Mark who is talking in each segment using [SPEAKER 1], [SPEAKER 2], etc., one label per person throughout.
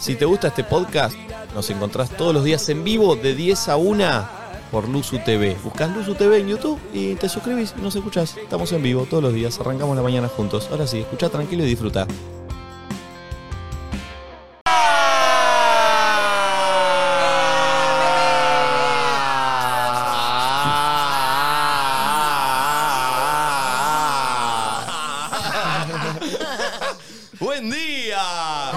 [SPEAKER 1] Si te gusta este podcast, nos encontrás todos los días en vivo de 10 a 1 por Luzu TV. Buscás Luzu TV en YouTube y te suscribís y nos escuchás. Estamos en vivo todos los días, arrancamos la mañana juntos. Ahora sí, escucha tranquilo y disfruta.
[SPEAKER 2] ¡Buen día!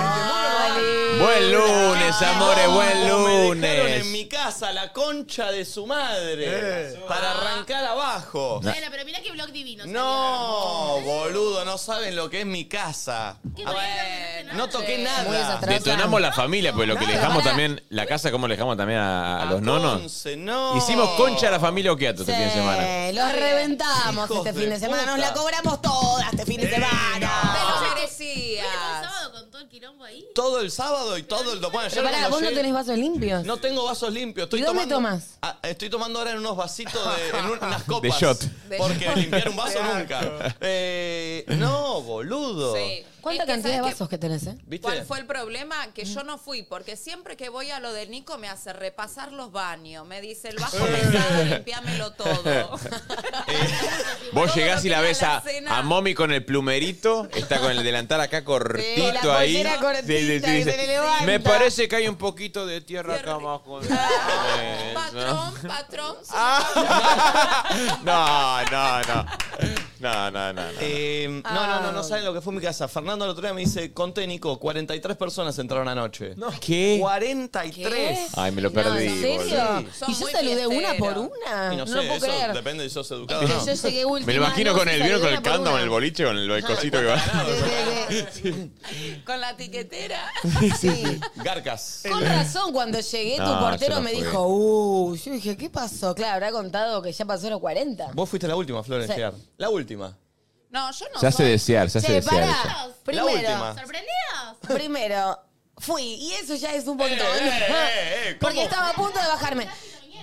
[SPEAKER 3] Buen lunes, amores, buen
[SPEAKER 2] No, Me dejaron en
[SPEAKER 3] lunes.
[SPEAKER 2] mi casa la concha de su madre
[SPEAKER 3] Eh.
[SPEAKER 2] para arrancar abajo.
[SPEAKER 4] Bueno, pero mirá qué blog divino.
[SPEAKER 2] No, boludo, no saben lo que es mi casa.
[SPEAKER 4] Qué
[SPEAKER 2] Ah,
[SPEAKER 4] bueno,
[SPEAKER 2] No toqué nada.
[SPEAKER 3] Detonamos la familia, pues lo que le dejamos también, la casa, como le dejamos también a, a los nonos.
[SPEAKER 2] Once, no.
[SPEAKER 3] Hicimos concha a la familia Okiato este fin de semana.
[SPEAKER 5] Eh, los reventamos
[SPEAKER 2] Hijos
[SPEAKER 5] este fin
[SPEAKER 2] de
[SPEAKER 5] de semana. Nos
[SPEAKER 2] puta.
[SPEAKER 5] la cobramos toda este fin de semana.
[SPEAKER 6] Te lo
[SPEAKER 4] Todo el
[SPEAKER 6] merecías.
[SPEAKER 4] sábado con todo el quilombo ahí.
[SPEAKER 2] Todo el sábado y todo el domingo.
[SPEAKER 5] Pero pará, vos no tenés vasos limpios.
[SPEAKER 2] No tengo vasos limpios. Estoy
[SPEAKER 5] ¿Y dónde
[SPEAKER 2] tomando-
[SPEAKER 5] tomás?
[SPEAKER 2] Ah, estoy tomando ahora en unos vasitos de en un- unas copas.
[SPEAKER 3] De shot.
[SPEAKER 6] De
[SPEAKER 2] Porque
[SPEAKER 6] shot.
[SPEAKER 2] limpiar un vaso nunca. Eh, no, boludo.
[SPEAKER 6] Sí.
[SPEAKER 5] ¿Cuánta
[SPEAKER 6] Es que,
[SPEAKER 5] cantidad de
[SPEAKER 6] ¿sabes
[SPEAKER 5] vasos que tenés, eh? Mm.
[SPEAKER 6] qué?
[SPEAKER 2] ¿Viste?
[SPEAKER 6] ¿Cuál fue el problema? Que yo no fui, porque siempre que voy a lo de Nico me hace repasar los baños. Me dice, el
[SPEAKER 2] Eh.
[SPEAKER 6] vaso pesado, limpiámelo todo.
[SPEAKER 3] Vos
[SPEAKER 6] Todo
[SPEAKER 3] llegás
[SPEAKER 6] lo
[SPEAKER 3] y la
[SPEAKER 6] que
[SPEAKER 3] ves
[SPEAKER 6] era
[SPEAKER 3] a,
[SPEAKER 6] la cena.
[SPEAKER 3] a Mommy con el plumerito, está con el delantal acá cortito
[SPEAKER 5] Sí, la
[SPEAKER 3] ahí.
[SPEAKER 5] pollera cortita que se le levanta.
[SPEAKER 3] Me parece que hay un poquito de tierra acá
[SPEAKER 6] Tierra.
[SPEAKER 3] abajo.
[SPEAKER 6] patrón, patrón.
[SPEAKER 2] Ah.
[SPEAKER 3] No, no, no. No, no, no. no.
[SPEAKER 2] Eh, no, no, no,
[SPEAKER 5] Ah.
[SPEAKER 2] no saben lo que fue mi casa. Fernando el otro día me dice, conté Nico, 43 personas entraron anoche.
[SPEAKER 3] ¿Qué?
[SPEAKER 2] 43.
[SPEAKER 3] Ay, me lo perdí.
[SPEAKER 5] ¿En
[SPEAKER 3] boludo.
[SPEAKER 5] serio?
[SPEAKER 6] Son
[SPEAKER 5] ¿Y yo
[SPEAKER 6] muy
[SPEAKER 5] saludé una por
[SPEAKER 6] fiesteros.
[SPEAKER 5] una?
[SPEAKER 2] Y
[SPEAKER 5] No,
[SPEAKER 2] no sé,
[SPEAKER 5] lo puedo
[SPEAKER 2] eso
[SPEAKER 5] creer.
[SPEAKER 2] depende de si sos educado o
[SPEAKER 5] Que
[SPEAKER 2] no.
[SPEAKER 5] Yo llegué última.
[SPEAKER 3] Me lo imagino
[SPEAKER 5] no,
[SPEAKER 3] con
[SPEAKER 5] sí
[SPEAKER 3] el vino,
[SPEAKER 5] saludé
[SPEAKER 3] con el
[SPEAKER 5] una por
[SPEAKER 3] cántamo,
[SPEAKER 5] una.
[SPEAKER 3] con el boliche, con el, el cosito que va.
[SPEAKER 5] Sí, sí,
[SPEAKER 6] Con la tiquetera.
[SPEAKER 5] sí. Sí.
[SPEAKER 2] Garcas.
[SPEAKER 5] Con razón, cuando llegué, tu
[SPEAKER 3] No,
[SPEAKER 5] portero
[SPEAKER 3] yo no
[SPEAKER 5] me
[SPEAKER 3] fui.
[SPEAKER 5] dijo, uh, yo dije, ¿qué pasó? Claro, habrá contado que ya pasó los 40.
[SPEAKER 2] Vos fuiste la última, Flor, en
[SPEAKER 5] Sí.
[SPEAKER 2] llegar. La última.
[SPEAKER 6] No, yo no
[SPEAKER 3] Se hace
[SPEAKER 6] soy.
[SPEAKER 3] desear, se hace
[SPEAKER 5] Che,
[SPEAKER 3] desear. ella.
[SPEAKER 5] pará.
[SPEAKER 2] última.
[SPEAKER 5] Primero,
[SPEAKER 4] ¿Sorprendidos?
[SPEAKER 5] primero, fui, y eso ya es un montón.
[SPEAKER 2] eh, eh, eh, ¿cómo?
[SPEAKER 5] Porque estaba a punto de bajarme.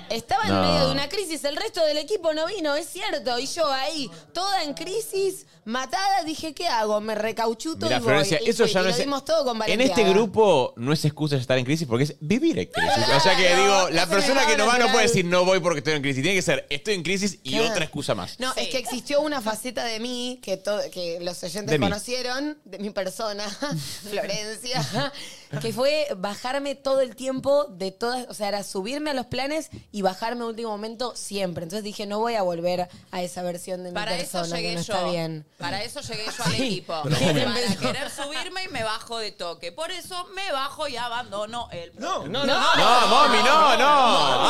[SPEAKER 5] Estaba en
[SPEAKER 3] No.
[SPEAKER 5] medio de una crisis, el resto del equipo no vino, es cierto. Y yo ahí, toda en crisis, matada, dije, ¿qué hago? Me recauchuto
[SPEAKER 3] Mira,
[SPEAKER 5] y voy.
[SPEAKER 3] Florencia,
[SPEAKER 5] Y
[SPEAKER 3] eso
[SPEAKER 5] fui,
[SPEAKER 3] ya
[SPEAKER 5] y
[SPEAKER 3] no
[SPEAKER 5] lo
[SPEAKER 3] es.
[SPEAKER 5] dimos todo con
[SPEAKER 3] en
[SPEAKER 5] Valenciaga.
[SPEAKER 3] este grupo no es excusa estar en crisis porque es vivir en crisis. O sea que digo, la
[SPEAKER 5] Claro,
[SPEAKER 3] persona que no va no
[SPEAKER 5] natural.
[SPEAKER 3] puede decir no voy porque estoy en crisis. Tiene que ser estoy en crisis y
[SPEAKER 5] Claro.
[SPEAKER 3] otra excusa más.
[SPEAKER 5] No,
[SPEAKER 6] Sí.
[SPEAKER 5] es que existió una faceta de mí que, to- que los oyentes
[SPEAKER 3] De mí.
[SPEAKER 5] conocieron, de mi persona, Florencia, que fue bajarme todo el tiempo de todas, o sea, era subirme a los planes y bajarme a último momento siempre. Entonces dije, no voy a volver a esa versión de mi
[SPEAKER 6] Para eso
[SPEAKER 5] persona que
[SPEAKER 6] llegué
[SPEAKER 5] no
[SPEAKER 6] yo.
[SPEAKER 5] está bien.
[SPEAKER 6] Para eso llegué yo al equipo.
[SPEAKER 5] pero bueno.
[SPEAKER 6] Para
[SPEAKER 5] Empezó.
[SPEAKER 6] querer subirme y me bajo de toque. Por eso me bajo y abandono el
[SPEAKER 2] No, no, no.
[SPEAKER 3] No, mami, no, no.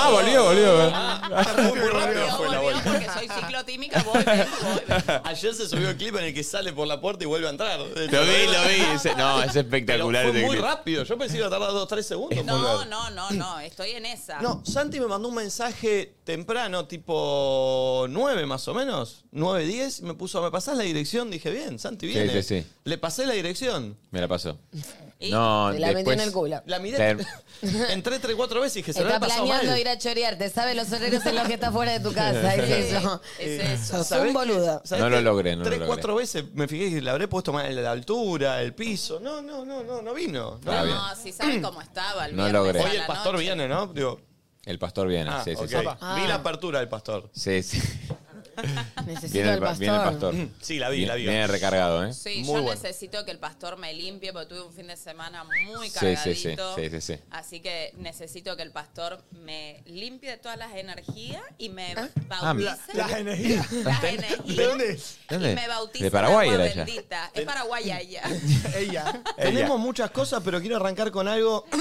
[SPEAKER 3] Ah, volvió, volvió.
[SPEAKER 2] Ah,
[SPEAKER 3] Ah.
[SPEAKER 2] Muy rápido
[SPEAKER 6] Volvió,
[SPEAKER 2] fue la
[SPEAKER 6] volvió,
[SPEAKER 2] vuelta.
[SPEAKER 6] porque soy ciclotímica, voy, vengo, voy, vengo.
[SPEAKER 2] Ayer se subió el clip en el que sale por la puerta y vuelve a entrar. Lo
[SPEAKER 3] Lo vi, lo vi. Ese- No, es espectacular.
[SPEAKER 2] Pero fue
[SPEAKER 3] ese
[SPEAKER 2] muy
[SPEAKER 3] clip.
[SPEAKER 2] rápido. Yo pensé que iba a tardar 2 3 segundos. en
[SPEAKER 6] No,
[SPEAKER 2] volver.
[SPEAKER 6] no, no, no, estoy en esa.
[SPEAKER 2] No, Santi me mandó un mensaje temprano, tipo 9 más o menos, 9, 10, me puso, ¿me pasás la dirección? Dije, bien, Santi, viene.
[SPEAKER 3] sí, sí.
[SPEAKER 2] Le pasé la dirección.
[SPEAKER 3] Me la pasó.
[SPEAKER 6] Y
[SPEAKER 3] No,
[SPEAKER 5] Te la metí en
[SPEAKER 3] después-
[SPEAKER 5] el culo.
[SPEAKER 2] La miré,
[SPEAKER 3] Ter-
[SPEAKER 2] entré 3, 4 veces y dije, se lo
[SPEAKER 5] Está
[SPEAKER 2] había pasado mal.
[SPEAKER 5] planeando ir a chorear, te sabe los horarios en los que está fuera de tu casa. Es eso.
[SPEAKER 6] es eso.
[SPEAKER 5] Sos un boludo.
[SPEAKER 3] No lo logré, no lo
[SPEAKER 2] 3,
[SPEAKER 3] logré.
[SPEAKER 2] 4 veces me fijé que le habré puesto mal la altura, el piso. No, no, no, no, no vino. No
[SPEAKER 3] Ah,
[SPEAKER 6] No,
[SPEAKER 2] vino.
[SPEAKER 3] bien.
[SPEAKER 6] si saben cómo estaba el
[SPEAKER 3] No
[SPEAKER 6] viernes
[SPEAKER 3] logré.
[SPEAKER 6] a la
[SPEAKER 2] Hoy el pastor
[SPEAKER 6] noche.
[SPEAKER 2] viene, ¿no? Digo,
[SPEAKER 3] El pastor viene.
[SPEAKER 2] ah,
[SPEAKER 3] sí, sí,
[SPEAKER 2] ok.
[SPEAKER 3] sí.
[SPEAKER 2] Vi la apertura del pastor.
[SPEAKER 3] Sí, sí.
[SPEAKER 5] Necesito
[SPEAKER 3] Viene el,
[SPEAKER 5] al
[SPEAKER 3] pa- viene el pastor.
[SPEAKER 2] Mm, Sí, la vi, la vi.
[SPEAKER 3] Viene recargado, ¿eh?
[SPEAKER 6] Sí,
[SPEAKER 2] Muy
[SPEAKER 6] yo
[SPEAKER 2] bueno.
[SPEAKER 6] necesito que el pastor me limpie porque tuve un fin de semana muy
[SPEAKER 3] Sí, sí,
[SPEAKER 6] cargadito.
[SPEAKER 3] sí, sí, sí, sí.
[SPEAKER 6] Así que necesito que el pastor me limpie de todas las energías y me
[SPEAKER 3] Ah, mira.
[SPEAKER 6] bautice. las energías. Las energías. ¿De dónde
[SPEAKER 3] ¿Dónde?
[SPEAKER 6] Y me bautice.
[SPEAKER 3] De Paraguay
[SPEAKER 6] en agua
[SPEAKER 3] era ella.
[SPEAKER 6] bendita. Es Paraguay ella.
[SPEAKER 2] Tenemos muchas cosas, pero quiero arrancar con algo.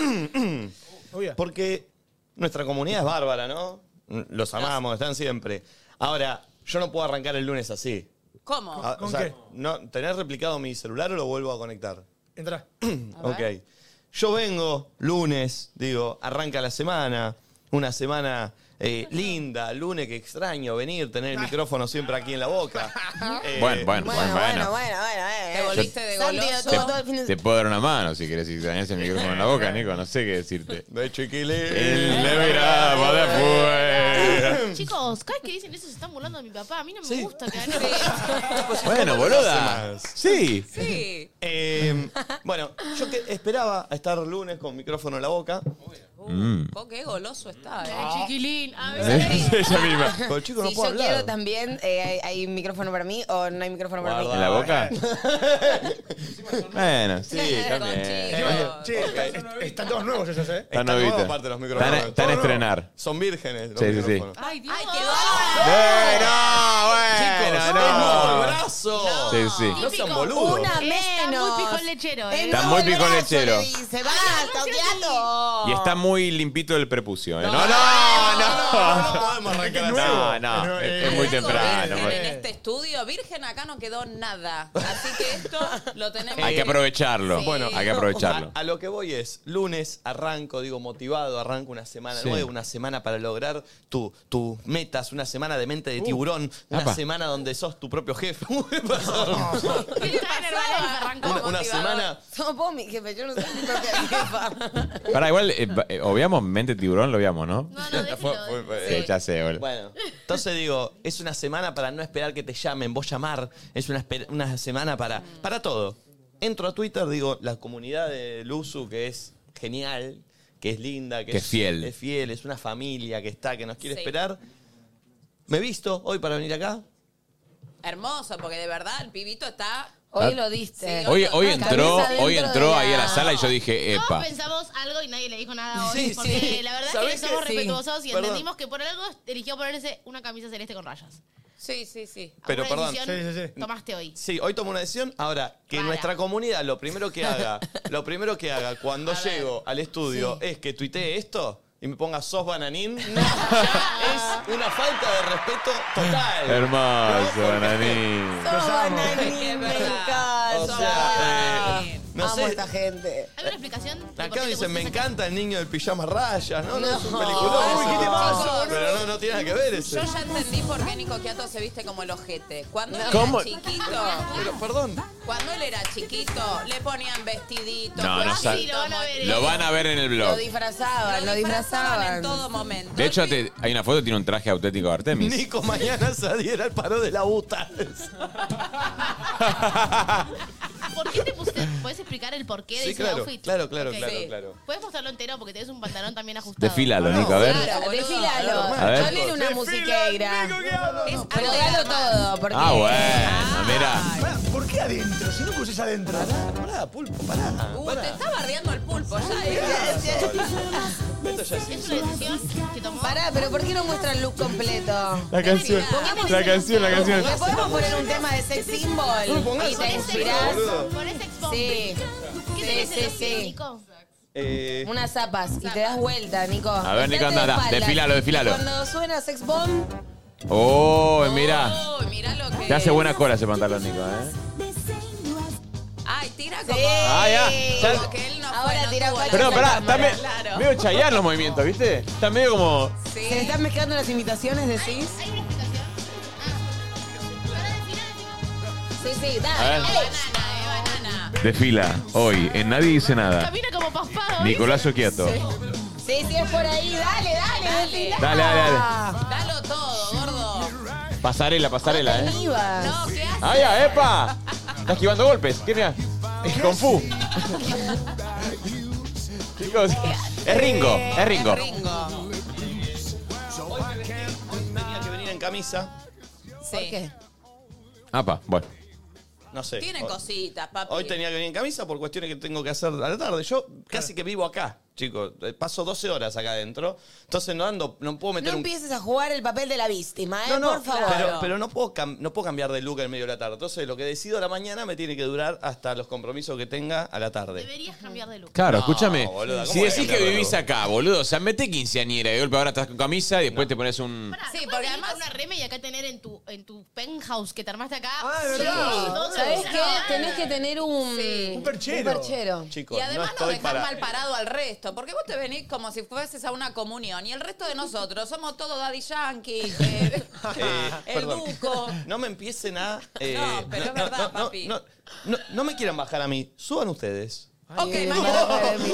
[SPEAKER 2] porque nuestra comunidad es bárbara, ¿no? Los amamos, están siempre. Ahora, yo no puedo arrancar el lunes así.
[SPEAKER 7] Oh,
[SPEAKER 6] ¿Cómo?
[SPEAKER 2] Ah, o sea, No, ¿Tenés replicado mi celular o lo vuelvo a conectar?
[SPEAKER 8] Entra.
[SPEAKER 2] ok. Yo vengo lunes, digo, arranca la semana, una semana Eh, linda, lunes que extraño venir, tener
[SPEAKER 7] Ah.
[SPEAKER 2] el micrófono siempre aquí en la boca. Eh,
[SPEAKER 3] Bueno, bueno, bueno, bueno. eh,
[SPEAKER 5] bueno.
[SPEAKER 6] volviste de goloso.
[SPEAKER 3] Te, te puedo dar una mano si quieres extrañarse el micrófono en la boca, Nico. No sé qué decirte.
[SPEAKER 2] De chiquilín.
[SPEAKER 3] Él le miraba de afuera.
[SPEAKER 4] Chicos, cada vez que dicen eso se están burlando de mi papá. A mí no me gusta que hagan
[SPEAKER 3] Bueno, boluda. Sí.
[SPEAKER 6] Sí.
[SPEAKER 2] Eh, bueno, yo que esperaba a estar lunes con micrófono en la boca.
[SPEAKER 3] Mm.
[SPEAKER 6] Oh, qué goloso está, eh.
[SPEAKER 4] Ay, chiquilín, a
[SPEAKER 3] Es
[SPEAKER 2] Eh.
[SPEAKER 4] ver.
[SPEAKER 3] ella misma.
[SPEAKER 2] Con el chico no
[SPEAKER 5] si yo
[SPEAKER 2] puedo hablar.
[SPEAKER 5] quiero también, eh, hay, hay micrófono para mí o no hay micrófono para
[SPEAKER 3] ¿En
[SPEAKER 5] mí.
[SPEAKER 3] la boca? Bueno, sí,
[SPEAKER 6] Claro,
[SPEAKER 3] también.
[SPEAKER 2] Eh,
[SPEAKER 6] chicos.
[SPEAKER 7] Che, están, están todos nuevos esos, ¿eh?
[SPEAKER 3] Está
[SPEAKER 2] nuevo,
[SPEAKER 3] novita.
[SPEAKER 2] aparte, los micrófonos.
[SPEAKER 3] Están están a estrenar.
[SPEAKER 2] Son vírgenes los
[SPEAKER 3] Sí, sí, sí.
[SPEAKER 2] micrófonos.
[SPEAKER 4] Ay, Dios.
[SPEAKER 6] Ay, qué dolor.
[SPEAKER 3] Bueno,
[SPEAKER 2] ¡No,
[SPEAKER 3] bueno, no.
[SPEAKER 2] brazo!
[SPEAKER 3] Sí, sí.
[SPEAKER 2] No sean
[SPEAKER 4] Típico.
[SPEAKER 2] boludos.
[SPEAKER 5] Una
[SPEAKER 4] Eh, está
[SPEAKER 5] menos.
[SPEAKER 4] muy pijón lechero, eh.
[SPEAKER 3] Está muy picón lechero.
[SPEAKER 5] Dice, basta, obviato.
[SPEAKER 3] Y está muy limpito el prepucio. ¿eh? No, no,
[SPEAKER 2] No, no
[SPEAKER 3] no.
[SPEAKER 2] podemos arrancar así.
[SPEAKER 3] No, no. Es es muy
[SPEAKER 6] Algo
[SPEAKER 3] temprano.
[SPEAKER 6] virgen En
[SPEAKER 3] pues.
[SPEAKER 6] este estudio, virgen, acá no quedó nada. Así que esto lo tenemos.
[SPEAKER 3] Hay que aprovecharlo.
[SPEAKER 6] Sí.
[SPEAKER 3] Bueno, hay que aprovecharlo.
[SPEAKER 2] A, a lo que voy es, lunes arranco, digo, motivado, arranco una semana
[SPEAKER 3] Sí.
[SPEAKER 2] nueva, una semana para lograr tu- tus metas, una semana de mente de tiburón, una
[SPEAKER 3] Apa.
[SPEAKER 2] semana donde sos tu propio jefe. ¿Qué pasó?
[SPEAKER 4] ¿Qué le traen Herbalife? Arrancó.
[SPEAKER 2] una, una semana...
[SPEAKER 5] No puedo, mi jefe, yo no soy mi propia
[SPEAKER 3] Ah,
[SPEAKER 5] jefa.
[SPEAKER 3] Para igual, eh, va- eh, obviamos mente tiburón, lo obviamos, ¿no?
[SPEAKER 4] No, no,
[SPEAKER 3] Fue-
[SPEAKER 4] déjelo,
[SPEAKER 3] fue- fue-
[SPEAKER 4] déjelo.
[SPEAKER 3] eh, ya sé, boludo.
[SPEAKER 2] Bueno, entonces digo, es una semana para no esperar que te llamen, vos llamar, es una, esper- una semana para, para todo. Entro a Twitter, digo, la comunidad de Luzu, que es genial, que es linda, que,
[SPEAKER 3] Que es fiel.
[SPEAKER 2] Es fiel, es una familia que está, que nos quiere
[SPEAKER 6] Sí.
[SPEAKER 2] esperar. Me visto hoy para venir acá.
[SPEAKER 6] Hermoso, porque de verdad el pibito está.
[SPEAKER 5] Hoy lo diste.
[SPEAKER 6] Sí,
[SPEAKER 3] Hoy, hoy
[SPEAKER 5] Cabeza
[SPEAKER 3] entró,
[SPEAKER 5] dentro
[SPEAKER 3] hoy
[SPEAKER 5] de
[SPEAKER 3] entró
[SPEAKER 5] la-
[SPEAKER 3] ahí a la sala y yo dije,
[SPEAKER 4] Todos
[SPEAKER 3] epa.
[SPEAKER 4] pensamos algo y nadie le dijo nada hoy.
[SPEAKER 2] Sí,
[SPEAKER 4] porque
[SPEAKER 2] sí.
[SPEAKER 4] la verdad
[SPEAKER 2] ¿Sabés
[SPEAKER 4] es que somos
[SPEAKER 2] qué?
[SPEAKER 5] Sí.
[SPEAKER 4] respetuosos y
[SPEAKER 2] Perdón.
[SPEAKER 4] entendimos que por algo eligió ponerse una camisa celeste con rayas.
[SPEAKER 6] Sí, sí, sí.
[SPEAKER 2] Pero,
[SPEAKER 4] Alguna
[SPEAKER 2] perdón.
[SPEAKER 4] decisión
[SPEAKER 7] Sí, sí, sí.
[SPEAKER 4] Tomaste hoy.
[SPEAKER 2] Sí, hoy tomo una decisión. Ahora, que
[SPEAKER 4] Para.
[SPEAKER 2] nuestra comunidad lo primero que haga, lo primero que haga cuando llego al estudio es que tuitee esto y me ponga sos bananín, ya es una falta de respeto total.
[SPEAKER 3] Hermoso, Nani.
[SPEAKER 5] Oh, Nani,
[SPEAKER 6] Es
[SPEAKER 5] me
[SPEAKER 6] verdad.
[SPEAKER 5] encanta.
[SPEAKER 2] O sea,
[SPEAKER 6] Ay.
[SPEAKER 2] eh, no
[SPEAKER 5] Amo
[SPEAKER 2] sé.
[SPEAKER 5] esta gente.
[SPEAKER 4] ¿Hay una explicación? de por qué
[SPEAKER 2] Acá
[SPEAKER 4] te
[SPEAKER 2] dicen,
[SPEAKER 4] pusiste
[SPEAKER 2] me
[SPEAKER 4] esa
[SPEAKER 2] encanta el niño del pijama rayas, ¿no? No, es un
[SPEAKER 5] No.
[SPEAKER 2] peliculón.
[SPEAKER 6] Uy, ¿qué te pasa?
[SPEAKER 2] Pero no, no tiene nada que ver eso.
[SPEAKER 6] Yo ya entendí por qué Nico Quiato se viste como el ojete. Cuando él
[SPEAKER 3] ¿Cómo?
[SPEAKER 6] era chiquito,
[SPEAKER 2] Pero, perdón.
[SPEAKER 6] cuando él era chiquito, le ponían vestiditos.
[SPEAKER 3] No, no
[SPEAKER 6] cuellitos,
[SPEAKER 3] sabe.
[SPEAKER 4] Sí, lo van a ver.
[SPEAKER 3] Lo van a ver en el
[SPEAKER 5] Lo
[SPEAKER 3] blog.
[SPEAKER 5] disfrazaban,
[SPEAKER 6] Lo
[SPEAKER 5] lo
[SPEAKER 6] disfrazaban en
[SPEAKER 5] disfrazaban.
[SPEAKER 6] todo momento.
[SPEAKER 3] De hecho, te- hay una foto, tiene un traje auténtico de Artemis.
[SPEAKER 2] Nico mañana se adhiera al paro de la buta.
[SPEAKER 4] outfit? ¿Por qué te pusiste? ¿Puedes explicar el porqué de
[SPEAKER 2] Sí,
[SPEAKER 4] ese
[SPEAKER 2] claro,
[SPEAKER 4] outfit?
[SPEAKER 2] claro, claro,
[SPEAKER 4] Ok.
[SPEAKER 2] claro,
[SPEAKER 6] Sí.
[SPEAKER 2] claro.
[SPEAKER 4] Puedes mostrarlo entero porque tenés un pantalón también ajustado.
[SPEAKER 3] Desfílalo, Nico, a ver.
[SPEAKER 5] Claro,
[SPEAKER 6] boludo.
[SPEAKER 5] Desfílalo.
[SPEAKER 3] A ver.
[SPEAKER 5] Ya viene una musiqueira.
[SPEAKER 6] Es
[SPEAKER 5] Pero
[SPEAKER 6] algo de la
[SPEAKER 5] dalo todo, porque...
[SPEAKER 3] Ah, bueno, mira.
[SPEAKER 7] Pará, ¿Por qué adentro? Si no cruces adentro.
[SPEAKER 2] Pará, pulpo, pará.
[SPEAKER 6] Uh, te está bardeando el pulpo ya. eh.
[SPEAKER 2] Esto ya es
[SPEAKER 4] Es una decisión que tomó.
[SPEAKER 5] Pará, pero ¿por qué no muestra el look completo?
[SPEAKER 3] La
[SPEAKER 6] canción,
[SPEAKER 3] la canción, la canción.
[SPEAKER 5] ¿Le podemos poner un tema de sex symbol? Y te inspirás.
[SPEAKER 4] Con ese expo.
[SPEAKER 5] Sí.
[SPEAKER 4] ¿Qué
[SPEAKER 5] Sí,
[SPEAKER 4] tenés
[SPEAKER 5] sí,
[SPEAKER 4] en el outfit,
[SPEAKER 5] sí.
[SPEAKER 4] Nico?
[SPEAKER 2] Eh,
[SPEAKER 5] Unas zapas y te das vuelta, Nico. A
[SPEAKER 3] ver, Nico, anda, anda. Desfílalo, desfílalo.
[SPEAKER 5] Cuando suena Sex Bomb,
[SPEAKER 3] Oh, mira.
[SPEAKER 6] Uy, mirá lo que.
[SPEAKER 3] Te hace buena cola ese pantalón, Nico, ¿eh?
[SPEAKER 6] Ay, tira como.
[SPEAKER 5] Sí.
[SPEAKER 3] Ah, ya.
[SPEAKER 6] Como
[SPEAKER 3] Ya-
[SPEAKER 6] que él no
[SPEAKER 5] Ahora
[SPEAKER 6] fue, no
[SPEAKER 5] tira
[SPEAKER 6] tuvo
[SPEAKER 5] cual-
[SPEAKER 6] la-
[SPEAKER 3] Pero pará, está
[SPEAKER 5] Cámara.
[SPEAKER 3] me-
[SPEAKER 6] Claro.
[SPEAKER 3] medio chayar los movimientos, ¿viste? Está medio como.
[SPEAKER 5] se le
[SPEAKER 6] Sí.
[SPEAKER 5] están mezclando las imitaciones, decís.
[SPEAKER 4] ¿Hay una explicación? Ah. Para desfilar, Nico.
[SPEAKER 5] Sí, sí,
[SPEAKER 3] A ver.
[SPEAKER 5] dale.
[SPEAKER 6] Banana, eh, banana.
[SPEAKER 3] Desfila hoy en Nadie Dice Nada.
[SPEAKER 4] Camina como paspado. ¿viste?
[SPEAKER 3] Nicolás Oquiato.
[SPEAKER 5] Sí, sí, es por ahí. Dale, dale, desfila.
[SPEAKER 3] Dale, dale, dale.
[SPEAKER 6] Dalo todo, gordo.
[SPEAKER 3] Pasarela, pasarela, ¿eh?
[SPEAKER 5] Ibas.
[SPEAKER 6] No, ¿qué haces?
[SPEAKER 3] ¡Ay, ya, epa! Está esquivando golpes. ¿Qué mira? Kung Fu. Chicos, es Ringo, es Ringo.
[SPEAKER 6] Ringo.
[SPEAKER 2] tenía que venir en camisa.
[SPEAKER 6] Sí.
[SPEAKER 5] ¿Por qué?
[SPEAKER 3] Apa, bueno.
[SPEAKER 2] No sé.
[SPEAKER 6] Tienen
[SPEAKER 2] Hoy-
[SPEAKER 6] cositas, papi.
[SPEAKER 2] Hoy tenía que venir en camisa por cuestiones que tengo que hacer a la tarde. Yo casi que vivo acá, chicos. Eh, Paso 12 horas acá adentro. Entonces no ando, no puedo
[SPEAKER 5] No
[SPEAKER 2] meter un
[SPEAKER 5] empieces a jugar el papel de la víctima, ¿eh?
[SPEAKER 2] No, no,
[SPEAKER 5] por favor.
[SPEAKER 2] Pero, pero no, puedo cam- no puedo cambiar de look en medio de la tarde. Entonces, lo que decido a la mañana me tiene que durar hasta los compromisos que tenga a la tarde.
[SPEAKER 4] Deberías cambiar de look.
[SPEAKER 3] Claro,
[SPEAKER 2] No,
[SPEAKER 3] escúchame.
[SPEAKER 2] boluda, ¿cómo
[SPEAKER 3] si
[SPEAKER 2] voy a
[SPEAKER 3] decís que
[SPEAKER 2] cambiar de
[SPEAKER 3] vivís
[SPEAKER 2] look?
[SPEAKER 3] acá, boludo, o sea, mete quinceañera y de golpe ahora estás con camisa y después te pones un.
[SPEAKER 4] Pará,
[SPEAKER 6] Sí,
[SPEAKER 4] ¿no
[SPEAKER 6] porque
[SPEAKER 4] puedes venir
[SPEAKER 6] además-
[SPEAKER 4] con una rema y acá tener en tu, en tu penthouse que te armaste acá.
[SPEAKER 7] Ah, es
[SPEAKER 4] sí,
[SPEAKER 7] verdad.
[SPEAKER 4] dos
[SPEAKER 5] ¿Sabés
[SPEAKER 4] horas.
[SPEAKER 5] qué? Tenés que tener un...
[SPEAKER 6] Sí.
[SPEAKER 7] Un perchero.
[SPEAKER 5] Un perchero.
[SPEAKER 2] Chicos,
[SPEAKER 6] Y además
[SPEAKER 2] no
[SPEAKER 6] nos
[SPEAKER 2] estoy
[SPEAKER 6] dejan
[SPEAKER 2] para.
[SPEAKER 6] mal parado al resto, eso, porque vos te venís como si fueses a una comunión y el resto de nosotros somos todos daddy yankee, eh,
[SPEAKER 2] Eh,
[SPEAKER 6] el
[SPEAKER 2] perdón.
[SPEAKER 6] buco.
[SPEAKER 2] No me empiecen a. eh,
[SPEAKER 6] No, pero es verdad, papi.
[SPEAKER 2] No, no- no me quieran bajar a mí. Suban ustedes.
[SPEAKER 6] Ok,
[SPEAKER 5] Ay,
[SPEAKER 6] mañana.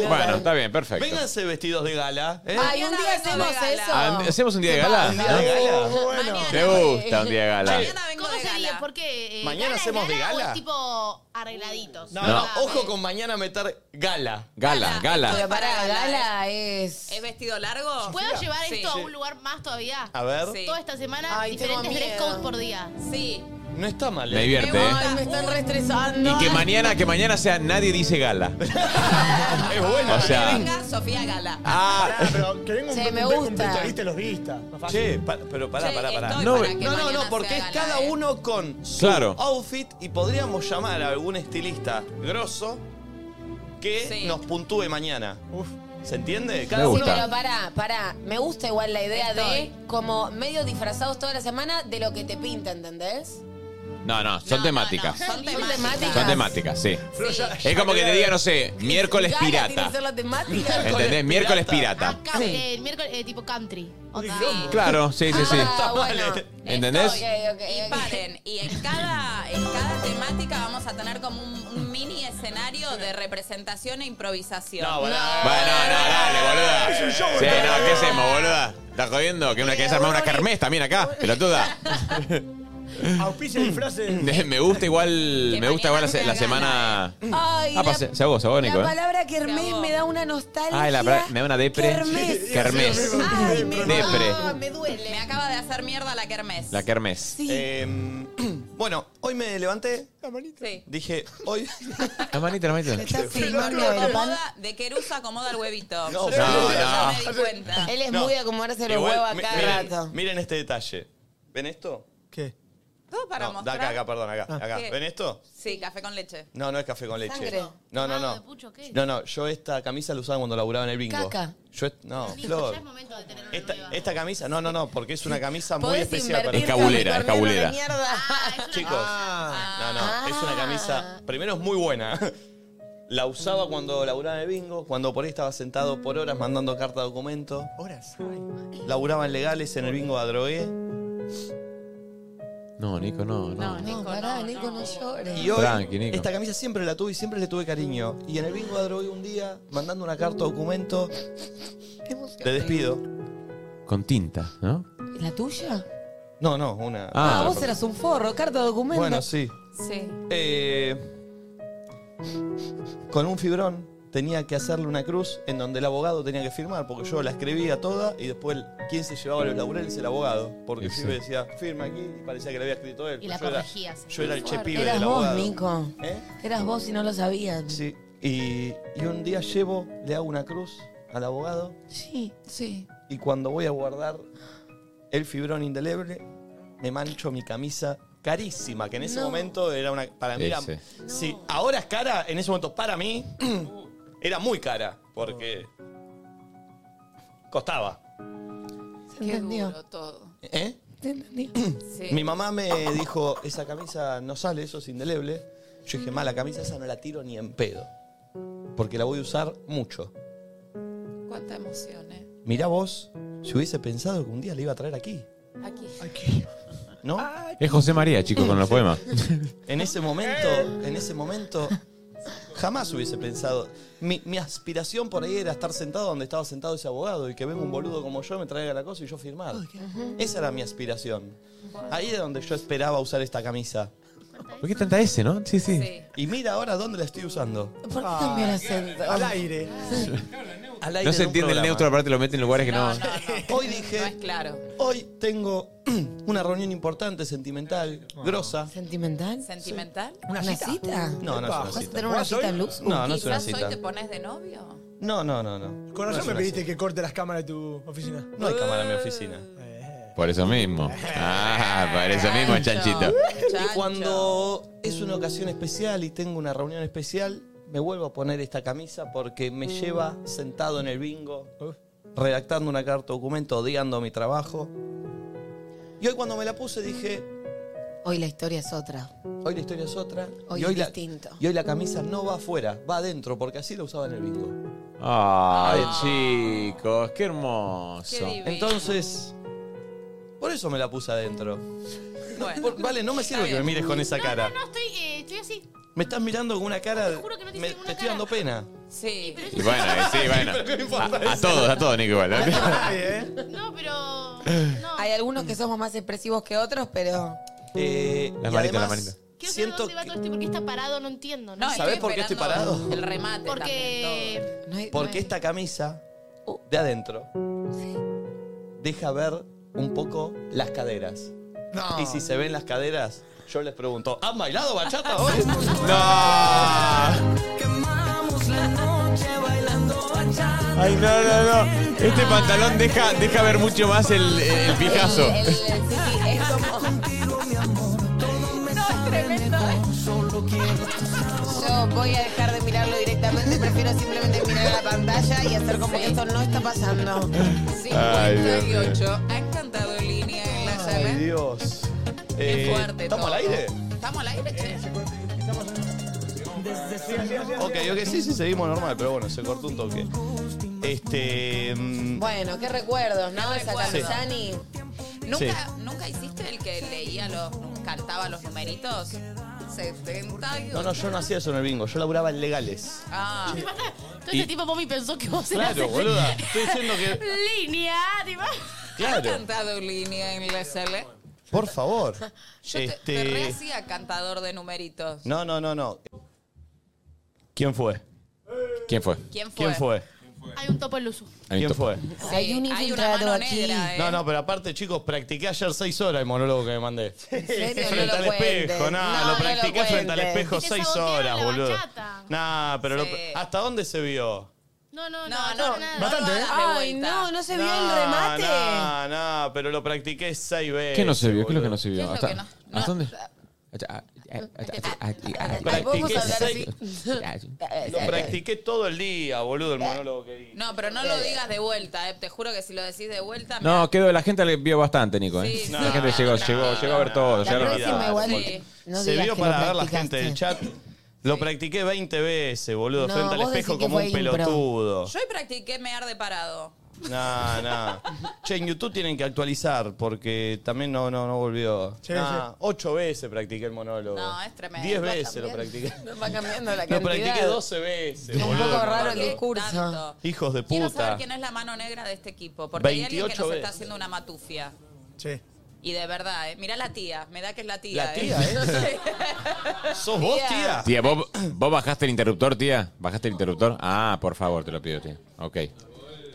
[SPEAKER 9] Bueno, está bien, perfecto.
[SPEAKER 2] Vénganse vestidos de gala. ¿eh?
[SPEAKER 5] Ay, un
[SPEAKER 6] Mañana
[SPEAKER 5] día
[SPEAKER 6] vengo
[SPEAKER 5] hacemos
[SPEAKER 6] de
[SPEAKER 5] eso.
[SPEAKER 6] gala.
[SPEAKER 9] Ah, ¿Hacemos un día de gala?
[SPEAKER 2] Un día de gala.
[SPEAKER 6] Mañana.
[SPEAKER 9] ¿Te gusta un día de gala?
[SPEAKER 6] Mañana vengo
[SPEAKER 4] ¿Cómo
[SPEAKER 6] de
[SPEAKER 4] sería?
[SPEAKER 6] gala.
[SPEAKER 4] ¿Por qué? Eh,
[SPEAKER 2] ¿Mañana
[SPEAKER 4] ¿gala es
[SPEAKER 2] hacemos de
[SPEAKER 4] o
[SPEAKER 2] gala?
[SPEAKER 4] es tipo arregladitos.
[SPEAKER 10] No,
[SPEAKER 9] no,
[SPEAKER 2] Ojo con mañana meter gala.
[SPEAKER 9] Gala, gala.
[SPEAKER 5] Pero para gala es.
[SPEAKER 6] ¿Es vestido largo?
[SPEAKER 4] ¿Puedo llevar
[SPEAKER 6] Sí.
[SPEAKER 4] esto a un lugar más todavía?
[SPEAKER 2] A ver.
[SPEAKER 6] Sí.
[SPEAKER 4] Toda esta semana,
[SPEAKER 5] Ay, tengo
[SPEAKER 4] diferentes dress
[SPEAKER 5] miedo.
[SPEAKER 4] code por día.
[SPEAKER 6] Sí.
[SPEAKER 2] No está mal.
[SPEAKER 9] Me
[SPEAKER 2] ¿eh?
[SPEAKER 9] divierte, ¿eh?
[SPEAKER 5] Ay, me están reestresando.
[SPEAKER 9] Y que mañana, que mañana sea nadie dice gala.
[SPEAKER 2] Es bueno.
[SPEAKER 9] O sea,
[SPEAKER 6] Venga, Sofía Gala.
[SPEAKER 9] ah,
[SPEAKER 10] Ah, pero que venga un,
[SPEAKER 5] Sí, me
[SPEAKER 10] un- un- un
[SPEAKER 5] gusta.
[SPEAKER 10] puntualista y los vista. No fácil.
[SPEAKER 2] Che, pa- pero pará,
[SPEAKER 6] Che,
[SPEAKER 2] pará, pará.
[SPEAKER 6] estoy
[SPEAKER 2] No,
[SPEAKER 6] para que
[SPEAKER 2] no, no,
[SPEAKER 6] mañana
[SPEAKER 2] porque
[SPEAKER 6] sea
[SPEAKER 2] es
[SPEAKER 6] gala,
[SPEAKER 2] cada
[SPEAKER 6] eh.
[SPEAKER 2] uno con su
[SPEAKER 9] Claro.
[SPEAKER 2] outfit y podríamos llamar a algún estilista grosso que
[SPEAKER 6] Sí.
[SPEAKER 2] nos puntúe mañana.
[SPEAKER 10] Uf.
[SPEAKER 2] ¿Se entiende?
[SPEAKER 9] Me
[SPEAKER 2] Cada
[SPEAKER 5] Sí,
[SPEAKER 2] uno.
[SPEAKER 9] gusta.
[SPEAKER 5] pero pará, pará. Me gusta igual la idea
[SPEAKER 6] Estoy.
[SPEAKER 5] de como medio disfrazados toda la semana de lo que te pinta, ¿entendés?
[SPEAKER 9] no, no, son
[SPEAKER 6] No,
[SPEAKER 9] temáticas.
[SPEAKER 6] no, no, son
[SPEAKER 5] Son
[SPEAKER 6] temáticas.
[SPEAKER 5] temáticas.
[SPEAKER 9] Son temáticas, sí.
[SPEAKER 10] Flor, ya-
[SPEAKER 9] Es como que te diga, no sé, miércoles
[SPEAKER 5] Gala Tiene que
[SPEAKER 9] pirata.
[SPEAKER 5] ser la temática.
[SPEAKER 9] ¿Entendés? Miércoles pirata.
[SPEAKER 4] Acá, eh, el miércoles, eh, tipo country. Onda.
[SPEAKER 9] Claro, sí, sí, sí.
[SPEAKER 5] Ah, bueno.
[SPEAKER 2] eh.
[SPEAKER 9] ¿Entendés?
[SPEAKER 5] Estoy. Ok, ok,
[SPEAKER 6] Y
[SPEAKER 5] ok.
[SPEAKER 6] paren, y en cada, en cada temática vamos a tener como un, un mini escenario de representación e improvisación.
[SPEAKER 2] No, bueno.
[SPEAKER 9] Bueno, no,
[SPEAKER 6] Ah.
[SPEAKER 9] dale, boluda.
[SPEAKER 10] Es un show,
[SPEAKER 9] Sí,
[SPEAKER 10] boluda.
[SPEAKER 9] no, ¿qué hacemos, boluda? ¿Estás jodiendo? ¿Que una querés armar una carmes también acá? Pelotuda.
[SPEAKER 10] Auspicia disfraces.
[SPEAKER 9] Me gusta igual.
[SPEAKER 6] Que
[SPEAKER 9] Me gusta igual
[SPEAKER 6] mañana
[SPEAKER 9] la,
[SPEAKER 6] sea
[SPEAKER 9] la semana.
[SPEAKER 5] Ay,
[SPEAKER 9] Ah,
[SPEAKER 5] la-
[SPEAKER 9] pasé. Se hago, se hago,
[SPEAKER 5] La
[SPEAKER 9] Nico, eh.
[SPEAKER 5] palabra que
[SPEAKER 6] Se
[SPEAKER 5] Hermes
[SPEAKER 6] acabó.
[SPEAKER 5] me da una nostalgia.
[SPEAKER 9] Ay, la palabra- me da una depre.
[SPEAKER 5] Kermés.
[SPEAKER 9] Kermés.
[SPEAKER 5] Ay, me,
[SPEAKER 9] Depre.
[SPEAKER 5] ah, me
[SPEAKER 6] Me
[SPEAKER 5] duele.
[SPEAKER 6] acaba de hacer mierda la kermés.
[SPEAKER 9] La kermés.
[SPEAKER 5] Sí.
[SPEAKER 2] eh, bueno, hoy me levanté,
[SPEAKER 6] Sí.
[SPEAKER 2] dije, hoy.
[SPEAKER 9] La manita, la manita.
[SPEAKER 5] Está filmando
[SPEAKER 6] Porque
[SPEAKER 5] la pan.
[SPEAKER 6] acomoda- de Querusa acomoda el huevito.
[SPEAKER 2] No,
[SPEAKER 9] no,
[SPEAKER 6] Yo
[SPEAKER 9] no.
[SPEAKER 6] ya me di cuenta.
[SPEAKER 5] Él es
[SPEAKER 2] No.
[SPEAKER 5] muy de acomodarse los
[SPEAKER 2] Igual,
[SPEAKER 5] huevos a
[SPEAKER 2] mi-
[SPEAKER 5] cada
[SPEAKER 2] miren,
[SPEAKER 5] rato.
[SPEAKER 2] Miren este detalle. ¿Ven esto?
[SPEAKER 10] ¿Qué?
[SPEAKER 6] Todo para
[SPEAKER 2] no, de
[SPEAKER 6] mostrar.
[SPEAKER 2] acá, acá, perdón, acá,
[SPEAKER 10] Ah.
[SPEAKER 2] acá.
[SPEAKER 6] ¿Qué?
[SPEAKER 2] ¿Ven esto?
[SPEAKER 6] Sí, café con leche.
[SPEAKER 2] No, no es café con leche.
[SPEAKER 5] Ah. Sangre.
[SPEAKER 2] No, no,
[SPEAKER 4] Ah,
[SPEAKER 2] no.
[SPEAKER 4] de pucho, ¿qué?
[SPEAKER 2] No, no, yo esta camisa la usaba cuando laburaba en el bingo.
[SPEAKER 5] Caca.
[SPEAKER 2] Yo, est- no,
[SPEAKER 4] Listo,
[SPEAKER 2] Flor.
[SPEAKER 4] ya es momento de tener una
[SPEAKER 2] Esta,
[SPEAKER 4] nueva.
[SPEAKER 2] esta camisa, no, no, no, porque es una camisa muy
[SPEAKER 5] Podés
[SPEAKER 2] especial para
[SPEAKER 5] invertir
[SPEAKER 2] mí.
[SPEAKER 9] Es cabulera,
[SPEAKER 5] con
[SPEAKER 9] es cabulera.
[SPEAKER 5] mi tornero de mierda.
[SPEAKER 4] Ah, es una-
[SPEAKER 2] Chicos, no, no, es una
[SPEAKER 5] Ah.
[SPEAKER 2] camisa, primero es muy buena. La usaba cuando laburaba en el bingo, cuando por ahí estaba sentado por horas mandando carta de documento.
[SPEAKER 10] Horas. Ay.
[SPEAKER 2] Laburaba en legales en el bingo a drogué.
[SPEAKER 9] No, Nico, no, no.
[SPEAKER 5] No, pará, Nico, no llores.
[SPEAKER 2] Y hoy,
[SPEAKER 9] Tranqui, Nico.
[SPEAKER 2] esta camisa siempre la tuve y siempre le tuve cariño. Y en el bingo de drogué un día, mandando una carta de documento,
[SPEAKER 5] Qué emoción.
[SPEAKER 2] te despido.
[SPEAKER 9] Con tinta, ¿no?
[SPEAKER 5] ¿La tuya?
[SPEAKER 2] No, no, una.
[SPEAKER 5] Ah,
[SPEAKER 9] Ah,
[SPEAKER 5] vos eras un forro, carta de documento.
[SPEAKER 2] Bueno, sí.
[SPEAKER 6] Sí.
[SPEAKER 2] Eh, con un fibrón tenía que hacerle una cruz en donde el abogado tenía que firmar, porque yo la escribía toda y después quien se llevaba los laureles el abogado, porque
[SPEAKER 9] Y
[SPEAKER 2] el
[SPEAKER 9] sí.
[SPEAKER 2] pibe decía, firma aquí y parecía que le había escrito él.
[SPEAKER 4] Y la
[SPEAKER 2] yo era,
[SPEAKER 4] corregías.
[SPEAKER 2] yo era el che pibe
[SPEAKER 5] Eras
[SPEAKER 2] del
[SPEAKER 5] vos,
[SPEAKER 2] abogado.
[SPEAKER 5] Nico.
[SPEAKER 2] ¿Eh?
[SPEAKER 5] Eras vos y no lo sabías.
[SPEAKER 2] Sí. Y, y un día llevo, le hago una cruz al abogado
[SPEAKER 5] Sí, sí.
[SPEAKER 2] y cuando voy a guardar el fibrón indeleble, me mancho mi camisa carísima, que en ese
[SPEAKER 5] No.
[SPEAKER 2] momento era una. Para mí era.
[SPEAKER 9] Ese.
[SPEAKER 2] Sí, ahora es cara, en ese momento para mí era muy cara, porque. Costaba.
[SPEAKER 5] Se
[SPEAKER 6] Qué
[SPEAKER 5] entendió.
[SPEAKER 6] duro todo.
[SPEAKER 2] ¿Eh?
[SPEAKER 5] Se entendió.
[SPEAKER 6] Sí.
[SPEAKER 2] Mi mamá me dijo: esa camisa no sale, eso es indeleble. Yo dije: mala camisa, esa no la tiro ni en pedo. Porque la voy a usar mucho.
[SPEAKER 6] Cuánta emoción, eh.
[SPEAKER 2] Mirá vos, si hubiese pensado que un día la iba a traer aquí,
[SPEAKER 6] Aquí. Ah,
[SPEAKER 2] ¿no?
[SPEAKER 9] Es José María, chicos, con los poemas.
[SPEAKER 2] En ese momento, en ese momento, jamás hubiese pensado. Mi, mi aspiración por ahí era estar sentado donde estaba sentado ese abogado y que venga un boludo como yo, me traiga la cosa y yo firmar. Esa era mi aspiración. Ahí era donde yo esperaba usar esta camisa.
[SPEAKER 9] ¿Por qué tanta S, no? Sí, sí.
[SPEAKER 6] Sí.
[SPEAKER 2] Y mira ahora dónde la estoy usando.
[SPEAKER 5] ¿Por qué cambió el acento?
[SPEAKER 10] Al aire.
[SPEAKER 2] Al aire
[SPEAKER 9] No
[SPEAKER 2] de
[SPEAKER 9] se entiende
[SPEAKER 2] un
[SPEAKER 9] el
[SPEAKER 2] programa.
[SPEAKER 9] neutro, aparte lo mete en lugares que no.
[SPEAKER 6] No, no, no.
[SPEAKER 2] Hoy
[SPEAKER 6] No es
[SPEAKER 2] dije,
[SPEAKER 6] claro.
[SPEAKER 2] hoy tengo una reunión importante, sentimental, grosa.
[SPEAKER 5] ¿Sentimental?
[SPEAKER 6] ¿Sentimental?
[SPEAKER 5] ¿Una cita?
[SPEAKER 2] No, no es una
[SPEAKER 5] ¿Vas a
[SPEAKER 2] cita.
[SPEAKER 5] tener una
[SPEAKER 10] ¿Vas hoy?
[SPEAKER 5] cita en luz?
[SPEAKER 2] Ah, No, no es una
[SPEAKER 6] Quizás hoy
[SPEAKER 2] cita.
[SPEAKER 6] te pones de novio.
[SPEAKER 2] No, no, no, no.
[SPEAKER 10] Con
[SPEAKER 2] No
[SPEAKER 10] razón
[SPEAKER 2] es
[SPEAKER 10] me
[SPEAKER 2] una
[SPEAKER 10] pediste
[SPEAKER 2] cita.
[SPEAKER 10] que corte las cámaras de tu oficina.
[SPEAKER 2] No hay cámara en mi oficina.
[SPEAKER 9] Por eso mismo. Ah, por eso mismo, chanchito.
[SPEAKER 2] Y
[SPEAKER 6] Chancho.
[SPEAKER 2] cuando es una ocasión especial y tengo una reunión especial, me vuelvo a poner esta camisa porque me lleva sentado en el bingo,
[SPEAKER 4] Uh.
[SPEAKER 2] redactando una carta documento, odiando mi trabajo. Y hoy cuando me la puse dije,
[SPEAKER 5] Hoy la historia es otra.
[SPEAKER 2] hoy la historia es otra.
[SPEAKER 5] Hoy
[SPEAKER 2] y
[SPEAKER 5] es
[SPEAKER 2] la,
[SPEAKER 5] distinto.
[SPEAKER 2] Y hoy la camisa no va afuera, va adentro, porque así la usaba en el bingo.
[SPEAKER 3] Ay, chicos, qué hermoso.
[SPEAKER 6] divino.
[SPEAKER 2] Entonces, por eso me la puse adentro.
[SPEAKER 6] Bueno.
[SPEAKER 2] Por- vale, no me sirve que me mires con esa cara.
[SPEAKER 4] No, no, estoy, eh, estoy así.
[SPEAKER 2] Me estás mirando con una cara. de-
[SPEAKER 4] juro que no te hice
[SPEAKER 2] me-
[SPEAKER 4] ninguna
[SPEAKER 2] te estoy dando pena.
[SPEAKER 6] Sí.
[SPEAKER 4] Pero
[SPEAKER 3] Y
[SPEAKER 4] es-
[SPEAKER 3] bueno, eh, sí, bueno. A, a todos, a todos, Nico, igual.
[SPEAKER 10] ¿eh?
[SPEAKER 4] No, pero. No.
[SPEAKER 5] Hay algunos que somos más expresivos que otros, pero.
[SPEAKER 2] Eh,
[SPEAKER 3] La
[SPEAKER 2] y
[SPEAKER 3] manita,
[SPEAKER 2] además,
[SPEAKER 3] la manita.
[SPEAKER 4] Quiero saber
[SPEAKER 2] Siento
[SPEAKER 4] dónde va todo esto y por qué está parado, no entiendo. No,
[SPEAKER 6] No,
[SPEAKER 2] ¿Sabés por qué estoy
[SPEAKER 6] esperando
[SPEAKER 2] parado?
[SPEAKER 6] El remate. también, todo.
[SPEAKER 4] porque.
[SPEAKER 5] no hay- no
[SPEAKER 2] porque
[SPEAKER 5] hay-
[SPEAKER 2] esta camisa de adentro deja ver un poco las caderas.
[SPEAKER 10] No.
[SPEAKER 2] Y si se ven las caderas, yo les pregunto, ¿han bailado bachata hoy?
[SPEAKER 3] ¡No! Ay, no, no, no. Este pantalón deja, deja ver mucho más el, el pijazo.
[SPEAKER 5] El- el- sí, sí, es como-
[SPEAKER 6] No, es tremendo.
[SPEAKER 5] Yo voy a dejar de mirarlo directamente, prefiero simplemente mirar la pantalla y hacer como que esto no está pasando.
[SPEAKER 6] 58. Han cantado línea en la
[SPEAKER 2] Ay,
[SPEAKER 6] sala.
[SPEAKER 2] Dios.
[SPEAKER 6] Qué
[SPEAKER 2] Eh,
[SPEAKER 6] fuerte.
[SPEAKER 2] ¿Estamos
[SPEAKER 6] todo.
[SPEAKER 2] al aire? Eh,
[SPEAKER 6] Estamos al aire, che.
[SPEAKER 2] Ok, ok, sí, sí, seguimos normal, pero bueno, se cortó un toque. Este. mm,
[SPEAKER 5] Bueno, qué recuerdos, ¿no?
[SPEAKER 6] Qué
[SPEAKER 5] Esa
[SPEAKER 6] recuerdos.
[SPEAKER 5] Camisani.
[SPEAKER 6] ¿Nunca, ¿Nunca hiciste el que leía los. cantaba los numeritos? 78.
[SPEAKER 2] No, no, yo no hacía eso en el bingo, yo laburaba en legales.
[SPEAKER 6] Ah,
[SPEAKER 4] Todo este tipo Pomi pensó que vos eras.
[SPEAKER 2] Claro, boluda. Estoy diciendo que.
[SPEAKER 4] Línea, tipo.
[SPEAKER 6] ¿han
[SPEAKER 2] Claro.
[SPEAKER 6] cantado línea en la sala?
[SPEAKER 2] Por favor.
[SPEAKER 6] Yo te- te, rehacía cantador de numeritos.
[SPEAKER 2] Este, No, no, no, no. ¿Quién fue?
[SPEAKER 3] ¿Quién fue?
[SPEAKER 6] ¿Quién fue?
[SPEAKER 2] ¿Quién fue?
[SPEAKER 4] Hay un topo en Luzu.
[SPEAKER 3] A mi
[SPEAKER 2] ¿Quién
[SPEAKER 3] topo.
[SPEAKER 2] fue?
[SPEAKER 6] Sí,
[SPEAKER 5] Hay un
[SPEAKER 6] hay una
[SPEAKER 5] infiltrado
[SPEAKER 6] mano
[SPEAKER 5] aquí.
[SPEAKER 6] negra, ¿eh?
[SPEAKER 2] No, no, pero aparte, chicos, practiqué ayer seis horas el monólogo que me mandé.
[SPEAKER 5] serio? No
[SPEAKER 2] frente
[SPEAKER 5] lo
[SPEAKER 2] al
[SPEAKER 5] cuentes.
[SPEAKER 2] espejo, nada,
[SPEAKER 5] No,
[SPEAKER 2] lo
[SPEAKER 5] no
[SPEAKER 2] practiqué
[SPEAKER 5] lo
[SPEAKER 2] frente al
[SPEAKER 5] cuentes.
[SPEAKER 2] espejo
[SPEAKER 4] Y te
[SPEAKER 2] seis
[SPEAKER 4] sabotearon
[SPEAKER 2] horas,
[SPEAKER 4] la
[SPEAKER 2] boludo.
[SPEAKER 4] bachata.
[SPEAKER 2] Nah, pero
[SPEAKER 6] Sí.
[SPEAKER 2] lo- ¿hasta dónde se vio?
[SPEAKER 4] No,
[SPEAKER 6] No,
[SPEAKER 4] no, no.
[SPEAKER 6] no, no
[SPEAKER 4] nada.
[SPEAKER 2] ¿eh?
[SPEAKER 6] lo hagas de
[SPEAKER 5] Ay,
[SPEAKER 6] vuelta.
[SPEAKER 5] no, no se vio el
[SPEAKER 2] Nah,
[SPEAKER 5] remate.
[SPEAKER 2] nah, nah, pero lo practiqué seis veces.
[SPEAKER 3] ¿Qué no se vio? ¿Qué es lo que
[SPEAKER 2] boludo.
[SPEAKER 3] no se
[SPEAKER 6] ¿Qué es
[SPEAKER 3] vio?
[SPEAKER 6] lo
[SPEAKER 3] ¿Hasta,
[SPEAKER 6] que no? No.
[SPEAKER 3] ¿hasta dónde?
[SPEAKER 5] Ay, vamos
[SPEAKER 2] Practiqué
[SPEAKER 5] a hablar así.
[SPEAKER 2] Lo practiqué todo el día, boludo, el monólogo que di.
[SPEAKER 6] No, pero no lo digas de vuelta, eh. te juro que si lo decís de vuelta. me-
[SPEAKER 3] No, quedó, la gente le vio bastante, Nico. ¿eh?
[SPEAKER 6] Sí, sí.
[SPEAKER 3] la gente llegó,
[SPEAKER 6] No,
[SPEAKER 3] llegó,
[SPEAKER 6] no,
[SPEAKER 3] llegó a ver todo.
[SPEAKER 5] La
[SPEAKER 3] llegaron a ver
[SPEAKER 5] próxima
[SPEAKER 3] todo.
[SPEAKER 5] igual.
[SPEAKER 6] Sí.
[SPEAKER 5] No
[SPEAKER 2] se
[SPEAKER 5] digas
[SPEAKER 2] vio
[SPEAKER 5] que
[SPEAKER 2] para
[SPEAKER 5] lo
[SPEAKER 2] ver la gente del
[SPEAKER 5] practicaste.
[SPEAKER 2] chat. Lo practiqué 20 veces, boludo,
[SPEAKER 5] No,
[SPEAKER 2] frente al
[SPEAKER 5] vos
[SPEAKER 2] espejo
[SPEAKER 5] decís que
[SPEAKER 2] como un
[SPEAKER 5] fue impro.
[SPEAKER 2] pelotudo.
[SPEAKER 6] Yo hoy practiqué mear de parado.
[SPEAKER 2] No, no. Che, en YouTube tienen que actualizar porque también no, no, no volvió.
[SPEAKER 10] Sí,
[SPEAKER 2] Nah, Ocho veces practiqué el monólogo.
[SPEAKER 6] No, es tremendo.
[SPEAKER 2] Diez
[SPEAKER 6] Va
[SPEAKER 2] veces lo
[SPEAKER 5] También.
[SPEAKER 2] practiqué.
[SPEAKER 5] No va cambiando la
[SPEAKER 2] Lo
[SPEAKER 5] cantidad.
[SPEAKER 2] practiqué 12 veces,
[SPEAKER 5] Es un
[SPEAKER 2] boludo.
[SPEAKER 5] poco
[SPEAKER 2] el
[SPEAKER 5] raro el
[SPEAKER 2] monólogo.
[SPEAKER 5] discurso.
[SPEAKER 6] Tanto.
[SPEAKER 2] Hijos de
[SPEAKER 6] Quiero
[SPEAKER 2] puta.
[SPEAKER 6] saber quién es la mano negra de este equipo, porque hay alguien que
[SPEAKER 2] 28
[SPEAKER 6] nos
[SPEAKER 2] veces.
[SPEAKER 6] está haciendo una matufia.
[SPEAKER 10] Sí.
[SPEAKER 6] Y de verdad, ¿eh? Mirá la tía, me da que es la tía.
[SPEAKER 2] ¿La
[SPEAKER 6] ¿eh?
[SPEAKER 2] tía, eh? ¿Sos vos, tía?
[SPEAKER 3] Tía, ¿vos, ¿vos bajaste el interruptor, tía? ¿Bajaste el interruptor? Ah, por favor, te lo pido, tía. Ok.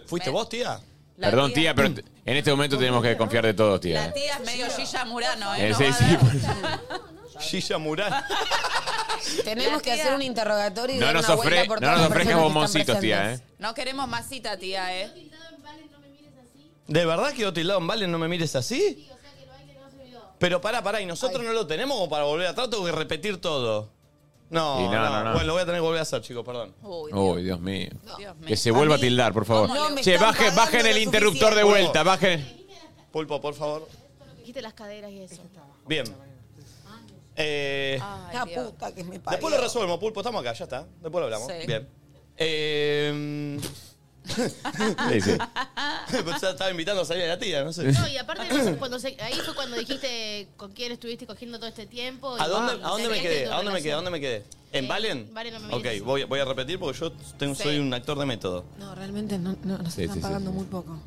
[SPEAKER 2] ¿Fuiste vos, tía?
[SPEAKER 6] La
[SPEAKER 3] Perdón, tía, pero te- en este momento tenemos que confiar de todos, tía.
[SPEAKER 6] La tía es medio Gilla Murano, ¿eh?
[SPEAKER 3] Eh,
[SPEAKER 6] No
[SPEAKER 3] sí,
[SPEAKER 6] va a
[SPEAKER 3] sí,
[SPEAKER 6] dar-
[SPEAKER 2] Gilla Murat.
[SPEAKER 5] Tenemos que
[SPEAKER 6] tía-
[SPEAKER 5] hacer un interrogatorio y
[SPEAKER 3] No
[SPEAKER 5] dar
[SPEAKER 3] nos,
[SPEAKER 5] una vuelta
[SPEAKER 3] ofre- no
[SPEAKER 5] por todas
[SPEAKER 3] nos
[SPEAKER 5] las
[SPEAKER 3] ofrezcas
[SPEAKER 5] personas que
[SPEAKER 3] bomboncitos,
[SPEAKER 5] están
[SPEAKER 3] tía, ¿eh?
[SPEAKER 5] presentes.
[SPEAKER 6] No queremos más cita, tía, ¿eh?
[SPEAKER 2] ¿De verdad quedó tildado en Valen, no me mires así? Pero pará, pará, ¿y nosotros no lo tenemos como para volver atrás? Tengo que repetir todo. No,
[SPEAKER 3] Y
[SPEAKER 2] no,
[SPEAKER 3] no,
[SPEAKER 2] no,
[SPEAKER 3] no, no.
[SPEAKER 2] Bueno, lo voy a tener que volver a hacer, chicos, perdón.
[SPEAKER 6] Uy,
[SPEAKER 3] ¿eh? Uy, Dios mío.
[SPEAKER 6] Dios mío.
[SPEAKER 3] Que se vuelva a tildar, por favor.
[SPEAKER 5] No, me
[SPEAKER 3] che,
[SPEAKER 5] están
[SPEAKER 3] bajen,
[SPEAKER 5] pagando
[SPEAKER 3] bajen el
[SPEAKER 5] lo
[SPEAKER 3] interruptor de
[SPEAKER 5] suficiente.
[SPEAKER 3] vuelta, bajen.
[SPEAKER 2] Pulpo, por favor.
[SPEAKER 4] Dijiste las caderas y eso.
[SPEAKER 2] Bien.
[SPEAKER 5] Ah,
[SPEAKER 2] Eh,
[SPEAKER 6] Ay,
[SPEAKER 5] La
[SPEAKER 6] Dios.
[SPEAKER 5] puta que me parió.
[SPEAKER 2] después lo resuelvo, Pulpo, estamos acá, ya está. Después lo hablamos.
[SPEAKER 6] Sí.
[SPEAKER 2] Bien. Eh,
[SPEAKER 3] Sí, sí.
[SPEAKER 2] pues ya estaba invitando a salir a la tía, no sé.
[SPEAKER 4] No, y aparte, no, cuando se- ahí fue cuando dijiste con quién estuviste cogiendo todo este tiempo. y
[SPEAKER 2] ¿A dónde,
[SPEAKER 4] vos
[SPEAKER 2] a dónde me
[SPEAKER 4] creíste en
[SPEAKER 2] quedé?
[SPEAKER 4] tu
[SPEAKER 2] ¿A dónde me
[SPEAKER 4] relación.
[SPEAKER 2] quedé? ¿A dónde me quedé? ¿En
[SPEAKER 4] Eh,
[SPEAKER 2] Valen?
[SPEAKER 4] Valen, no me
[SPEAKER 2] Ok,
[SPEAKER 4] mires.
[SPEAKER 2] voy, voy a repetir porque yo tengo- soy un actor de método.
[SPEAKER 5] No, realmente no, no, nos
[SPEAKER 3] Sí,
[SPEAKER 5] están
[SPEAKER 3] sí, sí,
[SPEAKER 5] pagando
[SPEAKER 3] sí.
[SPEAKER 5] muy poco.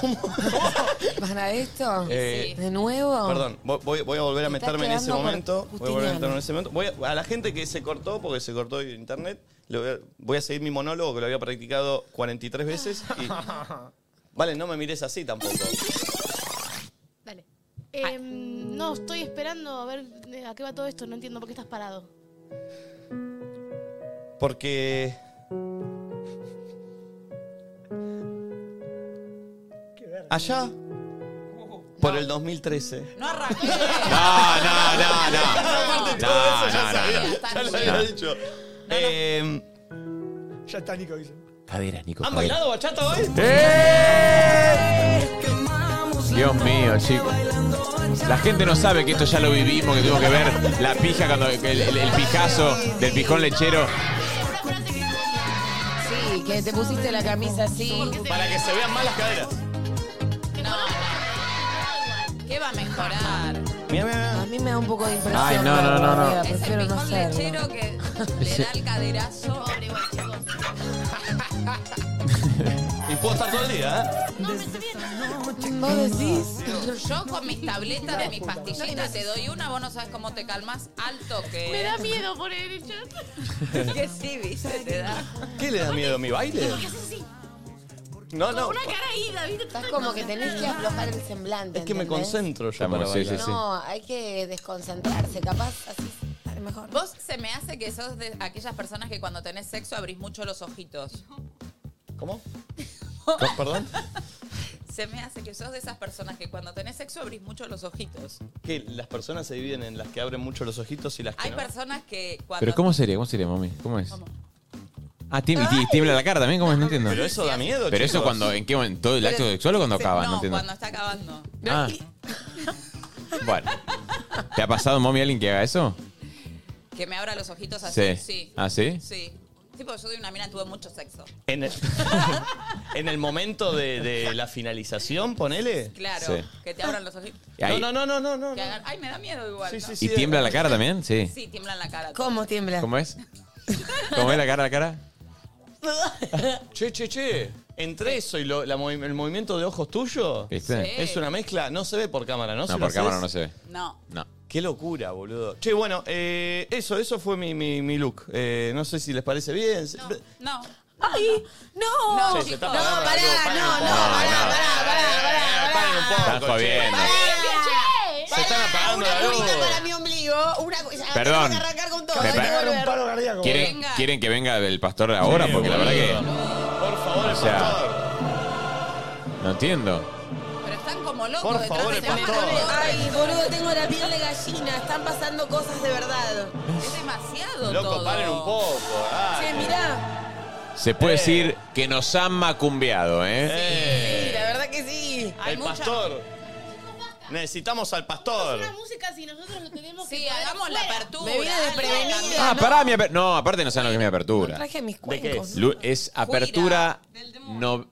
[SPEAKER 5] ¿Cómo? ¿Para esto?
[SPEAKER 2] Eh,
[SPEAKER 5] ¿De nuevo?
[SPEAKER 2] Perdón, vo- voy, voy a volver a
[SPEAKER 5] Oh. Te estás
[SPEAKER 2] meterme en ese
[SPEAKER 5] quedando
[SPEAKER 2] momento.
[SPEAKER 5] por
[SPEAKER 2] Voy a volver a
[SPEAKER 5] Justiniano.
[SPEAKER 2] meterme en ese momento. Voy a, a la gente que se cortó, porque se cortó el internet, le voy a, voy a seguir mi monólogo que lo había practicado 43 veces. y- vale, no me mires así tampoco.
[SPEAKER 4] Dale. Em, no, estoy esperando a ver eh, a qué va todo esto. No entiendo por qué estás parado.
[SPEAKER 2] Porque allá, por el 2013.
[SPEAKER 6] No arranqué.
[SPEAKER 3] No, no, no, no.
[SPEAKER 2] Aparte, todo
[SPEAKER 3] No,
[SPEAKER 2] eso
[SPEAKER 3] no, no.
[SPEAKER 2] ya lo había dicho. Em,
[SPEAKER 10] Ya está Nico, dice.
[SPEAKER 3] Caderas, Nico.
[SPEAKER 2] ¿Han
[SPEAKER 3] caderas.
[SPEAKER 2] bailado bachata hoy?
[SPEAKER 3] ¡Eh! Dios mío, chicos. La gente no sabe que esto ya lo vivimos, que tuvimos que ver la pija cuando el, el, el pijazo del pijón lechero.
[SPEAKER 4] Una frase que-
[SPEAKER 5] Sí, así, que te pusiste la camisa así.
[SPEAKER 2] Para que se vean más las caderas.
[SPEAKER 6] ¿Qué va a mejorar?
[SPEAKER 2] Mira, mira,
[SPEAKER 5] A mí me da un poco de impresión.
[SPEAKER 3] Ay, no,
[SPEAKER 5] la
[SPEAKER 3] no, no,
[SPEAKER 5] verdad,
[SPEAKER 3] no.
[SPEAKER 5] amiga,
[SPEAKER 6] Es el
[SPEAKER 5] Prefiero no
[SPEAKER 6] mejor lechero
[SPEAKER 5] hacerlo.
[SPEAKER 6] que le da el caderazo.
[SPEAKER 2] Y puedo estar todo el día, ¿eh?
[SPEAKER 5] ¿Vos decís?
[SPEAKER 6] Yo con mis tabletas de mis pastillitas te doy una, vos no sabes cómo te calmas al toque.
[SPEAKER 4] Me da miedo por el chat.
[SPEAKER 6] que sí, viste, te da.
[SPEAKER 2] ¿Qué le da miedo? ¿Mi baile?
[SPEAKER 4] Porque haces así,
[SPEAKER 2] No, no.
[SPEAKER 4] una caída, ¿viste?
[SPEAKER 5] Estás como que tenés que aflojar el semblante.
[SPEAKER 2] Es que me
[SPEAKER 5] ¿entendés?
[SPEAKER 2] concentro yo
[SPEAKER 3] Estamos,
[SPEAKER 2] para
[SPEAKER 3] sí,
[SPEAKER 2] bailar.
[SPEAKER 3] sí,
[SPEAKER 5] No, hay que desconcentrarse. Capaz así sale mejor.
[SPEAKER 6] Vos se me hace que sos de aquellas personas que cuando tenés sexo abrís mucho los ojitos.
[SPEAKER 2] ¿Cómo? ¿Perdón?
[SPEAKER 6] Se me hace que sos de esas personas que cuando tenés sexo abrís mucho los ojitos.
[SPEAKER 2] Que las personas se dividen en las que abren mucho los ojitos y las que
[SPEAKER 6] Hay
[SPEAKER 2] no.
[SPEAKER 6] personas que cuando.
[SPEAKER 3] Pero ¿cómo sería? ¿Cómo sería, mami? ¿Cómo es?
[SPEAKER 6] ¿Cómo?
[SPEAKER 3] Ah, tiembla, tie- tiembla la cara también, ¿cómo es? No entiendo.
[SPEAKER 2] Pero eso da miedo,
[SPEAKER 3] Pero eso
[SPEAKER 2] chicos.
[SPEAKER 3] cuando, ¿en qué momento? ¿Todo el acto sexual o cuando
[SPEAKER 6] Se-
[SPEAKER 3] acaba? No,
[SPEAKER 6] No,
[SPEAKER 3] entiendo.
[SPEAKER 6] cuando está acabando.
[SPEAKER 3] Ah. Bueno. ¿Te ha pasado, mami, alguien que haga eso?
[SPEAKER 6] Que me abra los ojitos así.
[SPEAKER 3] Sí.
[SPEAKER 6] Sí.
[SPEAKER 3] ¿Ah, sí?
[SPEAKER 6] Sí. Sí, porque yo soy una mina, tuve mucho sexo.
[SPEAKER 2] En el, en el momento de, de la finalización, ponele.
[SPEAKER 6] Claro.
[SPEAKER 3] Sí.
[SPEAKER 6] Que te abran los ojitos.
[SPEAKER 3] Y ahí-
[SPEAKER 2] No, no, no, no, no, no.
[SPEAKER 6] Que hagan- Ay, me da miedo igual.
[SPEAKER 2] Sí,
[SPEAKER 6] ¿no?
[SPEAKER 2] sí, eh, sí.
[SPEAKER 3] ¿Y tiembla la cara también? Sí.
[SPEAKER 6] Sí, tiemblan la cara.
[SPEAKER 5] ¿Cómo tiembla?
[SPEAKER 3] ¿Cómo es? ¿Cómo es la cara, la cara?
[SPEAKER 2] Che, che, che.
[SPEAKER 5] Eh.
[SPEAKER 2] Entre eso y lo- la movi- el movimiento de ojos tuyo,
[SPEAKER 3] ¿Viste?
[SPEAKER 6] Sí.
[SPEAKER 2] es una mezcla. No se ve por cámara, ¿no? Si
[SPEAKER 3] No,
[SPEAKER 2] lo
[SPEAKER 3] por
[SPEAKER 2] haces.
[SPEAKER 3] cámara no se ve.
[SPEAKER 6] No.
[SPEAKER 3] No.
[SPEAKER 2] Qué locura, boludo. Che, bueno, eh, eso, eso fue mi, mi, mi look. Eh, no sé si les parece bien.
[SPEAKER 6] No.
[SPEAKER 5] ¡Ay! ¡No!
[SPEAKER 6] No,
[SPEAKER 2] se
[SPEAKER 6] chicos.
[SPEAKER 2] está
[SPEAKER 6] No,
[SPEAKER 2] apagando
[SPEAKER 5] pará,
[SPEAKER 2] algo, paren
[SPEAKER 5] no,
[SPEAKER 2] un
[SPEAKER 5] no,
[SPEAKER 2] poco.
[SPEAKER 5] pará, pará, pará, pará,
[SPEAKER 2] Paren un poco,
[SPEAKER 3] Están
[SPEAKER 2] che.
[SPEAKER 3] jodiendo.
[SPEAKER 2] Se están
[SPEAKER 5] Ah,
[SPEAKER 2] apagando la luz.
[SPEAKER 5] mi ombligo. Una,
[SPEAKER 3] Perdón.
[SPEAKER 5] tengo que arrancar con todo.
[SPEAKER 3] Me
[SPEAKER 5] hay que
[SPEAKER 3] pa-
[SPEAKER 5] volver.
[SPEAKER 10] un paro cardíaco.
[SPEAKER 3] ¿Quieren,
[SPEAKER 6] Venga.
[SPEAKER 3] quieren que venga el pastor ahora? Porque la verdad que
[SPEAKER 2] Por favor, el
[SPEAKER 3] sea,
[SPEAKER 2] pastor.
[SPEAKER 3] no entiendo.
[SPEAKER 6] Pero están como locos.
[SPEAKER 2] Por
[SPEAKER 6] detrás
[SPEAKER 2] favor,
[SPEAKER 6] de
[SPEAKER 2] el
[SPEAKER 6] la
[SPEAKER 2] pastor.
[SPEAKER 6] cámara.
[SPEAKER 5] Ay, boludo, tengo la piel de gallina. Están pasando cosas de verdad.
[SPEAKER 6] Es demasiado
[SPEAKER 2] Loco,
[SPEAKER 6] todo.
[SPEAKER 2] paren un poco. dale.
[SPEAKER 5] Che, mirá.
[SPEAKER 3] Se
[SPEAKER 2] Eh.
[SPEAKER 3] puede decir que nos han macumbeado, ¿eh?
[SPEAKER 2] Eh,
[SPEAKER 5] Sí, la verdad que sí.
[SPEAKER 6] Hay
[SPEAKER 2] el
[SPEAKER 6] mucha-
[SPEAKER 2] pastor. Necesitamos al pastor.
[SPEAKER 4] una música si nosotros lo tenemos que
[SPEAKER 6] Sí,
[SPEAKER 4] poner
[SPEAKER 6] hagamos la
[SPEAKER 4] fuera.
[SPEAKER 6] apertura.
[SPEAKER 5] Me viene desprevenida.
[SPEAKER 6] algo,
[SPEAKER 3] Ah, pará, mi aper- No, aparte no saben lo que es mi apertura.
[SPEAKER 5] Traje mis cuencos.
[SPEAKER 3] Lu- es apertura. No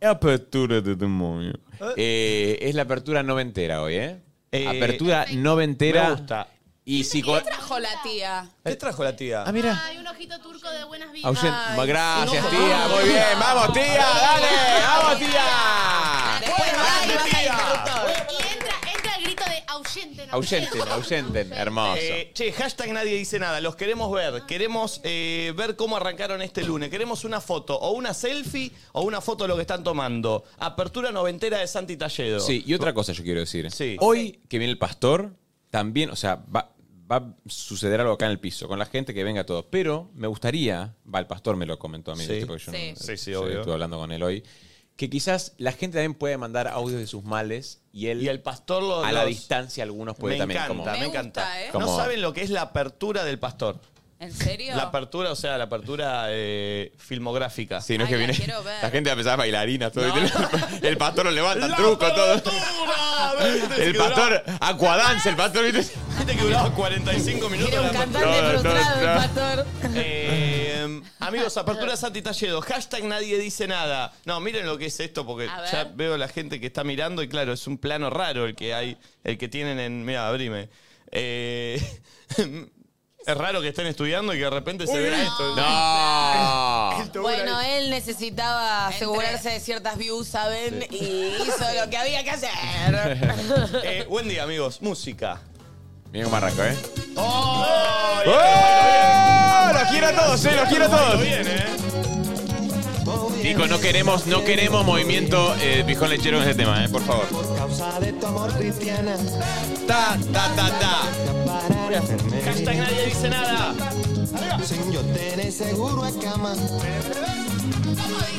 [SPEAKER 3] apertura de demonio. Eh, es la apertura noventera hoy, ¿eh?
[SPEAKER 2] Eh,
[SPEAKER 3] apertura noventera.
[SPEAKER 2] me gusta.
[SPEAKER 3] Y psico.
[SPEAKER 6] trajo la tía?
[SPEAKER 2] ¿Qué trajo la tía?
[SPEAKER 3] Ah, mira.
[SPEAKER 4] Hay un ojito turco de buenas vidas.
[SPEAKER 3] Ausent-
[SPEAKER 5] Ay,
[SPEAKER 3] Gracias, tía. Muy bien. Vamos, tía. Dale. Vamos, tía.
[SPEAKER 5] Después va y baja el
[SPEAKER 2] tía.
[SPEAKER 5] interruptor.
[SPEAKER 4] Y entra, entra el grito de ahuyenten.
[SPEAKER 3] Ausenten, ausenten. Hermoso.
[SPEAKER 2] Eh, che, hashtag nadie dice nada. Los queremos ver. Queremos eh, ver cómo arrancaron este lunes. Queremos una foto, o una selfie, o una foto de lo que están tomando. Apertura noventera de Santi Talledo.
[SPEAKER 3] Sí, y otra cosa yo quiero decir.
[SPEAKER 2] Sí.
[SPEAKER 3] Hoy que viene el pastor, también, o sea, va, va a suceder algo acá en el piso, con la gente que venga todo. Pero me gustaría, va, el pastor me lo comentó a mí,
[SPEAKER 2] Sí.
[SPEAKER 3] ¿viste? porque yo
[SPEAKER 6] Sí.
[SPEAKER 2] Sí, sí,
[SPEAKER 3] yo
[SPEAKER 2] obvio.
[SPEAKER 3] estuve hablando con él hoy, que quizás la gente también puede mandar audios de sus males y él,
[SPEAKER 2] Y el pastor lo-
[SPEAKER 3] a la
[SPEAKER 2] los-
[SPEAKER 3] distancia algunos puede
[SPEAKER 2] me
[SPEAKER 3] también.
[SPEAKER 2] encanta,
[SPEAKER 3] como-
[SPEAKER 2] me,
[SPEAKER 6] Me
[SPEAKER 2] encanta.
[SPEAKER 6] gusta, ¿eh?
[SPEAKER 3] Como-
[SPEAKER 2] No saben lo que es la apertura del pastor.
[SPEAKER 6] ¿En serio?
[SPEAKER 2] La apertura, o sea, la apertura eh, filmográfica.
[SPEAKER 3] Sí, no es
[SPEAKER 6] Ay,
[SPEAKER 3] que
[SPEAKER 6] la
[SPEAKER 3] viene.
[SPEAKER 6] quiero ver.
[SPEAKER 3] La gente va a pensar bailarina, todo. y El, pastor lo levanta, el
[SPEAKER 2] ¡La
[SPEAKER 3] truco, todo.
[SPEAKER 2] apertura!
[SPEAKER 3] El
[SPEAKER 2] Que duraba-
[SPEAKER 3] pastor, aquadance, el pastor, ¿viste?
[SPEAKER 2] Viste que duraba 45 minutos.
[SPEAKER 5] Era un
[SPEAKER 2] la apertura.
[SPEAKER 5] cantante
[SPEAKER 3] No, no,
[SPEAKER 5] frustrado,
[SPEAKER 3] no.
[SPEAKER 5] el pastor.
[SPEAKER 2] Eh, amigos, apertura Santi Talledo. Hashtag nadie dice nada. No, miren lo que es esto, porque
[SPEAKER 6] A ver.
[SPEAKER 2] ya veo la gente que está mirando y claro, es un plano raro el que hay, el que tienen en. Mira, abrime. Eh, es raro que estén estudiando y que de repente se vea esto.
[SPEAKER 3] ¡No!
[SPEAKER 5] Bueno, eh. él necesitaba
[SPEAKER 6] Entre-
[SPEAKER 5] asegurarse de ciertas views, ¿saben? Y hizo lo que había que hacer.
[SPEAKER 2] Eh, buen día, amigos. Música.
[SPEAKER 3] Miren cómo arranco, ¿eh?
[SPEAKER 2] ¡Oh! bien,
[SPEAKER 3] ¡Oh! ¡Los quiero a todos, eh! ¡Los quiero a
[SPEAKER 2] bailo
[SPEAKER 3] todos!
[SPEAKER 2] bien, eh.
[SPEAKER 3] Nico, no queremos, no queremos movimiento eh, pijón lechero en este tema, eh, por favor. Ta, ta, ta, ta.
[SPEAKER 2] Hashtag nadie dice nada.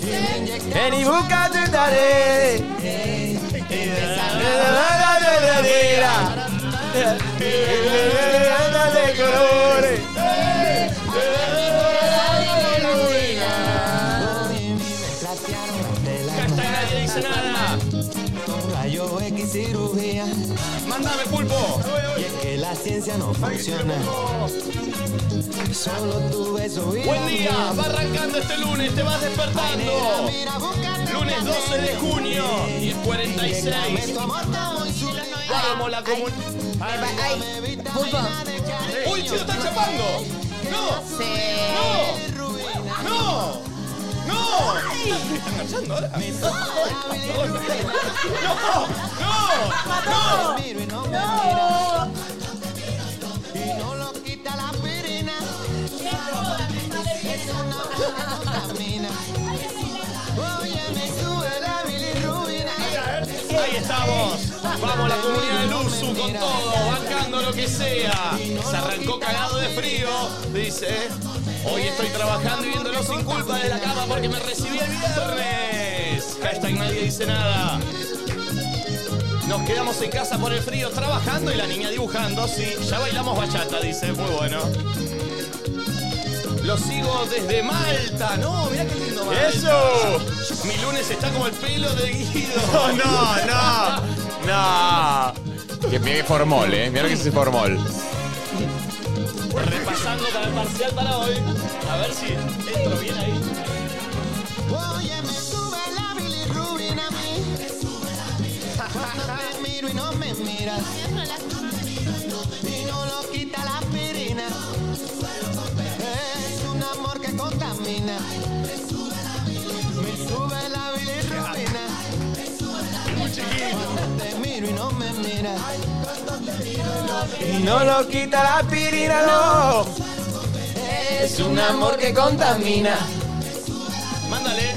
[SPEAKER 2] Eh,
[SPEAKER 3] En y busca tu tarea. de colores.
[SPEAKER 2] Hashtag nadie dice nada.
[SPEAKER 11] Rayo X cirugía.
[SPEAKER 2] ¡Mándame pulpo!
[SPEAKER 11] Y es que la ciencia no funciona. Solo tu beso y
[SPEAKER 2] Buen día, va arrancando este lunes, te vas despertando. Lunes 12 de junio, 10.46. Vamos la comunidad.
[SPEAKER 5] Ay, pulpo.
[SPEAKER 2] ¡Uy, chido, está chapando! ¡No! ¡No! ¡No! ¡No! ¿Están cachando ahora? ¡No! ¡No! ¡No! Ahí estamos. Vamos, la comunidad del Ursu con todo, bancando lo que sea. Se arrancó cagado de frío, dice. Hoy estoy trabajando y viéndolo sin culpa desde la cama porque me recibí el viernes. Hashtag nadie dice nada. Nos quedamos en casa por el frío trabajando y la niña dibujando. Sí, ya bailamos bachata, dice. Muy bueno. Lo sigo desde Malta. No, mirá qué lindo Malta.
[SPEAKER 12] ¡Eso!
[SPEAKER 2] Mi lunes está como el pelo de Guido.
[SPEAKER 12] No, no, no.
[SPEAKER 3] Que mira que formol, eh. Mira que se formol.
[SPEAKER 2] Repasando para el parcial para hoy. A ver si entro bien ahí.
[SPEAKER 11] Oye, me sube la bilirrubina a mí. Cuando te miro y no me miras. Y no lo quita la aspirina. Es un amor que contamina. Me sube la bilirrubina. Cuando te miro y no me miras.
[SPEAKER 12] No lo quita la pirina, no.
[SPEAKER 5] Es un amor que contamina.
[SPEAKER 2] Mándale.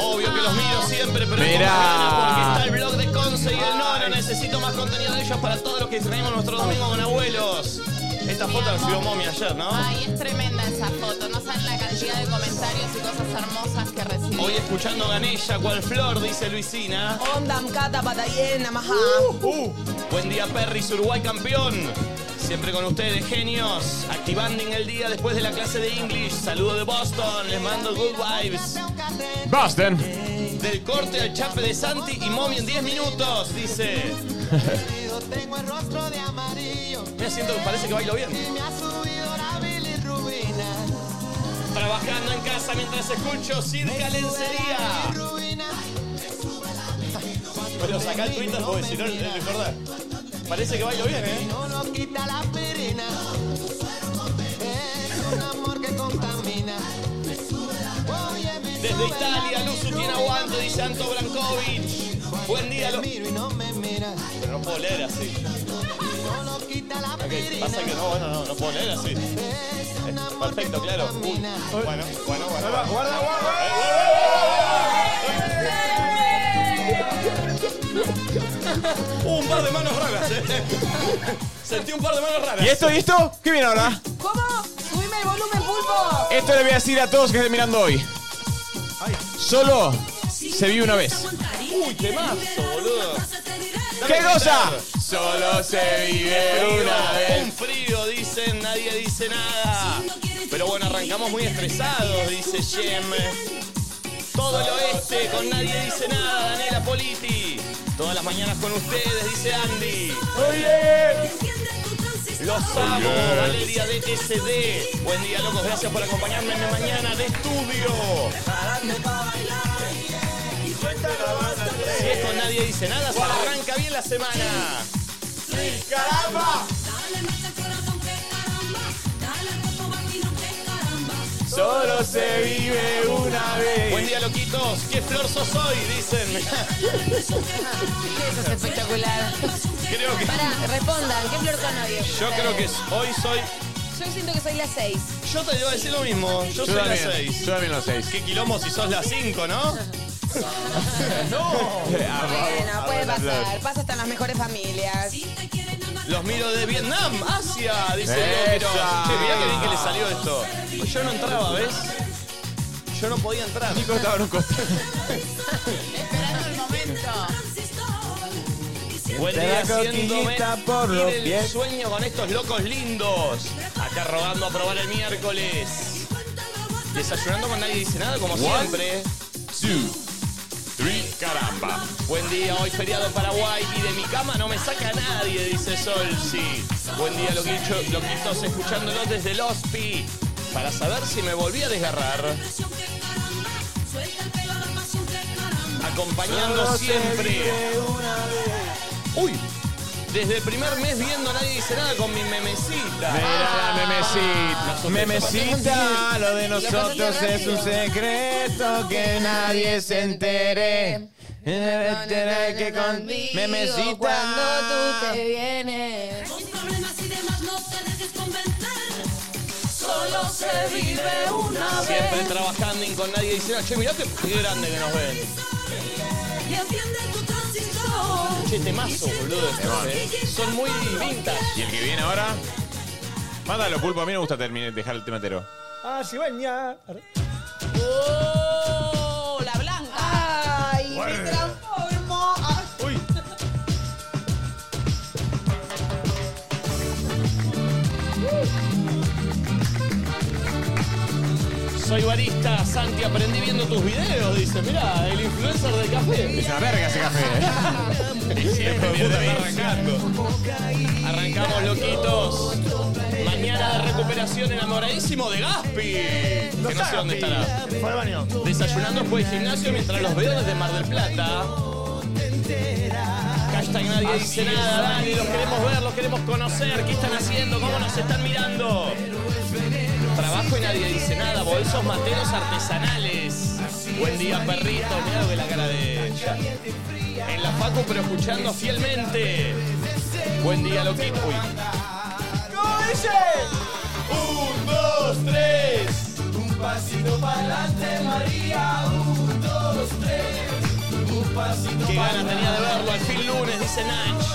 [SPEAKER 2] Obvio que los miro siempre, pero es
[SPEAKER 3] Mirá.
[SPEAKER 2] como porque está el blog de Conce y el Nono. Necesito más contenido de ellos para todos los que tenemos nuestro domingo con abuelos. Esta foto la subió Momi ayer, ¿no?
[SPEAKER 6] Ay, es tremenda esa foto. No saben la cantidad de comentarios y cosas hermosas que recibí.
[SPEAKER 2] Hoy escuchando Ganella, cual flor, dice Luisina.
[SPEAKER 5] Ondam kata patayena, maja.
[SPEAKER 3] uh.
[SPEAKER 2] Buen día, Perris, Uruguay campeón. Siempre con ustedes, genios. Activando en el día después de la clase de English. Saludo de Boston. Les mando good vibes.
[SPEAKER 3] Boston.
[SPEAKER 2] Del corte al chape de Santi y Momi en 10 minutos, dice.
[SPEAKER 11] Tengo el rostro de amarillo.
[SPEAKER 2] Me siento que parece que bailo bien.
[SPEAKER 11] Y me ha subido la bilirrubina.
[SPEAKER 2] Trabajando en casa mientras escucho Circa Lencería.
[SPEAKER 11] Bilirrubina.
[SPEAKER 2] Pero sacá el Twitter porque si no, eh, recordá. Parece que bailo bien, ¿eh?
[SPEAKER 11] No lo quita la aspirina. Es un amor que contamina. Oye, me
[SPEAKER 2] Desde
[SPEAKER 11] sube la
[SPEAKER 2] Italia, Luzu tiene aguante, dice Anto Brankovic. Buen día, lo...
[SPEAKER 11] Te miro y no me miras.
[SPEAKER 2] Pero no puedo leer así.
[SPEAKER 11] No lo quita la
[SPEAKER 2] Ok,
[SPEAKER 11] aspirina.
[SPEAKER 2] pasa que no, bueno, no, no puedo leer así.
[SPEAKER 11] Es un amor
[SPEAKER 2] Perfecto,
[SPEAKER 11] que
[SPEAKER 2] claro. Uy,
[SPEAKER 11] contamina.
[SPEAKER 2] Bueno, bueno, bueno.
[SPEAKER 13] Guarda, guarda, guarda.
[SPEAKER 2] Uh, un par de manos raras, eh. Sentí un par de manos raras.
[SPEAKER 3] ¿Y esto y esto? ¿Qué viene ahora?
[SPEAKER 5] ¿Cómo? Subime el volumen, pulpo.
[SPEAKER 3] Esto le voy a decir a todos que estén mirando hoy. Solo se vive una vez.
[SPEAKER 2] Uy, qué mazo, boludo.
[SPEAKER 3] ¿Qué cosa? Solo se vive
[SPEAKER 2] Un frío, dicen, nadie dice nada. Pero bueno, arrancamos muy estresados, dice Jem. Todo el oeste con nadie dice nada, Daniela Politi. Todas las mañanas con ustedes, dice Andy. Los amo, Valeria de SD. Buen día, locos. Gracias por acompañarme en la mañana de estudio. Si esto nadie dice nada, se arranca bien la semana. ¡Caramba!
[SPEAKER 3] Solo se vive una
[SPEAKER 2] Buen
[SPEAKER 3] vez.
[SPEAKER 2] día, loquitos. ¿Qué flor sos hoy? Dicen.
[SPEAKER 5] Eso es espectacular.
[SPEAKER 2] Creo que.
[SPEAKER 5] Pará, respondan. ¿Qué flor son hoy?
[SPEAKER 2] Yo creo que hoy soy.
[SPEAKER 5] Yo siento que soy la 6.
[SPEAKER 2] Yo te iba a decir lo mismo. Yo soy la 6.
[SPEAKER 3] Yo también los seis.
[SPEAKER 2] Qué quilombo si sos la 5, ¿no?
[SPEAKER 3] Ah,
[SPEAKER 5] Bueno, puede pasar. Pasa hasta en las mejores familias.
[SPEAKER 2] Los miro de Vietnam, Asia, dice
[SPEAKER 3] Esa.
[SPEAKER 2] Lóquero. Che, mirá que bien que le salió esto. Yo no entraba, ¿ves? Yo no podía entrar.
[SPEAKER 3] Nico estaba en un costado.
[SPEAKER 6] Esperando el momento.
[SPEAKER 2] Buen
[SPEAKER 3] Te
[SPEAKER 2] día
[SPEAKER 3] da
[SPEAKER 2] haciéndome
[SPEAKER 3] cosquillita por
[SPEAKER 2] ir
[SPEAKER 3] los
[SPEAKER 2] el
[SPEAKER 3] pies.
[SPEAKER 2] sueño con estos locos lindos. Acá robando a probar el miércoles. Desayunando con nadie dice nada, como siempre.
[SPEAKER 3] Two, three.
[SPEAKER 2] Y caramba. Buen día, hoy feriado en Paraguay y de mi cama no me saca nadie, dice Sol. Sí. Buen día, loquicho, loquitos, escuchándolo desde el hospi. Para saber si me volví a desgarrar. Acompañando siempre. Uy. Desde el primer mes viendo nadie dice nada con mi memecita. Ah.
[SPEAKER 3] Mirá la memecita. Memecita, lo de nosotros es un secreto que nadie se entere. Entere que con memecita.
[SPEAKER 5] te vienes.
[SPEAKER 6] Solo se vive una
[SPEAKER 2] Siempre trabajando y con nadie dice nada. Che, mirá que qué grande que nos ven.
[SPEAKER 6] Y enciende tu transistor.
[SPEAKER 2] Che, temazo, boludo. estos, eh. Son muy vintage.
[SPEAKER 14] Y el que viene ahora. Mándalo, pulpo. A mí no me gusta terminar, dejar el tema entero.
[SPEAKER 10] Ah, sí, venía.
[SPEAKER 15] ¡Oh! La blanca.
[SPEAKER 6] Ay,
[SPEAKER 14] Bueno.
[SPEAKER 6] me transformo. Ay.
[SPEAKER 2] Soy barista, Santi, aprendí viendo tus videos. Dice, mirá, el influencer del café.
[SPEAKER 14] Es una verga ese café. eh.
[SPEAKER 2] Arrancamos, loquitos. Mañana de recuperación enamoradísimo de Gaspi. Que no sé dónde estará.
[SPEAKER 10] Fue al baño.
[SPEAKER 2] Desayunando después del gimnasio mientras los veo desde Mar del Plata. Hashtag nadie dice nada, dale, los queremos ver, los queremos conocer, qué están haciendo, cómo nos están mirando. Trabajo y nadie dice nada, bolsos materos artesanales. Buen día, perrito, mirá lo que la cara de ella. En la facu, pero escuchando fielmente. Buen día, loquito. Uy.
[SPEAKER 6] ¿Cómo dice? Un, dos, tres. Un pasito para adelante, María. Un, dos, tres. Un pasito
[SPEAKER 2] Qué
[SPEAKER 6] para
[SPEAKER 2] ganas tenía de verlo, al fin lunes, dice Nach.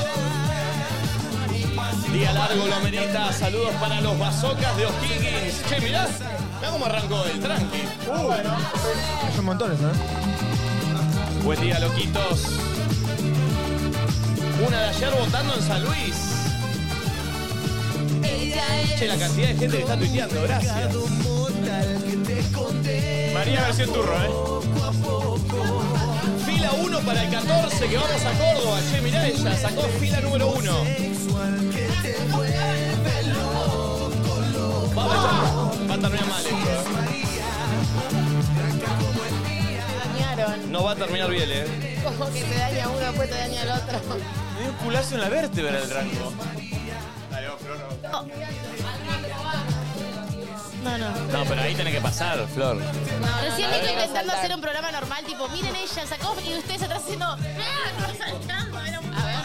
[SPEAKER 2] Día largo lo merita, saludos para los bazocas de O'Higgins. Che, mirá, mirá cómo arrancó el tranqui. Uh.
[SPEAKER 10] Son montones, ¿no?
[SPEAKER 2] Buen día, loquitos. Una de ayer votando en San Luis. Che, la cantidad de gente que está tuiteando, gracias.
[SPEAKER 14] María versión turro, ¿eh?
[SPEAKER 2] Fila 1 para el 14 que vamos a Córdoba. Che, mirá ella, sacó fila número 1. Va a terminar- va a terminar mal esto. eh.
[SPEAKER 4] Dañaron.
[SPEAKER 2] No va a terminar bien, eh.
[SPEAKER 4] Como que te daña uno, después te daña el otro.
[SPEAKER 3] Me dio un culazo en la vértebra el tranco.
[SPEAKER 4] No, no.
[SPEAKER 2] No, pero ahí tiene que pasar, Flor.
[SPEAKER 4] Recién Nico intentando hacer un programa normal, tipo, miren ella, sacó y ustedes atrás haciendo. ¡Ah! No saltando, era un. A ver,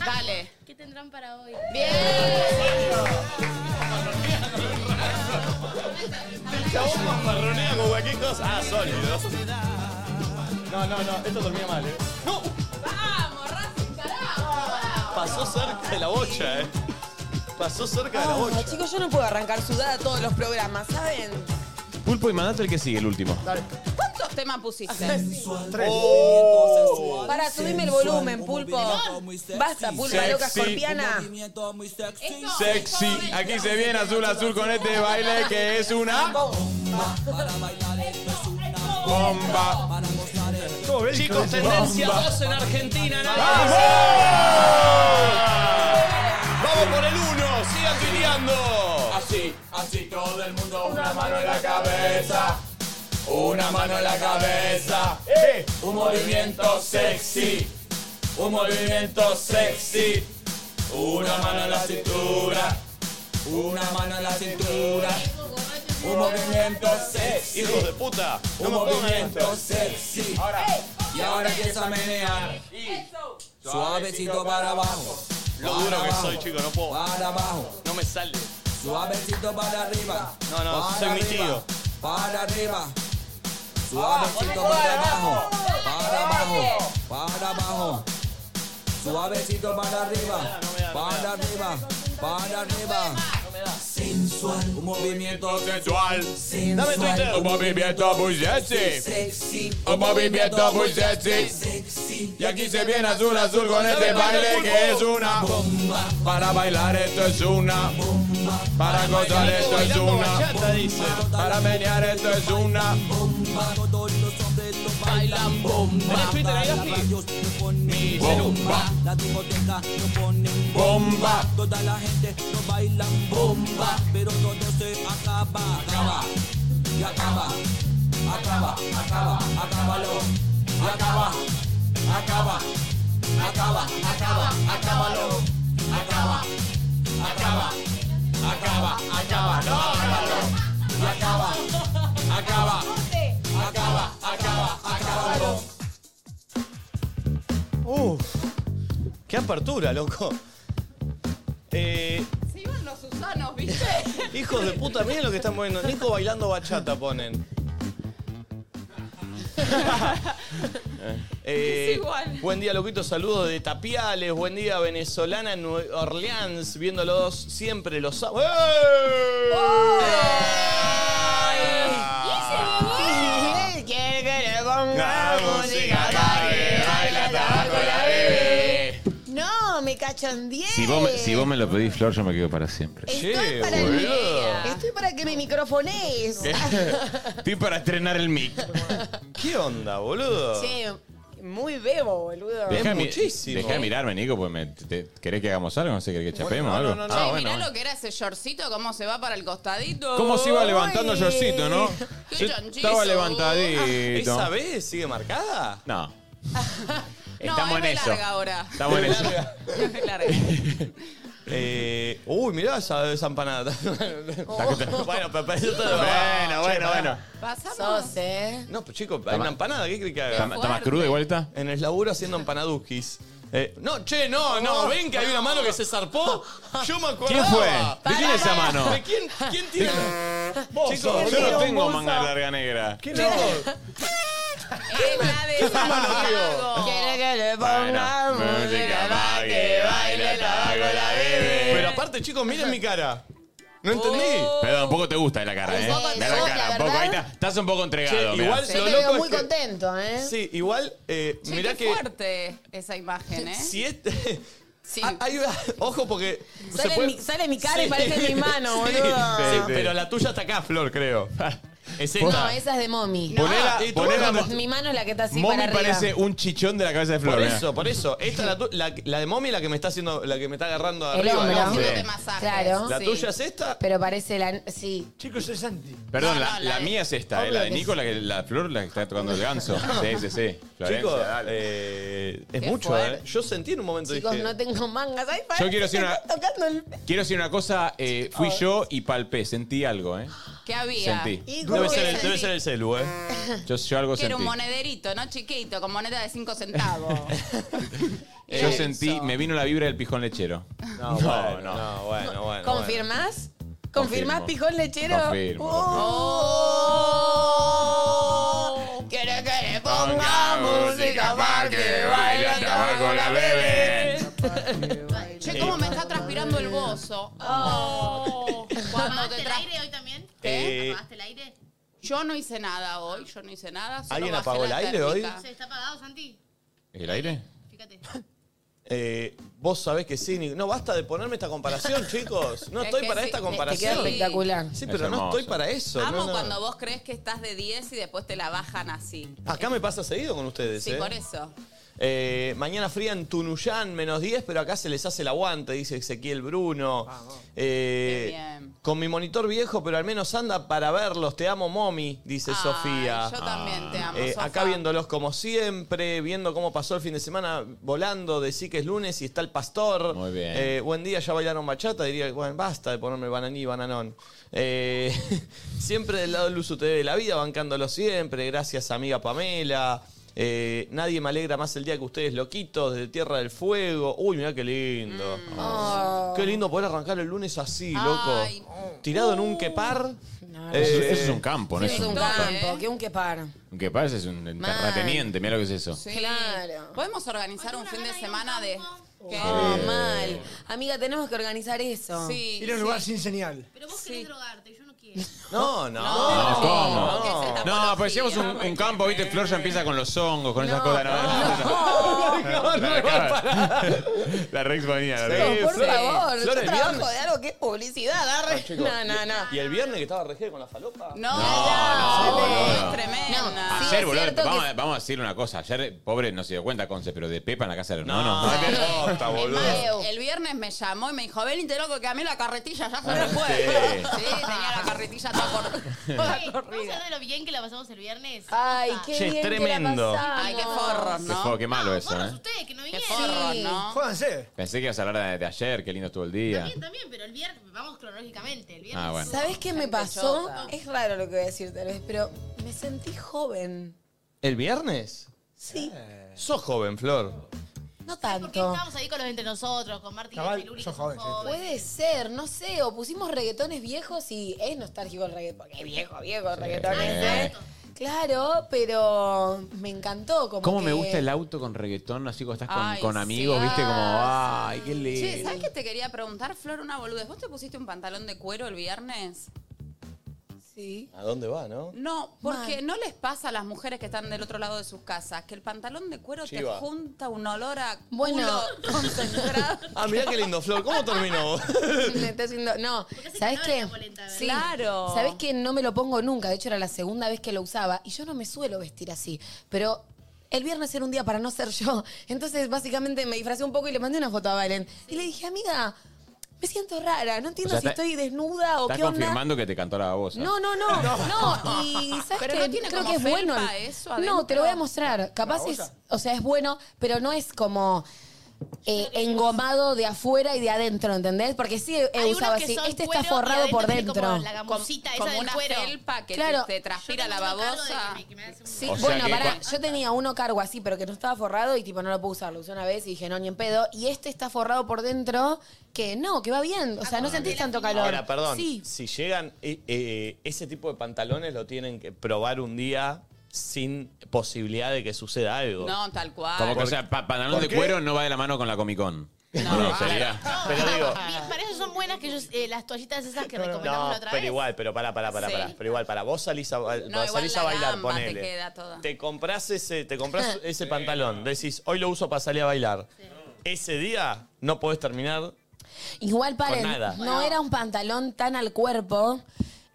[SPEAKER 4] va,
[SPEAKER 15] Dale.
[SPEAKER 4] ¿Qué tendrán para hoy?
[SPEAKER 2] Chabón mamarronea con cualquier cosa. Ah, sólido. No, no, no, esto termina mal, eh. ¡No!
[SPEAKER 15] Vamos, Racing, carajo.
[SPEAKER 2] Pasó cerca de la bocha, eh. Pasó cerca de la bocha.
[SPEAKER 5] Ah, chicos, yo no puedo arrancar sudada todos los programas, ¿saben?
[SPEAKER 14] Pulpo y mandate el que sigue, el último.
[SPEAKER 15] ¿Cuántos temas pusiste?
[SPEAKER 10] Tres.
[SPEAKER 5] Para, subirme el volumen, pulpo. Basta, pulpa
[SPEAKER 14] Sexy.
[SPEAKER 5] loca escorpiana.
[SPEAKER 14] Sexy. Aquí se viene azul azul con este baile que es una bomba.
[SPEAKER 2] Chicos, tendencia 2 en Argentina, nadie
[SPEAKER 14] ¡Vamos!
[SPEAKER 2] dice- Vamos por el 1, sigan tuiteando.
[SPEAKER 3] Así, así todo el mundo, una mano en la cabeza. Una mano en la cabeza.
[SPEAKER 14] Eh.
[SPEAKER 3] Un movimiento sexy. Un movimiento sexy. Una mano en la cintura. Una mano en la cintura. Un movimiento sexy.
[SPEAKER 2] Hijos de puta, no
[SPEAKER 3] Un
[SPEAKER 2] me pongan esto.
[SPEAKER 3] movimiento sexy. Y ahora empieza a menear. Suavecito para abajo.
[SPEAKER 2] Lo duro que
[SPEAKER 3] Para
[SPEAKER 2] soy,
[SPEAKER 3] abajo,
[SPEAKER 2] chico, no puedo.
[SPEAKER 3] Para abajo.
[SPEAKER 2] No me sale.
[SPEAKER 3] Suavecito para arriba.
[SPEAKER 2] No, no,
[SPEAKER 3] Para
[SPEAKER 2] soy mi
[SPEAKER 3] arriba,
[SPEAKER 2] tío. Ah,
[SPEAKER 3] Para arriba. Suavecito para abajo. Para abajo. Para abajo. Suavecito para arriba. Para arriba. Para arriba. Sensual. Un movimiento sensual.
[SPEAKER 2] Dame Twitter.
[SPEAKER 3] movimiento muy sexy. Un movimiento muy sexy. Y aquí se viene azul azul con
[SPEAKER 2] este baile que es
[SPEAKER 3] una bomba. Para bailar esto es una bomba.
[SPEAKER 16] Para gozar esto es una. Para menear esto es una.
[SPEAKER 17] Bailan bomba.
[SPEAKER 16] ¿Tenés Twitter ahí, Gaspi?
[SPEAKER 17] Mi
[SPEAKER 16] Bomba.
[SPEAKER 17] La discoteca no ponen
[SPEAKER 16] Bomba.
[SPEAKER 17] Toda la gente no bailan bomba. Pero todo se acaba. Acaba. Y acaba. Acaba. Acaba. Acábalo. Acaba. Acaba. Acaba. Acaba. Acábalo. Acaba. Acaba. Acaba. Acaba. No, acábalo. Y Acaba. Acaba. Acaba. Acaba. Acábalo.
[SPEAKER 2] Uh, qué apertura, loco. Eh,
[SPEAKER 6] Se iban los Susanos, ¿viste?
[SPEAKER 2] hijos de puta, miren lo que están moviendo. Nico bailando bachata ponen. Eh,
[SPEAKER 6] Es igual.
[SPEAKER 2] Buen día, loquitos. Saludos de Tapiales. Buen día, venezolana en Nueva Orleans. Viéndolos siempre los sábados. ¡Eh!
[SPEAKER 5] No, me cachondeé.
[SPEAKER 3] Si vos, me, si vos me lo pedís, Flor, yo me quedo para siempre.
[SPEAKER 5] Estoy para, el- Estoy para que me microfones.
[SPEAKER 3] Estoy para estrenar el mic.
[SPEAKER 2] ¿Qué onda, boludo?
[SPEAKER 5] Che, Eh, muy bebo, boludo.
[SPEAKER 3] Dejá mi-
[SPEAKER 2] muchísimo.
[SPEAKER 3] Dejá de mirarme, Nico, porque me, te- te- ¿querés que hagamos algo? No sé, ¿querés que chapemos o
[SPEAKER 2] no,
[SPEAKER 3] algo?
[SPEAKER 2] no, no,
[SPEAKER 6] Che,
[SPEAKER 3] Ah,
[SPEAKER 6] mirá
[SPEAKER 3] bueno.
[SPEAKER 6] lo que era ese shortcito, cómo se va para el costadito.
[SPEAKER 3] ¿Cómo se iba levantando el shortcito, no?
[SPEAKER 6] Qué Ah,
[SPEAKER 3] Yo
[SPEAKER 6] chanchizo.
[SPEAKER 3] estaba levantadito.
[SPEAKER 2] ¿Esa B sigue marcada?
[SPEAKER 3] No.
[SPEAKER 6] No,
[SPEAKER 3] Estamos
[SPEAKER 6] es
[SPEAKER 3] en
[SPEAKER 6] re
[SPEAKER 3] eso.
[SPEAKER 6] larga ahora.
[SPEAKER 3] Estamos en eso.
[SPEAKER 6] Es re larga.
[SPEAKER 2] Eh, uy, mirá esa, esa empanada.
[SPEAKER 5] Oh.
[SPEAKER 2] bueno, pero pero esto no va.
[SPEAKER 3] Bueno, bueno, bueno.
[SPEAKER 6] Pasamos.
[SPEAKER 5] Sos, eh.
[SPEAKER 2] No, pues chicos, hay una empanada, ¿qué crees que
[SPEAKER 3] ¿Está
[SPEAKER 2] haga?
[SPEAKER 3] está más crudo de vuelta?
[SPEAKER 2] En el laburo haciendo empanaduskis. Eh, no, che, no,
[SPEAKER 5] Oh.
[SPEAKER 2] no, ven que hay una mano que se zarpó. Yo me acuerdo.
[SPEAKER 3] ¿Quién fue? ¿De quién es esa mano?
[SPEAKER 2] ¿De quién, quién tira?
[SPEAKER 3] Chicos, yo no tengo manga larga negra.
[SPEAKER 2] ¿Quién es?
[SPEAKER 6] Es la de Santiago.
[SPEAKER 5] Quiere que le ponga
[SPEAKER 3] Bueno, música más que baile tabaco la bebé.
[SPEAKER 2] Pero aparte, chicos, miren mi cara. ¿No entendí?
[SPEAKER 5] Oh.
[SPEAKER 3] Pero tampoco te gusta la cara, ¿eh?
[SPEAKER 5] Un poco
[SPEAKER 3] Da
[SPEAKER 5] te
[SPEAKER 3] la
[SPEAKER 5] gusta,
[SPEAKER 3] cara, un poco,
[SPEAKER 5] ¿verdad?
[SPEAKER 3] ahí está. Estás un poco entregado.
[SPEAKER 2] Che,
[SPEAKER 3] mirá.
[SPEAKER 2] igual
[SPEAKER 5] Yo
[SPEAKER 2] lo loco
[SPEAKER 5] te veo
[SPEAKER 2] es
[SPEAKER 5] muy
[SPEAKER 2] que-
[SPEAKER 5] contento, ¿eh?
[SPEAKER 2] Sí, igual, eh,
[SPEAKER 6] Che,
[SPEAKER 2] mirá
[SPEAKER 6] qué
[SPEAKER 2] que.
[SPEAKER 6] fuerte esa imagen, ¿eh?
[SPEAKER 2] Si este.
[SPEAKER 6] Sí.
[SPEAKER 2] Ah, hay una- ojo porque. se
[SPEAKER 5] Sale,
[SPEAKER 2] puede-
[SPEAKER 5] mi, sale mi cara
[SPEAKER 2] Sí.
[SPEAKER 5] y parece mi mano,
[SPEAKER 2] Sí,
[SPEAKER 5] boludo.
[SPEAKER 2] sí,
[SPEAKER 3] Sí, sí.
[SPEAKER 2] Pero la tuya está acá, Flor, creo. Es esta.
[SPEAKER 5] No, esa es de mommy.
[SPEAKER 3] Ponela,
[SPEAKER 2] Ah, y tú
[SPEAKER 3] ponela.
[SPEAKER 2] no-
[SPEAKER 5] Mi mano es la que está así
[SPEAKER 3] Mommy
[SPEAKER 5] para arriba.
[SPEAKER 3] parece un chichón de la cabeza de Flor.
[SPEAKER 2] Por
[SPEAKER 3] mirá.
[SPEAKER 2] eso, por eso. Esta es la, tu- la, la de Mommy es la que me está haciendo, la que me está agarrando
[SPEAKER 5] El
[SPEAKER 2] arriba.
[SPEAKER 5] hombro.
[SPEAKER 2] del hombro.
[SPEAKER 6] Haciéndote masajes.
[SPEAKER 5] Claro.
[SPEAKER 2] La
[SPEAKER 6] Sí.
[SPEAKER 2] tuya es esta.
[SPEAKER 5] Pero parece la... Sí.
[SPEAKER 10] Chicos, soy Santi.
[SPEAKER 3] Perdón,
[SPEAKER 6] No,
[SPEAKER 3] la,
[SPEAKER 6] no, la
[SPEAKER 3] la
[SPEAKER 6] de-
[SPEAKER 3] mía es esta, ¿eh?
[SPEAKER 5] Obvio
[SPEAKER 3] la de
[SPEAKER 5] que
[SPEAKER 3] Nico, la, que, la Flor, la que está tocando el ganso. Sí, sí, sí. Florencia,
[SPEAKER 2] Chicos,
[SPEAKER 3] dale.
[SPEAKER 2] eh, es
[SPEAKER 6] Qué
[SPEAKER 2] mucho,
[SPEAKER 6] fuerte.
[SPEAKER 2] ¿eh? Yo sentí en un momento
[SPEAKER 5] Chicos,
[SPEAKER 2] dije,
[SPEAKER 5] no tengo mangas. Ay, parece
[SPEAKER 3] Yo quiero decir
[SPEAKER 5] que
[SPEAKER 3] una-
[SPEAKER 5] está Tocando el...
[SPEAKER 3] Quiero decir una cosa, eh, fui yo y palpé, sentí algo, ¿eh?
[SPEAKER 6] ¿Qué había?
[SPEAKER 3] Sentí.
[SPEAKER 5] ¿Y
[SPEAKER 2] debe,
[SPEAKER 5] cómo
[SPEAKER 2] ser el,
[SPEAKER 5] es?
[SPEAKER 2] debe ser el celu, ¿eh?
[SPEAKER 3] Yo, yo algo
[SPEAKER 6] Que era un
[SPEAKER 3] sentí.
[SPEAKER 6] monederito, ¿no? Chiquito, con moneda de 5 centavos.
[SPEAKER 3] Yo
[SPEAKER 6] Eso.
[SPEAKER 3] sentí, me vino la vibra del pijón lechero.
[SPEAKER 2] No, bueno, no, bueno, bueno, bueno.
[SPEAKER 5] ¿Confirmás? ¿Confirmás
[SPEAKER 3] Confirmo.
[SPEAKER 5] pijón lechero?
[SPEAKER 3] Confirmo,
[SPEAKER 5] Uh.
[SPEAKER 3] confirmo.
[SPEAKER 5] Quiere que le ponga música para que baile
[SPEAKER 3] tabaco la bebé.
[SPEAKER 6] Che, cómo me está transpirando el bozo. Oh, cuando te
[SPEAKER 4] ¿Tomaste el
[SPEAKER 6] tra-
[SPEAKER 4] aire hoy también?
[SPEAKER 2] Eh,
[SPEAKER 4] ¿Tomaste el aire?
[SPEAKER 6] Yo no hice nada hoy, yo no hice nada. solo
[SPEAKER 2] ¿Alguien
[SPEAKER 6] bajé
[SPEAKER 2] apagó
[SPEAKER 6] la
[SPEAKER 2] el aire
[SPEAKER 6] térmica.
[SPEAKER 4] ¿Se está apagado, Santi?
[SPEAKER 3] ¿El aire?
[SPEAKER 4] Fíjate.
[SPEAKER 2] Eh, vos sabés que sí, Nico. No, basta de ponerme esta comparación, chicos. No
[SPEAKER 6] Es
[SPEAKER 2] estoy
[SPEAKER 6] que
[SPEAKER 2] para
[SPEAKER 6] sí,
[SPEAKER 2] esta
[SPEAKER 6] te- te
[SPEAKER 5] Te queda
[SPEAKER 2] comparación.
[SPEAKER 6] Sí.
[SPEAKER 5] espectacular.
[SPEAKER 2] Sí,
[SPEAKER 3] Es
[SPEAKER 2] pero no
[SPEAKER 3] hermoso.
[SPEAKER 2] estoy para eso.
[SPEAKER 6] Amo
[SPEAKER 2] no, no.
[SPEAKER 6] cuando vos crees que estás de 10 y después te la bajan así.
[SPEAKER 2] Acá me pasa seguido con ustedes,
[SPEAKER 6] Sí,
[SPEAKER 2] ¿eh?
[SPEAKER 6] por eso.
[SPEAKER 2] Eh, mañana fría en Tunuyán, menos 10, pero acá se les hace el aguante, dice Ezequiel Bruno. Eh,
[SPEAKER 6] Qué bien.
[SPEAKER 2] con mi monitor viejo, pero al menos anda para verlos. Te amo, mommy, dice
[SPEAKER 6] Ay,
[SPEAKER 2] Sofía.
[SPEAKER 6] Yo también te amo.
[SPEAKER 2] Eh,
[SPEAKER 6] Sofá.
[SPEAKER 2] acá viéndolos como siempre, viendo cómo pasó el fin de semana volando, de sí que es lunes y está el pastor.
[SPEAKER 3] Muy bien.
[SPEAKER 2] Eh, buen día, ya bailaron bachata, diría, bueno, basta de ponerme bananí, bananón. Eh, siempre del lado del uso TV de la vida, bancándolo siempre, gracias amiga Pamela. Eh, nadie me alegra más el día que ustedes, loquitos, desde Tierra del Fuego. Uy, mirá qué lindo. Qué lindo poder arrancar el lunes así, loco.
[SPEAKER 6] Ay.
[SPEAKER 2] Tirado en un quepar.
[SPEAKER 5] No,
[SPEAKER 2] Eh,
[SPEAKER 3] Eso, eso es un campo, ¿no?
[SPEAKER 5] Es un
[SPEAKER 6] Estoy,
[SPEAKER 5] campo,
[SPEAKER 6] ¿eh?
[SPEAKER 5] que un que par.
[SPEAKER 3] ¿Qué pasa? Es un terrateniente, mira lo que es eso.
[SPEAKER 6] Sí.
[SPEAKER 5] Claro.
[SPEAKER 6] Podemos organizar
[SPEAKER 4] Oye,
[SPEAKER 6] un
[SPEAKER 4] una
[SPEAKER 6] fin de
[SPEAKER 4] gana y un
[SPEAKER 6] semana de Oh.
[SPEAKER 4] campo.
[SPEAKER 5] No, mal. Amiga, tenemos que organizar eso.
[SPEAKER 6] Sí,
[SPEAKER 10] Ir a un lugar sin señal.
[SPEAKER 4] Pero vos querés drogarte, yo no quiero.
[SPEAKER 2] No, no.
[SPEAKER 9] No, ¿cómo?
[SPEAKER 6] ¿Qué es esta
[SPEAKER 9] No, pues llevamos un, un campo, viste, Flor ya empieza con los hongos, con esas cosas. No,
[SPEAKER 2] No, no,
[SPEAKER 9] La re exponía, la
[SPEAKER 5] No,
[SPEAKER 9] re-
[SPEAKER 5] por
[SPEAKER 2] sí.
[SPEAKER 5] favor,
[SPEAKER 2] Flor, el
[SPEAKER 5] yo trabajo
[SPEAKER 2] viernes.
[SPEAKER 5] de algo que es publicidad, arre. No, no, no.
[SPEAKER 2] ¿Y el viernes que estaba Regé con la falopa?
[SPEAKER 6] No,
[SPEAKER 9] no,
[SPEAKER 6] dale,
[SPEAKER 9] no.
[SPEAKER 6] es tremenda.
[SPEAKER 3] Ah,
[SPEAKER 5] No, sí.
[SPEAKER 9] Ah, Ayer,
[SPEAKER 5] es
[SPEAKER 9] boludo,
[SPEAKER 5] cierto
[SPEAKER 9] vamos,
[SPEAKER 5] que-
[SPEAKER 9] a- vamos a decir una cosa. Ayer, pobre, no se dio cuenta, Conce, pero de Pepa en la casa de los
[SPEAKER 2] No,
[SPEAKER 9] hermanos.
[SPEAKER 2] no,
[SPEAKER 9] No,
[SPEAKER 2] te posta, boludo.
[SPEAKER 5] Mateo.
[SPEAKER 6] El viernes me llamó y me dijo, ven y te loco que a mí la carretilla ya se me fue.
[SPEAKER 2] sí.
[SPEAKER 6] Sí, tenía la carretilla toda, cor- toda
[SPEAKER 4] Ey, ¿Vamos a
[SPEAKER 6] corrida.
[SPEAKER 4] hablar de lo bien que la pasamos el viernes?
[SPEAKER 9] Ah,
[SPEAKER 5] Ay, qué
[SPEAKER 2] Che, es
[SPEAKER 5] bien
[SPEAKER 2] tremendo.
[SPEAKER 5] que la pasamos.
[SPEAKER 6] Ay, qué forros,
[SPEAKER 9] Qué, fo-
[SPEAKER 6] ¿no?
[SPEAKER 9] qué malo eso,
[SPEAKER 4] Forros
[SPEAKER 9] ¿eh?
[SPEAKER 4] ustedes que no
[SPEAKER 6] Qué
[SPEAKER 4] vinieron.
[SPEAKER 6] forros, ¿no?
[SPEAKER 10] Jódanse.
[SPEAKER 9] Pensé que ibas a hablar de, de ayer, qué lindo estuvo el día.
[SPEAKER 4] También, también, pero el viernes, vamos cronológicamente. El viernes
[SPEAKER 9] Ah, bueno.
[SPEAKER 5] ¿Sabés qué me
[SPEAKER 6] Gente
[SPEAKER 5] pasó?
[SPEAKER 6] chota.
[SPEAKER 5] Es raro lo que voy a decir tal vez, pero me sentí joven.
[SPEAKER 2] ¿El viernes?
[SPEAKER 5] Sí,
[SPEAKER 10] Eh,
[SPEAKER 2] Sos joven, Flor.
[SPEAKER 5] no
[SPEAKER 4] Porque
[SPEAKER 5] tanto.
[SPEAKER 4] estábamos ahí con los entre nosotros, con Martín
[SPEAKER 10] Cabal,
[SPEAKER 4] y Luli, que
[SPEAKER 10] sos
[SPEAKER 4] son
[SPEAKER 10] joven, sí.
[SPEAKER 4] jóvenes.
[SPEAKER 5] Puede ser, no sé, o pusimos reggaetones viejos y es nostálgico el reggaetón, porque es viejo, viejo el reggaetón.
[SPEAKER 4] Ah,
[SPEAKER 5] ¿eh?
[SPEAKER 4] exacto.
[SPEAKER 5] Claro, pero me encantó. Como
[SPEAKER 9] ¿Cómo
[SPEAKER 5] que-
[SPEAKER 9] me gusta el auto con reggaetón? Así como estás con,
[SPEAKER 6] Ay,
[SPEAKER 9] con
[SPEAKER 6] sí.
[SPEAKER 9] amigos, viste, como,
[SPEAKER 6] Ah,
[SPEAKER 9] ay, qué lindo.
[SPEAKER 6] Che, ¿sabes qué te quería preguntar, Flor? Una boludez. ¿Vos te pusiste un pantalón de cuero el viernes?
[SPEAKER 5] Sí.
[SPEAKER 2] ¿A dónde va, no?
[SPEAKER 6] No, porque
[SPEAKER 5] Mal.
[SPEAKER 6] no les pasa a las mujeres que están del otro lado de sus casas que el pantalón de cuero
[SPEAKER 2] Chiva.
[SPEAKER 6] te junta un olor a culo
[SPEAKER 5] Bueno.
[SPEAKER 6] concentrado.
[SPEAKER 2] Ah, mirá qué lindo, Flor. ¿Cómo terminó?
[SPEAKER 5] Me está haciendo- No,
[SPEAKER 4] hace
[SPEAKER 5] ¿sabes
[SPEAKER 4] calor en
[SPEAKER 5] qué?
[SPEAKER 4] la polenta, ¿verdad?
[SPEAKER 5] Sí.
[SPEAKER 6] Claro.
[SPEAKER 5] ¿Sabes qué? No me lo pongo nunca. De hecho, era la segunda vez que lo usaba y yo no me suelo vestir así. Pero el viernes era un día para no ser yo. Entonces, básicamente me disfracé un poco y le mandé una foto a Valen. Y le dije, amiga, me siento rara. No entiendo
[SPEAKER 9] O sea,
[SPEAKER 5] si
[SPEAKER 9] está-
[SPEAKER 5] estoy desnuda o
[SPEAKER 9] Estás
[SPEAKER 5] qué onda.
[SPEAKER 9] confirmando que te cantó la voz.
[SPEAKER 5] No, no, no, no. Y sabes
[SPEAKER 6] Pero
[SPEAKER 5] qué?
[SPEAKER 6] no tiene
[SPEAKER 5] creo
[SPEAKER 6] como
[SPEAKER 5] que es
[SPEAKER 6] felpa
[SPEAKER 5] bueno.
[SPEAKER 6] eso
[SPEAKER 5] no,
[SPEAKER 6] adentro.
[SPEAKER 5] te lo voy a mostrar. Capaz es, o sea, es bueno, pero no es como eh, engomado de afuera y de adentro, ¿entendés? Porque sí he
[SPEAKER 4] Hay
[SPEAKER 5] usado
[SPEAKER 4] unos que
[SPEAKER 5] así.
[SPEAKER 4] son
[SPEAKER 5] Este
[SPEAKER 4] cuero
[SPEAKER 5] está
[SPEAKER 4] y
[SPEAKER 5] forrado por
[SPEAKER 4] adentro tiene
[SPEAKER 5] dentro.
[SPEAKER 4] Como la
[SPEAKER 6] Com-
[SPEAKER 4] gamusita esa
[SPEAKER 6] como
[SPEAKER 4] del
[SPEAKER 6] una
[SPEAKER 4] cuero.
[SPEAKER 6] felpa que
[SPEAKER 5] Claro.
[SPEAKER 6] te, te transpira la babosa.
[SPEAKER 5] Sí,
[SPEAKER 9] O sea
[SPEAKER 5] bueno,
[SPEAKER 9] que-
[SPEAKER 5] pará, yo tenía uno cargo así, pero que no estaba forrado y tipo no lo pude usar, lo usé una vez y dije, no, ni en pedo. Y este está forrado por dentro, que no, que va bien.
[SPEAKER 4] Ah,
[SPEAKER 5] O sea, no sentís tanto calor.
[SPEAKER 2] Ahora, perdón.
[SPEAKER 5] Sí.
[SPEAKER 2] Si llegan, eh, eh, ese tipo de pantalones lo tienen que probar un día sin posibilidad de que suceda algo.
[SPEAKER 6] No, tal cual.
[SPEAKER 9] Como que, o sea, pa- pantalón
[SPEAKER 2] ¿Por
[SPEAKER 9] de
[SPEAKER 2] qué?
[SPEAKER 9] cuero no va de la mano con la Comic Con.
[SPEAKER 6] No,
[SPEAKER 9] No,
[SPEAKER 6] claro.
[SPEAKER 9] sería.
[SPEAKER 2] Pero digo,
[SPEAKER 4] Bien, Para eso son buenas que yo, eh, las toallitas esas que recomendamos
[SPEAKER 2] Ah. no,
[SPEAKER 4] la otra vez.
[SPEAKER 2] pero igual, pero para, para, para,
[SPEAKER 6] Sí.
[SPEAKER 2] para. Pero igual, para vos salís a, ba-
[SPEAKER 6] No, igual
[SPEAKER 2] salís a
[SPEAKER 6] la
[SPEAKER 2] bailar,
[SPEAKER 6] gamba te
[SPEAKER 2] ponele.
[SPEAKER 6] queda toda.
[SPEAKER 2] Te compras ese, te compras ese pantalón, decís, hoy lo uso para salir a bailar. Ese día no podés terminar.
[SPEAKER 5] Igual paren,
[SPEAKER 2] Con nada.
[SPEAKER 5] no era un pantalón tan al cuerpo.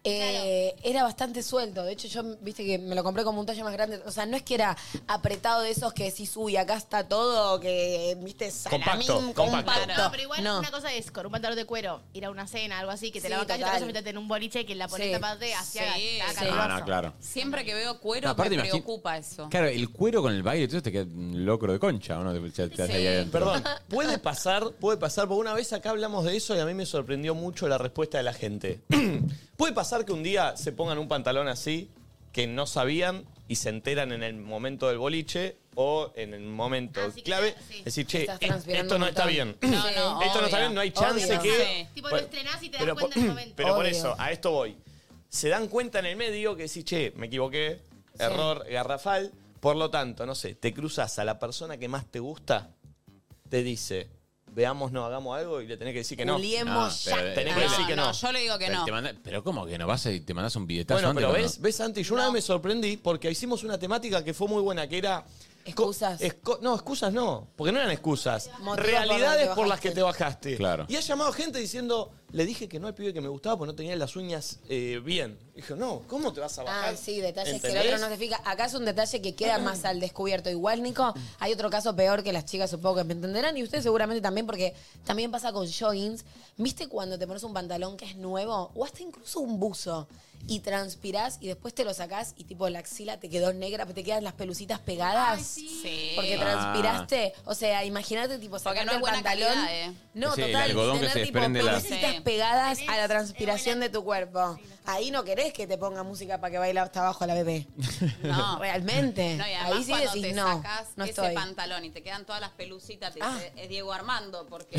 [SPEAKER 5] eh, Era bastante suelto. De hecho, yo viste que me lo compré como un talle más grande. O sea, no es que era apretado de esos que decís, uy, acá está todo, que viste, salamín,
[SPEAKER 2] Compacto, compacto.
[SPEAKER 4] No, pero igual
[SPEAKER 5] No.
[SPEAKER 4] una cosa es con un pantalón de cuero ir a una cena, algo así, que te
[SPEAKER 5] Sí,
[SPEAKER 4] la bancas y otra
[SPEAKER 5] total.
[SPEAKER 4] cosa es meterte en un boliche que la pones
[SPEAKER 5] Sí.
[SPEAKER 4] tapate hacia
[SPEAKER 6] Sí.
[SPEAKER 4] la
[SPEAKER 6] Sí.
[SPEAKER 9] Ah, No, no, claro.
[SPEAKER 6] Siempre que veo cuero
[SPEAKER 9] No, aparte
[SPEAKER 6] me
[SPEAKER 9] imagín-
[SPEAKER 6] preocupa eso.
[SPEAKER 9] Claro, el cuero con el baile, entonces te queda un locro de concha, ¿o no? Te- te- te-
[SPEAKER 6] Sí.
[SPEAKER 9] ahí adentro.
[SPEAKER 2] Perdón, puede pasar, puede pasar, porque una vez acá hablamos de eso y a mí me sorprendió mucho la respuesta de la gente. puede pasar que un día se pongan un pantalón así que no sabían y se enteran en el momento del boliche o en el momento
[SPEAKER 4] Así que-
[SPEAKER 2] clave.
[SPEAKER 4] sí.
[SPEAKER 2] Decir, che,
[SPEAKER 5] Estás
[SPEAKER 2] eh,
[SPEAKER 5] transpirando
[SPEAKER 2] esto
[SPEAKER 5] un
[SPEAKER 2] no está bien.
[SPEAKER 5] montón.
[SPEAKER 6] No, no,
[SPEAKER 2] esto no está
[SPEAKER 6] obvio.
[SPEAKER 2] bien, no hay chance
[SPEAKER 5] Obvio.
[SPEAKER 2] que.
[SPEAKER 4] Tipo,
[SPEAKER 2] Bueno,
[SPEAKER 4] lo estrenás y te das
[SPEAKER 2] Pues, pero
[SPEAKER 4] cuenta
[SPEAKER 2] por-
[SPEAKER 4] en el momento.
[SPEAKER 2] Pero por
[SPEAKER 5] Obvio.
[SPEAKER 2] eso, a esto voy. Se dan cuenta en el medio que decís, che, me equivoqué, error garrafal. Por lo tanto, no sé, te cruzas a la persona que más te gusta, te dice, veamos, no hagamos algo y le tenés que decir que no. Ah,
[SPEAKER 5] Juliemos
[SPEAKER 9] No,
[SPEAKER 5] ya.
[SPEAKER 9] pero-
[SPEAKER 2] Tenés
[SPEAKER 6] No,
[SPEAKER 2] que decir que no.
[SPEAKER 6] no, yo le digo que
[SPEAKER 9] Pero
[SPEAKER 6] no.
[SPEAKER 9] te manda- pero ¿cómo que no vas y te mandas un billetazo
[SPEAKER 2] Bueno,
[SPEAKER 9] antes
[SPEAKER 2] pero
[SPEAKER 9] cuando-
[SPEAKER 2] ves, ves Santi, yo una vez me sorprendí porque hicimos una temática que fue muy buena, que era... co-
[SPEAKER 5] Excusas.
[SPEAKER 2] esco- no, excusas no, porque no eran excusas.
[SPEAKER 5] Motivos por
[SPEAKER 2] Realidades
[SPEAKER 5] los que
[SPEAKER 2] por las que te bajaste.
[SPEAKER 9] Claro.
[SPEAKER 2] Y ha llamado gente diciendo, le dije que no al pibe que me gustaba porque no tenía las uñas eh, bien. Dije, no, ¿cómo te vas a bajar?
[SPEAKER 5] Ah, sí, detalles que el
[SPEAKER 2] ¿Entendés?
[SPEAKER 5] otro no se fija. Acá es un detalle que queda más al descubierto. Igual, Nico, hay otro caso peor que las chicas supongo que me entenderán y ustedes seguramente también, porque también pasa con joggings. ¿Viste cuando te pones un pantalón que es nuevo o hasta incluso un buzo y transpirás y después te lo sacás y tipo la axila te quedó negra, te quedan las pelucitas pegadas?
[SPEAKER 6] Sí.
[SPEAKER 5] Porque
[SPEAKER 9] Ah.
[SPEAKER 5] transpiraste, o sea, imagínate tipo sacarte
[SPEAKER 6] no es
[SPEAKER 5] el
[SPEAKER 6] buena
[SPEAKER 5] pantalón.
[SPEAKER 6] calidad, eh.
[SPEAKER 5] No,
[SPEAKER 9] Sí, el
[SPEAKER 5] total,
[SPEAKER 9] algodón que
[SPEAKER 5] tener
[SPEAKER 9] se
[SPEAKER 5] tipo
[SPEAKER 9] desprende la-
[SPEAKER 5] pelucitas
[SPEAKER 6] Sí.
[SPEAKER 5] pegadas a la
[SPEAKER 4] Tenés-
[SPEAKER 5] transpiración
[SPEAKER 4] es buena-
[SPEAKER 5] de tu cuerpo. Ahí no querés que te ponga música para que baile hasta abajo la bebé.
[SPEAKER 6] No.
[SPEAKER 5] Realmente.
[SPEAKER 6] No, y además
[SPEAKER 5] Ahí sí
[SPEAKER 6] cuando
[SPEAKER 5] decís,
[SPEAKER 6] te
[SPEAKER 5] no,
[SPEAKER 6] sacas
[SPEAKER 5] no
[SPEAKER 6] ese
[SPEAKER 5] estoy.
[SPEAKER 6] pantalón y te quedan todas las pelucitas, te
[SPEAKER 5] Ah.
[SPEAKER 6] dice, es Diego Armando, porque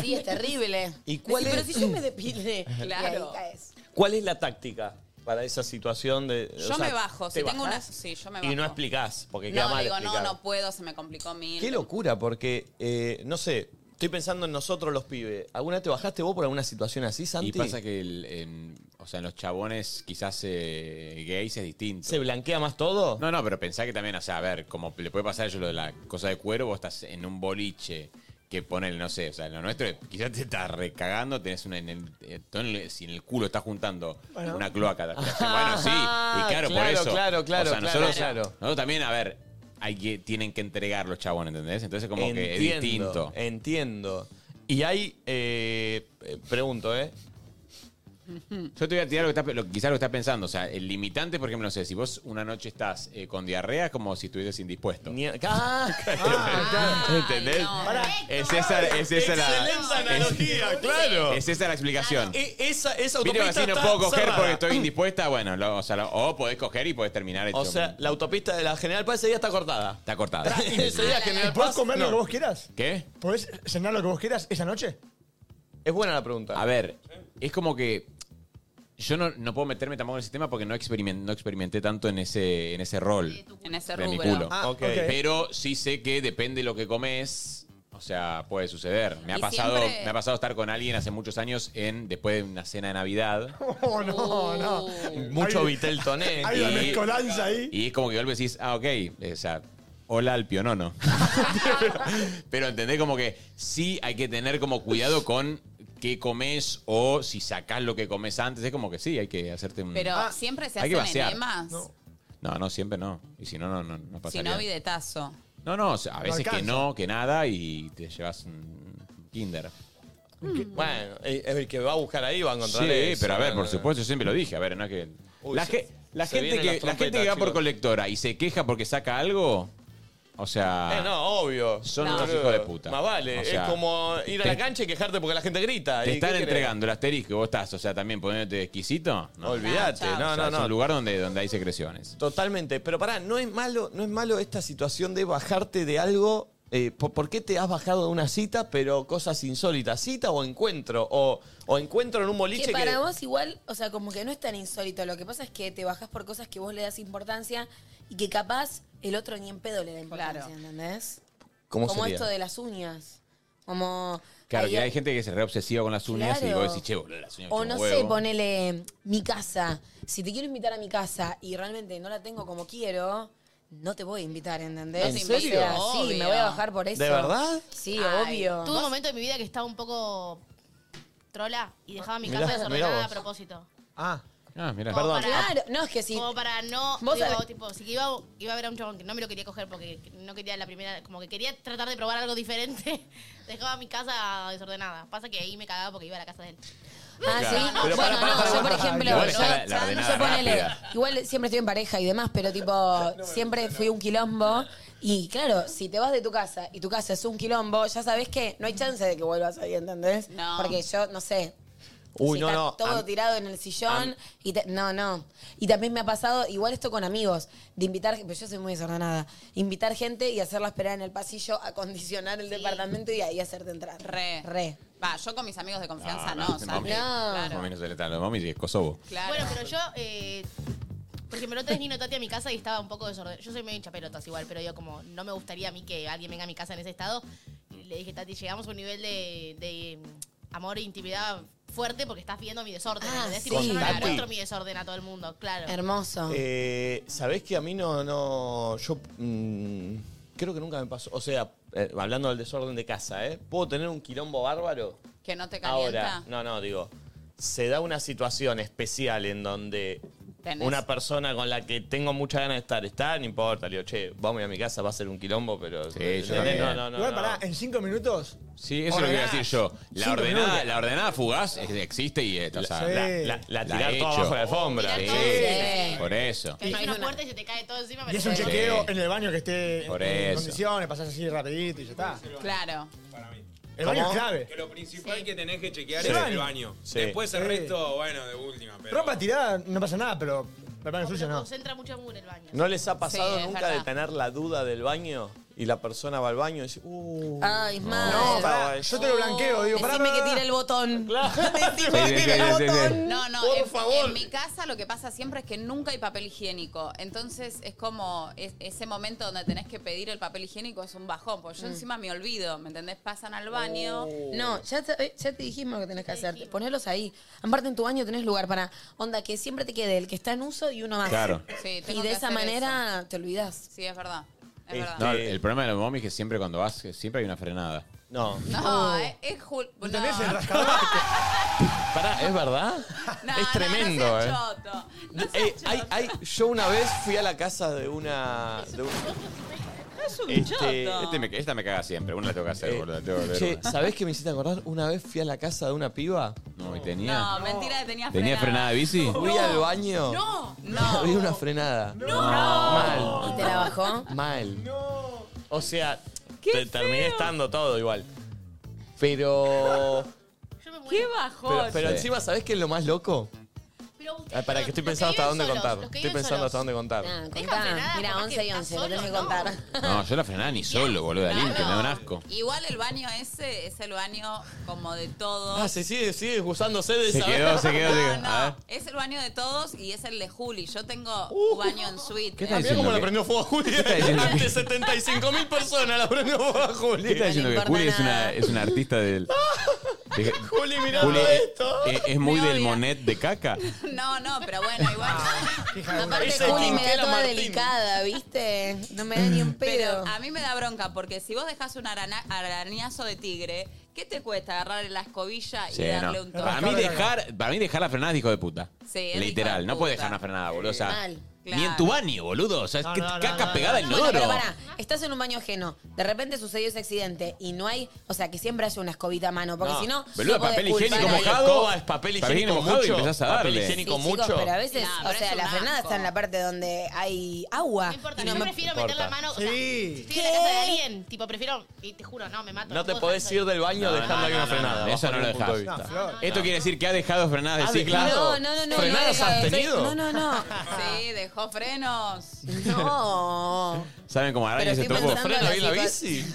[SPEAKER 5] Sí, es terrible.
[SPEAKER 2] ¿Y cuál
[SPEAKER 5] Decí,
[SPEAKER 2] es-
[SPEAKER 5] Pero si yo me depilé.
[SPEAKER 6] Claro.
[SPEAKER 5] Y ahí caes.
[SPEAKER 2] ¿Cuál es la táctica para esa situación de...
[SPEAKER 6] yo
[SPEAKER 2] o sea,
[SPEAKER 6] me bajo.
[SPEAKER 2] ¿te
[SPEAKER 6] Si tengo una...
[SPEAKER 2] bajás?
[SPEAKER 6] Sí, yo me bajo.
[SPEAKER 2] Y no explicás, porque queda
[SPEAKER 6] No,
[SPEAKER 2] mal
[SPEAKER 6] digo, no,
[SPEAKER 2] explicar.
[SPEAKER 6] no puedo, se me complicó mil.
[SPEAKER 2] Qué locura, porque, eh, no sé, Estoy pensando en nosotros los pibes. ¿Alguna vez te bajaste vos por alguna situación así, Santi?
[SPEAKER 3] Y pasa que el- en- o sea, en los chabones quizás eh, gays es distinto.
[SPEAKER 2] ¿Se blanquea más todo?
[SPEAKER 3] No, no, pero pensá que también, o sea, a ver, como le puede pasar a ellos lo de la cosa de cuero, vos estás en un boliche que ponele, no sé, o sea, lo nuestro quizás te estás recagando, tenés una en el, eh, todo en el- si en el culo estás juntando
[SPEAKER 2] Bueno.
[SPEAKER 3] una cloaca. te- te hace, bueno, sí,
[SPEAKER 2] Ajá,
[SPEAKER 3] y claro, por
[SPEAKER 2] claro,
[SPEAKER 3] eso.
[SPEAKER 2] claro, claro,
[SPEAKER 3] o sea,
[SPEAKER 2] claro,
[SPEAKER 3] nosotros,
[SPEAKER 2] claro.
[SPEAKER 3] nosotros también, a ver, hay que, tienen que entregar los chabones, ¿entendés? Entonces como que es
[SPEAKER 2] Entiendo,
[SPEAKER 3] distinto.
[SPEAKER 2] Entiendo. Y hay, eh, eh, pregunto, ¿eh?
[SPEAKER 3] Yo te voy a tirar lo que, estás, lo, que quizás lo que estás pensando. O sea, el limitante, por ejemplo, no sé, si vos una noche estás eh, con diarrea, es como si estuvieses indispuesto.
[SPEAKER 2] ¡Ah!
[SPEAKER 3] ¿Entendés? Es esa, es esa la.
[SPEAKER 2] Excelente analogía, claro.
[SPEAKER 3] Es esa la explicación.
[SPEAKER 2] E- esa, esa
[SPEAKER 3] Mira,
[SPEAKER 2] autopista
[SPEAKER 3] si no
[SPEAKER 2] está
[SPEAKER 3] puedo coger
[SPEAKER 2] cerrada.
[SPEAKER 3] porque estoy indispuesta, bueno, lo- o, sea, lo- o podés coger y podés terminar hecho.
[SPEAKER 2] O sea, la autopista de la General Paz ese día está cortada.
[SPEAKER 3] está cortada.
[SPEAKER 2] Ese día General
[SPEAKER 10] ¿Puedes
[SPEAKER 2] Paz...
[SPEAKER 10] comer lo
[SPEAKER 2] no.
[SPEAKER 10] que vos quieras?
[SPEAKER 3] ¿Qué?
[SPEAKER 10] ¿Puedes cenar lo que vos quieras esa noche?
[SPEAKER 2] Es buena la pregunta.
[SPEAKER 3] A ver, es como que yo no, no puedo meterme tampoco en el sistema porque no, experimen- no experimenté tanto en ese, en ese rol
[SPEAKER 6] En ese
[SPEAKER 3] de mi
[SPEAKER 6] rubro.
[SPEAKER 3] culo.
[SPEAKER 2] Ah,
[SPEAKER 10] ok.
[SPEAKER 3] Pero sí sé que depende de lo que comes. O sea, puede suceder. Me ha
[SPEAKER 6] Y
[SPEAKER 3] pasado,
[SPEAKER 6] siempre-
[SPEAKER 3] me ha pasado estar con alguien hace muchos años en después de una cena de Navidad
[SPEAKER 10] Oh, no, no.
[SPEAKER 6] Uh,
[SPEAKER 2] Mucho
[SPEAKER 10] Hay-
[SPEAKER 2] Vitel Toné.
[SPEAKER 10] Hay una
[SPEAKER 3] Y-
[SPEAKER 10] mezcolanza ahí.
[SPEAKER 3] y es como que de golpe decís, ah, ok, o sea, hola al pionono. Pero entendés como que sí hay que tener como cuidado con qué comes o si sacás lo que comes antes. Es como que sí, hay que hacerte un...
[SPEAKER 6] Pero
[SPEAKER 2] Ah,
[SPEAKER 6] siempre se
[SPEAKER 3] hay que
[SPEAKER 6] hacen
[SPEAKER 3] vaciar.
[SPEAKER 6] enemas.
[SPEAKER 3] No, no, siempre no. Y si no, no, no, no
[SPEAKER 6] si
[SPEAKER 3] pasaría.
[SPEAKER 6] no, videtazo.
[SPEAKER 3] No, no, o sea, a veces que
[SPEAKER 10] alcanza.
[SPEAKER 3] no, que nada y te llevas un kinder.
[SPEAKER 2] Bueno, el, el que va a buscar ahí va a encontrar
[SPEAKER 3] Sí,
[SPEAKER 2] eso.
[SPEAKER 3] pero a ver,
[SPEAKER 2] No,
[SPEAKER 3] por
[SPEAKER 2] no,
[SPEAKER 3] supuesto, yo siempre lo dije, a ver, no es que...
[SPEAKER 2] eh, Uy,
[SPEAKER 3] la,
[SPEAKER 2] se-
[SPEAKER 3] ge- la
[SPEAKER 2] se
[SPEAKER 3] gente
[SPEAKER 2] vienen las
[SPEAKER 3] que, la gente
[SPEAKER 2] trompetas,
[SPEAKER 3] que va por
[SPEAKER 2] chicos.
[SPEAKER 3] colectora y se queja porque saca algo, o sea...
[SPEAKER 2] no. Eh, no, obvio.
[SPEAKER 3] Son
[SPEAKER 2] No.
[SPEAKER 3] unos
[SPEAKER 2] Boludo.
[SPEAKER 3] hijos de puta.
[SPEAKER 2] Más vale.
[SPEAKER 3] O sea,
[SPEAKER 2] es como ir a
[SPEAKER 3] te-
[SPEAKER 2] la cancha y quejarte porque la gente grita.
[SPEAKER 3] Te
[SPEAKER 2] ¿Y
[SPEAKER 3] están
[SPEAKER 2] qué querés?
[SPEAKER 3] entregando el asterisco que vos estás, o sea, también poniéndote exquisito. No,
[SPEAKER 2] Olvídate.
[SPEAKER 6] No,
[SPEAKER 2] No,
[SPEAKER 3] O sea,
[SPEAKER 2] no,
[SPEAKER 3] Es
[SPEAKER 2] no.
[SPEAKER 3] un lugar donde, donde hay secreciones.
[SPEAKER 2] Totalmente. Pero pará, no es malo, no es malo esta situación de bajarte de algo. Eh, ¿por, por qué te has bajado de una cita, pero cosas insólitas? ¿Cita o encuentro? O, o encuentro en un boliche
[SPEAKER 5] Que
[SPEAKER 2] que.
[SPEAKER 5] para vos igual, o sea, como que no es tan insólito. Lo que pasa es que te bajás por cosas que vos le das importancia y que capaz el otro ni en pedo le da importancia,
[SPEAKER 6] Claro.
[SPEAKER 5] ¿entendés?
[SPEAKER 2] ¿Cómo
[SPEAKER 5] como
[SPEAKER 2] sería?
[SPEAKER 5] esto de las uñas. Como.
[SPEAKER 3] Claro,
[SPEAKER 5] ahí-
[SPEAKER 3] que hay gente que se re obsesiva con las uñas y
[SPEAKER 5] eh, Claro.
[SPEAKER 3] vos decís, che, boludo, las uñas
[SPEAKER 5] O
[SPEAKER 3] son
[SPEAKER 5] no
[SPEAKER 3] un
[SPEAKER 5] sé,
[SPEAKER 3] huevo.
[SPEAKER 5] ponele mi casa. Si te quiero invitar a mi casa y realmente no la tengo como quiero, no te voy a invitar, ¿entendés?
[SPEAKER 2] ¿En serio?
[SPEAKER 5] O sea, sí, me voy a
[SPEAKER 6] Obvio.
[SPEAKER 5] bajar por eso.
[SPEAKER 2] ¿De verdad?
[SPEAKER 5] Sí,
[SPEAKER 6] Ay,
[SPEAKER 5] obvio.
[SPEAKER 4] Tuve un momento de mi vida que estaba un poco trola y dejaba mi
[SPEAKER 2] Mirá,
[SPEAKER 4] casa
[SPEAKER 2] mirá
[SPEAKER 4] desordenada a
[SPEAKER 2] vos.
[SPEAKER 4] propósito.
[SPEAKER 10] Ah,
[SPEAKER 3] Ah,
[SPEAKER 5] Oh,
[SPEAKER 3] mirá.
[SPEAKER 4] Como
[SPEAKER 2] Perdón.
[SPEAKER 4] para-
[SPEAKER 5] Claro, no, es que sí.
[SPEAKER 4] Como para no.
[SPEAKER 5] Vos
[SPEAKER 4] digo,
[SPEAKER 5] sabés-
[SPEAKER 4] tipo, si que iba, iba a ver a un chabón que no me lo quería coger porque no quería la primera. Como que quería tratar de probar algo diferente, dejaba mi casa desordenada. Pasa que ahí me cagaba porque iba a la casa de él.
[SPEAKER 5] Ah, sí.
[SPEAKER 3] Pero para,
[SPEAKER 5] bueno,
[SPEAKER 3] para,
[SPEAKER 5] no,
[SPEAKER 3] para,
[SPEAKER 5] yo
[SPEAKER 3] para,
[SPEAKER 5] por
[SPEAKER 3] para.
[SPEAKER 5] ejemplo,
[SPEAKER 3] Igual
[SPEAKER 5] yo,
[SPEAKER 3] está la- la
[SPEAKER 5] yo
[SPEAKER 3] ordenada
[SPEAKER 5] ponele-
[SPEAKER 3] rápida.
[SPEAKER 5] igual siempre estoy en pareja y demás, pero tipo, siempre fui un quilombo. Y claro, si te vas de tu casa y tu casa es un quilombo, ya sabés que no hay chance de que vuelvas ahí, ¿entendés?
[SPEAKER 6] No.
[SPEAKER 5] Porque yo, no sé.
[SPEAKER 2] Uy,
[SPEAKER 5] si
[SPEAKER 2] no,
[SPEAKER 5] está
[SPEAKER 2] no.
[SPEAKER 5] todo
[SPEAKER 2] Am-
[SPEAKER 5] tirado en el sillón. y te- no, no. Y también me ha pasado, igual esto con amigos, de invitar, pero yo soy muy desordenada, invitar gente y hacerla esperar en el pasillo, acondicionar el departamento y ahí hacerte entrar.
[SPEAKER 6] Re.
[SPEAKER 5] Re.
[SPEAKER 6] Va, yo con mis amigos de confianza
[SPEAKER 3] Ah,
[SPEAKER 6] no,
[SPEAKER 3] no,
[SPEAKER 6] ¿sabes?
[SPEAKER 3] mami.
[SPEAKER 5] No.
[SPEAKER 6] Claro,
[SPEAKER 3] Mami no se le está hablando, mami, es Kosovo.
[SPEAKER 6] claro.
[SPEAKER 4] Bueno, pero yo. Eh, porque me lo traes Nino Tati a mi casa y estaba un poco desordenada. Yo soy medio hincha pelotas igual, pero yo como no me gustaría a mí que alguien venga a mi casa en ese estado. Y le dije, Tati, llegamos a un nivel de, de, mm, amor e intimidad fuerte porque estás viendo mi desorden.
[SPEAKER 5] Ah,
[SPEAKER 4] ¿entendés?
[SPEAKER 5] sí.
[SPEAKER 4] Tipo, yo no le
[SPEAKER 2] Tati.
[SPEAKER 4] muestro mi desorden a todo el mundo, claro.
[SPEAKER 5] Hermoso.
[SPEAKER 2] Eh, Sabés que a mí no, no. Yo mm, creo que nunca me pasó. O sea, eh, hablando del desorden de casa, ¿eh? Puedo tener un quilombo bárbaro.
[SPEAKER 6] Que no te calienta.
[SPEAKER 2] Ahora, no, no, digo. Se da una situación especial en donde
[SPEAKER 6] Tenés.
[SPEAKER 2] una persona con la que tengo mucha ganas de estar está, no importa. Le digo, che, vamos a mi casa, va a ser un quilombo, pero.
[SPEAKER 3] Sí, yo
[SPEAKER 2] ¿entendés?
[SPEAKER 3] también.
[SPEAKER 2] No, no, no.
[SPEAKER 10] Eh, igual
[SPEAKER 2] no.
[SPEAKER 10] pará, en cinco minutos.
[SPEAKER 3] Sí, eso es lo que iba a decir yo. La
[SPEAKER 10] Cinco
[SPEAKER 3] ordenada,
[SPEAKER 10] minutos.
[SPEAKER 3] la ordenada fugaz es- existe y eh, o sea,
[SPEAKER 10] Sí.
[SPEAKER 3] la-
[SPEAKER 2] La, la- la
[SPEAKER 3] La
[SPEAKER 2] tirar
[SPEAKER 3] he
[SPEAKER 2] todo
[SPEAKER 3] hecho.
[SPEAKER 2] abajo de la alfombra.
[SPEAKER 4] Tirar
[SPEAKER 2] Sí.
[SPEAKER 4] todo.
[SPEAKER 3] Sí. por eso.
[SPEAKER 4] Que hay
[SPEAKER 5] no,
[SPEAKER 4] una
[SPEAKER 5] no.
[SPEAKER 4] puerta y se te cae todo encima.
[SPEAKER 10] Y
[SPEAKER 4] pero
[SPEAKER 10] es un
[SPEAKER 4] bueno.
[SPEAKER 10] chequeo
[SPEAKER 3] Sí.
[SPEAKER 10] en el baño que esté
[SPEAKER 3] Por
[SPEAKER 10] en
[SPEAKER 3] eso.
[SPEAKER 10] condiciones, pasás así rapidito y ya está.
[SPEAKER 6] Claro.
[SPEAKER 10] El baño
[SPEAKER 2] ¿Cómo?
[SPEAKER 10] es clave.
[SPEAKER 11] Que lo principal que tenés que chequear
[SPEAKER 10] Sí.
[SPEAKER 11] es el baño.
[SPEAKER 2] Sí.
[SPEAKER 11] Después el
[SPEAKER 10] Sí.
[SPEAKER 11] resto, bueno, de última. Pero...
[SPEAKER 10] Ropa tirada no pasa nada, pero el baño
[SPEAKER 4] Porque
[SPEAKER 10] sucio no.
[SPEAKER 4] Concentra mucho mugre el baño.
[SPEAKER 2] ¿No les ha pasado
[SPEAKER 6] Sí, es
[SPEAKER 2] nunca de
[SPEAKER 6] verdad.
[SPEAKER 2] tener la duda del baño? Y y la persona va al baño y dice, uh.
[SPEAKER 6] Ah,
[SPEAKER 5] Ay, es mal.
[SPEAKER 2] No, pará, eh, yo te lo blanqueo, digo, pará,
[SPEAKER 5] Decime
[SPEAKER 2] pará,
[SPEAKER 5] que tira el botón. Decime
[SPEAKER 2] Sí,
[SPEAKER 5] que
[SPEAKER 2] sí,
[SPEAKER 5] tira el
[SPEAKER 2] sí, sí, sí.
[SPEAKER 5] botón.
[SPEAKER 6] No, no,
[SPEAKER 5] Por
[SPEAKER 6] en,
[SPEAKER 5] favor.
[SPEAKER 6] en mi casa lo que pasa siempre es que nunca hay papel higiénico. Entonces es como es- ese momento donde tenés que pedir el papel higiénico es un bajón, porque yo
[SPEAKER 5] Mm.
[SPEAKER 6] encima me olvido, ¿me entendés? Pasan al baño.
[SPEAKER 5] No, ya te, eh, ya te dijimos lo que tenés que hacer. Ponelos ahí. Aparte, en tu baño tenés lugar para. Onda, que siempre te quede el que está en uso y uno más.
[SPEAKER 3] Claro.
[SPEAKER 6] Sí, tengo
[SPEAKER 5] y de
[SPEAKER 6] que
[SPEAKER 5] esa
[SPEAKER 6] hacer
[SPEAKER 5] manera te olvidás.
[SPEAKER 6] Sí, es verdad. Es verdad.
[SPEAKER 3] No, el- el problema de los momis es que siempre cuando vas, que siempre hay una frenada.
[SPEAKER 2] No.
[SPEAKER 6] No, es, es jul- no.
[SPEAKER 2] Pará, ¿es verdad? es tremendo,
[SPEAKER 6] no
[SPEAKER 2] eh.
[SPEAKER 6] seas choto.
[SPEAKER 2] Eh, hay- hay- yo una vez fui a la casa de una. de un-
[SPEAKER 3] Este, este me- esta me caga siempre, una la tengo que
[SPEAKER 10] Eh,
[SPEAKER 3] hacer, boludo. la tengo que hacer
[SPEAKER 2] Eh, Che,
[SPEAKER 3] una.
[SPEAKER 2] ¿sabés qué me hiciste acordar? Una vez fui a la casa de una piba.
[SPEAKER 3] No, y tenía.
[SPEAKER 6] No, mentira, tenía
[SPEAKER 3] ¿Tenía frenada de bici?
[SPEAKER 2] Fui al baño.
[SPEAKER 6] No,
[SPEAKER 2] Había una frenada. No. Mal.
[SPEAKER 5] ¿Y te la bajó?
[SPEAKER 2] Mal. O sea, te- terminé estando todo igual. Pero.
[SPEAKER 6] Qué bajón.
[SPEAKER 2] Pero, pero encima, ¿sabés qué es lo más loco?
[SPEAKER 4] Pero
[SPEAKER 2] Ah, para que estoy
[SPEAKER 4] los que
[SPEAKER 2] pensando hasta
[SPEAKER 4] viven
[SPEAKER 2] dónde
[SPEAKER 4] solos,
[SPEAKER 2] contar.
[SPEAKER 4] los que
[SPEAKER 2] Estoy
[SPEAKER 4] viven
[SPEAKER 2] pensando
[SPEAKER 4] solos.
[SPEAKER 2] hasta dónde contar.
[SPEAKER 5] Ah,
[SPEAKER 4] Deja
[SPEAKER 5] contá.
[SPEAKER 4] frenada,
[SPEAKER 5] Mira,
[SPEAKER 4] capaz
[SPEAKER 5] 11
[SPEAKER 4] que
[SPEAKER 5] y
[SPEAKER 4] estás
[SPEAKER 5] 11, lo tenés que
[SPEAKER 4] solo, no.
[SPEAKER 5] contar.
[SPEAKER 3] No, yo la frenaba ni solo, boludo, de Lin, que me da un asco.
[SPEAKER 6] Igual el baño ese es el baño como de todos.
[SPEAKER 2] Ah, se sigue, sigue excusándose de
[SPEAKER 3] Se
[SPEAKER 2] esa
[SPEAKER 3] quedó, se quedó, se quedó.
[SPEAKER 6] No,
[SPEAKER 3] A ver.
[SPEAKER 6] no, es el baño de todos y es el de Juli. Yo tengo baño en suite.
[SPEAKER 3] ¿Qué
[SPEAKER 6] ¿eh?
[SPEAKER 3] estás diciendo?
[SPEAKER 2] ¿Cómo le
[SPEAKER 3] que-
[SPEAKER 2] prendió fuego a Juli?
[SPEAKER 3] está diciendo
[SPEAKER 2] Ante 75.000 personas la prendió fuego a Juli.
[SPEAKER 3] ¿Qué estás diciendo? Que
[SPEAKER 5] importa
[SPEAKER 3] Juli es una,
[SPEAKER 5] nada.
[SPEAKER 3] es una artista del. de-
[SPEAKER 2] Juli mirando
[SPEAKER 3] Juli
[SPEAKER 2] esto.
[SPEAKER 3] es, es muy
[SPEAKER 6] Me
[SPEAKER 3] del
[SPEAKER 6] odia.
[SPEAKER 3] monet de caca.
[SPEAKER 6] No, no, pero bueno, igual.
[SPEAKER 5] Aparte,
[SPEAKER 2] Ese
[SPEAKER 5] Juli me da
[SPEAKER 2] Quintela
[SPEAKER 5] toda
[SPEAKER 2] Martín.
[SPEAKER 5] delicada, ¿viste? No me da ni un pedo.
[SPEAKER 6] Pero a mí me da bronca porque si vos dejás un arana- arañazo de tigre, ¿qué te cuesta agarrar la escobilla y
[SPEAKER 3] Sí,
[SPEAKER 6] darle
[SPEAKER 3] no.
[SPEAKER 6] un toque?
[SPEAKER 3] Para mí, dejar, para mí dejar la frenada es hijo de puta.
[SPEAKER 6] Sí, es hijo
[SPEAKER 3] Literal,
[SPEAKER 6] de
[SPEAKER 3] no puedes
[SPEAKER 6] puta.
[SPEAKER 3] dejar una frenada, boludo. O sea,
[SPEAKER 5] Mal.
[SPEAKER 3] Ni en tu baño, boludo. O sea, es
[SPEAKER 10] No,
[SPEAKER 3] que
[SPEAKER 10] no, no,
[SPEAKER 3] caca
[SPEAKER 10] no,
[SPEAKER 3] pegada al
[SPEAKER 5] Bueno,
[SPEAKER 3] inodoro.
[SPEAKER 5] pero pará, estás en un baño ajeno, de repente sucedió ese accidente y no hay, o sea, que siempre haya una escobita a mano, porque si no,
[SPEAKER 3] Boludo,
[SPEAKER 5] no podés
[SPEAKER 3] papel higiénico
[SPEAKER 5] culpar a-
[SPEAKER 3] mojado.
[SPEAKER 2] Escoba es papel
[SPEAKER 3] Papel
[SPEAKER 2] higiénico
[SPEAKER 3] mojado y
[SPEAKER 2] mucho,
[SPEAKER 3] empezás a
[SPEAKER 2] papel
[SPEAKER 3] darle.
[SPEAKER 5] Sí,
[SPEAKER 2] higiénico
[SPEAKER 5] chicos,
[SPEAKER 2] mucho.
[SPEAKER 5] pero a veces,
[SPEAKER 6] No,
[SPEAKER 5] o
[SPEAKER 6] pero
[SPEAKER 5] sea,
[SPEAKER 6] es
[SPEAKER 5] la
[SPEAKER 6] un
[SPEAKER 5] frenada
[SPEAKER 6] asco.
[SPEAKER 5] está en la parte donde hay agua.
[SPEAKER 2] Ah.
[SPEAKER 4] No importa,
[SPEAKER 5] Y
[SPEAKER 4] yo
[SPEAKER 5] me-
[SPEAKER 4] prefiero
[SPEAKER 2] importa.
[SPEAKER 4] meter la mano. O sea,
[SPEAKER 10] Sí.
[SPEAKER 4] si estoy en la
[SPEAKER 5] ¿Qué?
[SPEAKER 4] casa de alguien, tipo, prefiero. Y te juro, no, me mato.
[SPEAKER 2] No te
[SPEAKER 4] puedo
[SPEAKER 2] podés
[SPEAKER 4] dejar
[SPEAKER 2] ir del baño
[SPEAKER 3] No,
[SPEAKER 2] dejando
[SPEAKER 3] no,
[SPEAKER 2] ahí
[SPEAKER 3] no,
[SPEAKER 2] una
[SPEAKER 3] no,
[SPEAKER 2] frenada.
[SPEAKER 3] no, eso no
[SPEAKER 2] bajo
[SPEAKER 3] lo
[SPEAKER 2] ningún punto de
[SPEAKER 3] dejás.
[SPEAKER 2] vista.
[SPEAKER 10] Flor.
[SPEAKER 3] Esto quiere decir que ha dejado frenadas
[SPEAKER 2] Ah,
[SPEAKER 3] de
[SPEAKER 2] dejado.
[SPEAKER 3] cicla.
[SPEAKER 5] No, no, no, no.
[SPEAKER 2] ¿Frenadas
[SPEAKER 5] no,
[SPEAKER 2] has
[SPEAKER 5] no,
[SPEAKER 2] tenido?
[SPEAKER 5] No, no, no.
[SPEAKER 6] Sí, dejó frenos.
[SPEAKER 5] No.
[SPEAKER 3] ¿Saben cómo araña
[SPEAKER 5] Pero
[SPEAKER 3] ese
[SPEAKER 5] estoy
[SPEAKER 3] topo?
[SPEAKER 5] pensando-
[SPEAKER 2] ¿Frena bien la
[SPEAKER 5] Las
[SPEAKER 2] bici?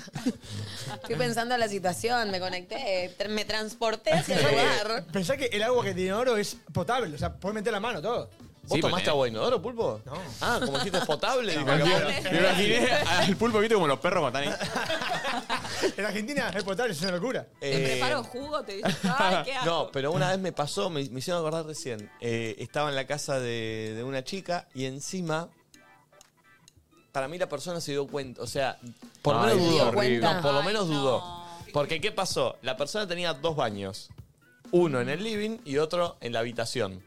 [SPEAKER 5] Estoy pensando en la situación, me conecté, tr- me transporté a
[SPEAKER 2] Eh,
[SPEAKER 5] ese lugar.
[SPEAKER 10] Pensá que el agua que tiene oro es potable, o sea, podés meter la mano, todo.
[SPEAKER 2] ¿Vos
[SPEAKER 3] Sí,
[SPEAKER 2] tomaste
[SPEAKER 3] pero- eh.
[SPEAKER 2] agua inodoro, pulpo?
[SPEAKER 10] No.
[SPEAKER 2] Ah, como dijiste, es potable. digo, Eh,
[SPEAKER 3] Me
[SPEAKER 2] acá.
[SPEAKER 3] imaginé- Me imaginé al pulpo, viste, como los perros cuando están ahí.
[SPEAKER 10] En Argentina es potable, es una locura.
[SPEAKER 6] Te
[SPEAKER 2] Eh,
[SPEAKER 6] preparo jugo, te dice, ay, qué asco.
[SPEAKER 2] No, pero una vez me pasó, me, me hicieron acordar recién. Eh, estaba en la casa de, de una chica y encima, para mí la persona se dio cuenta. O sea, por lo
[SPEAKER 3] Ay,
[SPEAKER 2] menos
[SPEAKER 3] se dio
[SPEAKER 2] dudó.
[SPEAKER 5] cuenta.
[SPEAKER 2] No, por lo
[SPEAKER 6] Ay,
[SPEAKER 2] menos
[SPEAKER 6] no.
[SPEAKER 2] dudó. Porque, ¿qué pasó? La persona tenía dos baños. Uno en el living y otro en la habitación.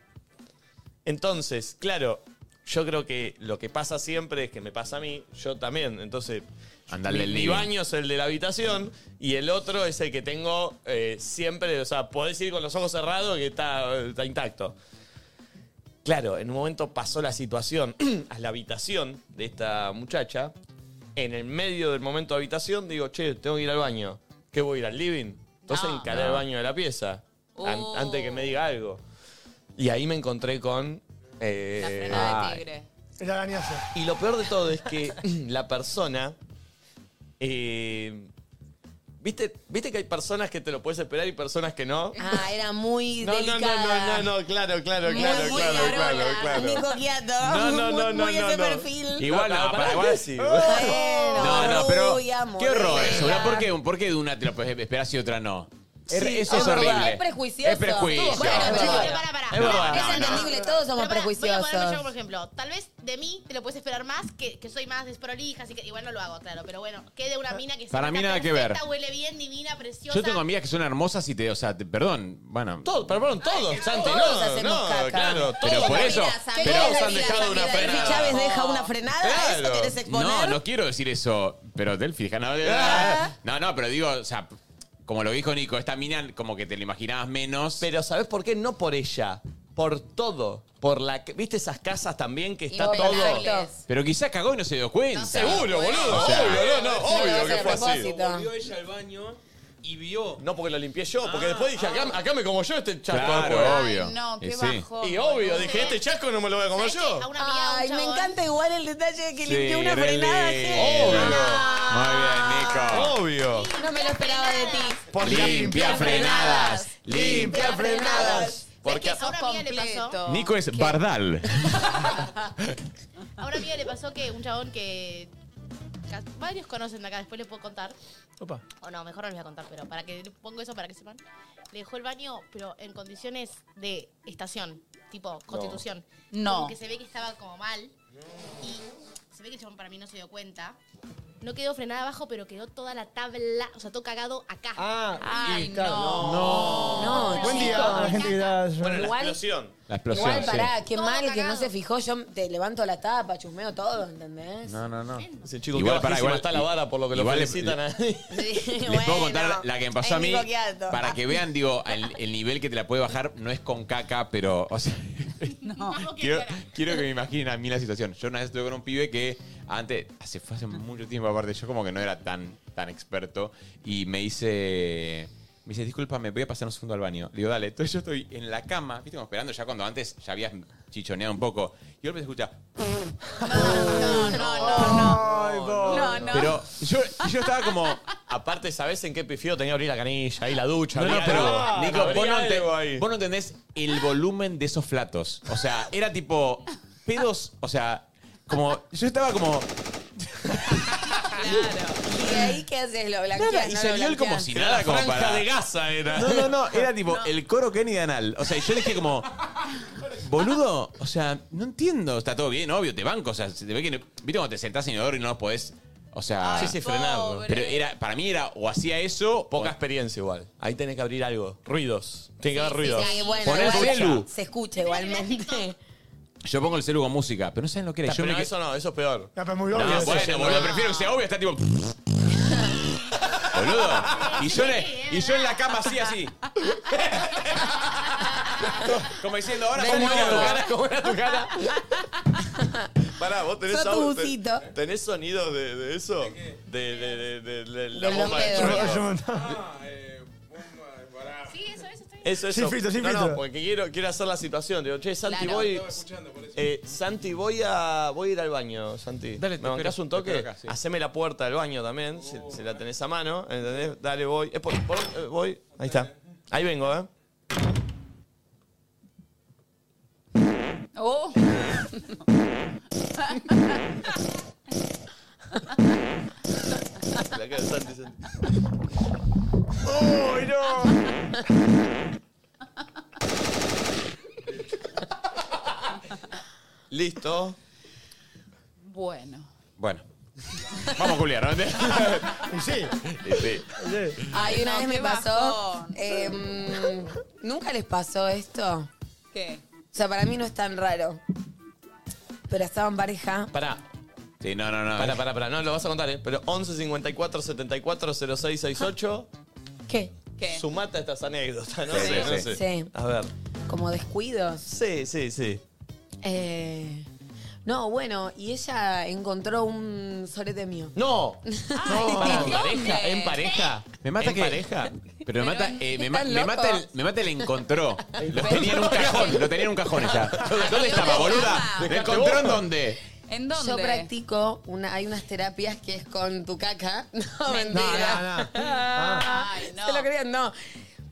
[SPEAKER 2] Entonces, claro, yo creo que lo que pasa siempre es que me pasa a mí, yo también. Entonces,
[SPEAKER 3] Anda al
[SPEAKER 2] mi,
[SPEAKER 3] del
[SPEAKER 2] mi
[SPEAKER 3] living.
[SPEAKER 2] baño es el de la habitación y el otro es el que tengo eh, siempre. O sea, podés ir con los ojos cerrados que está, está intacto. Claro, en un momento pasó la situación a la habitación de esta muchacha. En el medio del momento de habitación digo, che, tengo que ir al baño. ¿Qué voy a ir al living? Entonces
[SPEAKER 6] Ah, No.
[SPEAKER 2] encaré el baño de la pieza. an-
[SPEAKER 6] Oh.
[SPEAKER 2] Antes que me diga algo. Y ahí me encontré con. eh,
[SPEAKER 6] La frenada de
[SPEAKER 2] ay.
[SPEAKER 6] tigre.
[SPEAKER 10] El arañazo.
[SPEAKER 2] Y lo peor de todo es que la persona. eh, ¿viste, ¿Viste que hay personas que te lo puedes esperar y personas que no?
[SPEAKER 5] Ah, era muy
[SPEAKER 2] No, no, no,
[SPEAKER 5] delicada.
[SPEAKER 2] no, no, no, claro, claro,
[SPEAKER 6] Muy,
[SPEAKER 2] claro,
[SPEAKER 6] muy
[SPEAKER 2] claro, claro,
[SPEAKER 6] garola.
[SPEAKER 2] claro.
[SPEAKER 5] Nico Quiato,
[SPEAKER 2] No, no, no,
[SPEAKER 5] Ah, muy,
[SPEAKER 2] no,
[SPEAKER 5] muy
[SPEAKER 2] no,
[SPEAKER 5] ese
[SPEAKER 2] no.
[SPEAKER 5] perfil.
[SPEAKER 3] Igual no, para igual.
[SPEAKER 2] sí.
[SPEAKER 5] Bueno,
[SPEAKER 3] No, no, pero.
[SPEAKER 5] rubia,
[SPEAKER 3] Qué horror eso.
[SPEAKER 5] morena.
[SPEAKER 3] ¿verdad? ¿Por qué, ¿Por qué de una te lo puedes esperar y otra no? Es-
[SPEAKER 2] Sí,
[SPEAKER 3] eso
[SPEAKER 2] es
[SPEAKER 3] es, horrible.
[SPEAKER 5] verdad, es prejuicioso.
[SPEAKER 3] Es prejuicio.
[SPEAKER 5] Bueno,
[SPEAKER 4] Pero,
[SPEAKER 5] chicos,
[SPEAKER 4] pero pará, pará.
[SPEAKER 2] Es verdad.
[SPEAKER 5] Es entendible, todos somos
[SPEAKER 4] Pero pará, Voy a ponerme yo
[SPEAKER 5] prejuiciosos.
[SPEAKER 4] como ejemplo. Tal vez de mí te lo puedes esperar más, que, que soy más desprolija, así que igual no lo hago, claro. Pero bueno, que de una mina que se
[SPEAKER 3] Ah, Para
[SPEAKER 4] ve
[SPEAKER 3] mí
[SPEAKER 4] tan
[SPEAKER 3] nada que
[SPEAKER 4] perfecta,
[SPEAKER 3] ver.
[SPEAKER 4] huele bien, divina, preciosa.
[SPEAKER 3] Yo tengo amigas que son hermosas y te. O sea, te- perdón. Bueno.
[SPEAKER 2] Todos, perdón, todos, Santi,
[SPEAKER 5] todos
[SPEAKER 2] no,
[SPEAKER 5] hacemos
[SPEAKER 2] no,
[SPEAKER 5] caca.
[SPEAKER 2] claro,
[SPEAKER 3] Pero
[SPEAKER 2] todos.
[SPEAKER 3] por eso.
[SPEAKER 5] ¿Qué
[SPEAKER 2] Pero
[SPEAKER 5] querés
[SPEAKER 2] os
[SPEAKER 5] la
[SPEAKER 2] han
[SPEAKER 5] vida,
[SPEAKER 2] dejado
[SPEAKER 5] Santi?
[SPEAKER 2] una
[SPEAKER 5] ¿Delphi
[SPEAKER 2] frenada.
[SPEAKER 5] Chávez deja una frenada? ¿A ¿Eso
[SPEAKER 2] Claro.
[SPEAKER 5] Ah, querés
[SPEAKER 3] No,
[SPEAKER 5] exponer?
[SPEAKER 3] no quiero decir eso. Pero Delphi, deja. No, no, no, pero digo, o sea, como lo dijo Nico, esta mina como que te la imaginabas menos.
[SPEAKER 2] Pero ¿sabes por qué? No por ella, por todo. Por la que- ¿Viste esas casas también que está todo?
[SPEAKER 5] Impecables.
[SPEAKER 3] Pero quizás cagó y no se dio cuenta.
[SPEAKER 2] Seguro, boludo.
[SPEAKER 3] O sea,
[SPEAKER 2] obvio, no, no,
[SPEAKER 5] No lo
[SPEAKER 2] obvio
[SPEAKER 5] hace
[SPEAKER 2] que
[SPEAKER 5] a
[SPEAKER 2] fue así.
[SPEAKER 5] propósito.
[SPEAKER 18] Volvió ella al baño
[SPEAKER 19] y vio.
[SPEAKER 2] No, porque lo limpié yo, porque
[SPEAKER 5] Ah,
[SPEAKER 2] después dije, acá, acá me como yo este chasco.
[SPEAKER 3] Claro,
[SPEAKER 2] después.
[SPEAKER 3] obvio.
[SPEAKER 6] no, qué
[SPEAKER 3] Y sí.
[SPEAKER 6] bajón,
[SPEAKER 2] Y obvio,
[SPEAKER 6] boludo.
[SPEAKER 2] dije, este chasco no me lo voy a comer yo.
[SPEAKER 5] Ay, me encanta igual el detalle de que
[SPEAKER 3] Sí,
[SPEAKER 5] limpió una
[SPEAKER 3] eres
[SPEAKER 5] frenada.
[SPEAKER 3] lindo.
[SPEAKER 5] gente.
[SPEAKER 3] Obvio. Muy bien, Nico.
[SPEAKER 2] Obvio.
[SPEAKER 5] No me lo esperaba de ti.
[SPEAKER 2] Por
[SPEAKER 3] Limpia frenadas. Limpia
[SPEAKER 2] frenadas. Porque
[SPEAKER 4] A una amiga le pasó.
[SPEAKER 3] Nico es Bardal.
[SPEAKER 4] A una amiga le pasó que un chabón que. ca- Varios conocen de acá, después les puedo contar.
[SPEAKER 10] Opa.
[SPEAKER 4] O no, mejor no les voy a contar, pero para que pongo eso para que sepan. Le dejó el baño, pero en condiciones de estación, tipo constitución.
[SPEAKER 6] No.
[SPEAKER 4] Como que se ve que estaba como mal. Y se ve que el chabón para mí no se dio cuenta. No quedó frenada abajo, pero quedó toda la tabla, o sea, todo cagado acá.
[SPEAKER 10] Ah,
[SPEAKER 6] Ay,
[SPEAKER 10] y claro,
[SPEAKER 6] no.
[SPEAKER 10] No.
[SPEAKER 5] No,
[SPEAKER 10] Buen
[SPEAKER 5] chicos.
[SPEAKER 10] día a la gente que está.
[SPEAKER 2] Bueno, la
[SPEAKER 5] Igual-
[SPEAKER 2] explosión.
[SPEAKER 3] La explosión.
[SPEAKER 5] Igual, pará, qué
[SPEAKER 4] Todo
[SPEAKER 5] mal que no
[SPEAKER 4] cagado.
[SPEAKER 5] se fijó. Yo te levanto la tapa, chusmeo todo, ¿entendés?
[SPEAKER 3] sí. No, no, no.
[SPEAKER 2] Ese chico
[SPEAKER 3] Igual,
[SPEAKER 2] igual, que
[SPEAKER 3] pará,
[SPEAKER 2] para, igual
[SPEAKER 3] igual-
[SPEAKER 2] está la vara por lo que lo
[SPEAKER 3] igual le-
[SPEAKER 2] felicitan a
[SPEAKER 5] Les
[SPEAKER 3] Les puedo contar la que me pasó a mí. Para que vean, digo, el, el nivel que te la puede bajar no es con caca, pero. O sea, quiero, quiero que me imaginen a mí la situación. Yo una vez estuve con un pibe que antes, hace, fue hace mucho tiempo aparte, yo como que no era tan, tan experto. Y me dice. Me dice, discúlpame, voy a pasar un segundo al baño. Le digo, dale. Entonces yo estoy en la cama, viste, como esperando ya cuando antes ya habías chichoneado un poco. Y yo me escucha.
[SPEAKER 6] No, no, no, no. No, no.
[SPEAKER 3] Pero yo, yo estaba como.
[SPEAKER 2] Aparte, ¿sabés en qué pifió? Tenía que abrir la canilla, ahí la ducha.
[SPEAKER 3] No, no,
[SPEAKER 2] había
[SPEAKER 3] pero Ah,
[SPEAKER 2] algo.
[SPEAKER 3] Nico,
[SPEAKER 2] Había
[SPEAKER 3] vos no, ente-
[SPEAKER 2] algo ahí.
[SPEAKER 3] vos no entendés el volumen de esos flatos. O sea, era tipo pedos, o sea, como yo estaba como
[SPEAKER 5] ¿Y ahí qué haces? ¿Lo blanqueas?
[SPEAKER 3] nada, y
[SPEAKER 5] no
[SPEAKER 3] salió
[SPEAKER 5] lo
[SPEAKER 3] él como
[SPEAKER 5] blanqueás?
[SPEAKER 3] si
[SPEAKER 2] Era
[SPEAKER 3] nada
[SPEAKER 2] la
[SPEAKER 3] como
[SPEAKER 2] franja
[SPEAKER 3] para
[SPEAKER 2] de gasa era.
[SPEAKER 3] No, no, no, era tipo el coro Kenny de anal. O sea, yo dije como boludo, o sea, no entiendo, está todo bien, obvio, te banco, o sea, se te ve que no- viste cuando te sentás en el y no lo podés, o sea,
[SPEAKER 2] Sí, sí, frenarlo.
[SPEAKER 6] pobre.
[SPEAKER 3] pero era para mí era o hacía eso
[SPEAKER 2] Poca
[SPEAKER 3] o-
[SPEAKER 2] experiencia igual. Ahí tenés que abrir algo. Ruidos. Tiene que haber ruidos.
[SPEAKER 5] Sí, bueno,
[SPEAKER 3] Poné el
[SPEAKER 5] igual
[SPEAKER 3] celu.
[SPEAKER 5] Se escucha igualmente.
[SPEAKER 3] Yo pongo el celu con música, pero no saben lo que era. Yo
[SPEAKER 2] Pero
[SPEAKER 3] me que-
[SPEAKER 2] eso no, eso es peor.
[SPEAKER 10] No, pero muy obvio.
[SPEAKER 3] No,
[SPEAKER 2] Sí, sí,
[SPEAKER 3] bueno,
[SPEAKER 2] sí,
[SPEAKER 3] boludo,
[SPEAKER 2] no.
[SPEAKER 3] prefiero que sea obvio, está tipo. boludo. Y yo, le- y yo en la cama así, así. Como diciendo, ahora
[SPEAKER 5] Ven
[SPEAKER 3] ¿cómo
[SPEAKER 5] acá.
[SPEAKER 3] era tu cara?
[SPEAKER 2] ¿Cómo era tu cara? Pará, vos tenés
[SPEAKER 5] Sos tu
[SPEAKER 2] audio- te-
[SPEAKER 5] busito.
[SPEAKER 2] ¿Tenés sonido de, de eso? De, de, de, de- de la
[SPEAKER 5] De los
[SPEAKER 2] bomba de
[SPEAKER 5] pedos.
[SPEAKER 2] trueno.
[SPEAKER 19] Ah, eh, bomba, pará.
[SPEAKER 4] Sí, eso, eso está bien.
[SPEAKER 2] Eso, eso.
[SPEAKER 10] Sin filtro, sin
[SPEAKER 2] no, no,
[SPEAKER 10] filtro.
[SPEAKER 2] porque quiero, quiero hacer la situación. Digo, che, Santi,
[SPEAKER 6] Claro.
[SPEAKER 2] voy.
[SPEAKER 19] Estaba escuchando por eso.
[SPEAKER 2] eh, Santi, voy a, voy a ir al baño, Santi.
[SPEAKER 3] Dale, te
[SPEAKER 2] ¿Me bancás
[SPEAKER 3] espero,
[SPEAKER 2] un
[SPEAKER 3] te
[SPEAKER 2] toque?
[SPEAKER 3] este, espero acá, sí.
[SPEAKER 2] Haceme la puerta del baño también, si, si la tenés a mano. ¿Entendés? Dale, voy. Eh, por- por- eh, voy. Ahí está. Ahí vengo, ¿eh?
[SPEAKER 6] Oh.
[SPEAKER 2] La cara de Santi, Santi. Listo.
[SPEAKER 6] Bueno.
[SPEAKER 3] Bueno. Vamos a culiar, ¿no?
[SPEAKER 10] Y sí.
[SPEAKER 3] Y sí.
[SPEAKER 10] sí.
[SPEAKER 5] Ay, una
[SPEAKER 6] No,
[SPEAKER 5] vez me
[SPEAKER 6] qué
[SPEAKER 5] pasó.
[SPEAKER 6] bajón.
[SPEAKER 5] eh, mm, ¿Nunca les pasó esto?
[SPEAKER 6] ¿Qué?
[SPEAKER 5] O sea, para mí no es tan raro. Pero estaba en pareja.
[SPEAKER 2] Pará,
[SPEAKER 3] Sí, no, no, no.
[SPEAKER 2] pará, pará, pará. No lo vas a contar, ¿eh? Pero 11 54 74 06 68.
[SPEAKER 5] ¿Qué?
[SPEAKER 6] ¿Qué?
[SPEAKER 2] Sumate a estas anécdotas, ¿no?
[SPEAKER 3] Sí, sí,
[SPEAKER 2] no
[SPEAKER 3] sí.
[SPEAKER 5] Sí.
[SPEAKER 2] A ver.
[SPEAKER 5] Como descuidos.
[SPEAKER 2] Sí, sí, sí.
[SPEAKER 5] Eh, no, bueno, y ella encontró un solete mío.
[SPEAKER 2] ¡No! ¡No!
[SPEAKER 6] Ay,
[SPEAKER 2] ¿En pareja?
[SPEAKER 6] ¿dónde?
[SPEAKER 2] ¿En pareja?
[SPEAKER 3] Me mata
[SPEAKER 2] ¿En
[SPEAKER 3] que.
[SPEAKER 2] pareja?
[SPEAKER 3] Pero me mata, eh, me, ma-
[SPEAKER 5] Están
[SPEAKER 3] me mata
[SPEAKER 5] locos.
[SPEAKER 3] el, me mata el encontró. Lo tenía en un cajón, lo tenía en un cajón ella. ¿Dónde estaba,
[SPEAKER 6] estaba?
[SPEAKER 3] boluda? ¿Lo encontró en dónde?
[SPEAKER 6] ¿En dónde?
[SPEAKER 5] Yo practico, una, hay unas terapias que es con tu caca. No,
[SPEAKER 10] No,
[SPEAKER 5] mentira.
[SPEAKER 10] no, no. Ah.
[SPEAKER 6] Ay, no.
[SPEAKER 5] Se lo creían, no.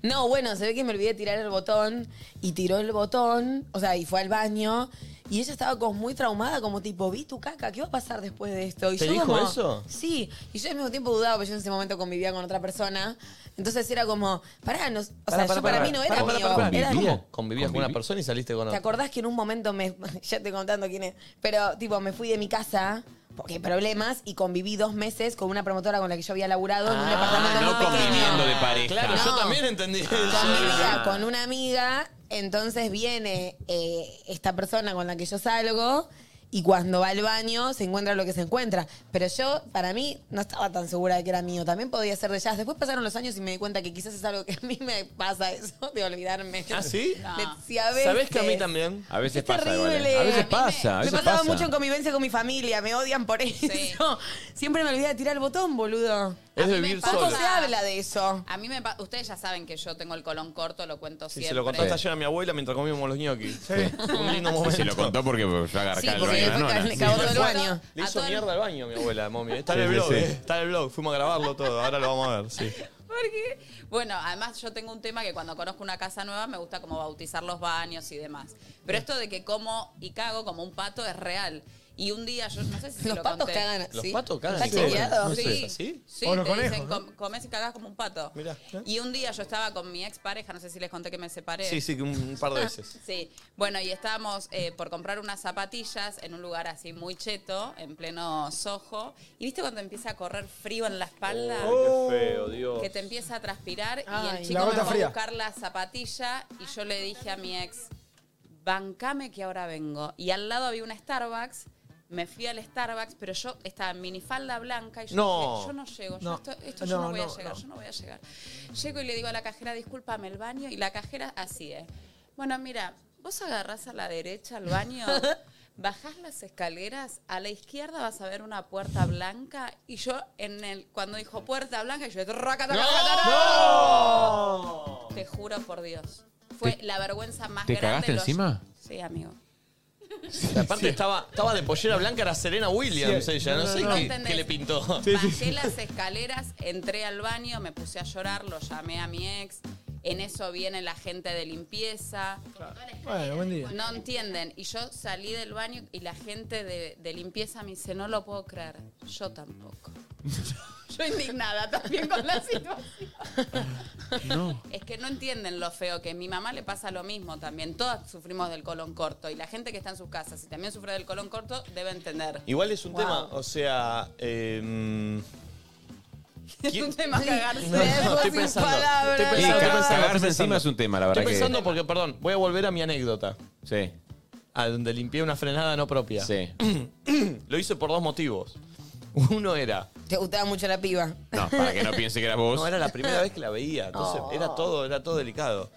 [SPEAKER 5] No, bueno, se ve que me olvidé de tirar el botón y tiró el botón, o sea, y fue al baño. Y ella estaba como muy traumada, como tipo, vi tu caca, ¿qué va a pasar después de esto? Y
[SPEAKER 2] ¿Te
[SPEAKER 5] yo
[SPEAKER 2] dijo
[SPEAKER 5] como-
[SPEAKER 2] eso?
[SPEAKER 5] Sí, y yo al mismo tiempo dudaba, porque yo en ese momento convivía con otra persona. Entonces era como, pará, no- o sea, yo para mí no era
[SPEAKER 2] Pará, pará,
[SPEAKER 5] mío,
[SPEAKER 2] pará, pará.
[SPEAKER 5] era
[SPEAKER 3] ¿Convivía?
[SPEAKER 5] mío.
[SPEAKER 2] Convivías con una persona y saliste con
[SPEAKER 5] ¿Te
[SPEAKER 2] otra.
[SPEAKER 5] acordás que en un momento me. Ya estoy contando quién es. Pero, tipo, me fui de mi casa porque problemas y conviví dos meses con una promotora con la que yo había laburado
[SPEAKER 2] Ah,
[SPEAKER 5] en un departamento
[SPEAKER 3] no
[SPEAKER 5] muy
[SPEAKER 3] conviviendo
[SPEAKER 5] pequeño.
[SPEAKER 3] de pareja.
[SPEAKER 2] Claro,
[SPEAKER 5] No.
[SPEAKER 2] yo también entendí
[SPEAKER 5] Convivía
[SPEAKER 2] eso.
[SPEAKER 5] con una amiga, entonces viene eh, esta persona con la que yo salgo. Y cuando va al baño se encuentra lo que se encuentra. Pero yo, para mí, no estaba tan segura de que era mío. También podía ser de jazz. Después pasaron los años y me di cuenta que quizás es algo que a mí me pasa eso, de olvidarme.
[SPEAKER 2] ¿Ah, sí?
[SPEAKER 5] De- si a
[SPEAKER 2] ¿Sabés que a mí
[SPEAKER 5] veces-
[SPEAKER 2] también?
[SPEAKER 3] A veces
[SPEAKER 5] Es
[SPEAKER 3] pasa, igual, eh.
[SPEAKER 5] terrible.
[SPEAKER 3] A
[SPEAKER 5] A
[SPEAKER 3] veces
[SPEAKER 5] mí
[SPEAKER 3] pasa. a
[SPEAKER 5] Me
[SPEAKER 3] veces
[SPEAKER 5] pasaba
[SPEAKER 3] pasa.
[SPEAKER 5] mucho en convivencia con mi familia, me odian por eso. Siempre me olvidé de tirar el botón, boludo.
[SPEAKER 20] Es
[SPEAKER 6] mí me
[SPEAKER 20] vivir
[SPEAKER 6] pasa-
[SPEAKER 20] solo.
[SPEAKER 6] habla de eso? A mí me pa- ustedes ya saben que yo tengo el colón corto, lo cuento
[SPEAKER 2] Si
[SPEAKER 6] siempre.
[SPEAKER 2] se lo contaste ayer a mi abuela mientras comíamos los ñoquis. Un lindo
[SPEAKER 9] Y
[SPEAKER 2] momento.
[SPEAKER 9] se lo contó porque yo agarré
[SPEAKER 2] Sí,
[SPEAKER 9] acá el
[SPEAKER 2] porque
[SPEAKER 9] baño de la
[SPEAKER 2] fue
[SPEAKER 9] nona.
[SPEAKER 2] cal- cagó todo el
[SPEAKER 6] baño.
[SPEAKER 2] Le
[SPEAKER 6] A
[SPEAKER 2] hizo
[SPEAKER 6] todo el-
[SPEAKER 2] mierda al baño mi abuela, mommy. Está en
[SPEAKER 20] Sí,
[SPEAKER 2] el
[SPEAKER 20] sí,
[SPEAKER 2] blog,
[SPEAKER 20] sí.
[SPEAKER 2] eh. está en el blog. Fuimos a grabarlo todo, ahora lo vamos a ver, sí.
[SPEAKER 6] Porque, bueno, además yo tengo un tema que cuando conozco una casa nueva me gusta como bautizar los baños y demás. Pero esto de que como y cago como un pato es real. Y un día yo no sé si se
[SPEAKER 5] Los
[SPEAKER 6] lo
[SPEAKER 5] patos
[SPEAKER 6] conté.
[SPEAKER 5] cagan,
[SPEAKER 2] ¿Los ¿sí? patos cagan?
[SPEAKER 6] ¿Está
[SPEAKER 2] ¿Sí?
[SPEAKER 6] chequeado?
[SPEAKER 2] No sé,
[SPEAKER 6] Sí.
[SPEAKER 2] ¿es así?
[SPEAKER 6] Sí,
[SPEAKER 2] O los
[SPEAKER 6] te dicen
[SPEAKER 2] conejos, ¿no?
[SPEAKER 6] "Com- comes y cagás como un pato.
[SPEAKER 2] Mirá.
[SPEAKER 6] Y un día yo estaba con mi expareja, no sé si les conté que me separé.
[SPEAKER 2] Sí, sí, que un, un par de veces.
[SPEAKER 6] Sí, bueno, y estábamos eh, por comprar unas zapatillas en un lugar así muy cheto, en pleno sojo. ¿Y viste cuando empieza a correr frío en la espalda?
[SPEAKER 2] Ay, qué feo, Dios.
[SPEAKER 6] Que te empieza a transpirar y
[SPEAKER 10] Ay.
[SPEAKER 6] el
[SPEAKER 10] La
[SPEAKER 6] chico me
[SPEAKER 10] gota
[SPEAKER 6] fue
[SPEAKER 10] fría.
[SPEAKER 6] a buscar la zapatilla y yo le dije a mi ex, bancame que ahora vengo. Y al lado había una Starbucks, me fui al Starbucks, pero yo estaba en minifalda blanca y yo
[SPEAKER 2] No.
[SPEAKER 6] dije, yo no llego, yo
[SPEAKER 2] No.
[SPEAKER 6] esto, esto yo
[SPEAKER 2] No,
[SPEAKER 6] no voy
[SPEAKER 2] no,
[SPEAKER 6] a llegar,
[SPEAKER 2] no.
[SPEAKER 6] yo no voy a llegar. Llego y le digo a la cajera, discúlpame el baño, y la cajera así es. Bueno, mira, vos agarrás a la derecha al baño, bajás las escaleras, a la izquierda vas a ver una puerta blanca y yo en el cuando dijo puerta blanca yo "Raca, taca, taca, taca". Te juro por Dios. Fue la vergüenza más
[SPEAKER 9] ¿Te
[SPEAKER 6] grande.
[SPEAKER 9] cagaste
[SPEAKER 6] los-
[SPEAKER 9] encima?
[SPEAKER 6] Sí, amigo.
[SPEAKER 2] Aparte estaba, estaba de pollera blanca, era Serena Williams
[SPEAKER 10] Sí.
[SPEAKER 2] ella, no,
[SPEAKER 6] No,
[SPEAKER 2] sé
[SPEAKER 6] no, no.
[SPEAKER 2] qué,
[SPEAKER 6] ¿Entendés?
[SPEAKER 2] qué le pintó.
[SPEAKER 6] Bajé las escaleras, entré al baño, me puse a llorar, lo llamé a mi ex. En eso viene la gente de limpieza.
[SPEAKER 10] Bueno, buen día.
[SPEAKER 6] No entienden. Y yo salí del baño y la gente de, de limpieza me dice, no lo puedo creer. Yo tampoco. Yo indignada también con la situación.
[SPEAKER 9] No.
[SPEAKER 6] Es que no entienden lo feo que es. mi mamá le pasa lo mismo también. Todas sufrimos del colon corto. Y la gente que está en sus casas y también sufre del colon corto debe entender.
[SPEAKER 2] Igual es un
[SPEAKER 6] Wow.
[SPEAKER 2] tema, o sea. em,
[SPEAKER 6] Es un tema cagarse.
[SPEAKER 2] No, no,
[SPEAKER 9] Y
[SPEAKER 2] estoy pensando, estoy pensando,
[SPEAKER 9] ca-
[SPEAKER 2] estoy pensando,
[SPEAKER 9] cagarse
[SPEAKER 2] estoy
[SPEAKER 9] encima
[SPEAKER 2] pensando.
[SPEAKER 9] es un tema, la verdad
[SPEAKER 2] Estoy
[SPEAKER 9] que-
[SPEAKER 2] pensando porque, perdón, voy a volver a mi anécdota.
[SPEAKER 9] Sí.
[SPEAKER 2] A donde limpié una frenada no propia.
[SPEAKER 9] Sí.
[SPEAKER 2] Lo hice por dos motivos. Uno era.
[SPEAKER 5] Te gustaba mucho la piba.
[SPEAKER 9] No, para que no piense que eras vos.
[SPEAKER 2] No, era la primera vez que la veía. Entonces
[SPEAKER 5] Oh.
[SPEAKER 2] era todo, era todo delicado.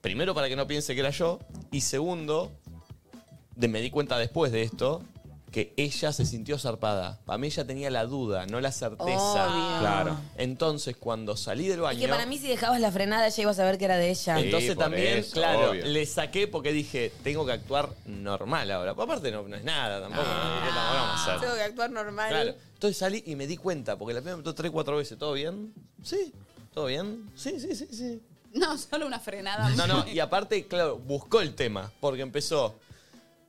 [SPEAKER 2] Primero, para que no piense que era yo. Y segundo, de- me di cuenta después de esto que ella se sintió zarpada. Para mí ella tenía la duda, no la certeza.
[SPEAKER 5] Obvio.
[SPEAKER 9] Claro.
[SPEAKER 2] Entonces, cuando salí del
[SPEAKER 5] Oh, Es
[SPEAKER 2] baño.
[SPEAKER 5] que para mí si dejabas la frenada ya ibas a ver que era de ella.
[SPEAKER 2] Entonces
[SPEAKER 9] por
[SPEAKER 2] también,
[SPEAKER 9] eso,
[SPEAKER 2] claro,
[SPEAKER 9] obvio.
[SPEAKER 2] le saqué porque dije, tengo que actuar normal ahora. Aparte no, no es nada tampoco. ¿Qué la vamos a hacer?
[SPEAKER 5] Tengo que actuar normal.
[SPEAKER 2] Claro. Entonces salí y me di cuenta, porque la primera me preguntó tres, cuatro veces, ¿todo bien? Sí, ¿todo bien? Sí, sí, sí, sí.
[SPEAKER 6] No, solo una frenada.
[SPEAKER 2] No, no, y aparte, claro, buscó el tema, porque empezó.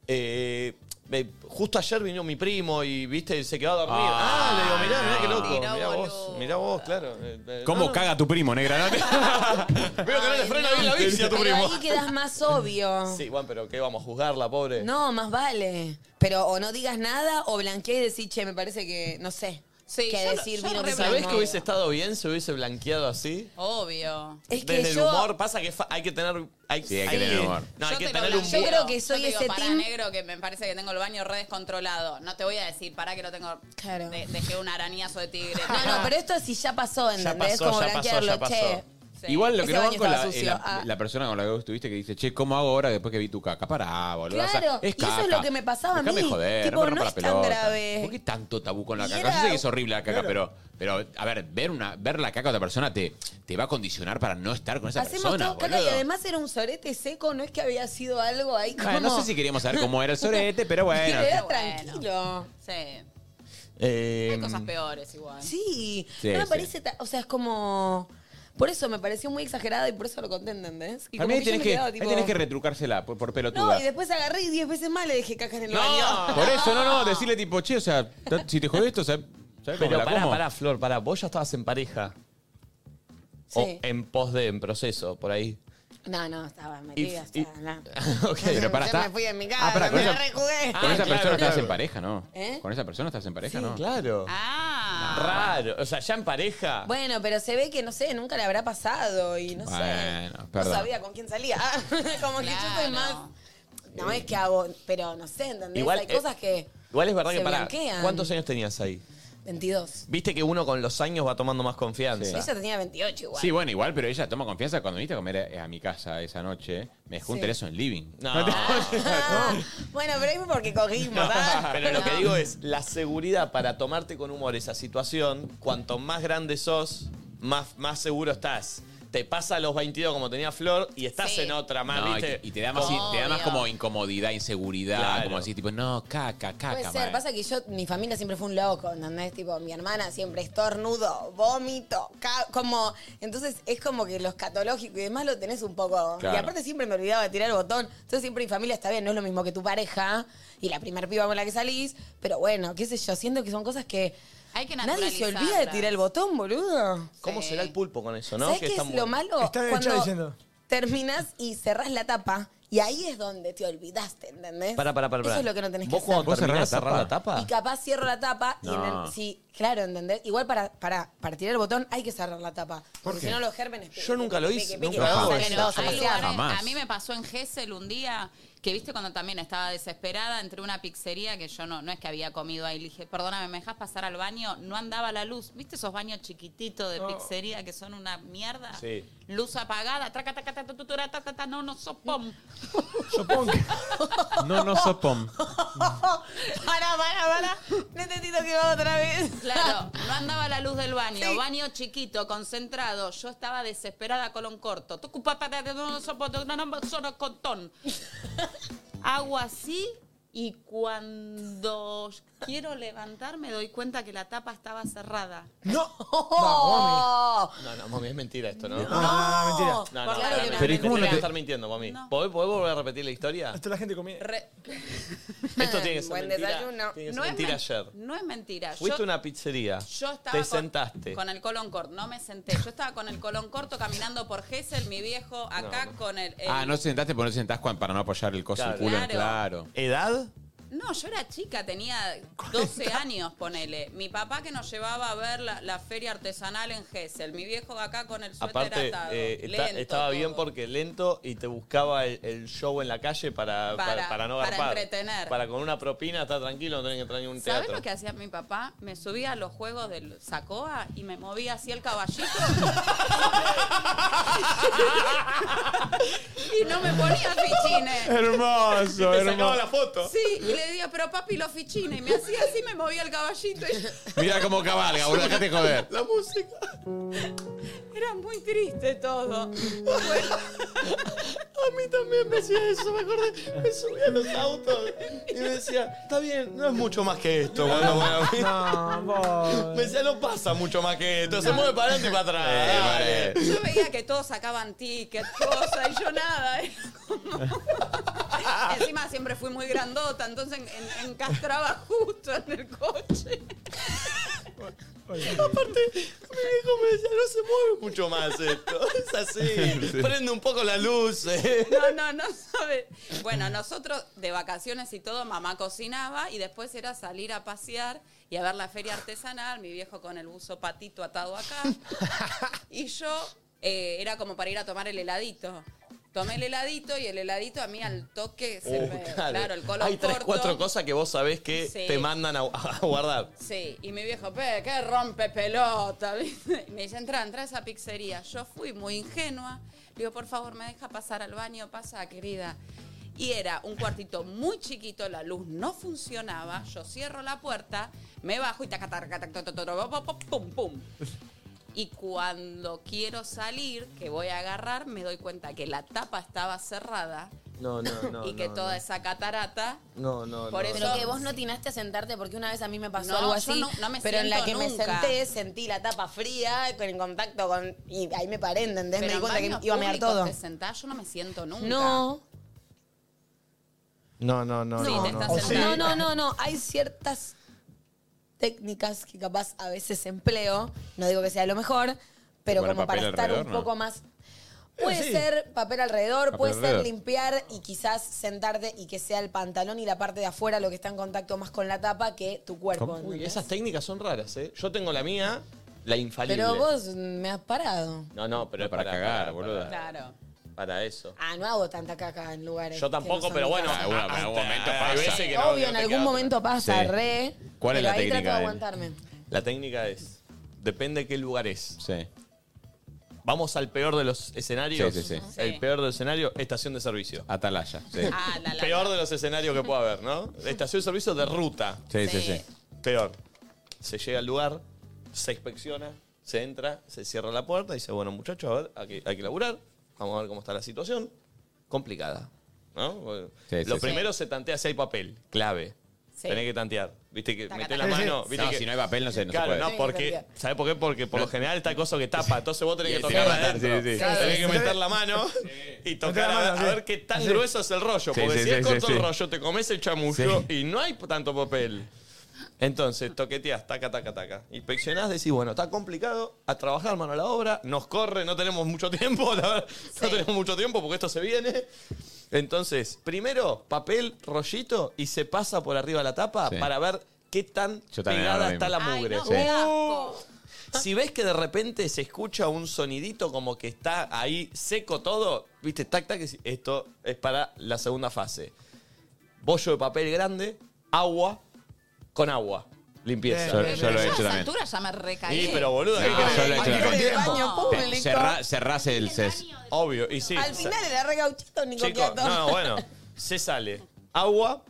[SPEAKER 2] eh, me- justo ayer vino mi primo y, viste, se quedó a dormir. Ah,
[SPEAKER 9] Ah,
[SPEAKER 2] le digo, mirá, mirá qué loco.
[SPEAKER 6] Tiró,
[SPEAKER 2] Mirá vos,
[SPEAKER 6] boludo.
[SPEAKER 2] mirá vos, claro. Eh, eh,
[SPEAKER 9] ¿Cómo
[SPEAKER 2] no, no.
[SPEAKER 9] caga tu primo, negra? No te-
[SPEAKER 2] Veo que no le frena bien la bici a tu
[SPEAKER 5] Pero
[SPEAKER 2] primo.
[SPEAKER 5] ahí quedas más obvio.
[SPEAKER 2] Sí, bueno, pero ¿qué vamos a juzgarla, pobre?
[SPEAKER 5] No, más vale. Pero o no digas nada o blanqueas y decís, che, me parece que, no sé.
[SPEAKER 6] Sí,
[SPEAKER 5] que
[SPEAKER 6] yo-
[SPEAKER 5] decir
[SPEAKER 6] yo
[SPEAKER 5] vino
[SPEAKER 6] re-
[SPEAKER 5] que
[SPEAKER 2] ¿Sabés
[SPEAKER 5] se
[SPEAKER 2] que hubiese estado bien si hubiese blanqueado así?
[SPEAKER 6] Obvio.
[SPEAKER 5] Es que
[SPEAKER 2] Desde
[SPEAKER 5] yo,
[SPEAKER 2] el humor, pasa que fa- hay que tener. Hay,
[SPEAKER 9] Sí, hay que tener humor.
[SPEAKER 2] No, hay
[SPEAKER 6] Yo
[SPEAKER 2] que
[SPEAKER 6] te lo
[SPEAKER 2] tener un
[SPEAKER 6] blanqueo.
[SPEAKER 5] Yo creo que soy
[SPEAKER 6] te digo,
[SPEAKER 5] ese
[SPEAKER 6] "Pará,
[SPEAKER 5] team".
[SPEAKER 6] negro que me parece que tengo el baño re descontrolado. No te voy a decir, para que lo tengo.
[SPEAKER 5] Claro.
[SPEAKER 6] de- dejé un arañazo de tigre.
[SPEAKER 5] No, no, pero esto sí ya pasó, ¿entendés? Como blanquearlo, che.
[SPEAKER 6] Sí.
[SPEAKER 9] Igual lo
[SPEAKER 5] Ese
[SPEAKER 9] que no
[SPEAKER 5] baño
[SPEAKER 9] banco es la,
[SPEAKER 5] estaba
[SPEAKER 9] es la-
[SPEAKER 5] sucio. Ah.
[SPEAKER 9] la persona con la que vos estuviste que dice, che, ¿cómo hago ahora después que vi tu caca? Pará, boludo.
[SPEAKER 5] Claro, y eso es lo que me pasaba a mí.
[SPEAKER 9] joder,
[SPEAKER 5] Tipo,
[SPEAKER 9] no, me rompa
[SPEAKER 5] no
[SPEAKER 9] la
[SPEAKER 5] es tan
[SPEAKER 9] pelota.
[SPEAKER 5] grave.
[SPEAKER 9] ¿Por qué tanto tabú con la
[SPEAKER 5] Y
[SPEAKER 9] caca?
[SPEAKER 5] era-
[SPEAKER 9] Yo sé que es horrible la caca, pero, pero a ver, ver, una, ver la caca de otra persona te, te va a condicionar para no estar con esa
[SPEAKER 5] Hacemos
[SPEAKER 9] persona,
[SPEAKER 5] todo caca y
[SPEAKER 9] boludo.
[SPEAKER 5] además era un sorete seco, no es que había sido algo ahí como...
[SPEAKER 9] Ah, no sé si queríamos saber cómo era el sorete, pero bueno.
[SPEAKER 5] Era
[SPEAKER 6] Bueno.
[SPEAKER 5] tranquilo.
[SPEAKER 6] Sí.
[SPEAKER 2] Eh,
[SPEAKER 6] Hay cosas peores igual.
[SPEAKER 5] Sí,
[SPEAKER 9] Sí,
[SPEAKER 5] no me
[SPEAKER 9] sí.
[SPEAKER 5] parece... ta- O sea, es como... Por eso me pareció muy exagerado y por eso lo conté, ¿entendés? Y
[SPEAKER 9] Para mí
[SPEAKER 5] como
[SPEAKER 9] ahí
[SPEAKER 5] yo
[SPEAKER 9] tenés
[SPEAKER 5] me
[SPEAKER 9] que,
[SPEAKER 5] quedaba,
[SPEAKER 9] ahí
[SPEAKER 5] tipo-
[SPEAKER 9] tenés que retrucársela por, por pelotuda.
[SPEAKER 5] No, y después agarré y diez veces más le dejé caca en el baño.
[SPEAKER 9] Por eso, no, no, decirle tipo, che, o sea, si te jodés esto, ¿sabes sabés cómo
[SPEAKER 2] pero
[SPEAKER 9] la
[SPEAKER 2] pará,
[SPEAKER 9] como?
[SPEAKER 2] pará, Flor, pará. Vos ya estabas en pareja.
[SPEAKER 5] Sí.
[SPEAKER 2] O
[SPEAKER 9] eh.
[SPEAKER 2] en pos de, en proceso, por ahí.
[SPEAKER 5] No, no, estaba metida.
[SPEAKER 2] y-
[SPEAKER 5] estaba, no.
[SPEAKER 2] ok.
[SPEAKER 9] Pero pará,
[SPEAKER 5] Yo
[SPEAKER 9] está-
[SPEAKER 5] me fui en mi
[SPEAKER 9] Ah,
[SPEAKER 5] casa,
[SPEAKER 9] pará, con
[SPEAKER 5] me la
[SPEAKER 9] esa- Con
[SPEAKER 5] rejugué.
[SPEAKER 9] esa
[SPEAKER 2] Ah,
[SPEAKER 9] persona
[SPEAKER 2] claro,
[SPEAKER 9] estás
[SPEAKER 2] claro.
[SPEAKER 9] en pareja, ¿no?
[SPEAKER 5] ¿Eh?
[SPEAKER 9] Con esa persona estás en pareja,
[SPEAKER 2] Sí,
[SPEAKER 9] ¿no?
[SPEAKER 2] claro.
[SPEAKER 6] Ah.
[SPEAKER 2] Raro. O sea, ya en pareja.
[SPEAKER 5] Bueno, pero se ve que, no sé, nunca le habrá pasado y no sé.
[SPEAKER 9] Bueno,
[SPEAKER 5] No
[SPEAKER 9] perdón.
[SPEAKER 5] sabía con quién salía. Ah, Como que yo
[SPEAKER 6] Claro.
[SPEAKER 5] soy más... No es que hago, pero no sé, ¿entendés? Hay
[SPEAKER 2] eh,
[SPEAKER 5] cosas que...
[SPEAKER 2] Igual es verdad
[SPEAKER 5] se
[SPEAKER 2] que pará.
[SPEAKER 5] blanquean.
[SPEAKER 2] ¿Cuántos años tenías ahí?
[SPEAKER 5] 22.
[SPEAKER 2] Viste que uno con los años va tomando más confianza.
[SPEAKER 5] Ella tenía 28 igual.
[SPEAKER 9] Sí, bueno, igual, pero ella toma confianza cuando viniste a comer a, a mi casa esa noche. Me dejó un
[SPEAKER 5] Sí.
[SPEAKER 9] teléfono en living.
[SPEAKER 5] Bueno, pero ahí fue porque cogimos, ¿ah?
[SPEAKER 2] Pero lo que digo es, la seguridad para tomarte con humor esa situación, cuanto más grande sos, más, más seguro estás. Te pasa a los 22 como tenía Flor y estás en otra más,
[SPEAKER 9] No, y,
[SPEAKER 2] ¿viste?
[SPEAKER 9] te, y te da más, te da más como incomodidad, inseguridad,
[SPEAKER 2] Claro.
[SPEAKER 9] como así, tipo, no, caca, caca.
[SPEAKER 5] Puede ser,
[SPEAKER 2] eh.
[SPEAKER 9] madre.
[SPEAKER 5] pasa que yo, mi familia siempre fue un loco, ¿entendés? Tipo, mi hermana siempre estornudo, vómito, ca- como... Entonces es como que los catológicos y demás lo tenés un poco.
[SPEAKER 21] Claro.
[SPEAKER 5] Y aparte siempre me olvidaba de tirar el botón. Entonces siempre mi familia está bien, no es lo mismo que tu pareja y la primer piba con la que salís. Pero bueno, qué sé yo, siento que son cosas que...
[SPEAKER 6] Hay que
[SPEAKER 5] Nadie se olvida de tirar el botón, boludo.
[SPEAKER 2] ¿Cómo será el pulpo con eso, no?
[SPEAKER 5] ¿Sabés
[SPEAKER 2] Que
[SPEAKER 5] qué
[SPEAKER 2] está
[SPEAKER 5] es
[SPEAKER 2] muy-
[SPEAKER 5] lo malo?
[SPEAKER 10] Está en el chat diciendo.
[SPEAKER 5] terminás y cerrás la tapa y ahí es donde te olvidaste, ¿entendés?
[SPEAKER 2] Pará, pará, pará, pará.
[SPEAKER 5] Eso es lo que no tenés
[SPEAKER 2] ¿Vos
[SPEAKER 5] que
[SPEAKER 2] cuando
[SPEAKER 5] hacer.
[SPEAKER 2] ¿Vos terminás cerrás la cerrás la tapa?
[SPEAKER 5] Y capaz cierro la tapa y en
[SPEAKER 2] No.
[SPEAKER 5] el, sí, claro, ¿entendés? Igual para, para, para tirar el botón hay que cerrar la tapa. Porque
[SPEAKER 2] qué?
[SPEAKER 5] si no los gérmenes...
[SPEAKER 2] Yo nunca lo hice,
[SPEAKER 5] Peque, peque,
[SPEAKER 2] nunca lo hago
[SPEAKER 5] peque,
[SPEAKER 2] eso.
[SPEAKER 5] peque, peque,
[SPEAKER 6] Hay
[SPEAKER 5] peque,
[SPEAKER 6] lugares-
[SPEAKER 2] Jamás.
[SPEAKER 6] a mí me pasó en Gessel un día que viste cuando también estaba desesperada, entré a una pizzería que yo no, no es que había comido ahí, le dije, perdóname, ¿me dejas pasar al baño? No andaba la luz. ¿Viste esos baños chiquititos de
[SPEAKER 22] Oh.
[SPEAKER 6] pizzería que son una mierda?
[SPEAKER 22] Sí.
[SPEAKER 6] Luz apagada, traca, taca, taca, tutura, ta, ta, ta, no, no, sopom.
[SPEAKER 9] No, no sopom.
[SPEAKER 5] Para, para, para. Necesito que va otra vez.
[SPEAKER 6] Claro, no andaba la luz del baño. Baño chiquito, concentrado. Yo estaba desesperada, colon corto. Tú cupa, pa, ta, ta, no, no, sopo, no, no, no, sono, contón. Hago así y cuando quiero levantar me doy cuenta que la tapa estaba cerrada.
[SPEAKER 10] ¡No!
[SPEAKER 5] No,
[SPEAKER 2] No, no, mami, es mentira esto, ¿no?
[SPEAKER 10] No, no, no, no, Ah, mentira.
[SPEAKER 2] No, no,
[SPEAKER 10] Claro
[SPEAKER 2] no,
[SPEAKER 10] que
[SPEAKER 2] no,
[SPEAKER 10] no,
[SPEAKER 2] Pero ¿y
[SPEAKER 10] mentira.
[SPEAKER 2] cómo no
[SPEAKER 10] Mentira.
[SPEAKER 2] te estar mintiendo, mami? ¿Podés, podés volver a repetir la historia?
[SPEAKER 10] Hasta la gente comía.
[SPEAKER 2] Esto tiene que ser
[SPEAKER 5] Buen
[SPEAKER 2] mentira.
[SPEAKER 5] desayuno.
[SPEAKER 2] Tiene que ser
[SPEAKER 6] No es
[SPEAKER 2] mentira
[SPEAKER 6] men-
[SPEAKER 2] ayer.
[SPEAKER 6] No es mentira.
[SPEAKER 2] Fuiste
[SPEAKER 6] Yo-
[SPEAKER 2] a una pizzería.
[SPEAKER 6] Yo estaba
[SPEAKER 2] Te
[SPEAKER 6] con-
[SPEAKER 2] sentaste.
[SPEAKER 6] Con el colon corto, no me senté. Yo estaba con el colon corto caminando por Gessel, mi viejo, acá
[SPEAKER 9] No, no.
[SPEAKER 6] con el, el-
[SPEAKER 9] Ah, no sentaste porque no sentás cuan- para no apoyar el coso del culo,
[SPEAKER 6] eh, Claro.
[SPEAKER 9] claro.
[SPEAKER 2] ¿Edad?
[SPEAKER 6] No, yo era chica, tenía 12 años, ponele. Mi papá que nos llevaba a ver la, la feria artesanal en Gessel. Mi viejo acá con el suéter
[SPEAKER 2] Aparte,
[SPEAKER 6] atado.
[SPEAKER 2] eh, está-
[SPEAKER 6] lento
[SPEAKER 2] estaba
[SPEAKER 6] todo.
[SPEAKER 2] bien porque lento y te buscaba el, el show en la calle para, para,
[SPEAKER 6] Para-
[SPEAKER 2] para no
[SPEAKER 6] para
[SPEAKER 2] garpar.
[SPEAKER 6] entretener.
[SPEAKER 2] Para con una propina estar tranquilo, no tener que entrar en un
[SPEAKER 6] ¿Sabes
[SPEAKER 2] teatro.
[SPEAKER 6] lo que hacía mi papá? Me subía a los juegos del Sacoa y me movía así el caballito. y no me ponía fichines.
[SPEAKER 9] Hermoso,
[SPEAKER 2] Y te sacaba la foto.
[SPEAKER 6] Sí, y le decía, pero papi, los fichines. Y me hacía así, me movía el caballito. y-
[SPEAKER 9] Mira cómo cabalga, boludo, dejate joder.
[SPEAKER 2] La música.
[SPEAKER 6] Era muy triste todo.
[SPEAKER 2] A mí también me hacía eso, me acordé. Me subía a los autos y me decía, está bien, no es mucho más que esto. Bueno, bueno,
[SPEAKER 10] No, vos.
[SPEAKER 2] Me decía, no pasa mucho más que esto. Se mueve para adelante y para atrás. dale.
[SPEAKER 6] Yo veía que todos sacaban tickets, cosas, y yo nada. era como- Encima siempre fui muy grandota, entonces en- en- encastraba justo en el coche.
[SPEAKER 2] Aparte, mi viejo me decía, no se mueve mucho más esto. Es así. Prende un poco la luz. eh.
[SPEAKER 6] No, no, no sabe. Bueno, nosotros de vacaciones y todo, mamá cocinaba y después era salir a pasear y a ver la feria artesanal, mi viejo con el buzo patito atado acá. Y yo eh, era como para ir a tomar el heladito. Tomé el heladito y el heladito a mí al toque se
[SPEAKER 2] Uh,
[SPEAKER 6] me.
[SPEAKER 2] claro.
[SPEAKER 6] Claro, el color
[SPEAKER 2] Hay tres,
[SPEAKER 6] corto.
[SPEAKER 2] cuatro cosas que vos sabés que
[SPEAKER 6] Sí.
[SPEAKER 2] te mandan a, a guardar.
[SPEAKER 6] Sí, y mi viejo, "Pe, qué rompe pelota. ¿viste? Y me dice, entra, entra a esa pizzería. Yo fui muy ingenua. Le digo, por favor, me deja pasar al baño, pasa, querida. Y era un cuartito muy chiquito, la luz no funcionaba. Yo cierro la puerta, me bajo y taca, taca, taca, taca, taca, taca, pum, pum, pum, pum. Y cuando quiero salir, que voy a agarrar, me doy cuenta que la tapa estaba cerrada
[SPEAKER 2] No, no,
[SPEAKER 6] y que toda esa catarata
[SPEAKER 2] No, no,
[SPEAKER 6] Por no, eso-
[SPEAKER 5] Pero que vos no tinaste a sentarte porque una vez a mí me pasó
[SPEAKER 6] No,
[SPEAKER 5] algo
[SPEAKER 6] yo
[SPEAKER 5] así.
[SPEAKER 6] no- no me
[SPEAKER 5] pero en la que
[SPEAKER 6] siento
[SPEAKER 5] me
[SPEAKER 6] nunca.
[SPEAKER 5] senté, sentí la tapa fría, con- en contacto con. Y ahí me paré, ¿entendés?
[SPEAKER 6] Pero
[SPEAKER 5] me di
[SPEAKER 6] en
[SPEAKER 5] cuenta
[SPEAKER 6] baños
[SPEAKER 5] que iba a mear
[SPEAKER 6] públicos
[SPEAKER 5] todo.
[SPEAKER 6] Te sentás, yo no me siento nunca.
[SPEAKER 5] No,
[SPEAKER 2] No, no, no.
[SPEAKER 6] Sí,
[SPEAKER 2] no,
[SPEAKER 6] te
[SPEAKER 2] no.
[SPEAKER 6] estás
[SPEAKER 5] no, no, no, no, no. Hay ciertas técnicas que capaz a veces empleo. No digo que sea lo mejor, pero
[SPEAKER 9] Bueno,
[SPEAKER 5] como para
[SPEAKER 9] papel
[SPEAKER 5] estar
[SPEAKER 9] alrededor,
[SPEAKER 5] un
[SPEAKER 9] ¿no?
[SPEAKER 5] poco más. Puede
[SPEAKER 10] sí.
[SPEAKER 5] ser papel alrededor,
[SPEAKER 9] Papel
[SPEAKER 5] puede
[SPEAKER 9] alrededor.
[SPEAKER 5] ser limpiar y quizás sentarte y que sea el pantalón y la parte de afuera lo que está en contacto más con la tapa que tu cuerpo.
[SPEAKER 2] Uy,
[SPEAKER 5] ¿entendés?
[SPEAKER 2] esas técnicas son raras, ¿eh? Yo tengo la mía, la infalible.
[SPEAKER 5] Pero vos mm, me has parado.
[SPEAKER 2] No, no, pero es para,
[SPEAKER 9] Para cagar,
[SPEAKER 2] para-
[SPEAKER 9] boluda.
[SPEAKER 2] Para,
[SPEAKER 6] Claro.
[SPEAKER 2] para eso.
[SPEAKER 5] Ah, no hago tanta caca en lugares.
[SPEAKER 2] Yo tampoco, pero bueno.
[SPEAKER 9] Ah, bueno, pero en algún momento
[SPEAKER 2] hay
[SPEAKER 9] pasa.
[SPEAKER 2] veces que no-
[SPEAKER 5] Obvio,
[SPEAKER 2] no
[SPEAKER 5] en
[SPEAKER 2] te
[SPEAKER 5] algún
[SPEAKER 2] queda otra.
[SPEAKER 5] momento pasa,
[SPEAKER 9] Sí.
[SPEAKER 5] re.
[SPEAKER 9] ¿Cuál es
[SPEAKER 5] pero
[SPEAKER 9] la
[SPEAKER 5] ahí
[SPEAKER 9] técnica
[SPEAKER 5] trato de
[SPEAKER 9] de él?
[SPEAKER 5] aguantarme.
[SPEAKER 2] La técnica es, depende de qué lugar es.
[SPEAKER 9] Sí.
[SPEAKER 2] Vamos al peor de los escenarios.
[SPEAKER 9] Sí, sí, sí.
[SPEAKER 2] El peor del escenario, estación de servicio.
[SPEAKER 9] Atalaya. Sí.
[SPEAKER 6] Ah,
[SPEAKER 2] Peor de los escenarios que pueda haber, ¿no? Estación de servicio de ruta.
[SPEAKER 9] Sí, sí, sí.
[SPEAKER 2] Peor. Se llega al lugar, se inspecciona, se entra, se cierra la puerta y dice, bueno, muchachos, a ver, hay que, hay que laburar. Vamos a ver cómo está la situación. Complicada. ¿No? Bueno,
[SPEAKER 9] Sí,
[SPEAKER 2] lo
[SPEAKER 9] sí,
[SPEAKER 2] primero se tantea si hay papel, clave.
[SPEAKER 9] Sí.
[SPEAKER 2] Tenés que tantear. Viste que
[SPEAKER 9] Taca,
[SPEAKER 2] metés
[SPEAKER 9] taca.
[SPEAKER 2] la
[SPEAKER 9] Sí, sí.
[SPEAKER 2] mano. Viste
[SPEAKER 9] No,
[SPEAKER 2] que-
[SPEAKER 9] si no hay papel, no se- no se
[SPEAKER 2] Claro,
[SPEAKER 9] puede.
[SPEAKER 2] no,
[SPEAKER 9] Tenés que
[SPEAKER 2] porque.
[SPEAKER 9] tantear.
[SPEAKER 2] ¿Sabés por qué? Porque por lo general está cosa que tapa. Entonces vos tenés
[SPEAKER 9] Y
[SPEAKER 2] que
[SPEAKER 9] ahí tiene
[SPEAKER 2] tocar
[SPEAKER 9] que matar,
[SPEAKER 2] adentro.
[SPEAKER 9] sí, sí.
[SPEAKER 2] Claro, Tenés que
[SPEAKER 9] Sí.
[SPEAKER 2] meter la mano y tocar
[SPEAKER 9] Meter la
[SPEAKER 2] a,
[SPEAKER 9] mano,
[SPEAKER 2] a
[SPEAKER 9] sí.
[SPEAKER 2] ver qué tan
[SPEAKER 9] Así.
[SPEAKER 2] grueso es el rollo.
[SPEAKER 9] Sí,
[SPEAKER 2] Porque
[SPEAKER 9] sí,
[SPEAKER 2] si es
[SPEAKER 9] sí,
[SPEAKER 2] corto
[SPEAKER 9] sí,
[SPEAKER 2] el
[SPEAKER 9] sí.
[SPEAKER 2] rollo, te comes el chamullo y no hay tanto papel. Entonces, toqueteás, taca, taca, taca. Inspeccionás, decís, bueno, está complicado, a trabajar mano a la obra, nos corre, no tenemos mucho tiempo, la verdad, no tenemos mucho tiempo porque esto se viene. Entonces, primero, papel, rollito, y se pasa por arriba la tapa
[SPEAKER 9] Sí.
[SPEAKER 2] para ver qué tan
[SPEAKER 9] Yo también hago
[SPEAKER 2] pegada
[SPEAKER 9] lo
[SPEAKER 2] está la
[SPEAKER 9] mismo. Ay,
[SPEAKER 2] mugre.
[SPEAKER 9] no, Sí. qué
[SPEAKER 2] Si ves que de repente se escucha un sonidito como que está ahí seco todo, viste, tac, tac, es- esto es para la segunda fase. Bollo de papel grande, agua con agua. Limpieza.
[SPEAKER 9] Bien, Yo- bien, yo lo he bien. hecho
[SPEAKER 6] A
[SPEAKER 9] también.
[SPEAKER 6] altura ya me recaí.
[SPEAKER 2] Sí, pero boludo,
[SPEAKER 9] No, yo lo he hecho también.
[SPEAKER 5] baño público.
[SPEAKER 9] Cerra- cerrás el CES.
[SPEAKER 2] Obvio, y sí.
[SPEAKER 5] Al final era re gauchito, Nico
[SPEAKER 2] Chicos,
[SPEAKER 5] Quiato.
[SPEAKER 2] no, bueno, se sale. Agua,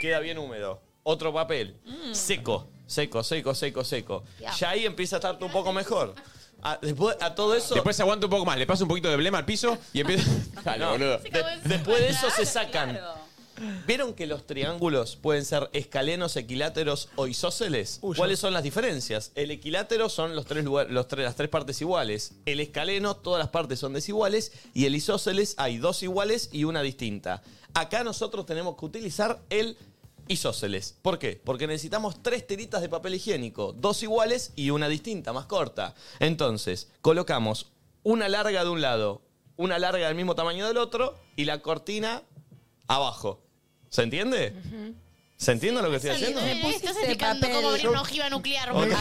[SPEAKER 2] queda bien húmedo. Otro papel, seco, seco, seco, seco, seco.
[SPEAKER 9] Ya.
[SPEAKER 2] Ya ahí empieza a estar un poco mejor. A- después, a todo eso...
[SPEAKER 9] Después se aguanta un poco más, le pasa un poquito de blema al piso y empieza. Dale,
[SPEAKER 2] No,
[SPEAKER 9] boludo.
[SPEAKER 2] de- después de eso se sacan. ¿Vieron que los triángulos pueden ser escalenos, equiláteros o isósceles? ¿Cuáles son las diferencias? El equilátero son los tres lugar- los tres- las tres partes iguales. El escaleno, todas las partes son desiguales. Y el isósceles, hay dos iguales y una distinta. Acá nosotros tenemos que utilizar el isósceles. ¿Por qué? Porque necesitamos tres tiritas de papel higiénico, dos iguales y una distinta, más corta. Entonces, colocamos una larga de un lado, una larga del mismo tamaño del otro y la cortina abajo. ¿Se entiende? ¿Se entiende lo que estoy haciendo?
[SPEAKER 4] ¿eh? Estás explicando cómo abrir una ojiva nuclear. boludo.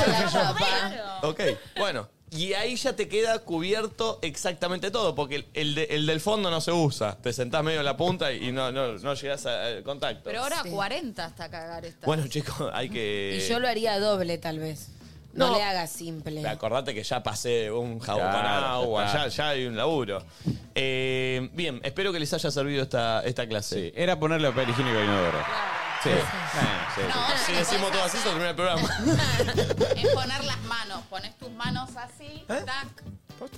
[SPEAKER 2] Ok, bueno. Y ahí ya te queda cubierto exactamente todo, porque el, el de- el del fondo no se usa. Te sentás medio en la punta y no, no, no llegás a- al contacto.
[SPEAKER 6] Pero ahora 40 hasta cagar esta.
[SPEAKER 2] Bueno, chicos, hay que...
[SPEAKER 5] Y yo lo haría doble, tal vez. No,
[SPEAKER 2] No.
[SPEAKER 5] le hagas simple.
[SPEAKER 2] Acordate que ya pasé un jabón
[SPEAKER 9] Claro,
[SPEAKER 2] con
[SPEAKER 9] ya
[SPEAKER 2] agua,
[SPEAKER 9] está.
[SPEAKER 2] ya, ya hay un laburo. Eh, bien, espero que les haya servido esta, esta clase.
[SPEAKER 9] Era ponerle papel higiénico al inodoro. Sí. Ah, sí, sí.
[SPEAKER 2] si decimos todo así, se termina el programa.
[SPEAKER 6] Es poner las manos. Pones tus manos así,
[SPEAKER 2] ¿Eh?
[SPEAKER 6] tac.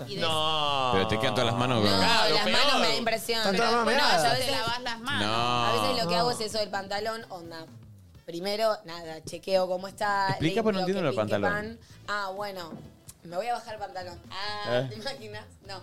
[SPEAKER 6] Y de-
[SPEAKER 2] No.
[SPEAKER 9] Pero te quedan todas las manos. con-
[SPEAKER 5] No, las manos me da impresión.
[SPEAKER 6] Pero
[SPEAKER 5] Pero
[SPEAKER 6] después
[SPEAKER 5] después,
[SPEAKER 6] no,
[SPEAKER 5] a
[SPEAKER 6] ya te
[SPEAKER 5] veces-
[SPEAKER 6] lavas las manos.
[SPEAKER 5] A
[SPEAKER 9] No.
[SPEAKER 5] veces lo que hago es eso del pantalón, onda. Primero, nada, chequeo cómo está.
[SPEAKER 9] Explica,
[SPEAKER 5] limpio,
[SPEAKER 9] pues no entiendo
[SPEAKER 5] qué
[SPEAKER 9] lo del
[SPEAKER 5] pin, qué
[SPEAKER 9] pantalón.
[SPEAKER 5] pan. Ah, bueno, me voy a bajar el pantalón. Ah,
[SPEAKER 9] ¿Eh?
[SPEAKER 5] ¿te imaginas? No.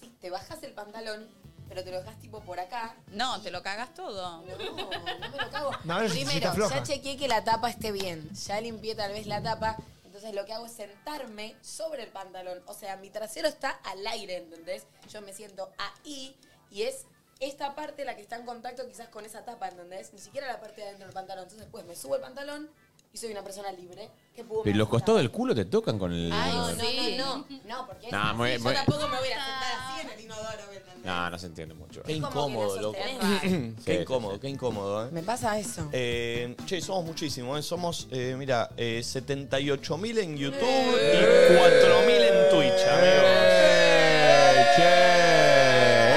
[SPEAKER 5] Sí, te bajas el pantalón, pero te lo dejas tipo por acá.
[SPEAKER 6] No, te lo cagas todo.
[SPEAKER 5] No me lo cago.
[SPEAKER 10] No, es cita
[SPEAKER 5] Primero,
[SPEAKER 10] floja.
[SPEAKER 5] ya chequeé que la tapa esté bien. Ya limpié tal vez la tapa. Entonces lo que hago es sentarme sobre el pantalón. O sea, mi trasero está al aire, ¿entendés? Yo me siento ahí y es esta parte la que está en contacto quizás con esa tapa, ¿entendés? Ni siquiera la parte de adentro del pantalón. Entonces después me subo el pantalón y soy una persona libre. Que puedo
[SPEAKER 9] Pero los costados del culo te tocan con el.
[SPEAKER 5] Ay, no,
[SPEAKER 6] Sí.
[SPEAKER 5] no, no, no. No, porque es
[SPEAKER 9] No,
[SPEAKER 5] así.
[SPEAKER 9] muy-
[SPEAKER 5] yo
[SPEAKER 9] muy-
[SPEAKER 5] tampoco me voy a ir a sentar así en el inodoro, ¿me entendés?
[SPEAKER 9] No, no se entiende mucho.
[SPEAKER 2] Qué
[SPEAKER 5] como que
[SPEAKER 2] incómodo,
[SPEAKER 5] la
[SPEAKER 2] loco.
[SPEAKER 5] sostenés.
[SPEAKER 9] Mm,
[SPEAKER 2] Qué incómodo, qué incómodo, ¿eh?
[SPEAKER 5] Me pasa eso.
[SPEAKER 2] Eh, che, somos muchísimos, ¿eh? somos, eh, mira, eh, 78.000 en YouTube
[SPEAKER 6] Eh.
[SPEAKER 2] y 4.000 en Twitch, amigos.
[SPEAKER 9] Eh.
[SPEAKER 2] 82.000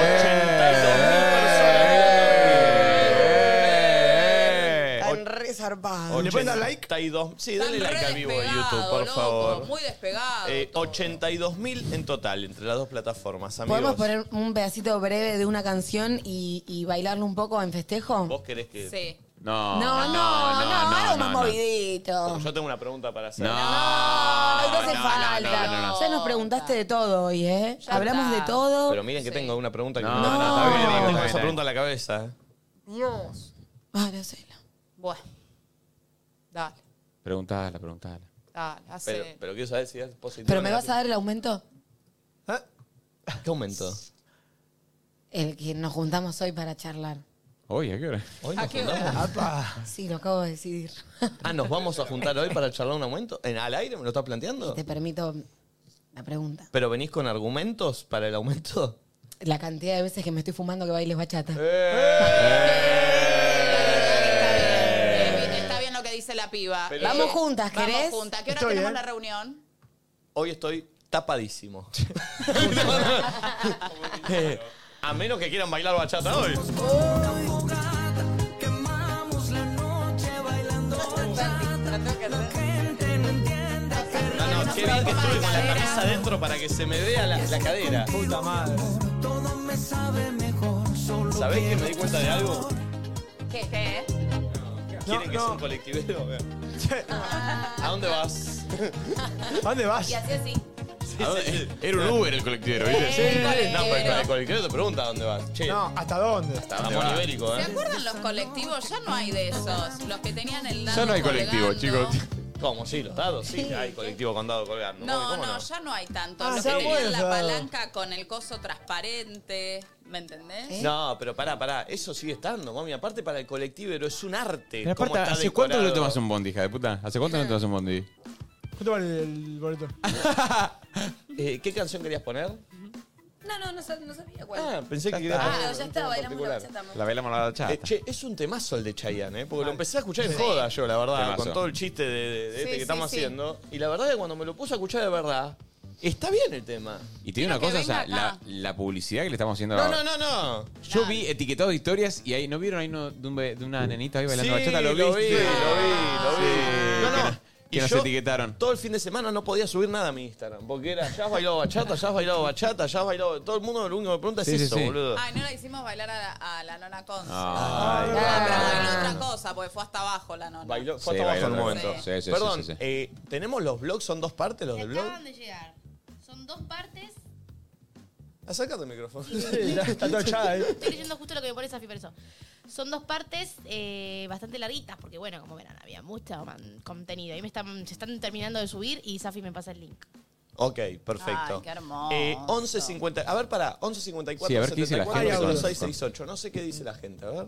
[SPEAKER 2] personas
[SPEAKER 5] Están re zarpados.
[SPEAKER 2] mirando. 82 Sí, dale
[SPEAKER 6] Están
[SPEAKER 2] like
[SPEAKER 6] re
[SPEAKER 2] al vivo de
[SPEAKER 6] despegado,
[SPEAKER 2] YouTube, por
[SPEAKER 6] loco,
[SPEAKER 2] favor.
[SPEAKER 6] Muy despegado.
[SPEAKER 2] Eh, 82.000 en total entre las dos plataformas, amigos.
[SPEAKER 5] ¿Podemos poner un pedacito breve de una canción y, y bailarlo un poco en festejo?
[SPEAKER 2] ¿Vos querés que.?
[SPEAKER 6] Sí.
[SPEAKER 9] No.
[SPEAKER 5] No, no, no, algo más
[SPEAKER 9] no.
[SPEAKER 5] movidito.
[SPEAKER 2] Yo tengo una pregunta para hacer.
[SPEAKER 9] No,
[SPEAKER 5] Ay, no hace
[SPEAKER 9] no,
[SPEAKER 5] falta.
[SPEAKER 9] no, no, no.
[SPEAKER 5] Ya nos preguntaste de todo hoy, ¿eh? Hablamos de todo.
[SPEAKER 2] Pero miren que tengo una pregunta que
[SPEAKER 9] No, no, está bien, está bien,
[SPEAKER 2] tengo
[SPEAKER 9] está
[SPEAKER 2] esa
[SPEAKER 9] bien.
[SPEAKER 2] pregunta en la cabeza. ¿eh?
[SPEAKER 6] Dios.
[SPEAKER 5] Ah, no sé.
[SPEAKER 6] Bueno. Dale,
[SPEAKER 9] Preguntala, preguntala.
[SPEAKER 6] dale,
[SPEAKER 2] Pero,
[SPEAKER 6] hace.
[SPEAKER 2] pero quiero saber si es positivo.
[SPEAKER 5] ¿Pero
[SPEAKER 2] o
[SPEAKER 5] me vas a dar el aumento?
[SPEAKER 2] negativo. ¿Qué aumentó?
[SPEAKER 5] El que nos juntamos hoy para charlar.
[SPEAKER 9] Oye, ¿a qué hora?
[SPEAKER 2] Hoy
[SPEAKER 6] ¿A
[SPEAKER 2] nos
[SPEAKER 6] qué
[SPEAKER 2] juntamos.
[SPEAKER 5] Sí, lo acabo de decidir.
[SPEAKER 2] Ah, ¿nos vamos a juntar hoy para charlar un aumento? ¿En, ¿Al aire me lo estás planteando?
[SPEAKER 5] Te permito la pregunta.
[SPEAKER 2] ¿Pero venís con argumentos para el aumento?
[SPEAKER 5] La cantidad de veces que me estoy fumando que bailes bachata.
[SPEAKER 6] Está bien lo que dice la piba.
[SPEAKER 23] Pero- Vamos
[SPEAKER 5] juntas, ¿querés?
[SPEAKER 6] Vamos juntas. ¿Qué hora
[SPEAKER 23] Estoy,
[SPEAKER 6] tenemos
[SPEAKER 23] ¿eh?
[SPEAKER 6] la reunión?
[SPEAKER 2] Hoy estoy tapadísimo. Eh, A menos que quieran bailar bachata hoy.
[SPEAKER 24] Quemamos la noche bailando La gente no entiende
[SPEAKER 2] No, no, qué bien que estuve con la camisa adentro para que se me vea la, la cadera. Puta madre.
[SPEAKER 24] Todo me sabe mejor solo
[SPEAKER 2] ¿Sabés que me di cuenta de algo?
[SPEAKER 6] ¿Qué? ¿Qué?
[SPEAKER 2] ¿Quieren que sea un colectivero? ¿A dónde vas?
[SPEAKER 10] ¿A dónde vas?
[SPEAKER 6] Y así así.
[SPEAKER 2] ¿A dónde- Era un Uber el colectivero, ¿viste?
[SPEAKER 10] Sí, el
[SPEAKER 2] No, pero
[SPEAKER 10] colectivero.
[SPEAKER 2] el colectivero te pregunta a dónde vas. Che,
[SPEAKER 10] No, ¿hasta dónde?
[SPEAKER 2] estamos ibérico,
[SPEAKER 6] ¿Se
[SPEAKER 2] ¿eh?
[SPEAKER 6] acuerdan los colectivos? Ya no hay de esos. Los que tenían el dado. colgando.
[SPEAKER 2] ¿Cómo? Sí, los dados, sí. Hay colectivo con dado colgando.
[SPEAKER 6] No,
[SPEAKER 2] ¿Cómo
[SPEAKER 6] no, ya no hay tanto.
[SPEAKER 10] Ah,
[SPEAKER 6] los
[SPEAKER 10] ya
[SPEAKER 6] que tenían la
[SPEAKER 10] vuelve.
[SPEAKER 6] palanca con el coso transparente. ¿Me entendés?
[SPEAKER 2] No, pero pará, pará. Eso sigue estando, mami. Aparte para el colectivero es un arte.
[SPEAKER 3] Pero
[SPEAKER 2] Eh, cómo
[SPEAKER 3] aparte,
[SPEAKER 2] está
[SPEAKER 3] ¿hace cuánto no
[SPEAKER 2] decorado.
[SPEAKER 3] tomas un bondi, hija de puta? ¿Hace cuánto no tomas un bondi?
[SPEAKER 10] ¿Cuánto vale el boleto?
[SPEAKER 2] Eh, ¿Qué canción querías poner?
[SPEAKER 5] No, no, no, sab- no sabía cuál.
[SPEAKER 2] Ah, pensé que
[SPEAKER 3] Ya
[SPEAKER 2] querías
[SPEAKER 3] está.
[SPEAKER 2] poner
[SPEAKER 5] Ah, ya
[SPEAKER 2] un
[SPEAKER 5] está,
[SPEAKER 2] tema
[SPEAKER 5] bailamos la
[SPEAKER 2] particular.
[SPEAKER 5] bachata.
[SPEAKER 3] La bailamos la chata.
[SPEAKER 2] Eh, che, es un temazo el de Chayanne, ¿eh? porque lo empecé a escuchar en joda yo, la verdad,
[SPEAKER 3] Temazo.
[SPEAKER 2] con todo el chiste de, de- de este
[SPEAKER 6] Sí,
[SPEAKER 2] que
[SPEAKER 6] sí,
[SPEAKER 2] estamos
[SPEAKER 6] sí.
[SPEAKER 2] haciendo. Y la verdad es que cuando me lo puse a escuchar de verdad, está bien el tema.
[SPEAKER 3] Y te digo una
[SPEAKER 6] Quiero que
[SPEAKER 3] cosa, o sea,
[SPEAKER 6] venga
[SPEAKER 3] la,
[SPEAKER 6] acá.
[SPEAKER 3] la publicidad que le estamos haciendo
[SPEAKER 2] No,
[SPEAKER 3] ahora.
[SPEAKER 2] no, no, no.
[SPEAKER 3] Yo vi etiquetado de historias y ahí, ¿no vieron ahí uno de, un be- de una nenita ahí bailando bachata? Lo,
[SPEAKER 2] lo vi, lo vi,
[SPEAKER 3] viste?
[SPEAKER 2] lo vi. No,
[SPEAKER 3] que
[SPEAKER 2] no.
[SPEAKER 3] nos- que nos etiquetaron.
[SPEAKER 2] Todo el fin de semana no podía subir nada a mi Instagram, porque era, ya has bailado bachata, ya has bailado bachata, ya has bailado... Todo el mundo lo único que me pregunta es
[SPEAKER 3] Sí, sí,
[SPEAKER 2] eso,
[SPEAKER 3] sí.
[SPEAKER 2] boludo.
[SPEAKER 6] Ay, no la hicimos bailar a la, a la nona Conce.
[SPEAKER 3] Ah,
[SPEAKER 6] No, pero bailó otra cosa, porque fue hasta abajo la nona.
[SPEAKER 2] Bailó, fue
[SPEAKER 3] Sí,
[SPEAKER 2] hasta abajo
[SPEAKER 3] bailó
[SPEAKER 2] en un
[SPEAKER 3] otra
[SPEAKER 2] momento.
[SPEAKER 3] cosa. Sí, sí, sí,
[SPEAKER 2] Perdón,
[SPEAKER 3] sí, sí.
[SPEAKER 2] eh, ¿tenemos los blogs? ¿Son dos partes los
[SPEAKER 25] Que
[SPEAKER 2] del blog?
[SPEAKER 25] acaban de llegar. Son dos partes.
[SPEAKER 2] Acércate el micrófono.
[SPEAKER 10] Está toda echada ahí.
[SPEAKER 25] Estoy leyendo justo lo que me pone Safi, por eso. Son dos partes eh, bastante larguitas, porque bueno, como verán, había mucho man- contenido. Ahí me están, se están terminando de subir y Safi me pasa el link.
[SPEAKER 2] Ok, perfecto.
[SPEAKER 6] Ay, qué hermoso.
[SPEAKER 2] Eh, 11.50. A ver, pará. 11.54.
[SPEAKER 3] Sí, a ver qué dice la gente.
[SPEAKER 2] 668. No sé qué dice la gente. A ver.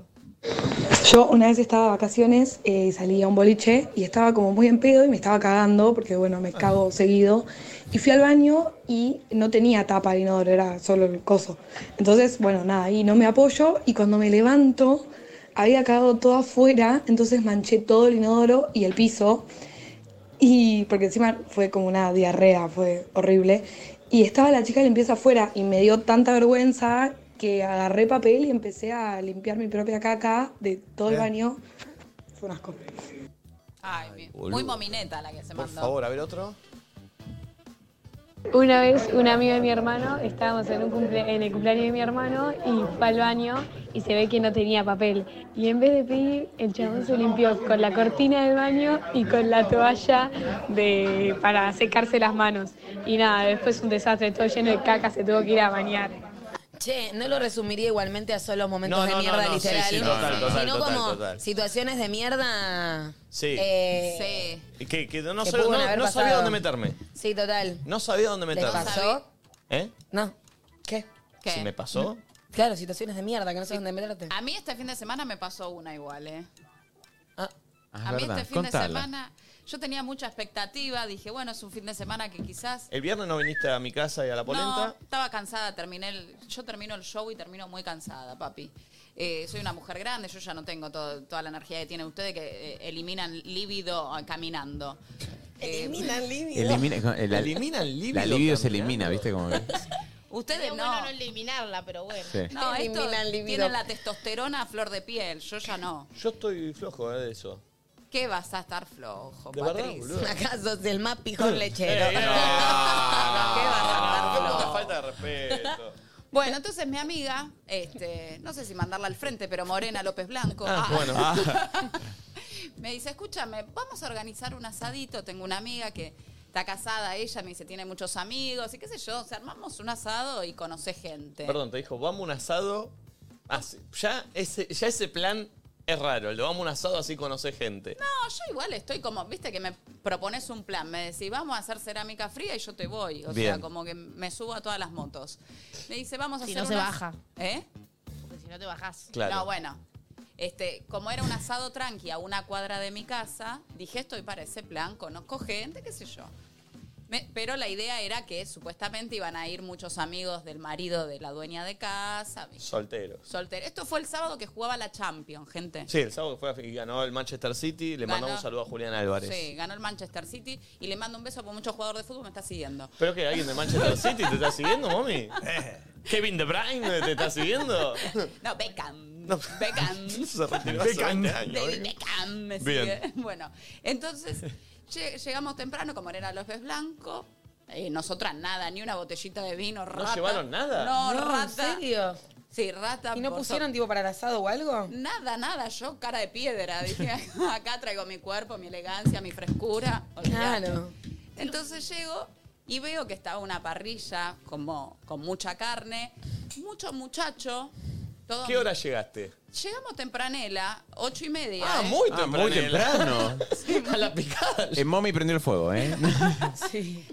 [SPEAKER 11] Yo una vez estaba de vacaciones, eh, salí a un boliche y estaba como muy en pedo y me estaba cagando, porque bueno, me cago seguido. Y fui al baño y no tenía tapa el inodoro, era solo el coso. Entonces, bueno, nada, y no me apoyo y cuando me levanto había cagado todo afuera, entonces manché todo el inodoro y el piso. Y porque encima fue como una diarrea, fue horrible. Y estaba la chica limpieza afuera y me dio tanta vergüenza que agarré papel y empecé a limpiar mi propia caca de todo el
[SPEAKER 10] Bien.
[SPEAKER 11] baño. Fue un asco.
[SPEAKER 6] Ay, bien. muy
[SPEAKER 2] boludo.
[SPEAKER 6] momineta la que se
[SPEAKER 2] Por
[SPEAKER 6] mandó.
[SPEAKER 2] favor, a ver otro.
[SPEAKER 4] Una vez un amigo de mi hermano, estábamos en, un cumple- en el cumpleaños de mi hermano y fue al baño y se ve que no tenía papel. Y en vez de pedir, el chabón se limpió con la cortina del baño y con la toalla de, para secarse las manos. Y nada, después un desastre, todo lleno de caca, se tuvo que ir a bañar.
[SPEAKER 5] Che, no lo resumiría igualmente a solo momentos
[SPEAKER 2] No,
[SPEAKER 5] de
[SPEAKER 2] no, no,
[SPEAKER 5] mierda,
[SPEAKER 2] no, sí,
[SPEAKER 5] literal.
[SPEAKER 2] sí, total, total,
[SPEAKER 5] sino
[SPEAKER 2] total,
[SPEAKER 5] como
[SPEAKER 2] total.
[SPEAKER 5] situaciones de mierda.
[SPEAKER 2] Sí.
[SPEAKER 5] eh,
[SPEAKER 6] Sí.
[SPEAKER 2] Que, que no,
[SPEAKER 5] Que
[SPEAKER 2] sabía,
[SPEAKER 5] pudo
[SPEAKER 2] no-
[SPEAKER 5] haber
[SPEAKER 2] no sabía
[SPEAKER 5] pasado.
[SPEAKER 2] dónde meterme.
[SPEAKER 5] sí. total.
[SPEAKER 2] No sabía dónde
[SPEAKER 5] ¿Les
[SPEAKER 2] meterme.
[SPEAKER 5] pasó?
[SPEAKER 2] ¿Eh?
[SPEAKER 5] No. ¿Qué?
[SPEAKER 6] ¿Qué?
[SPEAKER 2] Si me pasó.
[SPEAKER 5] Claro, situaciones de mierda que no sabes dónde meterte.
[SPEAKER 6] A mí este fin de semana me pasó una igual, ¿eh?
[SPEAKER 5] Ah,
[SPEAKER 3] Ah,
[SPEAKER 6] a mí
[SPEAKER 3] verdad.
[SPEAKER 6] este fin
[SPEAKER 3] Contala.
[SPEAKER 6] de semana yo tenía mucha expectativa, dije, bueno, es un fin de semana que quizás
[SPEAKER 2] El viernes no viniste a mi casa y a la polenta.
[SPEAKER 6] No, estaba cansada, terminé el- yo termino el show y termino muy cansada, papi. Eh, soy una mujer grande, yo ya no tengo todo- toda la energía que tienen ustedes que eh, eliminan líbido eh, caminando. Eh,
[SPEAKER 3] Elimina, el,
[SPEAKER 2] Eliminan líbido
[SPEAKER 3] La libido se
[SPEAKER 2] caminando.
[SPEAKER 3] elimina, ¿viste? Como que-
[SPEAKER 6] ustedes
[SPEAKER 25] Sería
[SPEAKER 6] no.
[SPEAKER 25] bueno no eliminarla, pero bueno.
[SPEAKER 3] sí.
[SPEAKER 6] No, estos
[SPEAKER 5] Eliminan líbido.
[SPEAKER 6] tienen la testosterona a flor de piel, yo ya no.
[SPEAKER 2] Yo estoy flojo eh, de eso.
[SPEAKER 6] ¿Qué vas a estar flojo,
[SPEAKER 2] De verdad,
[SPEAKER 6] Patriz?
[SPEAKER 2] boludo.
[SPEAKER 5] ¿Acaso del más pijón lechero?
[SPEAKER 2] Eh, no.
[SPEAKER 6] ¿Qué vas a estar
[SPEAKER 2] Qué puta
[SPEAKER 6] flojo?
[SPEAKER 2] Ah, falta de respeto.
[SPEAKER 6] Bueno, entonces mi amiga, este, no sé si mandarla al frente, pero Morena López Blanco.
[SPEAKER 2] Ah,
[SPEAKER 6] ah,
[SPEAKER 2] bueno.
[SPEAKER 6] me dice, escúchame, vamos a organizar un asadito. Tengo una amiga que está casada, ella me dice, tiene muchos amigos y qué sé yo. O sea, armamos un asado y conoce gente.
[SPEAKER 2] Perdón, te dijo, vamos a un asado. Ah, sí. ya, ese, ya ese plan es raro. El de vamos a un asado así conoce gente.
[SPEAKER 6] No, yo igual estoy como, viste que me propones un plan, me decís, vamos a hacer cerámica fría y yo te voy. O
[SPEAKER 2] Bien.
[SPEAKER 6] sea, como que me subo a todas las motos. Me dice, vamos a
[SPEAKER 25] Si
[SPEAKER 6] hacer
[SPEAKER 25] no se
[SPEAKER 6] un as-
[SPEAKER 25] baja.
[SPEAKER 6] ¿Eh?
[SPEAKER 25] Porque si no te bajás.
[SPEAKER 2] Claro.
[SPEAKER 6] No, bueno. Este, como era un asado tranqui a una cuadra de mi casa, dije, estoy para ese plan, conozco gente, qué sé yo. Me- pero la idea era que supuestamente iban a ir muchos amigos del marido de la dueña de casa.
[SPEAKER 2] Soltero.
[SPEAKER 6] Soltero. Esto fue el sábado que jugaba la Champions, gente.
[SPEAKER 2] Sí, el sábado que fue a- y ganó el Manchester City. Le
[SPEAKER 6] Ganó.
[SPEAKER 2] mandamos un saludo a Julián Álvarez.
[SPEAKER 6] Sí, ganó el Manchester City y le mando un beso porque muchos jugadores de fútbol me está siguiendo.
[SPEAKER 2] ¿Pero que alguien de Manchester City te está siguiendo, mami? ¿Kevin De Bruyne te está siguiendo?
[SPEAKER 6] No, Beckham. Beckham.
[SPEAKER 2] Se retiró hace
[SPEAKER 6] Beckham.
[SPEAKER 2] 20 años,
[SPEAKER 6] David
[SPEAKER 2] ¿eh?
[SPEAKER 6] Beckham me
[SPEAKER 2] Bien.
[SPEAKER 6] sigue. Bueno, entonces lle- llegamos temprano, como era los ves blanco. eh, nosotras nada, ni una botellita de vino, rata.
[SPEAKER 2] llevaron nada?
[SPEAKER 6] No,
[SPEAKER 5] No, ¿en
[SPEAKER 6] rata.
[SPEAKER 5] serio?
[SPEAKER 6] Sí, rata.
[SPEAKER 5] ¿Y no
[SPEAKER 6] por
[SPEAKER 5] pusieron
[SPEAKER 6] to-
[SPEAKER 5] tipo para el asado o algo?
[SPEAKER 6] Nada, nada, yo cara de piedra. Dije, acá traigo mi cuerpo, mi elegancia, mi frescura. olvidate.
[SPEAKER 5] Claro.
[SPEAKER 6] Entonces llego y veo que estaba una parrilla como, con mucha carne, mucho muchacho. Todo
[SPEAKER 2] ¿Qué hora llegaste?
[SPEAKER 6] Llegamos tempranela, ocho y media. ¿eh?
[SPEAKER 9] Ah, muy temprano.
[SPEAKER 2] A la picada.
[SPEAKER 9] Eh, mommy prendió el fuego, ¿eh?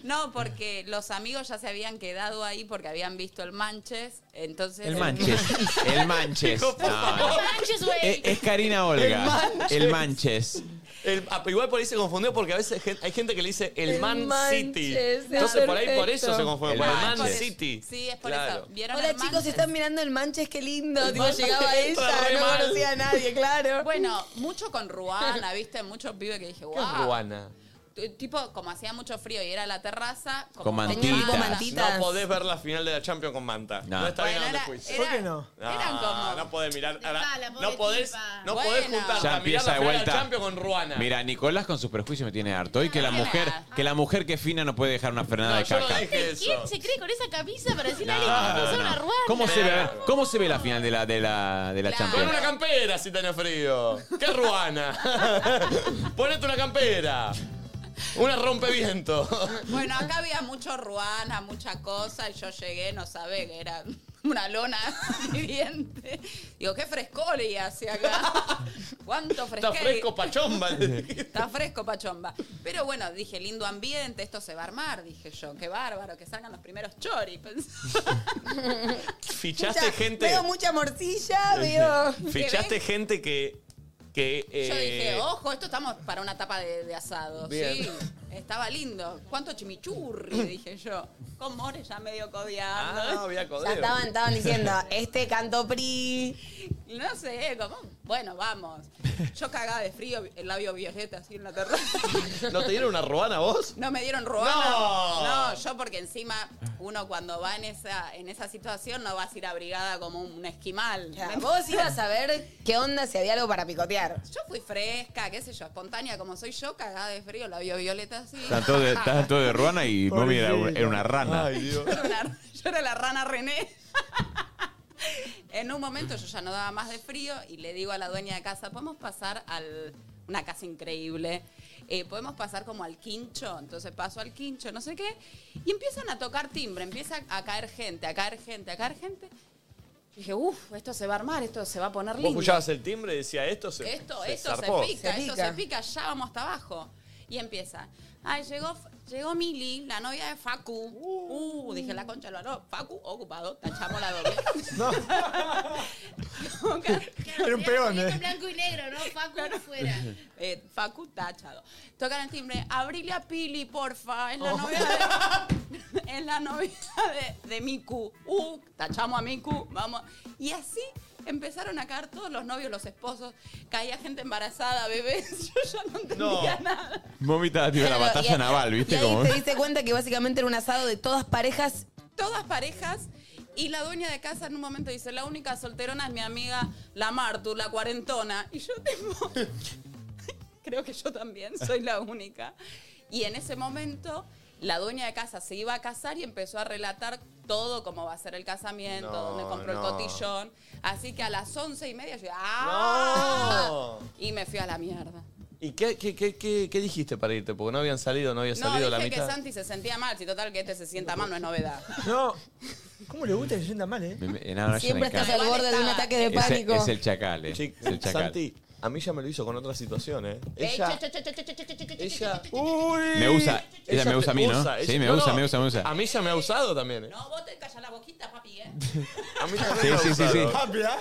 [SPEAKER 6] No, porque los amigos ya se habían quedado ahí porque habían visto el Manches. Entonces.
[SPEAKER 9] El manches. El manches.
[SPEAKER 6] Digo,
[SPEAKER 9] No,
[SPEAKER 6] por favor.
[SPEAKER 9] no.
[SPEAKER 6] El manches, güey.
[SPEAKER 3] Eh,
[SPEAKER 9] Es, es Karina Olga.
[SPEAKER 2] El manches.
[SPEAKER 9] El manches.
[SPEAKER 2] El- ah, pero igual por ahí se confundió porque a veces gen- hay gente que le dice el,
[SPEAKER 6] El
[SPEAKER 2] Man
[SPEAKER 6] Manchester,
[SPEAKER 2] City.
[SPEAKER 6] es
[SPEAKER 2] Entonces por ahí por
[SPEAKER 6] perfecto.
[SPEAKER 2] eso se confundió.
[SPEAKER 9] El
[SPEAKER 2] por El
[SPEAKER 9] Manchester.
[SPEAKER 2] Man
[SPEAKER 9] Es por eso.
[SPEAKER 2] City.
[SPEAKER 6] Sí, es
[SPEAKER 2] por
[SPEAKER 6] eso. ¿Vieron
[SPEAKER 5] Hola
[SPEAKER 6] el
[SPEAKER 5] chicos,
[SPEAKER 6] Manches?
[SPEAKER 5] están mirando el manches, qué lindo.
[SPEAKER 6] El
[SPEAKER 5] Tipo,
[SPEAKER 6] Manches
[SPEAKER 5] llegaba
[SPEAKER 6] está
[SPEAKER 5] ella,
[SPEAKER 6] re
[SPEAKER 5] no
[SPEAKER 6] mal.
[SPEAKER 5] conocía a nadie, claro.
[SPEAKER 6] Bueno, mucho con Ruana, ¿viste? Muchos pibes que dije,
[SPEAKER 2] ¿Qué es
[SPEAKER 6] wow.
[SPEAKER 2] Ruana?
[SPEAKER 6] T- Tipo, como hacía mucho frío y era la terraza. Como
[SPEAKER 9] Con
[SPEAKER 6] tenía
[SPEAKER 9] mantitas.
[SPEAKER 6] tipo
[SPEAKER 2] No podés ver la final de la Champions con manta. No, está bien a
[SPEAKER 6] Bueno,
[SPEAKER 2] dónde
[SPEAKER 6] era-
[SPEAKER 2] fuiste.
[SPEAKER 6] era- ¿Por qué no?
[SPEAKER 2] No,
[SPEAKER 6] eran como-
[SPEAKER 2] no podés mirar. ahora-
[SPEAKER 6] Dejala, pobre
[SPEAKER 2] no podés,
[SPEAKER 6] tipa.
[SPEAKER 2] no podés
[SPEAKER 6] Bueno.
[SPEAKER 9] Ya
[SPEAKER 2] juntar la
[SPEAKER 9] empieza
[SPEAKER 2] mirar la
[SPEAKER 9] de
[SPEAKER 2] final de la
[SPEAKER 9] vuelta.
[SPEAKER 2] Champions con Ruana.
[SPEAKER 9] Mira, Nicolás con sus prejuicios me tiene harto. Y que la mujer, que la mujer que es fina no puede dejar una frenada de
[SPEAKER 2] yo no
[SPEAKER 9] caca.
[SPEAKER 2] dije
[SPEAKER 4] ¿Quién se cree con esa camisa para decirle a alguien que
[SPEAKER 9] No,
[SPEAKER 4] puso
[SPEAKER 9] no.
[SPEAKER 4] una ruana?
[SPEAKER 9] ¿Cómo se ve, a ver, cómo se ve la final de la, de la, de la
[SPEAKER 2] Pon
[SPEAKER 9] Champions?
[SPEAKER 2] una campera si tenés frío. ¿Qué es Ruana? Ponete una campera. Una rompeviento.
[SPEAKER 6] Bueno, acá había mucho ruana, mucha cosa, y yo llegué, no sabe que era una lona viviente. Digo, qué frescor y hace acá. ¿Cuánto
[SPEAKER 2] Está
[SPEAKER 6] fresqué?
[SPEAKER 2] fresco pachomba.
[SPEAKER 6] Está fresco, pachomba. Pero bueno, dije, lindo ambiente, esto se va a armar, dije yo. Qué bárbaro, que salgan los primeros choris.
[SPEAKER 2] Fichaste
[SPEAKER 5] Mucha-
[SPEAKER 2] gente.
[SPEAKER 5] Veo mucha morcilla, veo.
[SPEAKER 2] Fichaste gente que. que
[SPEAKER 6] Yo
[SPEAKER 2] eh,
[SPEAKER 6] dije, "Oh, ojo, esto estamos para una tapa de, de asado.
[SPEAKER 2] Bien.
[SPEAKER 6] Sí, estaba lindo. ¿Cuánto chimichurri? Dije yo. Con More ya medio codeando.
[SPEAKER 2] Ah, había
[SPEAKER 5] Ya
[SPEAKER 2] codeo.
[SPEAKER 5] estaban, estaban diciendo, este canto PRI.
[SPEAKER 6] No sé, como, bueno, vamos. Yo cagaba de frío, el labio violeta así en la terraza.
[SPEAKER 2] ¿No te dieron una ruana vos?
[SPEAKER 6] No me dieron ruana.
[SPEAKER 2] No.
[SPEAKER 6] No, yo porque encima uno cuando va en esa, en esa situación no vas a ir abrigada como un esquimal.
[SPEAKER 5] Vos ibas a ver qué onda si había algo para picotear.
[SPEAKER 6] Yo fui fresca, qué sé yo, espontánea como soy yo, cagada de frío, labio violeta así.
[SPEAKER 9] Está todo de, está todo de ruana y Mommy era, un- era una rana.
[SPEAKER 6] Yo era la- yo era la rana René. en un momento yo ya no daba más de frío y le digo a la dueña de casa, podemos pasar al una casa increíble, eh, podemos pasar como al quincho, entonces paso al quincho, no sé qué, y empiezan a tocar timbre, empieza a caer gente, a caer gente, a caer gente. Y dije, uff, esto se va a armar, esto se va a poner
[SPEAKER 2] Vos
[SPEAKER 6] lindo.
[SPEAKER 2] escuchabas el timbre y decía esto se.
[SPEAKER 6] Esto,
[SPEAKER 2] se
[SPEAKER 6] esto
[SPEAKER 2] zarpó.
[SPEAKER 6] se pica, esto se pica, ya vamos hasta abajo. Y empieza. Ay, llegó, llegó Mili, la novia de Facu. Uh, dije la concha, lo no, Facu ocupado, tachamos la doble.
[SPEAKER 10] Era un peón,
[SPEAKER 4] En
[SPEAKER 10] ¿eh?
[SPEAKER 4] blanco y negro, ¿no? Facu afuera.
[SPEAKER 6] Eh, Facu tachado. Tocan el timbre, abrile a Pili, porfa, es la novia de, es la novia de, de Miku. Uh, tachamos a Miku, vamos. Y así empezaron a caer todos los novios, los esposos. Caía gente embarazada, bebés. Yo ya no entendía
[SPEAKER 9] No.
[SPEAKER 6] nada.
[SPEAKER 9] Mommy estaba tipo en la
[SPEAKER 5] Claro, y
[SPEAKER 9] batalla
[SPEAKER 5] ahí-
[SPEAKER 9] naval,
[SPEAKER 5] Y
[SPEAKER 9] ¿viste?
[SPEAKER 5] ahí
[SPEAKER 9] Como...
[SPEAKER 5] te diste cuenta que básicamente era un asado de todas parejas.
[SPEAKER 6] todas parejas y la dueña de casa en un momento dice, la única solterona es mi amiga, la Martu, la cuarentona. Y yo tipo, creo que yo también soy la única. Y en ese momento la dueña de casa se iba a casar y empezó a relatar todo cómo va a ser el casamiento,
[SPEAKER 2] No,
[SPEAKER 6] dónde compró
[SPEAKER 2] no.
[SPEAKER 6] el cotillón. Así que a las once y media yo, ¡ah!
[SPEAKER 2] No.
[SPEAKER 6] Y me fui a la mierda.
[SPEAKER 2] ¿Y qué, qué, qué, qué, qué dijiste para irte? Porque no habían salido, no había
[SPEAKER 6] No,
[SPEAKER 2] salido
[SPEAKER 6] dije
[SPEAKER 2] la
[SPEAKER 6] que
[SPEAKER 2] mitad.
[SPEAKER 6] Santi se sentía mal, si total que este se sienta mal no es novedad.
[SPEAKER 10] No. ¿Cómo le gusta que se sienta mal, eh?
[SPEAKER 9] Me- me- no, no, yo me
[SPEAKER 5] Siempre estás
[SPEAKER 9] encanta.
[SPEAKER 5] al borde de un ataque de
[SPEAKER 9] Es el-
[SPEAKER 5] pánico.
[SPEAKER 9] Es, el chacal, eh.
[SPEAKER 2] Che,
[SPEAKER 9] Es el chacal.
[SPEAKER 2] Santi, a mí ya me lo hizo con otra situación, ¿eh?
[SPEAKER 4] Ey,
[SPEAKER 2] Ella.
[SPEAKER 4] che, che, che, che, che, che, che, che, che,
[SPEAKER 2] Ella.
[SPEAKER 4] che, che,
[SPEAKER 2] Uy.
[SPEAKER 9] Me usa. Ella me
[SPEAKER 2] te
[SPEAKER 9] usa a mí, ¿no? Sí, me usa, me usa, me usa.
[SPEAKER 2] A mí ya me ha usado también, ¿eh?
[SPEAKER 6] No, vos te callas la boquita, papi, ¿eh?
[SPEAKER 2] A mí ya
[SPEAKER 9] Sí,
[SPEAKER 2] me ha
[SPEAKER 9] sí, sí,
[SPEAKER 2] usado.
[SPEAKER 9] sí.
[SPEAKER 10] Papi, ¿ah?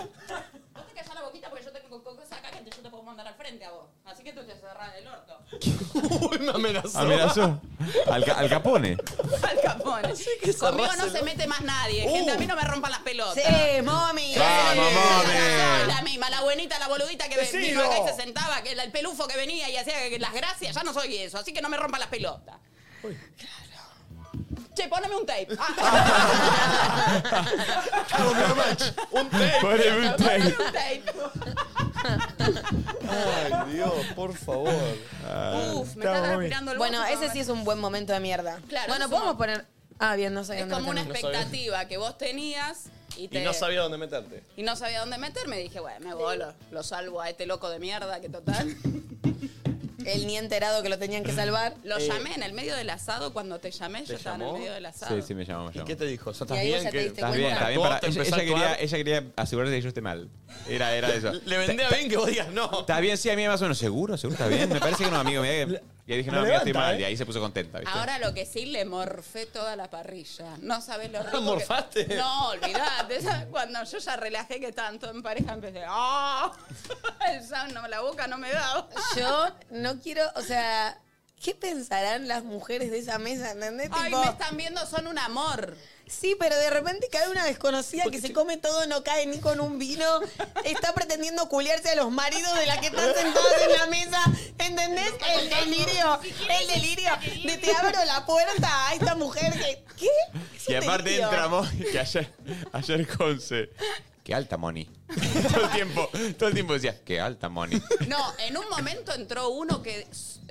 [SPEAKER 6] Vos te callás la boquita. boquita porque yo tengo cocos acá que te- yo te puedo mandar al frente a vos. Así que tú te cerrás el orto.
[SPEAKER 2] Uy, me
[SPEAKER 9] Ah,
[SPEAKER 2] amenazó.
[SPEAKER 3] Amenazó. Ah, Al, Ca- al Capone.
[SPEAKER 6] Al Capone.
[SPEAKER 2] que cerrás
[SPEAKER 6] Conmigo no
[SPEAKER 2] el
[SPEAKER 6] se
[SPEAKER 2] orto.
[SPEAKER 6] mete más nadie. Gente, a mí no me rompan las pelotas.
[SPEAKER 5] Sí, mami.
[SPEAKER 3] ¡Vamos, mami!
[SPEAKER 6] La misma, la buenita, la boludita que ve- vino
[SPEAKER 5] Decilo.
[SPEAKER 6] acá y se sentaba, que la- el pelufo que venía y hacía que- las gracias, ya no soy eso, así que no me rompan las pelotas. Claro. Che, poneme un tape. Ah.
[SPEAKER 2] Un
[SPEAKER 3] Poneme un tape.
[SPEAKER 6] un tape.
[SPEAKER 2] Ay, Dios, por favor.
[SPEAKER 6] Uf, me está respirando el
[SPEAKER 5] Bueno,
[SPEAKER 6] bozo,
[SPEAKER 5] ese sí es un buen momento de mierda.
[SPEAKER 6] Claro,
[SPEAKER 5] Bueno,
[SPEAKER 6] eso es
[SPEAKER 5] podemos poner. Ah, bien, no sé
[SPEAKER 6] Es
[SPEAKER 5] dónde lo
[SPEAKER 6] como una
[SPEAKER 5] tengo.
[SPEAKER 6] expectativa que vos tenías y
[SPEAKER 2] Y
[SPEAKER 6] te...
[SPEAKER 2] no sabía dónde meterte.
[SPEAKER 6] y no sabía dónde meterme. Dije, bueno, me voy, lo, lo salvo a este loco de mierda que total.
[SPEAKER 5] Él ni enterado que lo tenían que salvar.
[SPEAKER 6] Lo
[SPEAKER 5] Eh,
[SPEAKER 6] llamé en el medio del asado. Cuando te llamé, yo
[SPEAKER 3] ¿Te
[SPEAKER 6] estaba en
[SPEAKER 3] llamó?
[SPEAKER 6] el medio del asado.
[SPEAKER 3] Sí, sí, me llamó, me llamó.
[SPEAKER 2] ¿Qué te dijo? ¿Ya ¿Estás
[SPEAKER 6] Y ahí
[SPEAKER 2] bien?
[SPEAKER 6] vos ya te
[SPEAKER 2] que-
[SPEAKER 6] diste
[SPEAKER 3] Estás bien, estás bien.
[SPEAKER 2] Todo
[SPEAKER 3] para-
[SPEAKER 2] te
[SPEAKER 3] ella,
[SPEAKER 2] empezó
[SPEAKER 3] ella
[SPEAKER 2] a
[SPEAKER 3] quería,
[SPEAKER 2] actuar.
[SPEAKER 3] ella quería asegurarse que
[SPEAKER 9] este
[SPEAKER 3] yo esté mal. Era, era eso.
[SPEAKER 2] Le vendría bien que vos digas no.
[SPEAKER 3] ¿Estás bien? Sí, a mí me más o menos. ¿Seguro? ¿Seguro? ¿Estás bien? Me parece que no, amigo. mirá que- Y ahí dije, no,
[SPEAKER 2] Me
[SPEAKER 3] amigo, estoy
[SPEAKER 2] levanta,
[SPEAKER 3] mal.
[SPEAKER 2] ¿eh?
[SPEAKER 3] Y ahí se puso contenta, ¿viste?
[SPEAKER 6] Ahora lo que sí, le morfé toda la parrilla. No sabes lo rico que-
[SPEAKER 3] ¿Morfaste?
[SPEAKER 6] No, olvidate. ¿sabes? Cuando yo ya relajé que tanto en pareja, empecé... ¡Ah! El sauna, la boca no me daba. Ah.
[SPEAKER 5] Yo no quiero, o sea, ¿qué pensarán las mujeres de esa mesa? ¿Entendés?
[SPEAKER 6] Ay,
[SPEAKER 5] Tipo-
[SPEAKER 6] me están viendo, son un amor.
[SPEAKER 5] Sí, pero de repente cae una desconocida que se come todo, no cae ni con un vino, está pretendiendo culiarse a los maridos de la que están sentados en la mesa. ¿Entendés? El delirio, el delirio. De te abro la puerta a esta mujer que. ¿Qué?
[SPEAKER 3] Y aparte
[SPEAKER 5] delirio.
[SPEAKER 3] entra Moni, que ayer, ayer Conce. Qué alta Moni. todo el tiempo, todo el tiempo decía, qué alta Moni.
[SPEAKER 6] No, en un momento entró uno que eh,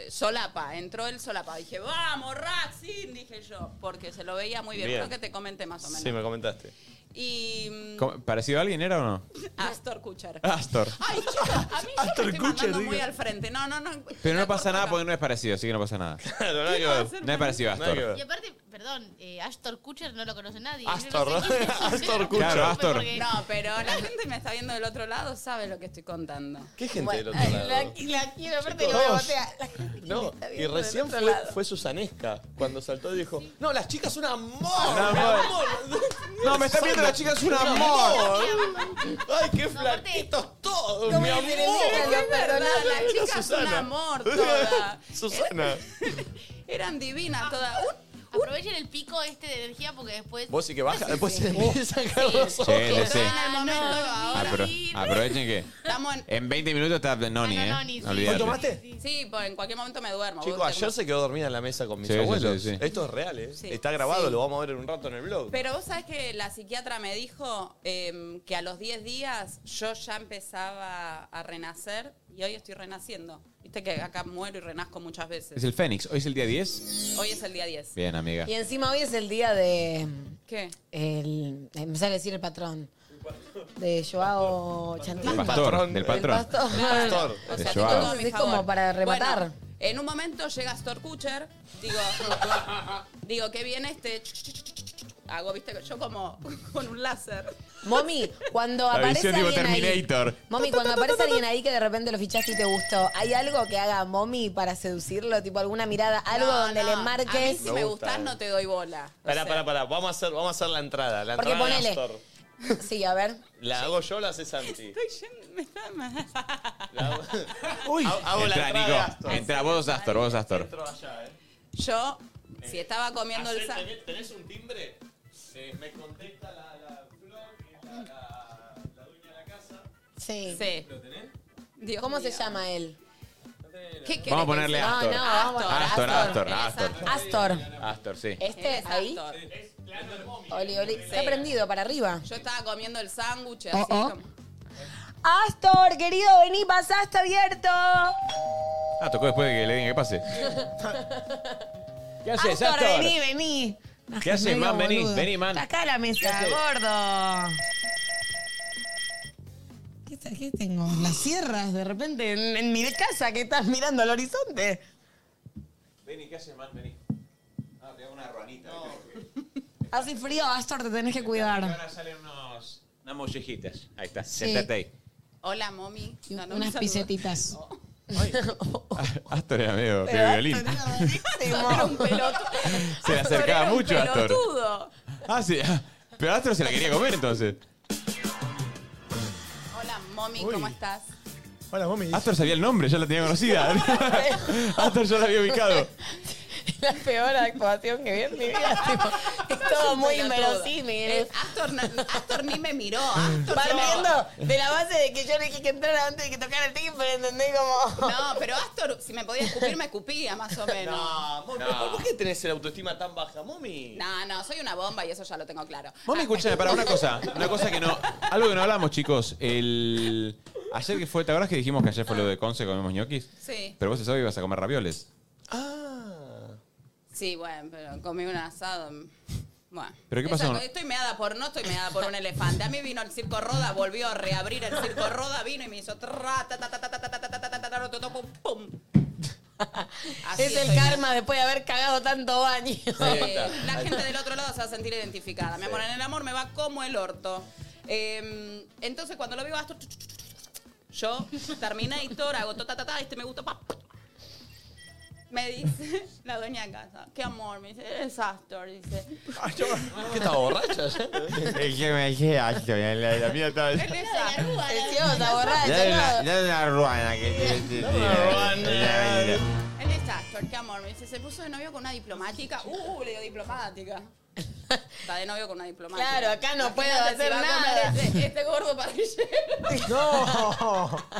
[SPEAKER 6] solapa, entró el solapa. Dije, vamos, Racing, dije yo, porque se lo veía muy bien.
[SPEAKER 3] Bien.
[SPEAKER 6] Creo que te comenté más o menos.
[SPEAKER 3] me comentaste.
[SPEAKER 6] Y mm,
[SPEAKER 3] ¿Parecido a alguien era o no?
[SPEAKER 6] Astor Kuchar.
[SPEAKER 3] Astor.
[SPEAKER 6] Ay, chica, a mí yo
[SPEAKER 3] Ah. Astor
[SPEAKER 6] me estoy mandando
[SPEAKER 3] Kutcher,
[SPEAKER 6] muy
[SPEAKER 3] digo.
[SPEAKER 6] al frente. No, no, no.
[SPEAKER 3] Pero no pasa nada porque no es parecido, así que no pasa nada.
[SPEAKER 2] Claro, nada que ver.
[SPEAKER 3] No es parecido a Astor.
[SPEAKER 4] Y aparte, perdón, eh, Astor Kutcher no lo conoce nadie. Yo no
[SPEAKER 3] Astor,
[SPEAKER 4] sé quién es.
[SPEAKER 3] Astor Kutcher. Claro, Astor.
[SPEAKER 6] No, pero la gente me está viendo del otro lado, sabe lo que estoy contando.
[SPEAKER 2] ¿Qué gente del otro lado?
[SPEAKER 5] La, la quiero ver, te lo
[SPEAKER 2] Chicos.
[SPEAKER 5] voy a botear. La gente que me
[SPEAKER 2] No,
[SPEAKER 5] está
[SPEAKER 2] y
[SPEAKER 5] viendo
[SPEAKER 2] recién
[SPEAKER 5] del otro
[SPEAKER 2] fue,
[SPEAKER 5] lado.
[SPEAKER 2] fue Susanesca cuando saltó y dijo: No, las chicas son amor.
[SPEAKER 3] amor. No, me están viendo las chicas, un amor.
[SPEAKER 2] Ay, qué flaquitos todos,
[SPEAKER 6] Como
[SPEAKER 2] mi amor.
[SPEAKER 6] que le dicen a los personajes,
[SPEAKER 2] Era
[SPEAKER 6] las chicas son
[SPEAKER 2] Susana.
[SPEAKER 6] amor todas.
[SPEAKER 2] Susana.
[SPEAKER 6] Eran divinas todas.
[SPEAKER 4] Aprovechen el pico este de energía porque después.
[SPEAKER 2] Vos sí que baja, después se empieza a caer los
[SPEAKER 3] Sí,
[SPEAKER 2] ojos.
[SPEAKER 3] sí, sí. Ah,
[SPEAKER 6] En el momento ahora.
[SPEAKER 3] Apro- aprovechen que
[SPEAKER 6] Estamos en.
[SPEAKER 3] en 20 minutos está Noni, ¿eh? No olvidate.
[SPEAKER 6] Sí, pues en cualquier momento me duermo.
[SPEAKER 2] Chicos,
[SPEAKER 6] vos te-
[SPEAKER 2] ayer se quedó dormida en la mesa con mis
[SPEAKER 3] Sí, sí,
[SPEAKER 2] abuelos.
[SPEAKER 3] sí, sí.
[SPEAKER 2] Esto es real, ¿eh?
[SPEAKER 6] Sí.
[SPEAKER 2] Está grabado,
[SPEAKER 6] Sí.
[SPEAKER 2] lo vamos a ver en un rato en el blog.
[SPEAKER 6] Pero vos sabés que la psiquiatra me dijo em, que a los 10 días yo ya empezaba a renacer y hoy estoy renaciendo. Viste que acá muero y renazco muchas veces.
[SPEAKER 3] Es el Fénix, hoy es el día 10.
[SPEAKER 6] Hoy es el día 10.
[SPEAKER 3] Bien, amiga.
[SPEAKER 5] Y encima hoy es el día de.
[SPEAKER 6] ¿Qué?
[SPEAKER 5] El, eh, me sale decir el patrón. De Joao Chantín.
[SPEAKER 3] Del pastor, del patrón.
[SPEAKER 5] pastor.
[SPEAKER 3] Pastor.
[SPEAKER 6] Ah, O
[SPEAKER 3] De
[SPEAKER 6] sea,
[SPEAKER 3] Joao.
[SPEAKER 6] tengo todo a mi
[SPEAKER 5] Entonces es
[SPEAKER 6] favor.
[SPEAKER 5] como para rematar.
[SPEAKER 6] Bueno, en un momento llega Astor Kutcher, digo, digo, que viene este. Hago, viste, yo como con un láser.
[SPEAKER 5] Mami, cuando
[SPEAKER 3] La
[SPEAKER 5] aparece
[SPEAKER 3] visión tipo
[SPEAKER 5] alguien
[SPEAKER 3] Terminator.
[SPEAKER 5] ahí. Mami, cuando aparece alguien ahí que de repente lo fichaste y te gustó, ¿hay algo que haga Mommy para seducirlo? Tipo alguna mirada, algo
[SPEAKER 6] No,
[SPEAKER 5] donde
[SPEAKER 6] no,
[SPEAKER 5] le
[SPEAKER 6] A mí
[SPEAKER 5] marques.
[SPEAKER 6] si me,
[SPEAKER 2] Me gusta,
[SPEAKER 6] gustás,
[SPEAKER 2] eh.
[SPEAKER 6] no te doy bola. O
[SPEAKER 2] Pará,
[SPEAKER 6] sea,
[SPEAKER 2] pará, pará. Vamos a hacer, vamos a hacer la entrada. La
[SPEAKER 5] Porque
[SPEAKER 2] entrada de
[SPEAKER 5] ponele.
[SPEAKER 2] Astor.
[SPEAKER 5] Sí, a ver.
[SPEAKER 2] ¿La hago yo o la hace Santi?
[SPEAKER 6] Estoy yendo, me está
[SPEAKER 2] La hago- Hago-
[SPEAKER 3] Entra,
[SPEAKER 2] hago la entrada de
[SPEAKER 3] Nico.
[SPEAKER 2] Astor.
[SPEAKER 3] Entra, vos sos Astor, vos sos Astor.
[SPEAKER 6] Yo, si estaba comiendo el sándwich.
[SPEAKER 2] ¿Tenés un timbre? me contesta la, flor, la, dueña de la casa.
[SPEAKER 5] Sí.
[SPEAKER 6] Sí. Dios
[SPEAKER 5] ¿Cómo se
[SPEAKER 6] mío.
[SPEAKER 5] llama él?
[SPEAKER 6] ¿Qué querés
[SPEAKER 3] Vamos a
[SPEAKER 6] que
[SPEAKER 3] ponerle
[SPEAKER 6] sea?
[SPEAKER 3] Astor. Ah.
[SPEAKER 5] No, no, vamos a-
[SPEAKER 3] Astor, Astor,
[SPEAKER 6] Él es
[SPEAKER 3] Astor.
[SPEAKER 5] Astor.
[SPEAKER 3] Astor, sí.
[SPEAKER 5] ¿Este
[SPEAKER 6] Él es
[SPEAKER 5] ahí?
[SPEAKER 6] Astor.
[SPEAKER 5] Oli, Oli. Está
[SPEAKER 6] Sí.
[SPEAKER 5] prendido para arriba.
[SPEAKER 6] Yo estaba comiendo el sándwich,
[SPEAKER 5] Oh,
[SPEAKER 6] así
[SPEAKER 5] oh.
[SPEAKER 6] como-
[SPEAKER 5] Astor, querido, vení, pasá, está abierto.
[SPEAKER 3] Ah, tocó después de que le digan que pase. ¿Qué haces,
[SPEAKER 5] Astor,
[SPEAKER 3] Astor?
[SPEAKER 5] vení, vení.
[SPEAKER 3] ¿Qué haces,
[SPEAKER 5] Medio
[SPEAKER 3] man? Vení,
[SPEAKER 5] boludo.
[SPEAKER 3] vení, man.
[SPEAKER 5] Está acá la mesa,
[SPEAKER 3] ¿Qué haces?
[SPEAKER 5] gordo. ¿Qué, ta- qué tengo? Las sierras, de repente, en, en mi casa que estás mirando al horizonte.
[SPEAKER 3] Vení, ¿qué haces, man? Vení. Ah, te hago una ruanita.
[SPEAKER 5] Hace frío, Astor, te tenés que cuidar.
[SPEAKER 3] Ahora salen unos, unas mollejitas. Ahí está,
[SPEAKER 5] Sí.
[SPEAKER 3] sentate ahí.
[SPEAKER 6] Hola, mami. No, no, me
[SPEAKER 5] Unas
[SPEAKER 6] saludas.
[SPEAKER 5] pisetitas.
[SPEAKER 3] Astor era medio,
[SPEAKER 5] Pero
[SPEAKER 3] medio
[SPEAKER 5] Astor
[SPEAKER 3] violín.
[SPEAKER 5] era buenísimo.
[SPEAKER 6] Era un pelotudo.
[SPEAKER 3] Se le
[SPEAKER 6] Astor
[SPEAKER 3] acercaba
[SPEAKER 6] era un
[SPEAKER 3] mucho a Astor.
[SPEAKER 6] pelotudo.
[SPEAKER 3] Ah, sí. ah, Pero Astor se la quería comer entonces.
[SPEAKER 6] Hola, Mommy, ¿cómo estás?
[SPEAKER 26] Hola, Mommy.
[SPEAKER 3] Astor sabía el nombre, ya la tenía conocida. Astor ya la había ubicado.
[SPEAKER 5] La peor actuación que vi en mi vida. tipo, es todo muy inverosímil.
[SPEAKER 6] Eh, Ah. Astor, na- Astor ni me miró. Astor
[SPEAKER 5] Partiendo de la base de que yo le dije que entrara antes de que tocara el timbre, ¿entendés? Como...
[SPEAKER 6] No, pero Astor, si me podía escupir, me escupía, más o menos.
[SPEAKER 2] No, mami,
[SPEAKER 3] No.
[SPEAKER 2] ¿por qué tenés la autoestima tan baja, mami?
[SPEAKER 6] No, no, soy una bomba y eso ya lo tengo claro.
[SPEAKER 3] Mami, escúchame, para una cosa. Una cosa que no. Algo que no hablamos, chicos. El. Ayer que fue, ¿te acuerdas que dijimos que ayer fue lo de Conce comemos ñoquis?
[SPEAKER 6] Sí.
[SPEAKER 3] Pero vos sabés que ibas a comer ravioles.
[SPEAKER 6] Sí, bueno, pero comí un asado. Bueno.
[SPEAKER 3] ¿Pero qué
[SPEAKER 6] Eso,
[SPEAKER 3] pasó?
[SPEAKER 6] estoy meada por no, estoy meada por un elefante. A mí vino el circo Roda, volvió a reabrir el circo Roda, vino y me hizo tra, ta, ta, ta, ta, ta, ta, ta, ta, ta, ta, ta, ta, ta, ta, ta, pum, pum. Así
[SPEAKER 5] es el
[SPEAKER 6] estoy.
[SPEAKER 5] karma después de haber cagado tanto baño.
[SPEAKER 6] Eh, la gente del otro lado se va a sentir identificada. Mi amor, en el amor me va como el orto. Eh, entonces, cuando lo veo a Astor, yo Terminator, hago ta, ta, ta, ta, este me gusta, pa. Me dice la dueña de casa, qué amor, me dice, es Astor, dice.
[SPEAKER 2] ¿Qué está borracha?
[SPEAKER 10] Es que me dije Astor, la, la mía estaba...
[SPEAKER 6] Él es Astor.
[SPEAKER 5] El tío está
[SPEAKER 10] Dale una,
[SPEAKER 5] borracho, ¿no?
[SPEAKER 10] dale una ruana que te...
[SPEAKER 6] Él es Astor, qué amor, me dice, se puso de novio con una diplomática. Uh, le digo diplomática. Está de novio con una diplomática.
[SPEAKER 5] Claro, acá no puedo
[SPEAKER 6] Imagínate si
[SPEAKER 5] hacer
[SPEAKER 6] va a comer
[SPEAKER 5] nada.
[SPEAKER 6] Este, este gordo parrillero.
[SPEAKER 26] No.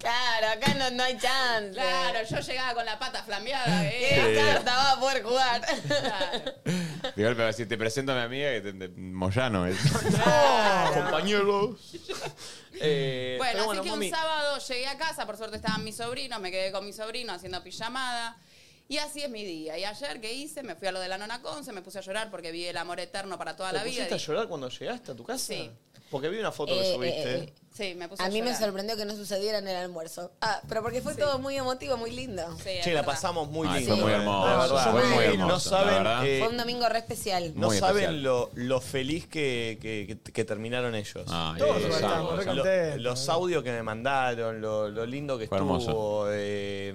[SPEAKER 5] Claro, acá no, no hay
[SPEAKER 2] Eh.
[SPEAKER 5] chance.
[SPEAKER 6] Claro, yo llegaba con la pata flambeada.
[SPEAKER 5] ¿Qué
[SPEAKER 6] Eh.
[SPEAKER 5] carta va a poder jugar?
[SPEAKER 3] De golpe va a decir, te presento a mi amiga que te, te- Moyano. es.
[SPEAKER 2] Compañeros. Eh,
[SPEAKER 6] Bueno,
[SPEAKER 2] pero
[SPEAKER 6] así que
[SPEAKER 2] mami,
[SPEAKER 6] un sábado llegué a casa, por suerte estaban mis sobrinos, me quedé con mis sobrinos haciendo pijamada. Y así es mi día. Y ayer, ¿qué hice? Me fui a lo de la nona Conce, me puse a llorar porque vi el amor eterno para toda
[SPEAKER 2] ¿Te
[SPEAKER 6] la vida.
[SPEAKER 2] pusiste a
[SPEAKER 6] Y-
[SPEAKER 2] llorar cuando llegaste a tu casa?
[SPEAKER 6] Sí.
[SPEAKER 2] Porque vi una foto que
[SPEAKER 5] Eh,
[SPEAKER 2] subiste.
[SPEAKER 5] eh, eh.
[SPEAKER 6] Sí, me puse a,
[SPEAKER 5] A mí me
[SPEAKER 6] llorar.
[SPEAKER 5] sorprendió que no sucediera en el almuerzo. Ah, pero porque fue todo muy emotivo, muy lindo.
[SPEAKER 2] Che, la pasamos muy
[SPEAKER 3] Ay,
[SPEAKER 2] lindo.
[SPEAKER 3] fue muy
[SPEAKER 2] eh,
[SPEAKER 3] hermoso,
[SPEAKER 2] la verdad.
[SPEAKER 3] fue muy hermoso,
[SPEAKER 2] No
[SPEAKER 3] la
[SPEAKER 2] saben,
[SPEAKER 3] verdad.
[SPEAKER 2] eh,
[SPEAKER 5] Fue un domingo re especial.
[SPEAKER 2] no
[SPEAKER 3] Muy
[SPEAKER 2] saben
[SPEAKER 3] especial.
[SPEAKER 2] lo, lo feliz que, que- que- que terminaron ellos.
[SPEAKER 3] Todos los amo, amo. re
[SPEAKER 2] Lo-
[SPEAKER 26] contentos.
[SPEAKER 2] los audios que me mandaron, lo, lo lindo que
[SPEAKER 3] Fue
[SPEAKER 2] estuvo. eh,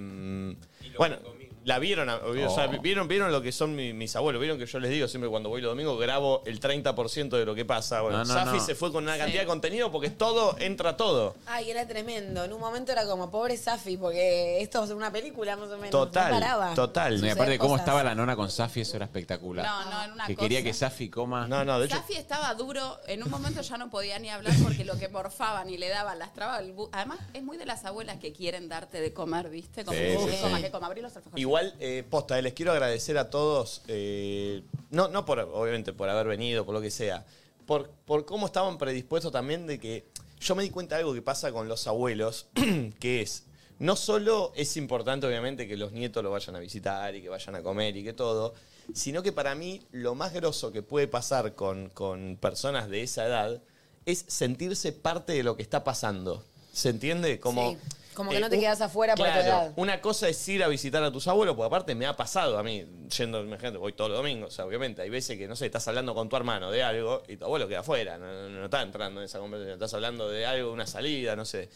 [SPEAKER 2] bueno, la vieron, a- o sea,
[SPEAKER 3] Oh.
[SPEAKER 2] vieron, vieron lo que son mi- mis abuelos, vieron que yo les digo siempre cuando voy los domingos grabo el 30% de lo que pasa. Bueno,
[SPEAKER 3] No, no,
[SPEAKER 2] Safi
[SPEAKER 3] no.
[SPEAKER 2] se fue con una cantidad de contenido porque todo entra todo.
[SPEAKER 5] Ay, era tremendo. En un momento era como, pobre Safi, porque esto es una película más o menos. No paraba.
[SPEAKER 2] total.
[SPEAKER 3] No, y aparte,
[SPEAKER 5] Suceden
[SPEAKER 3] cómo
[SPEAKER 5] cosas.
[SPEAKER 3] estaba la nona con Safi, eso era espectacular.
[SPEAKER 6] No, no, era una
[SPEAKER 3] Que quería
[SPEAKER 6] cosa.
[SPEAKER 3] que Safi coma.
[SPEAKER 2] No, no,
[SPEAKER 6] Safi estaba duro, en un momento ya no podía ni hablar porque lo que morfaban y le daban las trabas. el bu- Además, es muy de las abuelas que quieren darte de comer, ¿viste? Como
[SPEAKER 2] Sí,
[SPEAKER 6] que
[SPEAKER 2] sí,
[SPEAKER 6] que
[SPEAKER 2] sí.
[SPEAKER 6] coma, que coma, abrí los alfajores.
[SPEAKER 2] Igual, eh, posta, eh, les quiero agradecer a todos, eh, no, no por, obviamente, por haber venido, por lo que sea, por, por cómo estaban predispuestos también de que yo me di cuenta de algo que pasa con los abuelos, que es, no solo es importante, obviamente, que los nietos lo vayan a visitar y que vayan a comer y que todo, sino que para mí lo más grosso que puede pasar con, con personas de esa edad es sentirse parte de lo que está pasando. ¿Se entiende? Como,
[SPEAKER 5] Sí. Como que
[SPEAKER 2] eh,
[SPEAKER 5] no te
[SPEAKER 2] un-
[SPEAKER 5] quedas afuera por tu
[SPEAKER 2] Claro,
[SPEAKER 5] edad.
[SPEAKER 2] Una cosa es ir a visitar a tus abuelos, porque aparte me ha pasado a mí, yendo, imagínate, voy todos los domingos, o sea, obviamente. Hay veces que, no sé, estás hablando con tu hermano de algo y tu abuelo queda afuera, no, no- no está entrando en esa conversación, estás hablando de algo, una salida, no sé.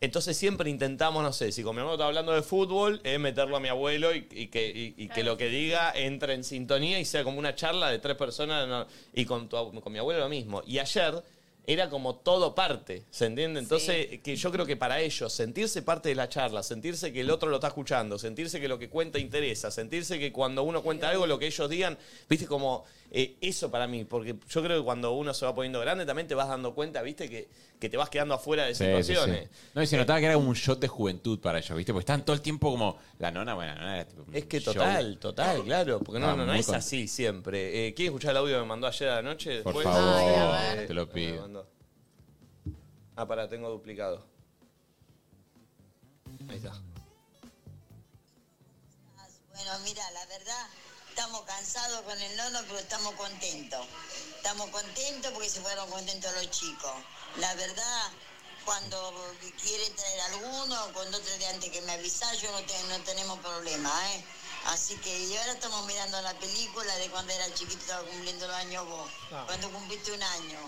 [SPEAKER 2] Entonces siempre intentamos, no sé, si con mi hermano está hablando de fútbol, es meterlo a mi abuelo y, y que, y- y que lo que diga entre en sintonía y sea como una charla de tres personas. no, y con, tu ab- con mi abuelo lo mismo. Y ayer era como todo parte, ¿se entiende? Entonces, que yo creo que para ellos sentirse parte de la charla, sentirse que el otro lo está escuchando, sentirse que lo que cuenta interesa, sentirse que cuando uno cuenta algo, lo que ellos digan, viste, como eh, eso para mí, porque yo creo que cuando uno se va poniendo grande también te vas dando cuenta, viste, que, que te vas quedando afuera de
[SPEAKER 3] Sí, sí,
[SPEAKER 2] situaciones.
[SPEAKER 3] sí. No, y se notaba que era un shot de juventud para ellos, ¿viste? Porque estaban todo el tiempo como. La nona, bueno, la nona era tipo. un
[SPEAKER 2] Es que
[SPEAKER 3] show.
[SPEAKER 2] total, total, claro, porque no,
[SPEAKER 3] Ah,
[SPEAKER 2] no, no
[SPEAKER 3] muy
[SPEAKER 2] es
[SPEAKER 3] con-
[SPEAKER 2] así siempre. Eh, ¿Quieres escuchar el audio que me mandó ayer a la noche?
[SPEAKER 3] Por
[SPEAKER 2] después?
[SPEAKER 3] favor,
[SPEAKER 2] Eh,
[SPEAKER 3] te lo
[SPEAKER 2] me
[SPEAKER 3] pido.
[SPEAKER 2] mandó. Ah, pará, tengo duplicado. Ahí está.
[SPEAKER 4] Bueno, mira, la verdad, estamos cansados con el nono, pero estamos contentos. Estamos contentos porque se fueron contentos los chicos. La verdad, cuando quiere traer alguno, con otro de antes que me avisás, yo no, te- no tenemos problema, ¿eh? Así que, y ahora estamos mirando la película de cuando era chiquito, estaba cumpliendo los años vos.
[SPEAKER 27] Ah.
[SPEAKER 4] Cuando cumpliste un año.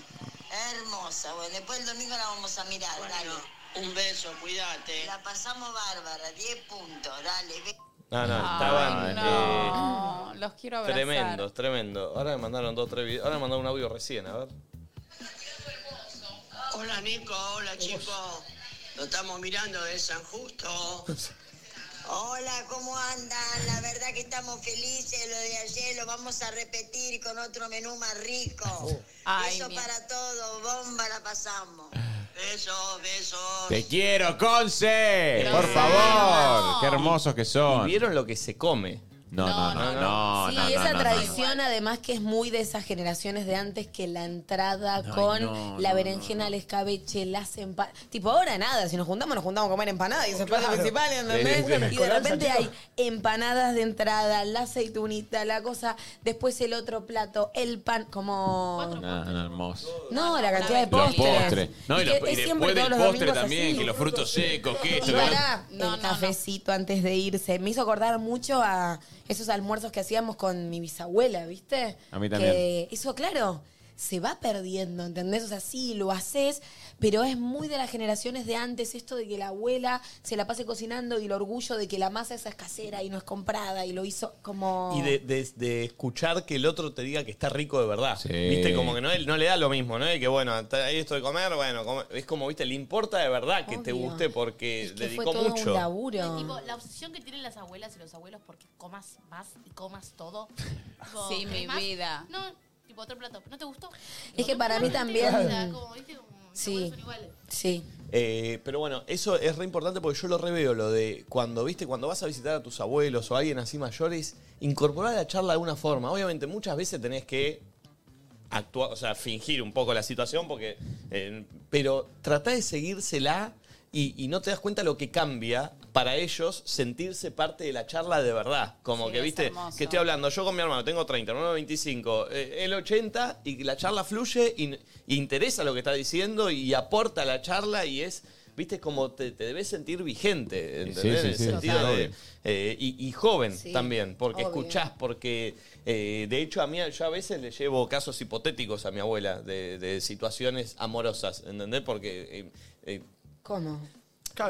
[SPEAKER 4] Hermosa, bueno, después el domingo la vamos a mirar, dale. Un beso, cuídate. La pasamos bárbara, 10 puntos, dale, ve.
[SPEAKER 2] No, no,
[SPEAKER 4] Ay,
[SPEAKER 2] estaban. eh,
[SPEAKER 6] No, los quiero abrazar.
[SPEAKER 2] tremendos, tremendo. Ahora me mandaron dos, tres videos. Ahora me mandaron un audio recién, a ver.
[SPEAKER 3] Hola Nico, hola chicos. Lo estamos mirando de San Justo. Hola, ¿cómo andan? La verdad que estamos felices, lo de ayer lo vamos a repetir con otro menú más rico.
[SPEAKER 6] Ay,
[SPEAKER 3] Eso
[SPEAKER 6] mira.
[SPEAKER 3] para todo, bomba la pasamos. Besos, besos.
[SPEAKER 9] Te quiero, Conce. Por favor. Qué hermosos que son.
[SPEAKER 2] ¿Y vieron lo que se come?
[SPEAKER 9] No, no, no, no.
[SPEAKER 5] Sí,
[SPEAKER 9] no,
[SPEAKER 5] esa
[SPEAKER 9] no, no.
[SPEAKER 5] tradición además que es muy de esas generaciones de antes que la entrada
[SPEAKER 9] Ay,
[SPEAKER 5] con
[SPEAKER 9] no,
[SPEAKER 5] la
[SPEAKER 9] no,
[SPEAKER 5] berenjena, el escabeche, las empanadas. Tipo, ahora nada, si nos juntamos, nos juntamos a comer empanadas y ese es el plato
[SPEAKER 10] Claro.
[SPEAKER 5] principal,
[SPEAKER 10] Sí, sí, sí.
[SPEAKER 5] ¿entendés? Y de
[SPEAKER 10] Mezcolanza,
[SPEAKER 5] repente
[SPEAKER 10] chicos.
[SPEAKER 5] hay empanadas de entrada, la aceitunita, la cosa, después el otro plato, el pan, como...
[SPEAKER 9] No, no, hermoso.
[SPEAKER 5] No, la cantidad de
[SPEAKER 9] Los
[SPEAKER 5] postres.
[SPEAKER 9] postres. No, y,
[SPEAKER 5] que
[SPEAKER 9] los- y
[SPEAKER 5] es
[SPEAKER 9] después
[SPEAKER 5] siempre
[SPEAKER 9] del
[SPEAKER 5] todos los
[SPEAKER 9] postre
[SPEAKER 5] domingos
[SPEAKER 9] también,
[SPEAKER 5] así.
[SPEAKER 9] que los frutos secos, que esto.
[SPEAKER 5] Y
[SPEAKER 9] que lo-
[SPEAKER 5] para el cafecito antes de irse. Me hizo acordar mucho a esos almuerzos que hacíamos con mi bisabuela, ¿viste?
[SPEAKER 9] A mí también.
[SPEAKER 5] Que eso, claro, se va perdiendo, ¿entendés? O sea, sí, lo haces, pero es muy de las generaciones de antes esto de que la abuela se la pase cocinando y el orgullo de que la masa esa es casera y no es comprada y lo hizo como...
[SPEAKER 2] Y de, eh, de- de escuchar que el otro te diga que está rico de verdad. Viste, como que no, él no le da lo mismo, ¿no? Y que bueno, hay esto de comer, bueno, come- es como, viste, le importa de verdad que te
[SPEAKER 5] Obvio.
[SPEAKER 2] guste porque
[SPEAKER 5] que fue
[SPEAKER 2] dedicó
[SPEAKER 5] todo un
[SPEAKER 2] mucho.
[SPEAKER 5] laburo.
[SPEAKER 4] Tipo, la obsesión que tienen las abuelas y los abuelos porque comas más y comas todo. Tipo,
[SPEAKER 6] Sí, mi
[SPEAKER 4] ¿querés más?
[SPEAKER 6] vida.
[SPEAKER 4] No, tipo otro plato. ¿No te gustó?
[SPEAKER 5] Es que para mí también...
[SPEAKER 4] O sea, como, ¿viste?
[SPEAKER 5] Sí, sí.
[SPEAKER 2] Eh, pero bueno, eso es re importante porque yo lo reveo, lo de cuando, viste, cuando vas a visitar a tus abuelos o a alguien así mayores, incorporar a la charla de alguna forma. Obviamente, muchas veces tenés que actuar, o sea, fingir un poco la situación, porque. eh, pero tratá de seguírsela y, y no te das cuenta lo que cambia para ellos sentirse parte de la charla de verdad. Como
[SPEAKER 20] Sí,
[SPEAKER 2] que,
[SPEAKER 20] es
[SPEAKER 2] viste,
[SPEAKER 20] hermoso.
[SPEAKER 2] que estoy hablando yo con mi hermano, tengo 30, mi hermano 25, eh, él 80, y la charla fluye y, y interesa lo que está diciendo y aporta a la charla y es. Viste, como te, te debes sentir vigente, ¿entendés?
[SPEAKER 9] sí,
[SPEAKER 2] En el
[SPEAKER 9] sí,
[SPEAKER 2] sentido
[SPEAKER 9] total.
[SPEAKER 2] de- eh, y, y joven
[SPEAKER 9] Sí,
[SPEAKER 2] también, porque
[SPEAKER 9] obvio.
[SPEAKER 2] escuchás escuchás, porque eh, de hecho a mí yo a veces le llevo casos hipotéticos a mi abuela de, de situaciones amorosas, ¿entendés? Porque eh, eh,
[SPEAKER 5] ¿Cómo?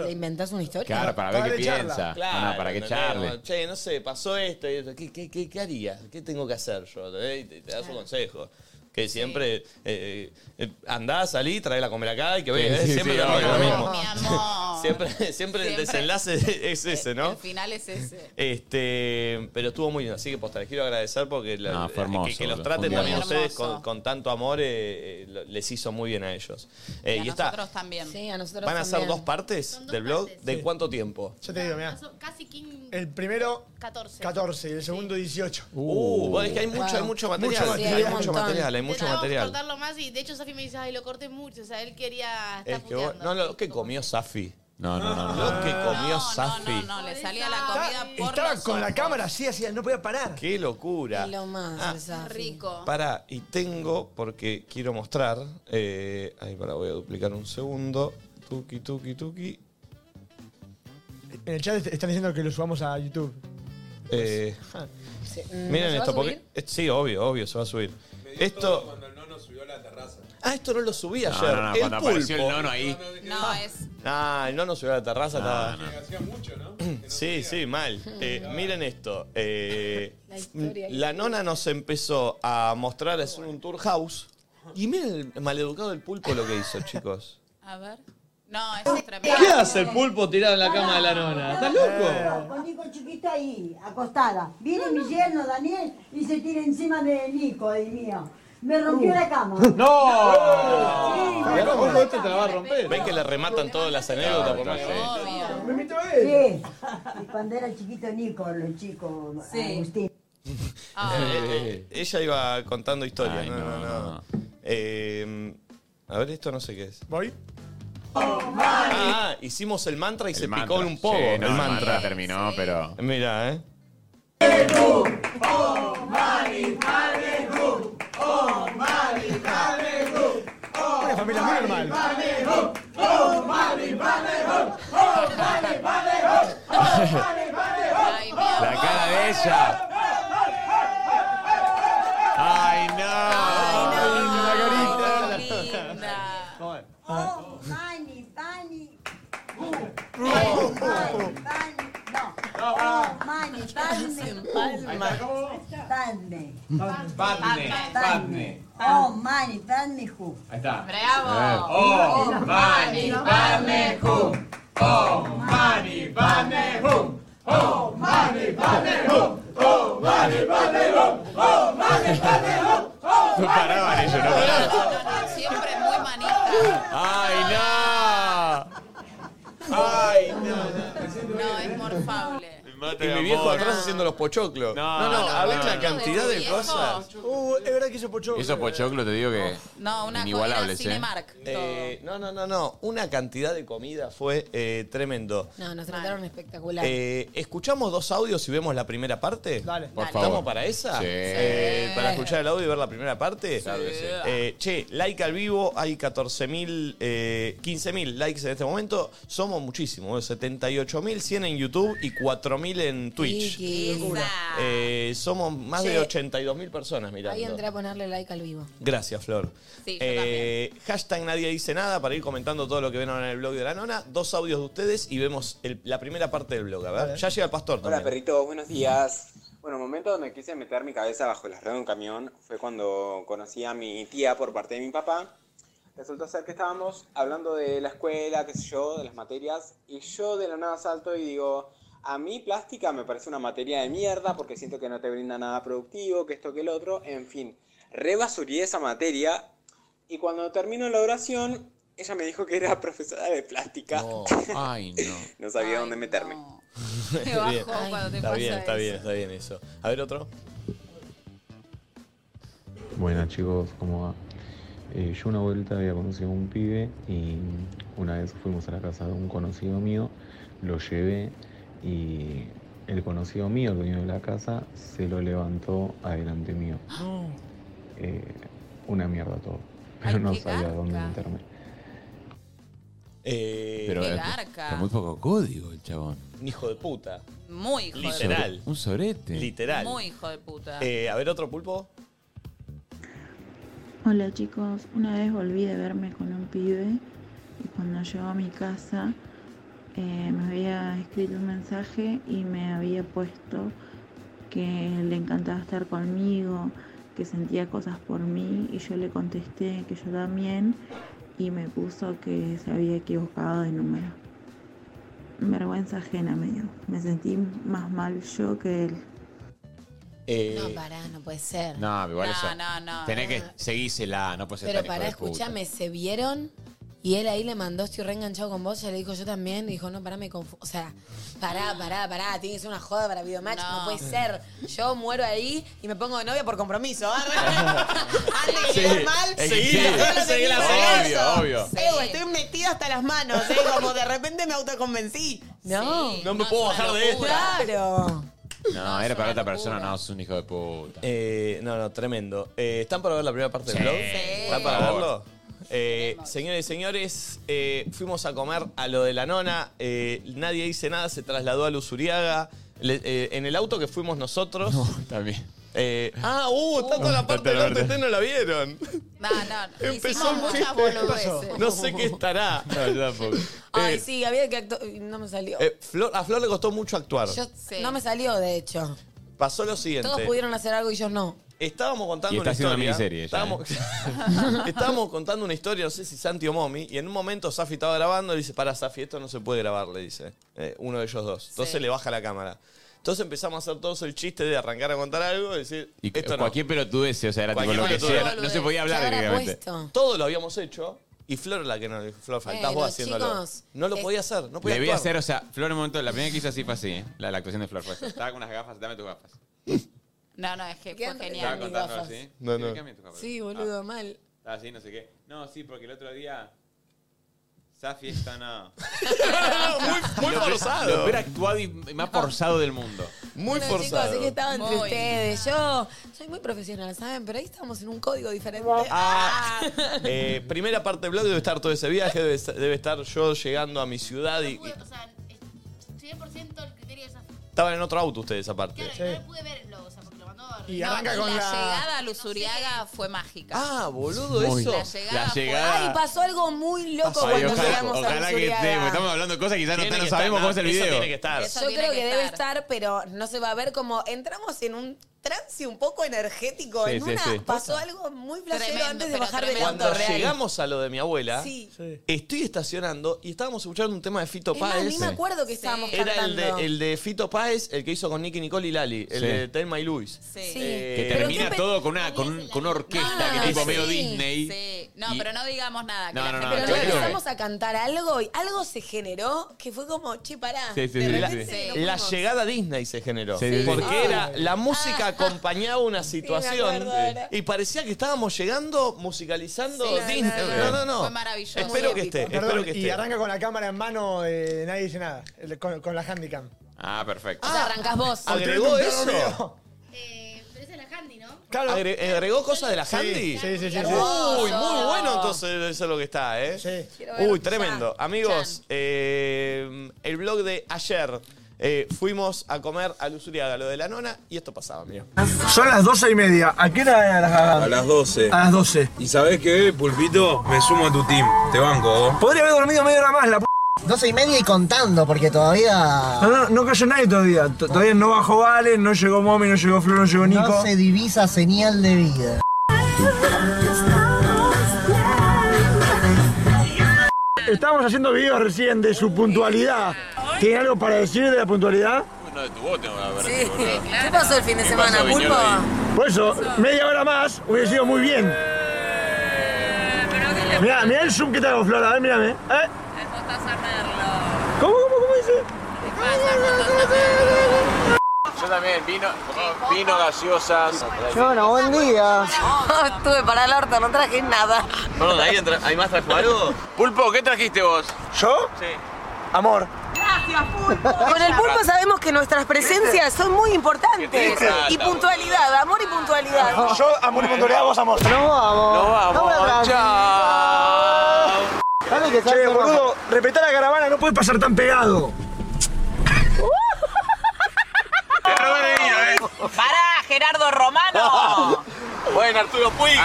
[SPEAKER 5] ¿Le inventás una historia?
[SPEAKER 9] Claro, para ver qué
[SPEAKER 2] charla.
[SPEAKER 9] piensa.
[SPEAKER 2] Claro,
[SPEAKER 9] Ah, No, no, para qué
[SPEAKER 2] ¿entendés?
[SPEAKER 9] charle.
[SPEAKER 2] Como, Che, no sé, pasó esto y esto. ¿Qué, qué, qué, qué harías? ¿Qué tengo que hacer yo? ¿Entendés? Y Te, te da su consejo. Que siempre eh, eh, andá, salí, trae la comer acá y que
[SPEAKER 9] Sí,
[SPEAKER 2] veas.
[SPEAKER 9] sí,
[SPEAKER 2] siempre
[SPEAKER 9] sí,
[SPEAKER 2] te
[SPEAKER 9] obvio.
[SPEAKER 2] lo mismo.
[SPEAKER 6] Mi amor.
[SPEAKER 2] Siempre, siempre, el
[SPEAKER 6] Siempre.
[SPEAKER 2] desenlace es ese, ¿no?
[SPEAKER 6] El final es ese.
[SPEAKER 2] Este, pero estuvo muy bien, así que postales quiero agradecer porque la-
[SPEAKER 9] No, fue hermoso,
[SPEAKER 2] que, que los
[SPEAKER 9] boludo,
[SPEAKER 2] traten
[SPEAKER 9] fue
[SPEAKER 2] también
[SPEAKER 9] hermoso.
[SPEAKER 2] ustedes con,
[SPEAKER 6] Hermoso.
[SPEAKER 2] con tanto amor eh, eh, lo- les hizo muy bien a ellos. Eh, y,
[SPEAKER 6] y a
[SPEAKER 2] está,
[SPEAKER 6] nosotros también.
[SPEAKER 5] Sí, a nosotros
[SPEAKER 2] van a ser
[SPEAKER 5] también.
[SPEAKER 2] dos partes del blog. ¿De cuánto tiempo?
[SPEAKER 10] Yo te digo, mira.
[SPEAKER 4] Casi 15,
[SPEAKER 10] El primero,
[SPEAKER 4] 14.
[SPEAKER 10] 14, y el segundo, 18.
[SPEAKER 2] Uh, bueno, es que hay mucho, hay mucho material.
[SPEAKER 10] Mucho
[SPEAKER 2] hay
[SPEAKER 10] material.
[SPEAKER 2] mucho material, hay mucho
[SPEAKER 4] Vamos a
[SPEAKER 2] material.
[SPEAKER 4] cortarlo más y de hecho Safi me dice, ay, lo corté mucho. O sea, él quería...
[SPEAKER 2] Es que vos- no, lo que comió Safi.
[SPEAKER 9] No, no, no.
[SPEAKER 2] Lo que comió Safi.
[SPEAKER 6] No, le salía la comida por
[SPEAKER 10] Estaba
[SPEAKER 6] los
[SPEAKER 10] con la
[SPEAKER 6] ojos.
[SPEAKER 10] cámara así, así, no podía parar.
[SPEAKER 2] Qué locura.
[SPEAKER 5] Lo más,
[SPEAKER 2] Ah.
[SPEAKER 5] el Safi.
[SPEAKER 6] Rico.
[SPEAKER 2] Pará, y tengo, porque quiero mostrar. eh, ahí, pará, voy a duplicar un segundo. Tuki, tuki, tuki.
[SPEAKER 10] En el chat est- están diciendo que lo subamos a YouTube.
[SPEAKER 2] Eh,
[SPEAKER 5] Mm,
[SPEAKER 2] miren esto, porque. eh, Sí, obvio, obvio, se va a subir. Esto.
[SPEAKER 28] Cuando el nono subió a la terraza.
[SPEAKER 2] Ah, esto no lo subí
[SPEAKER 9] No,
[SPEAKER 2] ayer.
[SPEAKER 9] no, no,
[SPEAKER 2] el
[SPEAKER 9] cuando apareció el
[SPEAKER 2] pulpo.
[SPEAKER 9] nono ahí.
[SPEAKER 6] No, es.
[SPEAKER 2] Ah, el nono subió a la terraza. estaba-
[SPEAKER 28] Que hacía mucho, ¿no?
[SPEAKER 2] Sí, sí, mal. Eh, miren esto. eh,
[SPEAKER 28] La historia ahí.
[SPEAKER 2] la nona nos empezó a mostrar hacer un tour house. Y miren el maleducado del pulpo lo que hizo, chicos.
[SPEAKER 6] A ver. No, es tremendo.
[SPEAKER 2] pulpo tirado en la cama de la nona? ¿Estás loco?
[SPEAKER 11] Con Nico chiquito ahí, acostada. Viene mi yerno Daniel y se tira encima de Nico, de mío. Me rompió la cama. Sí, me rompió la
[SPEAKER 2] te la va a romper? Ven que le rematan todas las anécdotas por más que-
[SPEAKER 11] Sí. Y cuando era chiquito Nico, los chicos, Agustín.
[SPEAKER 2] Eh, eh, Ella iba contando historias. No, no, no. Eh, a ver, esto no sé qué es.
[SPEAKER 10] ¿Voy?
[SPEAKER 2] Ah, ah, hicimos el mantra y se picó en un poco.
[SPEAKER 9] Sí, no, el
[SPEAKER 2] el mantra.
[SPEAKER 9] mantra terminó, pero-
[SPEAKER 2] Mira, ¿eh?
[SPEAKER 10] Una familia muy normal.
[SPEAKER 9] La cara de ella. Ay, no. Ay,
[SPEAKER 6] no. Linda.
[SPEAKER 11] Oh, Manny, Manny. Uh. Oh, Manny, Manny. No. Oh, Manny, Palme. Palme.
[SPEAKER 29] Palme. Palme.
[SPEAKER 11] Palme.
[SPEAKER 30] Oh, mani, padme ju.
[SPEAKER 31] Ahí está.
[SPEAKER 30] Bravo.
[SPEAKER 31] Oh, mani, padme hum. Oh, mani, padme hum. Oh, mani, padme hum. Oh, mani, padme hum. Oh, mani, padme hum.
[SPEAKER 3] No paraban ellos,
[SPEAKER 2] Eh.
[SPEAKER 3] no paraban.
[SPEAKER 6] Siempre muy manita.
[SPEAKER 3] ¡Ay, no!
[SPEAKER 31] Ay, no, no.
[SPEAKER 6] No, es morfable.
[SPEAKER 2] Y mi viejo atrás haciendo los pochoclos. No, no, a ver la cantidad de
[SPEAKER 6] viejo.
[SPEAKER 2] cosas.
[SPEAKER 32] Uh, es verdad que hizo pochoclo.
[SPEAKER 3] Esos pochoclos te digo que.
[SPEAKER 6] No, una
[SPEAKER 3] Inigualables,
[SPEAKER 6] cosa era Cinemark.
[SPEAKER 2] Eh, no, no, no, no. Una cantidad de comida fue eh, tremendo.
[SPEAKER 5] No, nos trataron espectacular.
[SPEAKER 2] Eh, ¿Escuchamos dos audios y vemos la primera parte? Dale.
[SPEAKER 3] Por
[SPEAKER 2] ¿Estamos
[SPEAKER 3] favor.
[SPEAKER 2] para esa?
[SPEAKER 3] Sí.
[SPEAKER 2] Eh, para escuchar el audio y ver la primera parte.
[SPEAKER 3] Claro que sí.
[SPEAKER 2] Eh, che, like al vivo, hay 14.000, eh, 15.000 likes en este momento. Somos muchísimos, 78.100 en YouTube y 4.000 en Twitch.
[SPEAKER 5] Qué locura.
[SPEAKER 2] Eh, somos más
[SPEAKER 5] Che.
[SPEAKER 2] de 82.000 personas
[SPEAKER 5] Ahí
[SPEAKER 2] mirando.
[SPEAKER 5] entré a ponerle like al vivo.
[SPEAKER 2] Gracias, Flor.
[SPEAKER 5] Sí, yo
[SPEAKER 2] Eh, hashtag nadie dice nada para ir comentando todo lo que ven ahora en el blog de la nona. Dos audios de ustedes y vemos el- la primera parte del blog. A ver, ya llega el pastor
[SPEAKER 11] Hola
[SPEAKER 2] también.
[SPEAKER 11] perritos, buenos días. Bueno, el momento donde quise meter mi cabeza bajo las ruedas de un camión fue cuando conocí a mi tía por parte de mi papá. Resultó ser que estábamos hablando de la escuela, qué sé yo, de las materias, y yo de la nada salto y digo, a mí plástica me parece una materia de mierda porque siento que no te brinda nada productivo, que esto, que el otro, en fin, rebasurié esa materia y cuando termino la oración, ella me dijo que era profesora de plástica. No,
[SPEAKER 3] ay, no.
[SPEAKER 11] no sabía dónde meterme.
[SPEAKER 2] Bien.
[SPEAKER 6] bajo cuando te
[SPEAKER 2] Está
[SPEAKER 6] pasa
[SPEAKER 2] bien, está
[SPEAKER 6] eso.
[SPEAKER 2] bien, está bien eso. A ver otro.
[SPEAKER 10] Bueno chicos, ¿cómo va? Eh, yo una vuelta había conocido a un pibe y una vez fuimos a la casa de un conocido mío, lo llevé y el conocido mío, el dueño de la casa, se lo levantó adelante mío. Eh, una mierda todo, pero no sabía dónde meterme.
[SPEAKER 3] Pero
[SPEAKER 6] qué
[SPEAKER 3] eh,
[SPEAKER 6] garca.
[SPEAKER 3] con muy poco código el chabón.
[SPEAKER 2] Un hijo de puta.
[SPEAKER 6] Muy hijo de
[SPEAKER 2] Literal.
[SPEAKER 3] Un sorete.
[SPEAKER 2] Literal.
[SPEAKER 6] Muy hijo de puta.
[SPEAKER 2] Eh, a ver otro pulpo.
[SPEAKER 4] Hola chicos, una vez volví de verme con un pibe y cuando llegó a mi casa eh, me había escrito un mensaje y me había puesto que le encantaba estar conmigo, que sentía cosas por mí y yo le contesté que yo también y me puso que se había equivocado de número. Vergüenza ajena me dio. Me sentí más mal yo que él.
[SPEAKER 3] eh,
[SPEAKER 2] Eh,
[SPEAKER 5] no, pará, no puede ser.
[SPEAKER 3] No, igual
[SPEAKER 5] No,
[SPEAKER 3] eso.
[SPEAKER 5] no, no.
[SPEAKER 3] Tenés que seguírsela, no puedes
[SPEAKER 5] Pero pará, escúchame, se vieron y él ahí le mandó, estoy reenganchado con vos, ya le dijo yo también, y dijo, no, pará, me confundo. O sea, pará, pará, pará, tiene que ser una joda para videomatch, no, puede ser. Yo muero ahí y me pongo de novia por compromiso. ¿ah?
[SPEAKER 3] Sí.
[SPEAKER 5] mal,
[SPEAKER 3] Es que
[SPEAKER 5] seguí,
[SPEAKER 3] sí.
[SPEAKER 5] seguí, seguí,
[SPEAKER 3] Obvio,
[SPEAKER 5] seguí.
[SPEAKER 3] obvio.
[SPEAKER 5] Evo, estoy metida hasta las manos, ¿eh? como de repente me autoconvencí. No,
[SPEAKER 2] No me puedo bajar de esto.
[SPEAKER 5] Claro.
[SPEAKER 3] No, era para otra persona, no, es un hijo de puta.
[SPEAKER 2] Eh, no, no, tremendo. Eh, ¿Están para ver la primera parte del
[SPEAKER 3] Sí.
[SPEAKER 2] blog?
[SPEAKER 3] Sí.
[SPEAKER 2] ¿Están para
[SPEAKER 3] Por favor.
[SPEAKER 2] verlo? Eh, señores y señores, eh, fuimos a comer a lo de la nona. eh, nadie dice nada, se trasladó a Luzuriaga. Le- eh, en el auto que fuimos nosotros.
[SPEAKER 3] también.
[SPEAKER 2] ah, uh, está toda la parte del norte, ustedes no la vieron.
[SPEAKER 6] No, no, no.
[SPEAKER 2] Empezó
[SPEAKER 6] Hicimos
[SPEAKER 2] un
[SPEAKER 6] muchas
[SPEAKER 2] chiste.
[SPEAKER 6] boludeces.
[SPEAKER 2] No sé qué estará.
[SPEAKER 5] Ay,
[SPEAKER 2] Eh,
[SPEAKER 5] sí, había que actuar. No me salió.
[SPEAKER 2] eh, Flor- a Flor le costó mucho actuar.
[SPEAKER 5] Yo- No me salió, de hecho.
[SPEAKER 2] Pasó lo siguiente.
[SPEAKER 5] Todos pudieron hacer algo y yo no.
[SPEAKER 2] Estábamos contando
[SPEAKER 3] Y está
[SPEAKER 2] una
[SPEAKER 3] haciendo
[SPEAKER 2] historia.
[SPEAKER 3] una miniserie ella, ¿eh?
[SPEAKER 2] estábamos, estábamos contando una historia, no sé si Santi o Momi, y en un momento Safi estaba grabando y dice, para Safi, esto no se puede grabar, le dice eh, uno de ellos dos. Entonces le baja la cámara. Entonces empezamos a hacer todos el chiste de arrancar a contar algo y decir,
[SPEAKER 3] Y
[SPEAKER 2] esto no.
[SPEAKER 3] cualquier pelotudez, o sea, era tipo
[SPEAKER 2] Cualquier
[SPEAKER 3] lo que
[SPEAKER 2] pelotudez.
[SPEAKER 3] sea. No se podía hablar directamente.
[SPEAKER 2] Todo lo habíamos hecho y Flor la que nos dijo, Flor, faltás
[SPEAKER 5] Eh,
[SPEAKER 2] vos
[SPEAKER 5] los
[SPEAKER 2] haciéndolo.
[SPEAKER 5] chicos,
[SPEAKER 2] no lo
[SPEAKER 5] es-
[SPEAKER 2] podía hacer, no podía
[SPEAKER 3] Le voy a hacer,
[SPEAKER 2] actuar.
[SPEAKER 3] o sea, Flor en un momento, la primera que hice así fue así, ¿eh? la, la actuación de Flor fue esa. Estaba con unas gafas, dame tus gafas.
[SPEAKER 6] No, no, es que fue
[SPEAKER 3] Estaba
[SPEAKER 6] genial.
[SPEAKER 3] contando
[SPEAKER 5] gafas.
[SPEAKER 3] así.
[SPEAKER 2] No,
[SPEAKER 3] Sí,
[SPEAKER 2] no.
[SPEAKER 3] dame tus gafas.
[SPEAKER 5] Sí, boludo, mal.
[SPEAKER 3] pues? Ah, estaba así, no sé qué. No, sí, porque el otro día. Safi está no.
[SPEAKER 2] muy
[SPEAKER 3] Lo pe-
[SPEAKER 2] forzado.
[SPEAKER 3] Lo peor actuado y más forzado del mundo.
[SPEAKER 2] Muy
[SPEAKER 5] Bueno, Chicos, así que estaba entre ustedes. Yo soy muy profesional, ¿saben? Pero ahí estábamos en un código diferente.
[SPEAKER 2] Eh, primera parte del blog debe estar todo ese viaje, debe, estar- debe estar yo llegando a mi ciudad y, y-
[SPEAKER 33] O sea, es 100% el criterio de esa.
[SPEAKER 2] estaban en otro auto ustedes aparte.
[SPEAKER 33] No pude ver el logo, o sea, porque lo mandó a
[SPEAKER 6] Y arranca con la... llegada a Luzuriaga fue mágica.
[SPEAKER 2] Ah, boludo,
[SPEAKER 3] Muy.
[SPEAKER 2] eso.
[SPEAKER 3] La llegada La fue- llegada.
[SPEAKER 5] Ay, pasó algo muy loco
[SPEAKER 3] Ay,
[SPEAKER 5] cuando
[SPEAKER 3] ojalá
[SPEAKER 5] llegamos
[SPEAKER 3] ojalá
[SPEAKER 5] a
[SPEAKER 3] que esté,
[SPEAKER 5] Luzuriaga.
[SPEAKER 3] porque estamos hablando de cosas que quizás no,
[SPEAKER 2] Tiene
[SPEAKER 3] no
[SPEAKER 2] que
[SPEAKER 3] sabemos
[SPEAKER 2] estar,
[SPEAKER 3] cómo es el
[SPEAKER 2] eso
[SPEAKER 3] video.
[SPEAKER 2] tiene que estar.
[SPEAKER 5] Yo creo que, debe estar, pero no se va a ver como entramos en un trance un poco energético.
[SPEAKER 2] Sí,
[SPEAKER 5] en
[SPEAKER 2] sí,
[SPEAKER 5] una
[SPEAKER 2] sí.
[SPEAKER 5] pasó algo muy flashero
[SPEAKER 6] Tremendo,
[SPEAKER 5] antes de
[SPEAKER 6] pero
[SPEAKER 5] bajar del
[SPEAKER 6] tremendo.
[SPEAKER 5] auto
[SPEAKER 2] Cuando
[SPEAKER 5] real.
[SPEAKER 2] llegamos a lo de mi abuela,
[SPEAKER 5] Sí.
[SPEAKER 2] estoy estacionando y estábamos escuchando un tema de Fito
[SPEAKER 5] Es más,
[SPEAKER 2] Páez.
[SPEAKER 5] ni me acuerdo que estábamos
[SPEAKER 2] Era el
[SPEAKER 5] cantando.
[SPEAKER 2] de, el de Fito Páez, el que hizo con Nicky Nicole y Lali, el
[SPEAKER 3] Sí.
[SPEAKER 2] de Telma y Luis.
[SPEAKER 5] Sí.
[SPEAKER 6] Eh,
[SPEAKER 3] Que termina todo con una, con un- con una orquesta que tipo medio Disney.
[SPEAKER 6] Ah, Sí. No,
[SPEAKER 3] Y-
[SPEAKER 6] pero no digamos nada.
[SPEAKER 3] No,
[SPEAKER 6] que la
[SPEAKER 3] no, no,
[SPEAKER 6] gente-
[SPEAKER 5] Pero
[SPEAKER 3] Claro.
[SPEAKER 5] empezamos a cantar algo y algo se generó que fue como, che, pará.
[SPEAKER 3] Sí, sí,
[SPEAKER 5] de
[SPEAKER 3] sí,
[SPEAKER 2] La,
[SPEAKER 5] repente
[SPEAKER 3] sí.
[SPEAKER 5] nos
[SPEAKER 2] la
[SPEAKER 5] fuimos.
[SPEAKER 2] llegada Disney se generó.
[SPEAKER 3] Sí, sí, sí.
[SPEAKER 2] Porque
[SPEAKER 3] Ay.
[SPEAKER 2] era la música acompañaba una situación
[SPEAKER 5] acuerdo ahora.
[SPEAKER 2] y parecía que estábamos llegando musicalizando
[SPEAKER 6] Sí, sí,
[SPEAKER 2] Disney.
[SPEAKER 6] sí, sí.
[SPEAKER 2] No, no, no.
[SPEAKER 6] Fue maravilloso.
[SPEAKER 2] Espero que esté,
[SPEAKER 34] Perdón,
[SPEAKER 2] espero que
[SPEAKER 34] Y
[SPEAKER 2] esté.
[SPEAKER 34] arranca con la cámara en mano, eh, nadie dice nada. El- Con, con la handicam.
[SPEAKER 3] Ah, perfecto.
[SPEAKER 5] O sea, arrancás vos.
[SPEAKER 2] Ah, ¿Agregó
[SPEAKER 34] Atento,
[SPEAKER 2] eso?
[SPEAKER 33] Eh,
[SPEAKER 34] Claro.
[SPEAKER 2] Agre- ¿Agregó cosas de la
[SPEAKER 34] Sí,
[SPEAKER 2] handy?
[SPEAKER 34] sí, sí, sí, sí.
[SPEAKER 2] Uy, muy
[SPEAKER 34] Hermoso.
[SPEAKER 2] bueno entonces eso es lo que está, ¿eh?
[SPEAKER 34] Quiero ver
[SPEAKER 2] Uy, tremendo. Amigos, eh, el blog de ayer. eh, fuimos a comer a Lusuriaga, lo de la nona, y esto pasaba, mío.
[SPEAKER 11] Son las doce y media. ¿A qué hora las
[SPEAKER 35] A las 12.
[SPEAKER 11] A las 12.
[SPEAKER 35] ¿Y sabes qué, Pulpito? Me sumo a tu team. Te banco, vos.
[SPEAKER 11] Podría haber dormido media hora más, la p.
[SPEAKER 10] 12 y media y contando, porque todavía
[SPEAKER 11] No, no, no cayó nadie todavía. T- Todavía no bajó Vale, no llegó Momi, no llegó Flor, no llegó Nico.
[SPEAKER 10] no se divisa señal de vida.
[SPEAKER 11] Estábamos haciendo videos recién de su puntualidad. ¿Tiene algo para decir de la puntualidad?
[SPEAKER 3] No, de tu voz tengo que hablar.
[SPEAKER 5] Sí, ¿Qué pasó el fin de
[SPEAKER 3] ¿Qué
[SPEAKER 5] semana,
[SPEAKER 3] pasó,
[SPEAKER 5] Pulpo?
[SPEAKER 3] Viñolo?
[SPEAKER 11] Por eso, media hora más hubiese sido muy bien.
[SPEAKER 6] Eh,
[SPEAKER 11] Mirá, mirá el zoom que te hago, Flor. A ver, mírame. ¿Eh? ¿Cómo, cómo, cómo dice?
[SPEAKER 3] Yo también, vino, vino gaseosas.
[SPEAKER 10] Bueno, buen día.
[SPEAKER 5] Estuve para el orto, no traje nada.
[SPEAKER 2] Perdón, ¿ahí, entra- ahí más trajo algo?
[SPEAKER 3] Pulpo, ¿qué trajiste vos?
[SPEAKER 11] ¿Yo?
[SPEAKER 3] Sí.
[SPEAKER 11] Amor.
[SPEAKER 5] Gracias, pulpo. Con el pulpo sabemos que nuestras presencias son muy importantes.
[SPEAKER 11] ¿Viste?
[SPEAKER 5] Y puntualidad, amor y puntualidad.
[SPEAKER 11] Yo, amor y puntualidad, vos, amor. Nos vamos.
[SPEAKER 5] Nos vamos. Vamos atrás.
[SPEAKER 11] Chao.
[SPEAKER 10] Dale que
[SPEAKER 11] che, boludo, respetá la caravana, no puedes pasar tan pegado.
[SPEAKER 6] ¡Para, Gerardo Romano!
[SPEAKER 3] Bueno, Arturo Puig.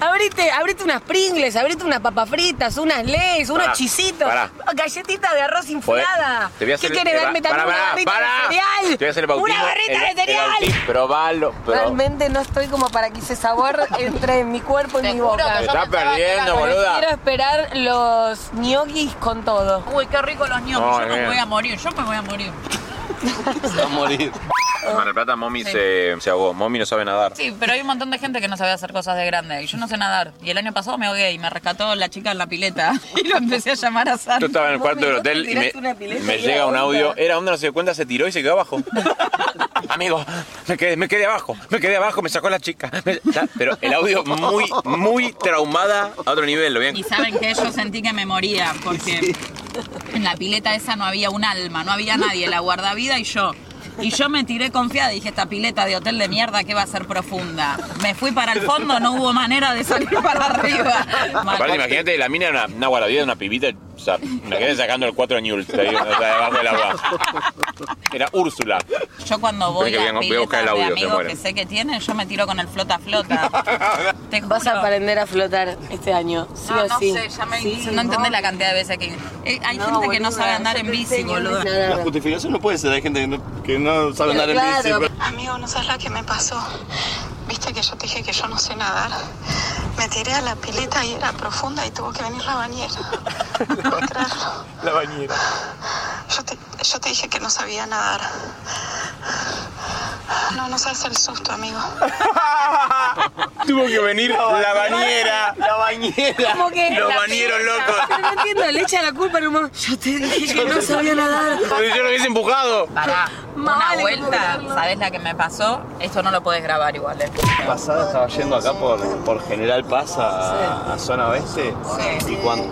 [SPEAKER 5] Abrite, abrite unas pringles, abrite unas papas fritas, unas leys, unos
[SPEAKER 3] Pará,
[SPEAKER 5] chisitos, Oh,
[SPEAKER 3] pará. Pues,
[SPEAKER 5] galletitas de arroz inflada.
[SPEAKER 3] Te voy a hacer
[SPEAKER 5] ¿Qué quiere
[SPEAKER 3] eh,
[SPEAKER 5] darme
[SPEAKER 3] va-
[SPEAKER 5] también
[SPEAKER 3] pará,
[SPEAKER 5] una
[SPEAKER 3] pará,
[SPEAKER 5] barrita
[SPEAKER 3] pará.
[SPEAKER 5] de cereal?
[SPEAKER 3] Te voy a hacer el bautismo.
[SPEAKER 5] ¡Una barrita
[SPEAKER 3] el-
[SPEAKER 5] de
[SPEAKER 3] el
[SPEAKER 5] cereal!
[SPEAKER 3] bautismo. Probalo, pero.
[SPEAKER 5] Realmente no estoy como para que ese sabor entre en mi cuerpo y mi
[SPEAKER 6] juro
[SPEAKER 5] boca.
[SPEAKER 6] que yo Te estás pensaba que era perdiendo, como- boluda.
[SPEAKER 5] Quiero esperar los ñoquis con todo.
[SPEAKER 6] Uy, qué rico los ñoquis.
[SPEAKER 3] No,
[SPEAKER 6] yo me
[SPEAKER 3] bien.
[SPEAKER 6] voy a morir, yo me voy a morir.
[SPEAKER 3] Se va a morir. En Mar del Plata, Momi
[SPEAKER 6] Sí.
[SPEAKER 3] se, se ahogó. Momi no sabe nadar.
[SPEAKER 6] Sí, pero hay un montón de gente que no sabe hacer cosas de grande. Y yo no sé nadar. Y el año pasado me ahogué y me rescató la chica en la pileta. Y lo empecé a llamar a San.
[SPEAKER 3] Yo estaba en el cuarto del hotel y me, me llega un audio. Era onda, no se dio cuenta, se tiró y se quedó abajo. Amigo, me quedé, me quedé abajo, me quedé abajo, me sacó la chica. Me- ta- pero el audio muy, muy traumada a otro nivel, ¿lo bien?
[SPEAKER 6] Y saben que yo sentí que me moría porque en la pileta esa no había un alma, no había nadie, la guardavida y yo. Y yo me tiré confiada y dije, esta pileta de hotel de mierda que va a ser profunda. Me fui para el fondo, no hubo manera de salir para arriba.
[SPEAKER 3] Aparte, imagínate, la mina era una, una guardavidas, una pibita, o sea, imagínate sacando el 4 Newell, te digo, o sea, debajo del agua. Era Úrsula.
[SPEAKER 6] Yo cuando voy
[SPEAKER 3] Creo que
[SPEAKER 6] a
[SPEAKER 3] voy a buscar
[SPEAKER 6] piletas
[SPEAKER 3] el
[SPEAKER 6] de
[SPEAKER 3] audio, se
[SPEAKER 6] amigos
[SPEAKER 3] muere.
[SPEAKER 6] que sé que tienen, yo me tiro con el flota flota. Te
[SPEAKER 5] Vas a aprender a flotar este año, sí
[SPEAKER 6] no,
[SPEAKER 5] o
[SPEAKER 6] Ah, no
[SPEAKER 5] sí.
[SPEAKER 6] sé, ya me
[SPEAKER 5] Sí,
[SPEAKER 6] no entendés la cantidad de veces que... Eh, hay
[SPEAKER 5] No,
[SPEAKER 6] gente que no
[SPEAKER 5] boluda,
[SPEAKER 6] sabe andar
[SPEAKER 5] yo
[SPEAKER 6] en
[SPEAKER 5] te
[SPEAKER 6] bici,
[SPEAKER 5] enseño,
[SPEAKER 6] boludo.
[SPEAKER 5] no es nada.
[SPEAKER 1] La justificación no puede ser, hay gente que no, que no sabe andar en bici. pero-
[SPEAKER 4] Amigo, no sabes lo que me pasó. Viste que yo te dije que yo no sé nadar. Me tiré a la pileta y era profunda y tuvo que venir la bañera. a traerlo.
[SPEAKER 1] La bañera.
[SPEAKER 4] Yo te, yo te dije que no sabía nadar. No, no sabes el susto, amigo.
[SPEAKER 3] Tuvo que venir la bañera, la bañera.
[SPEAKER 5] Como que
[SPEAKER 3] Los
[SPEAKER 5] la
[SPEAKER 3] bañeros
[SPEAKER 5] pileta.
[SPEAKER 3] locos.
[SPEAKER 5] Pero no entiendo, le echa la culpa en un momento. Yo te dije que no sabía nadar.
[SPEAKER 3] Yo lo hubiese empujado.
[SPEAKER 6] Pará,
[SPEAKER 5] Mal,
[SPEAKER 6] una vuelta, ¿sabes la que me pasó? Esto no lo puedes grabar igual. eh.
[SPEAKER 1] Pasada estaba yendo acá por, por General Paz a, a zona oeste. Y cuando.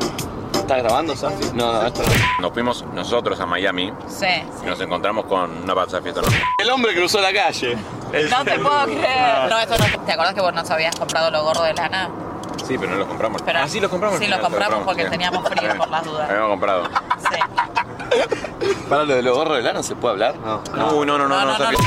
[SPEAKER 1] ¿Estás grabando, Santi? No, no, esto no.
[SPEAKER 3] Nos fuimos nosotros a Miami
[SPEAKER 6] Sí.
[SPEAKER 3] y nos encontramos con una pata fiesta.
[SPEAKER 1] El hombre cruzó la calle.
[SPEAKER 6] No te puedo creer. No, esto no. ¿Te acordás que vos nos habías comprado los gordos de lana?
[SPEAKER 3] Sí, pero no los compramos.
[SPEAKER 6] Pero-
[SPEAKER 3] ah, sí, los compramos. Eh,
[SPEAKER 6] Sí, los compramos porque teníamos frío por las dudas.
[SPEAKER 3] Habíamos comprado.
[SPEAKER 1] Para lo de los gorros de lana, ¿se puede hablar? No,
[SPEAKER 3] Uh, No, no, no, no, no, Santi.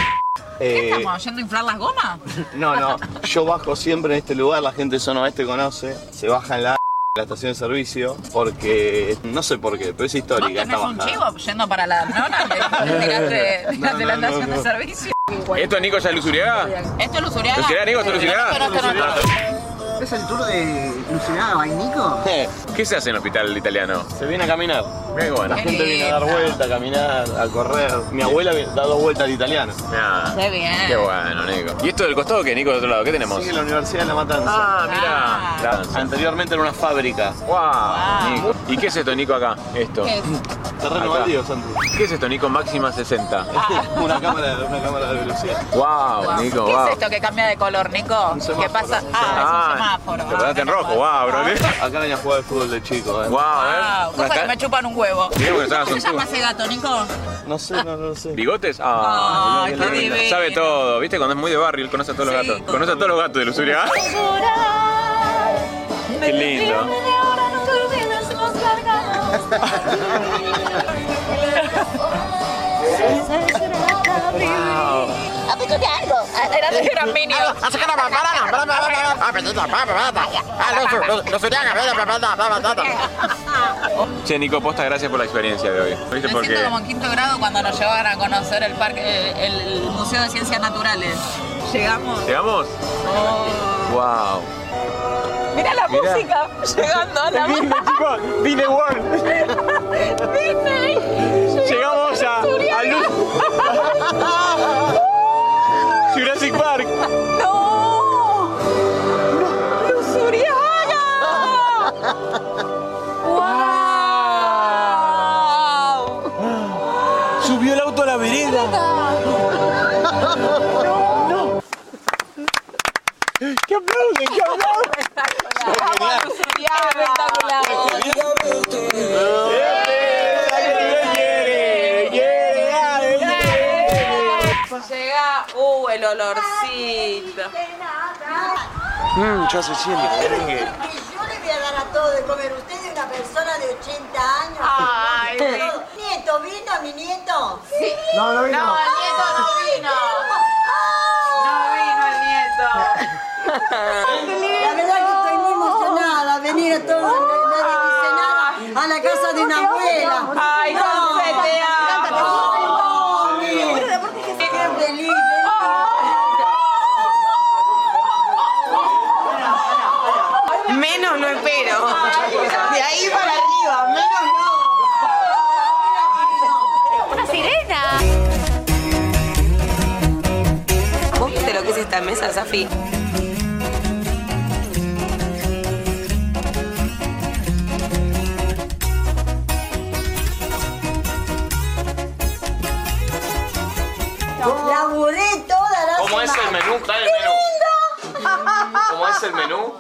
[SPEAKER 1] Eh,
[SPEAKER 6] ¿Estamos yendo a inflar las gomas?
[SPEAKER 1] no, no. Yo bajo siempre en este lugar, la gente de zona oeste conoce. Se baja en la, la estación de servicio porque. No sé por qué, pero es histórica
[SPEAKER 6] ¿Tenés
[SPEAKER 1] esta
[SPEAKER 6] un
[SPEAKER 1] bajada.
[SPEAKER 6] chivo yendo para la nona? ¿Tiraste,
[SPEAKER 1] No, no,
[SPEAKER 6] la
[SPEAKER 1] no,
[SPEAKER 6] estación
[SPEAKER 1] no.
[SPEAKER 6] de servicio?
[SPEAKER 3] ¿Esto es Nico ya Luzuriaga?
[SPEAKER 6] ¿Esto es
[SPEAKER 3] Luzuriaga? ¿Luzuriaga, Nico? ¿Esto es Luzuriaga? No, no, no, no,
[SPEAKER 36] ¿Es el tour de Luciana Bainico?
[SPEAKER 3] ¿Qué se hace en el hospital italiano?
[SPEAKER 1] Se viene a caminar.
[SPEAKER 3] Qué bueno.
[SPEAKER 1] La gente viene a dar vueltas, a caminar, a correr. Mi abuela da dos vueltas al italiano.
[SPEAKER 3] Nada.
[SPEAKER 6] Qué bien.
[SPEAKER 3] Qué bueno, Nico. ¿Y esto del costado qué, Nico, del otro lado? ¿Qué tenemos?
[SPEAKER 1] Sí, la Universidad de La Matanza.
[SPEAKER 3] Ah, mirá.
[SPEAKER 1] La- Anteriormente era una fábrica.
[SPEAKER 3] ¡Wow! Nico. ¿Y qué es esto, Nico, acá? Esto.
[SPEAKER 1] ¿Qué Terreno
[SPEAKER 3] Acá.
[SPEAKER 1] baldío, Santi.
[SPEAKER 3] ¿Qué es esto, Nico? Máxima 60.
[SPEAKER 1] Una cámara, una cámara de velocidad.
[SPEAKER 3] ¡Wow, Nico!
[SPEAKER 6] ¿Qué
[SPEAKER 3] wow.
[SPEAKER 6] es esto que cambia de color, Nico? ¿Qué pasa? Ah, es un
[SPEAKER 3] Te
[SPEAKER 6] semáforo.
[SPEAKER 3] quedaste en rojo, wow, bro.
[SPEAKER 1] Acá venía a jugar al fútbol de chico, eh.
[SPEAKER 6] Ah,
[SPEAKER 3] Wow,
[SPEAKER 6] cosas que me
[SPEAKER 3] ¿eh?
[SPEAKER 6] chupan un huevo.
[SPEAKER 3] Mirá lo que estabas
[SPEAKER 6] ¿Cómo
[SPEAKER 3] un
[SPEAKER 6] se llama
[SPEAKER 3] tubo.
[SPEAKER 6] ese gato, Nico?
[SPEAKER 1] No sé, no, no sé.
[SPEAKER 3] ¿Bigotes? Ah,
[SPEAKER 6] Ay, qué divino.
[SPEAKER 3] sabe todo, ¿viste? Cuando es muy de barrio, él conoce a todos los gatos. Conoce a todos los gatos de Lusuria. Qué lindo.
[SPEAKER 6] Apícate algo. Ah, Era de gran minio.
[SPEAKER 3] Ah, Che, Nico, posta, gracias por la experiencia de hoy. ¿Viste?
[SPEAKER 6] Me
[SPEAKER 3] Porque.
[SPEAKER 6] siento como en quinto grado cuando nos llevaban a conocer el parque, eh, el Museo de Ciencias Naturales. Llegamos.
[SPEAKER 3] ¿Llegamos? Wow.
[SPEAKER 6] Mira la
[SPEAKER 3] Mirá.
[SPEAKER 6] música llegando a la
[SPEAKER 3] Disney, chicos, Disney
[SPEAKER 6] World. Disney.
[SPEAKER 3] Llegamos a-
[SPEAKER 6] Suriaga.
[SPEAKER 3] al Jurassic Park.
[SPEAKER 6] No. No, Luzuriaga. Wow.
[SPEAKER 3] Subió el auto a la vereda.
[SPEAKER 6] No, no.
[SPEAKER 3] ¡Qué aplauden, qué aplauden!
[SPEAKER 6] Vamos, Luzuriaga, espectacular. pues Llega, uh, el olorcito.
[SPEAKER 10] Mmm, ya se siente.
[SPEAKER 11] Yo le voy a dar a todo de comer. Usted es una persona de 80 años.
[SPEAKER 6] Ay,
[SPEAKER 11] Todo.
[SPEAKER 6] sí.
[SPEAKER 11] Nieto, ¿vino mi nieto?
[SPEAKER 6] Sí.
[SPEAKER 11] No, no
[SPEAKER 6] vino. No, el nieto no vino. No vino el nieto.
[SPEAKER 11] La verdad que estoy muy emocionada. Venir a todo, nadie dice nada. A la casa de una abuela.
[SPEAKER 6] Ay,
[SPEAKER 11] No.
[SPEAKER 6] Conce, te amo.
[SPEAKER 11] Qué feliz.
[SPEAKER 6] Menos no espero. De ahí para arriba, menos no. Una sirena. ¿Vos viste lo que es esta mesa, Safi?
[SPEAKER 11] Laburé toda la
[SPEAKER 3] ¿Cómo es el
[SPEAKER 11] semana.
[SPEAKER 3] menú? Dale el
[SPEAKER 11] ¡Qué
[SPEAKER 3] menú.
[SPEAKER 11] lindo!
[SPEAKER 3] ¿Cómo es el menú?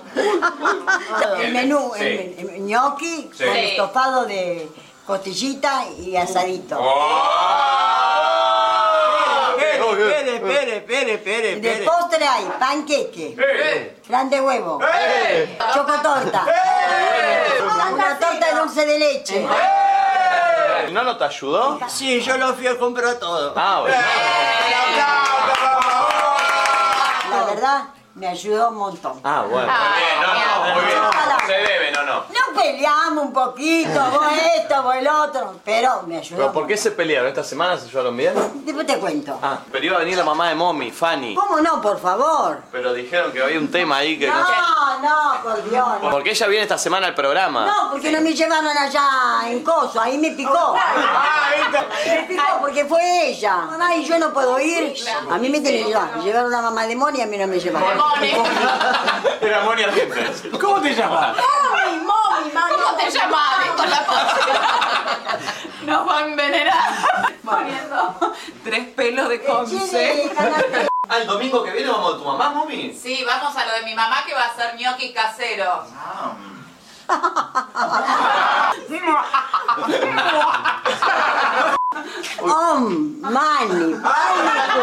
[SPEAKER 11] El menú,
[SPEAKER 3] Sí.
[SPEAKER 11] el, el- el gnocchi
[SPEAKER 3] Sí.
[SPEAKER 11] con
[SPEAKER 3] Sí.
[SPEAKER 11] estofado de costillita y asadito.
[SPEAKER 3] Oh.
[SPEAKER 10] Pere, pere, pere, pere,
[SPEAKER 11] De postre hay panqueque, flan de huevo,
[SPEAKER 10] ¡Eh!
[SPEAKER 11] chocotorta, Ah, una torta de dulce de leche.
[SPEAKER 1] ¿No no te ayudó?
[SPEAKER 10] Sí, yo lo fui a comprar todo.
[SPEAKER 1] Ah, bueno.
[SPEAKER 11] La verdad, me ayudó un montón. Ah,
[SPEAKER 1] Ah, bueno.
[SPEAKER 3] No, no, muy bien. Se debe, no, no.
[SPEAKER 11] No peleamos un poquito, vos esto, vos el otro, pero me ayudó.
[SPEAKER 1] ¿Pero por qué se pelearon? ¿Esta semana se llevaron bien?
[SPEAKER 11] Después te cuento.
[SPEAKER 1] Ah, pero iba a venir la mamá de Mommy, Fanny.
[SPEAKER 11] ¿Cómo no, por favor?
[SPEAKER 1] Pero dijeron que había un tema ahí que no
[SPEAKER 11] No, no, por Dios. no.
[SPEAKER 1] Porque ella viene esta semana al programa.
[SPEAKER 11] No, porque no me llevaron allá en Coso, ahí me picó. Me picó porque fue ella. Ah, Mamá y yo no puedo ir. A mí me tienen que llevar. Me llevaron a mamá demonia y a mí no me llevaron.
[SPEAKER 3] Era Moni Argentina. ¿Cómo te llamas?
[SPEAKER 11] ¡Mami, mami, mami!
[SPEAKER 6] ¿Cómo te llamabas con la pose? Nos va a envenenar poniendo tres pelos de conce.
[SPEAKER 1] Ah, el domingo que viene vamos de tu mamá, Mommy.
[SPEAKER 6] Sí, vamos a lo de mi mamá que va a ser gnocchi casero.
[SPEAKER 11] ¡Om, mani, pánico!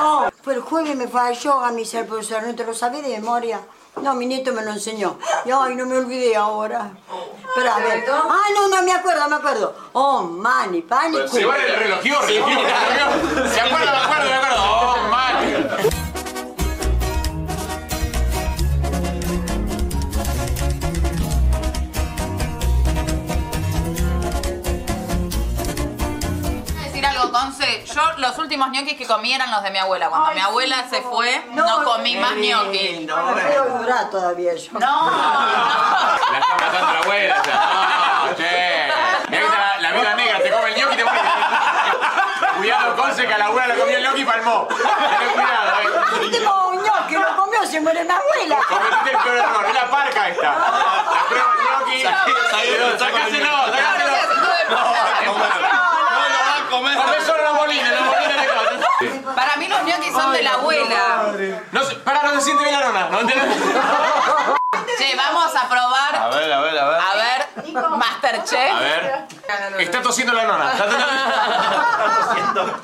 [SPEAKER 11] Oh, fue el jueves me fue a yoga, me dice el profesor, ¿no te lo sabés de memoria? No, mi nieto me lo enseñó. Y ay, no me olvidé ahora. Pero a ver. Ah, no, no, me acuerdo, me acuerdo. Oh, mani, pánico.
[SPEAKER 3] Se va el relojio, relojio, relojio. Se acuerda, me acuerdo, me acuerdo. Oh, man.
[SPEAKER 6] los últimos ñoquis que comí eran los de mi abuela. Cuando
[SPEAKER 11] Ay,
[SPEAKER 6] mi abuela se fue, no, comí más ñoquis.
[SPEAKER 11] No, no quiero durar todavía yo.
[SPEAKER 3] La está matando la abuela. ya. No, che. Mirá que está la, la viuda negra, te come el ñoqui y te muere. Cuidado, Conce, que a la abuela le comió el ñoqui y palmó. Tené cuidado, eh.
[SPEAKER 11] Ah, Tengo un ñoqui, lo comió, se muere mi abuela.
[SPEAKER 3] Cometiste el peor error, es la parca esta. La prueba el ñoqui. Sacáselo, sacáselo. No, lo va a comer. Come solo la bolina, la bolina de cosas.
[SPEAKER 6] Para mí los ñoquis son de la abuela.
[SPEAKER 3] No se, pará, no se siente bien la nona. No
[SPEAKER 6] Che, vamos a probar,
[SPEAKER 3] A ver, a ver, a ver.
[SPEAKER 6] a ver, Masterchef.
[SPEAKER 3] ¿Eh? A ver. Está tosiendo la nona. Está tosiendo.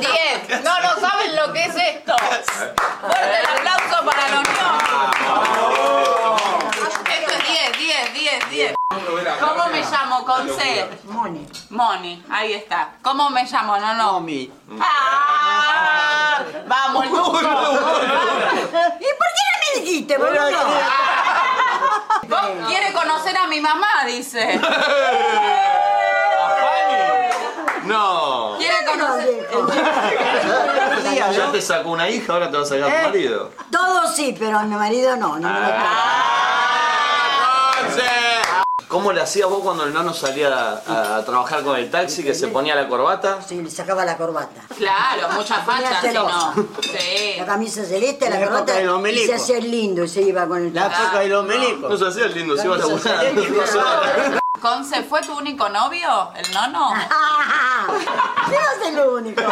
[SPEAKER 6] 10. No, no saben lo que es esto. Fuerte el aplauso para los ñoquis. Esto es 10, 10, 10, 10. ¿Cómo me llamo? Con C. Moni. Moni, ahí está. ¿Cómo me llamo? No, no. Moni. ¡Ah! Vamos, el
[SPEAKER 11] No, no, no,
[SPEAKER 6] ¿Y por qué no me dijiste, boludo? Vos quiere conocer a mi mamá, dice.
[SPEAKER 2] No.
[SPEAKER 6] Quiere conocer.
[SPEAKER 2] Ya te sacó una hija, ahora te va a sacar
[SPEAKER 11] ¿Eh?
[SPEAKER 2] tu marido.
[SPEAKER 11] Todo sí, pero a mi marido no. no me lo
[SPEAKER 2] ¿Cómo le hacías vos cuando el nano salía a, a trabajar con el taxi que se ponía la corbata?
[SPEAKER 11] Sí, le sacaba la corbata.
[SPEAKER 6] Claro, mucha facha, si no.
[SPEAKER 11] celoso.
[SPEAKER 6] Sí.
[SPEAKER 11] La camisa celeste, la,
[SPEAKER 10] La época
[SPEAKER 11] corbata.
[SPEAKER 10] del
[SPEAKER 11] y
[SPEAKER 10] ombelico.
[SPEAKER 11] se hacía el lindo y se iba con el
[SPEAKER 10] La época del ombelico.
[SPEAKER 2] No se hacía el lindo, se iba a laburar. No se-
[SPEAKER 6] Conce, ¿fue tu único novio? ¿El nono?
[SPEAKER 11] Yo no soy lo único.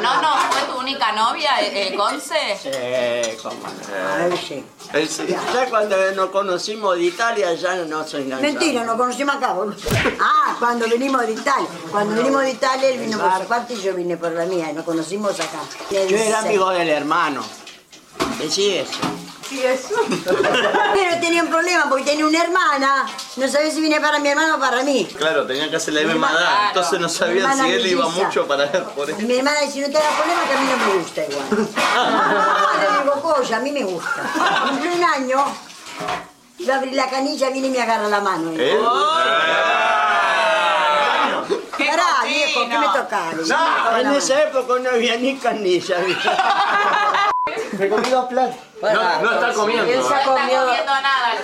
[SPEAKER 6] ¿Nono fue tu única novia, eh, eh, Conce?
[SPEAKER 10] Sí, cómo no.
[SPEAKER 11] Ay, sí.
[SPEAKER 10] Él sí. Ya cuando nos conocimos de Italia ya no se enganchaba.
[SPEAKER 11] Mentira, nos conocimos acá. boludo. Ah, cuando venimos de Italia. Cuando venimos de Italia, él vino por su parte y yo vine por la mía. y Nos conocimos acá.
[SPEAKER 10] Yo era amigo del hermano. Decí eso.
[SPEAKER 11] Pero tenía un problema porque tenía una hermana. No sabía si vine para mi hermano o para mí.
[SPEAKER 2] Claro, tenían que hacer la misma
[SPEAKER 11] hermana,
[SPEAKER 2] edad,
[SPEAKER 11] claro.
[SPEAKER 2] entonces no
[SPEAKER 11] Mi
[SPEAKER 2] sabían
[SPEAKER 11] hermana
[SPEAKER 2] si él iba
[SPEAKER 11] melliza.
[SPEAKER 2] mucho para por eso.
[SPEAKER 11] Mi hermana dice, no te hagas problema que a mí no me gusta igual. Ah, le digo, "Coya, a mí me gusta. Cumplí un año, iba a abrir la canilla, viene y me agarra la mano.
[SPEAKER 2] ¿Eh?
[SPEAKER 11] Pará, viejo, ¿qué me tocaba?
[SPEAKER 10] Ah. No, en esa época no había ni canilla. Me comí dos platos.
[SPEAKER 11] No, no está comiendo. Él se ha comido-
[SPEAKER 6] nada, el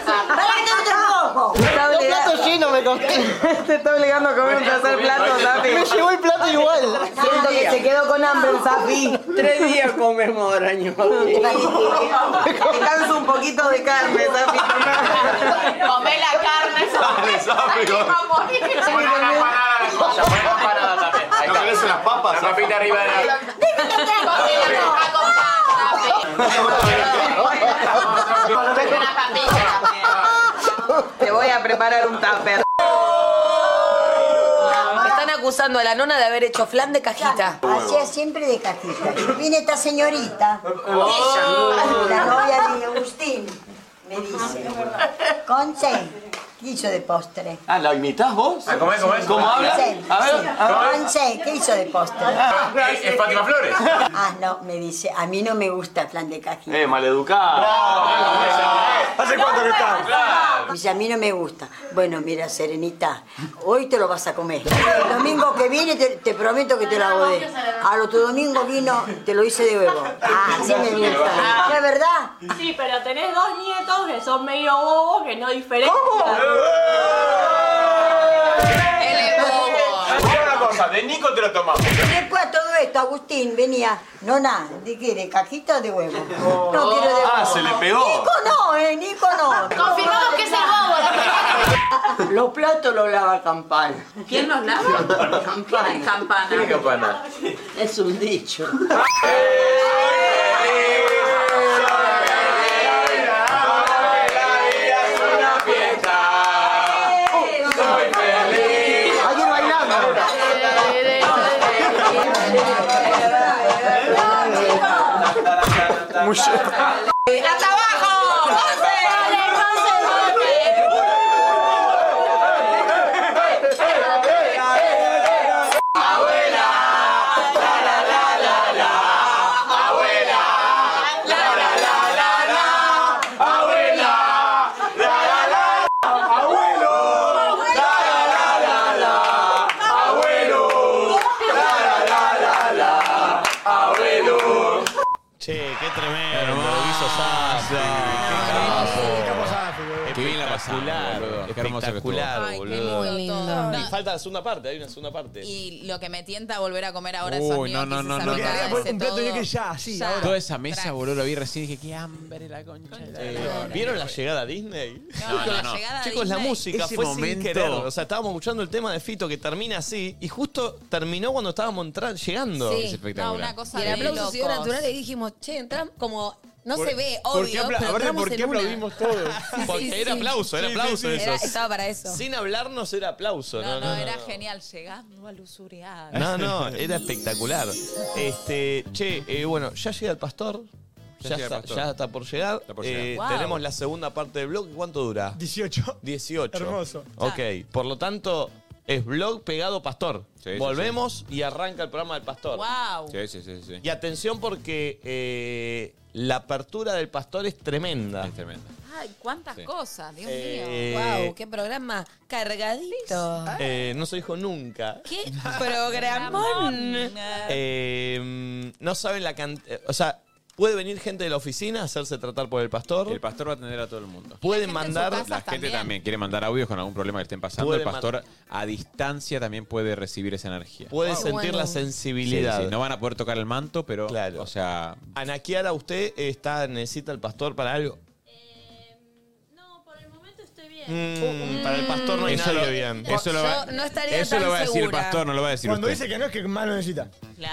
[SPEAKER 6] sapo.
[SPEAKER 10] Dos platos llenos me comí.
[SPEAKER 37] Te está obligando a comer un tercer plato, Safi.
[SPEAKER 10] Me llevó el plato igual.
[SPEAKER 37] Siento que se quedó con hambre el Safi.
[SPEAKER 10] Tres días comemos ahora, año.
[SPEAKER 37] Descansa un poquito de carne, Safi.
[SPEAKER 6] Comé la carne,
[SPEAKER 3] Dale, Safi,
[SPEAKER 6] Te iba a morir.
[SPEAKER 3] Poné una empanada de cosa, poné una empanada también. Ahí está.
[SPEAKER 38] las papas?
[SPEAKER 3] La papita arriba de la...
[SPEAKER 6] Comé la papa con pan, Safi. Una papilla.
[SPEAKER 37] Te voy a preparar un tupper.
[SPEAKER 5] Me están acusando a la nona de haber hecho flan de cajita.
[SPEAKER 11] Hacía siempre de cajita. Viene esta señorita,
[SPEAKER 5] Oh.
[SPEAKER 11] la novia de Agustín, me dice, Conce, ¿qué hizo de postre?
[SPEAKER 2] Ah, ¿la imitás vos?
[SPEAKER 3] Ah, ¿cómo es, cómo es? ¿Cómo habla?
[SPEAKER 11] Conce,
[SPEAKER 3] A ver,
[SPEAKER 11] sí.
[SPEAKER 3] a ver.
[SPEAKER 11] Conce, ¿qué hizo de postre?
[SPEAKER 3] Ah, ¿es- es Fátima Flores?
[SPEAKER 11] Ah, no, me dice, a mí no me gusta el plan de cajita.
[SPEAKER 2] Eh, maleducada.
[SPEAKER 11] ¿Hace cuánto que está? Dice, a mí no me gusta. Bueno, mira, Serenita, hoy te lo vas a comer. El domingo que viene te, te prometo que te lo hago de. Al otro domingo vino, te lo hice de huevo. Ah, sí me gusta. ¿Es verdad?
[SPEAKER 39] Sí, pero tenés dos nietos que son medio bobos que no diferencian.
[SPEAKER 3] Mira una cosa, de Nico te lo tomamos.
[SPEAKER 11] Después de todo esto, Agustín venía, nona, ¿de qué? ¿De cajita o de huevo? No quiero de huevo.
[SPEAKER 2] Ah, se le pegó.
[SPEAKER 11] Nico no, eh, Nico no.
[SPEAKER 4] Confirmamos que es el bobo.
[SPEAKER 10] Los platos los lava campana.
[SPEAKER 6] ¿Quién los lava? Campana.
[SPEAKER 10] ¿Qué
[SPEAKER 6] Campana.
[SPEAKER 2] campana?
[SPEAKER 10] Es un dicho.
[SPEAKER 3] Alguien bailando ahora.
[SPEAKER 6] ¡Hasta abajo!
[SPEAKER 3] Abuela, la la la, abuela, la la la.
[SPEAKER 2] Che, qué tremendo. Lo hizo
[SPEAKER 1] Ah,
[SPEAKER 2] Safi. Qué capo.
[SPEAKER 3] Qué bien la pasamos,
[SPEAKER 2] Espectacular,
[SPEAKER 3] boludo. Qué hermoso que
[SPEAKER 2] Espectacular,
[SPEAKER 3] estuvo. Ay, qué
[SPEAKER 2] boludo.
[SPEAKER 6] lindo todo.
[SPEAKER 2] Y
[SPEAKER 6] No.
[SPEAKER 2] falta la segunda parte, hay una segunda parte.
[SPEAKER 6] Y lo que me tienta a volver a comer ahora es
[SPEAKER 3] Uy,
[SPEAKER 6] esos
[SPEAKER 3] no,
[SPEAKER 6] ñoquis,
[SPEAKER 3] no, no,
[SPEAKER 6] esa
[SPEAKER 3] no.
[SPEAKER 6] mitad,
[SPEAKER 3] Quedaría
[SPEAKER 6] ese todo. Ya.
[SPEAKER 3] Toda esa mesa, boludo, la vi recién y dije, qué hambre la concha. de la
[SPEAKER 2] Eh,
[SPEAKER 3] lora.
[SPEAKER 2] ¿Vieron la llegada a Disney?
[SPEAKER 3] No, no, no.
[SPEAKER 2] Chicos, la música
[SPEAKER 3] Ese
[SPEAKER 2] fue sin
[SPEAKER 3] momento-
[SPEAKER 2] querer. O sea, estábamos escuchando el tema de Fito que termina así y justo terminó cuando estábamos entran- llegando.
[SPEAKER 5] Sí. Es espectacular.
[SPEAKER 6] No, una cosa
[SPEAKER 5] Y el
[SPEAKER 6] de
[SPEAKER 5] aplauso se dio
[SPEAKER 6] locos.
[SPEAKER 5] natural y dijimos, che, entramos como. No
[SPEAKER 2] Por-
[SPEAKER 5] se ve,
[SPEAKER 2] ¿por qué
[SPEAKER 5] obvio.
[SPEAKER 2] apla-
[SPEAKER 5] pero
[SPEAKER 2] aparte,
[SPEAKER 5] entramos
[SPEAKER 2] ¿por
[SPEAKER 5] en
[SPEAKER 2] qué
[SPEAKER 5] una.
[SPEAKER 2] aplaudimos todos? Porque
[SPEAKER 5] sí,
[SPEAKER 2] era
[SPEAKER 5] sí.
[SPEAKER 2] aplauso, era
[SPEAKER 5] Sí, sí,
[SPEAKER 2] aplauso
[SPEAKER 5] sí.
[SPEAKER 2] eso.
[SPEAKER 5] Era- estaba para eso.
[SPEAKER 2] Sin hablarnos era aplauso. No, no, no,
[SPEAKER 6] era
[SPEAKER 2] no.
[SPEAKER 6] genial, llegando a lusurear.
[SPEAKER 2] No, no, era espectacular. Este, che, eh, bueno, ya llega el pastor.
[SPEAKER 3] Ya
[SPEAKER 2] Ya,
[SPEAKER 3] llega el
[SPEAKER 2] está,
[SPEAKER 3] pastor.
[SPEAKER 2] ya está por llegar.
[SPEAKER 3] llegar.
[SPEAKER 2] Eh,
[SPEAKER 3] Wow.
[SPEAKER 2] Tenemos la segunda parte del blog. ¿Cuánto dura?
[SPEAKER 10] 18.
[SPEAKER 2] 18.
[SPEAKER 10] Hermoso.
[SPEAKER 2] Ok, por lo tanto, es blog pegado pastor. Volvemos y arranca el programa del pastor.
[SPEAKER 6] Wow.
[SPEAKER 3] Sí, sí, sí, sí.
[SPEAKER 2] Y atención porque eh, la apertura del pastor es tremenda. Es
[SPEAKER 3] tremenda.
[SPEAKER 6] Ay, cuántas
[SPEAKER 2] Sí.
[SPEAKER 6] cosas, Dios
[SPEAKER 2] Eh,
[SPEAKER 6] mío.
[SPEAKER 5] Wow, qué programa cargadito.
[SPEAKER 2] no se dijo nunca.
[SPEAKER 5] Qué
[SPEAKER 6] Ah,
[SPEAKER 5] programón.
[SPEAKER 2] Eh, no saben la cantidad. O sea, puede venir gente de la oficina a hacerse tratar por el pastor.
[SPEAKER 3] El pastor va a atender a todo el mundo.
[SPEAKER 2] Pueden mandar.
[SPEAKER 3] La gente también. quiere mandar audios con algún problema que estén pasando.
[SPEAKER 2] Puede
[SPEAKER 3] El pastor a distancia también puede recibir esa energía.
[SPEAKER 2] Puede sentir la sensibilidad.
[SPEAKER 3] Sí, sí, No van a poder tocar el manto, pero. O sea.
[SPEAKER 2] Ana Kiara, ¿usted está, necesita el pastor para algo?
[SPEAKER 3] Uh,
[SPEAKER 2] Mm, para el pastor no hay
[SPEAKER 3] Eso
[SPEAKER 2] nadie
[SPEAKER 3] lo-
[SPEAKER 2] bien.
[SPEAKER 3] eso lo va- Yo no estaría eso tan lo va a decir el segura. pastor, no lo va a decir
[SPEAKER 10] Cuando
[SPEAKER 3] usted.
[SPEAKER 10] dice que no es que más lo necesita.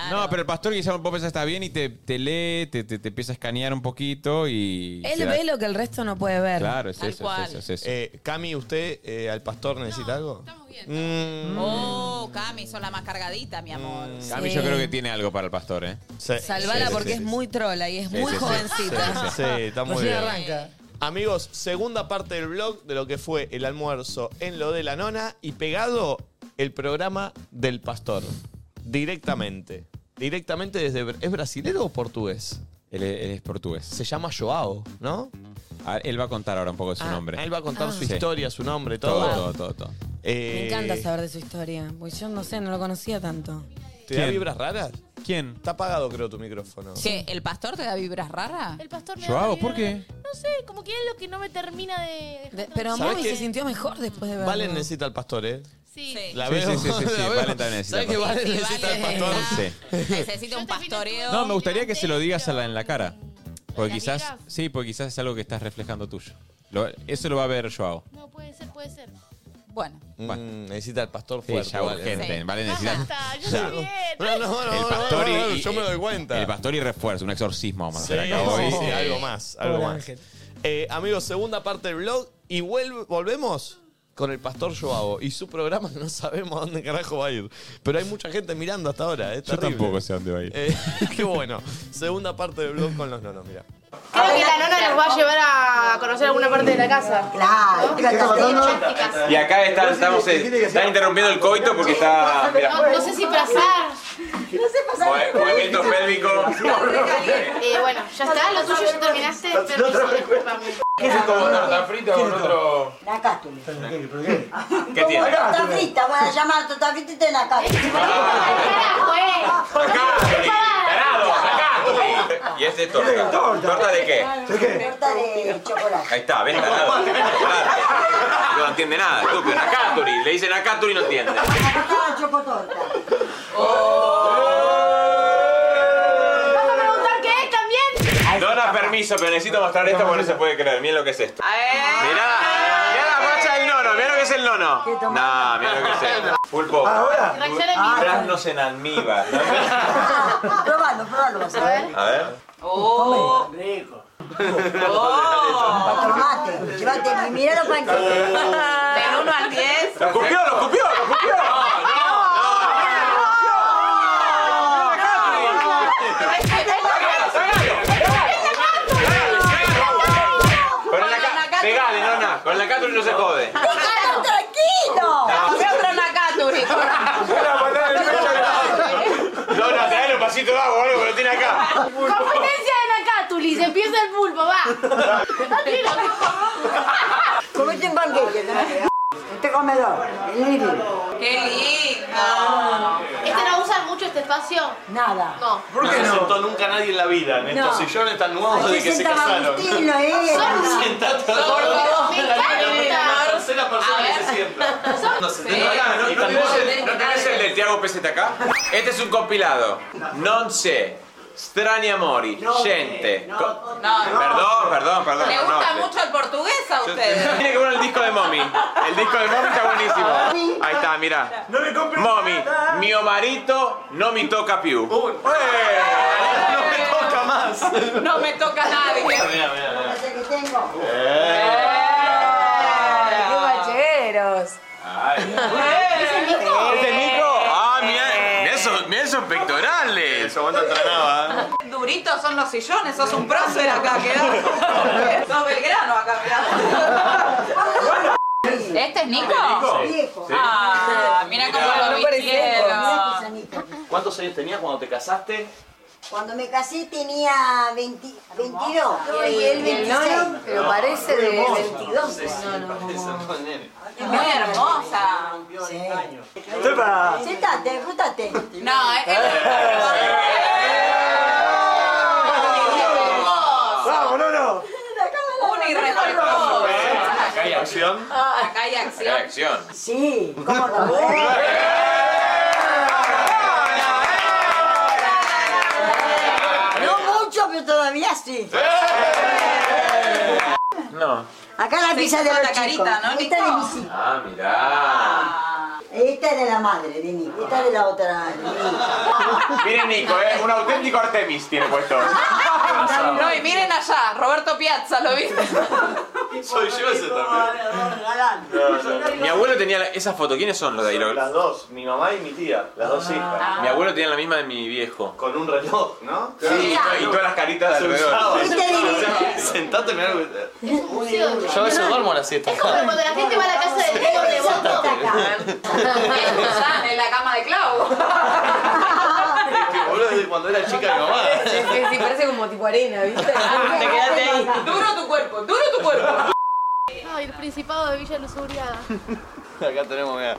[SPEAKER 3] No, pero el pastor quizá vos pensás está bien y te, te lee, te, te- te empieza a escanear un poquito y. se
[SPEAKER 5] Él
[SPEAKER 3] da-
[SPEAKER 5] ve lo que el resto no puede ver.
[SPEAKER 3] Claro, es eso, es eso, es eso.
[SPEAKER 2] Eh, Cami, ¿usted eh, al pastor necesita algo? Estamos
[SPEAKER 3] Mm,
[SPEAKER 2] bien.
[SPEAKER 6] Oh, Cami, son la más cargadita, mi amor.
[SPEAKER 3] Cami, yo creo que tiene algo para el pastor, ¿eh?
[SPEAKER 5] Salvala
[SPEAKER 3] Sí,
[SPEAKER 5] porque
[SPEAKER 3] sí,
[SPEAKER 5] es
[SPEAKER 3] sí.
[SPEAKER 5] muy trola y es
[SPEAKER 3] Sí,
[SPEAKER 5] muy
[SPEAKER 3] sí, sí.
[SPEAKER 5] jovencita.
[SPEAKER 3] Sí, sí,
[SPEAKER 2] Sí, está muy
[SPEAKER 10] Recién
[SPEAKER 2] bien.
[SPEAKER 10] arranca.
[SPEAKER 2] Amigos, segunda parte del blog de lo que fue el almuerzo en lo de la nona y pegado el programa del pastor. Directamente. Directamente desde... Br- ¿Es brasilero o portugués?
[SPEAKER 3] Él, es- él es portugués. Se
[SPEAKER 2] llama Joao, ¿no?
[SPEAKER 3] él va a contar ahora un poco de su nombre.
[SPEAKER 2] Él va a contar su historia, su nombre, todo. Eh,
[SPEAKER 3] Todo, todo, todo. todo.
[SPEAKER 5] Ah. Me encanta saber de su historia. Porque yo no sé, no lo conocía tanto.
[SPEAKER 2] ¿Te da
[SPEAKER 3] ¿Quién?
[SPEAKER 2] vibras raras?
[SPEAKER 3] ¿Quién?
[SPEAKER 2] Está apagado, creo, tu micrófono.
[SPEAKER 6] ¿Qué? ¿El pastor te da vibras raras?
[SPEAKER 4] El pastor me da
[SPEAKER 2] Joao,
[SPEAKER 4] una
[SPEAKER 2] ¿por
[SPEAKER 4] vibra-
[SPEAKER 2] qué?
[SPEAKER 4] No sé, como que es lo que no me termina de.
[SPEAKER 5] Pero
[SPEAKER 2] ¿Sabés
[SPEAKER 5] Mami
[SPEAKER 2] qué?
[SPEAKER 5] se sintió mejor después de verlo.
[SPEAKER 2] Valen necesita al pastor, ¿eh?
[SPEAKER 4] Sí.
[SPEAKER 2] La
[SPEAKER 3] Sí,
[SPEAKER 2] veo.
[SPEAKER 3] sí, sí, sí, sí,
[SPEAKER 2] la veo.
[SPEAKER 3] Valen también necesita
[SPEAKER 2] ¿Sabés que
[SPEAKER 3] al pastor?
[SPEAKER 2] Valen necesita al pastor?
[SPEAKER 3] Sí.
[SPEAKER 6] Necesito un pastoreo.
[SPEAKER 3] No, me gustaría que se lo digas a la, en la cara. Porque quizás, sí, porque quizás es algo que estás reflejando tuyo. Lo- eso lo va a ver Joao.
[SPEAKER 4] No, puede ser, puede ser.
[SPEAKER 6] Bueno.
[SPEAKER 2] Mm, necesita el pastor
[SPEAKER 3] Sí,
[SPEAKER 2] fuerte.
[SPEAKER 3] ya urgente, Valen necesita-
[SPEAKER 4] Basta, yo
[SPEAKER 3] Ya.
[SPEAKER 4] también.
[SPEAKER 2] No, no, no,
[SPEAKER 3] El
[SPEAKER 2] no,
[SPEAKER 3] pastor y-
[SPEAKER 2] no, no,
[SPEAKER 3] y-
[SPEAKER 2] yo me doy cuenta.
[SPEAKER 3] El pastor y refuerzo, un exorcismo vamos a
[SPEAKER 2] Sí,
[SPEAKER 3] hacer acá hoy.
[SPEAKER 2] sí, sí, algo más, algo
[SPEAKER 3] Pobre
[SPEAKER 2] más. Eh, amigos, segunda parte del blog y vuelve- volvemos con el pastor Joao y su programa que no sabemos a dónde carajo va a ir. Pero hay mucha gente mirando hasta ahora, es
[SPEAKER 3] Yo
[SPEAKER 2] terrible.
[SPEAKER 3] tampoco sé dónde va a ir.
[SPEAKER 2] Eh, qué bueno. Segunda parte del blog con los nonos, mira.
[SPEAKER 4] Creo que la nona nos va a llevar a conocer alguna parte de la casa. Claro,
[SPEAKER 3] Y acá están, estamos, están interrumpiendo el coito porque está.
[SPEAKER 4] No, no sé si pasar. No sé pasar.
[SPEAKER 3] movimiento pélvico.
[SPEAKER 4] Eh, bueno, ya está, lo tuyo ya terminaste. Permiso, discúlpame.
[SPEAKER 40] ¿Qué es esto? ¿Botón está frito con otro?
[SPEAKER 11] La cástula.
[SPEAKER 40] ¿Qué
[SPEAKER 11] Como
[SPEAKER 40] tiene?
[SPEAKER 11] Ah, no está frita, van a llamar, tú está frita y te la
[SPEAKER 4] Ah.
[SPEAKER 11] cástula.
[SPEAKER 3] Ah.
[SPEAKER 40] ¡Tarado! ¡Sacá! Y este es torta. ¿Torta de qué?
[SPEAKER 11] Torta de chocolate.
[SPEAKER 40] Ahí está, ves, tarado. Claro. No entiende nada, estúpido. Nakaturi. Le dicen Nakaturi y no entiende.
[SPEAKER 11] Torta de chocotorta.
[SPEAKER 4] ¿Vas a preguntar qué es también?
[SPEAKER 40] Dona permiso, pero necesito mostrar esto porque no se puede creer. Miren lo que es esto. Mirá, mirá la facha del nono, mirá lo que es el nono. No, mirá lo que es esto. Pulpo.
[SPEAKER 11] Ahora. Reacciona en vivo.
[SPEAKER 40] Duraznos en almíbar.
[SPEAKER 11] Probalo, probalo. vas A ver.
[SPEAKER 40] A ver.
[SPEAKER 11] Oh.
[SPEAKER 41] Rico.
[SPEAKER 11] Para tomate. Llévate primero para que.
[SPEAKER 6] Del 1 al 10.
[SPEAKER 40] ¡Lo escupió, lo escupió, lo escupió! Con la ca- Pegale, nona. Con la Caturi no se jode.
[SPEAKER 5] Ah,
[SPEAKER 11] ¡Déjalo tranquilo!
[SPEAKER 6] Ve otro Nakaturi.
[SPEAKER 40] Nona, trae un pasito de agua o algo que lo tiene acá.
[SPEAKER 4] Competencia de Nakatulis, empieza el pulpo, va. Tranquilo.
[SPEAKER 11] Comete un banquete. Este comedor. El living.
[SPEAKER 6] ¡Qué
[SPEAKER 4] lindo! ¿Este no usan mucho este espacio?
[SPEAKER 11] Nada.
[SPEAKER 4] No.
[SPEAKER 2] No se sentó nunca nadie en la vida en estos
[SPEAKER 11] No.
[SPEAKER 2] sillones tan nuevos desde
[SPEAKER 11] Así
[SPEAKER 2] que se
[SPEAKER 11] sentaba
[SPEAKER 2] casaron.
[SPEAKER 11] Agustino, ¿eh?
[SPEAKER 2] Solo. Sentate al
[SPEAKER 11] Solo.
[SPEAKER 2] lado.
[SPEAKER 11] Me
[SPEAKER 2] La
[SPEAKER 11] encanta.
[SPEAKER 2] tercera persona que se sienta. No se sienta acá, ¿no?
[SPEAKER 3] ¿Y
[SPEAKER 2] No
[SPEAKER 3] tampoco-
[SPEAKER 2] tenés-
[SPEAKER 3] ¿No tenés el de Tiago Peseta acá? Este es un compilado. Non sé. Strani amori. Gente. Co-
[SPEAKER 6] No,
[SPEAKER 3] Perdón, perdón, perdón.
[SPEAKER 6] Le gusta
[SPEAKER 3] no,
[SPEAKER 6] mucho el portugués a ustedes.
[SPEAKER 3] Tiene que ver el disco de Mommy. El disco de Mommy está buenísimo. Ahí está, mirá. No le compres Mommy, mi omarito no me toca più. No me toca más.
[SPEAKER 6] No me toca a nadie.
[SPEAKER 3] Mirá, mirá, mirá.
[SPEAKER 11] Ese que tengo.
[SPEAKER 5] ¡Qué macheros!
[SPEAKER 3] ¿Ese
[SPEAKER 11] es Nico?
[SPEAKER 3] ¿Este Nico? Ah, mirá, mirá esos, mirá esos pectorales. Eso cuánto entrenaba. ¿eh?
[SPEAKER 6] Duritos son los sillones, sos un prócer acá, quedás. sos Belgrano acá, mirá. ¿Este es Nico?
[SPEAKER 11] Viejo.
[SPEAKER 6] Ah, mira cómo
[SPEAKER 2] Mirá.
[SPEAKER 6] lo
[SPEAKER 2] No parece
[SPEAKER 6] vistieron.
[SPEAKER 2] ¿Cuántos años tenías cuando te casaste?
[SPEAKER 11] Cuando me casé tenía 20 22
[SPEAKER 6] Ah,
[SPEAKER 11] y él
[SPEAKER 5] Y el
[SPEAKER 11] 26.
[SPEAKER 5] novio, pero No, parece de hermoso. 22.
[SPEAKER 2] No, no, no.
[SPEAKER 6] Muy hermosa.
[SPEAKER 11] Sepa. Sentate, juntate.
[SPEAKER 6] No, es
[SPEAKER 42] ¡Vamos, no, no!
[SPEAKER 6] un irrespetuoso.
[SPEAKER 3] Acá hay acción.
[SPEAKER 6] Acá hay
[SPEAKER 3] Acá hay
[SPEAKER 6] acción.
[SPEAKER 3] acción.
[SPEAKER 11] Sí, ¿cómo no? No mucho, pero todavía sí.
[SPEAKER 3] No.
[SPEAKER 11] Acá la
[SPEAKER 6] Se
[SPEAKER 11] pizza de
[SPEAKER 6] hizo
[SPEAKER 11] los
[SPEAKER 6] la carita,
[SPEAKER 11] chicos.
[SPEAKER 6] ¿no,
[SPEAKER 11] Esta de mis hijos.
[SPEAKER 3] Ah, mirá.
[SPEAKER 11] Esta es de la madre de Nico. Esta es de la otra. de mi hija.
[SPEAKER 3] Miren Nico, ¿eh? un auténtico Artemis tiene puesto.
[SPEAKER 6] No, y miren allá, Roberto Piazza, ¿lo viste?
[SPEAKER 3] Soy yo ese eh, Mi abuelo tenía la- esa foto. ¿Quiénes son los de ahí? Los-
[SPEAKER 2] Las dos, mi mamá y mi tía, las dos hijas.
[SPEAKER 3] Mi abuelo tenía la misma de mi viejo.
[SPEAKER 2] Con un reloj, ¿no?
[SPEAKER 3] Sí, y todas las caritas de
[SPEAKER 2] Se usaba.
[SPEAKER 3] alrededor.
[SPEAKER 11] Este
[SPEAKER 2] Se usaba. Sentate, mirá lo que-
[SPEAKER 4] Es un museo.
[SPEAKER 2] Yo a veces duermo a las 7.
[SPEAKER 4] Es como cuando la gente va a la casa del Diego de Boto.
[SPEAKER 6] Están en la cama de Clau.
[SPEAKER 2] Boludo, desde cuando era chica mi mamá.
[SPEAKER 5] Sí, sí, sí, parece como tipo arena, ¿viste?
[SPEAKER 6] Te quedaste ahí. Duro tu cuerpo, duro tu cuerpo.
[SPEAKER 4] Ay, el Principado de Villa Luzuriaga.
[SPEAKER 2] Acá tenemos, mirá.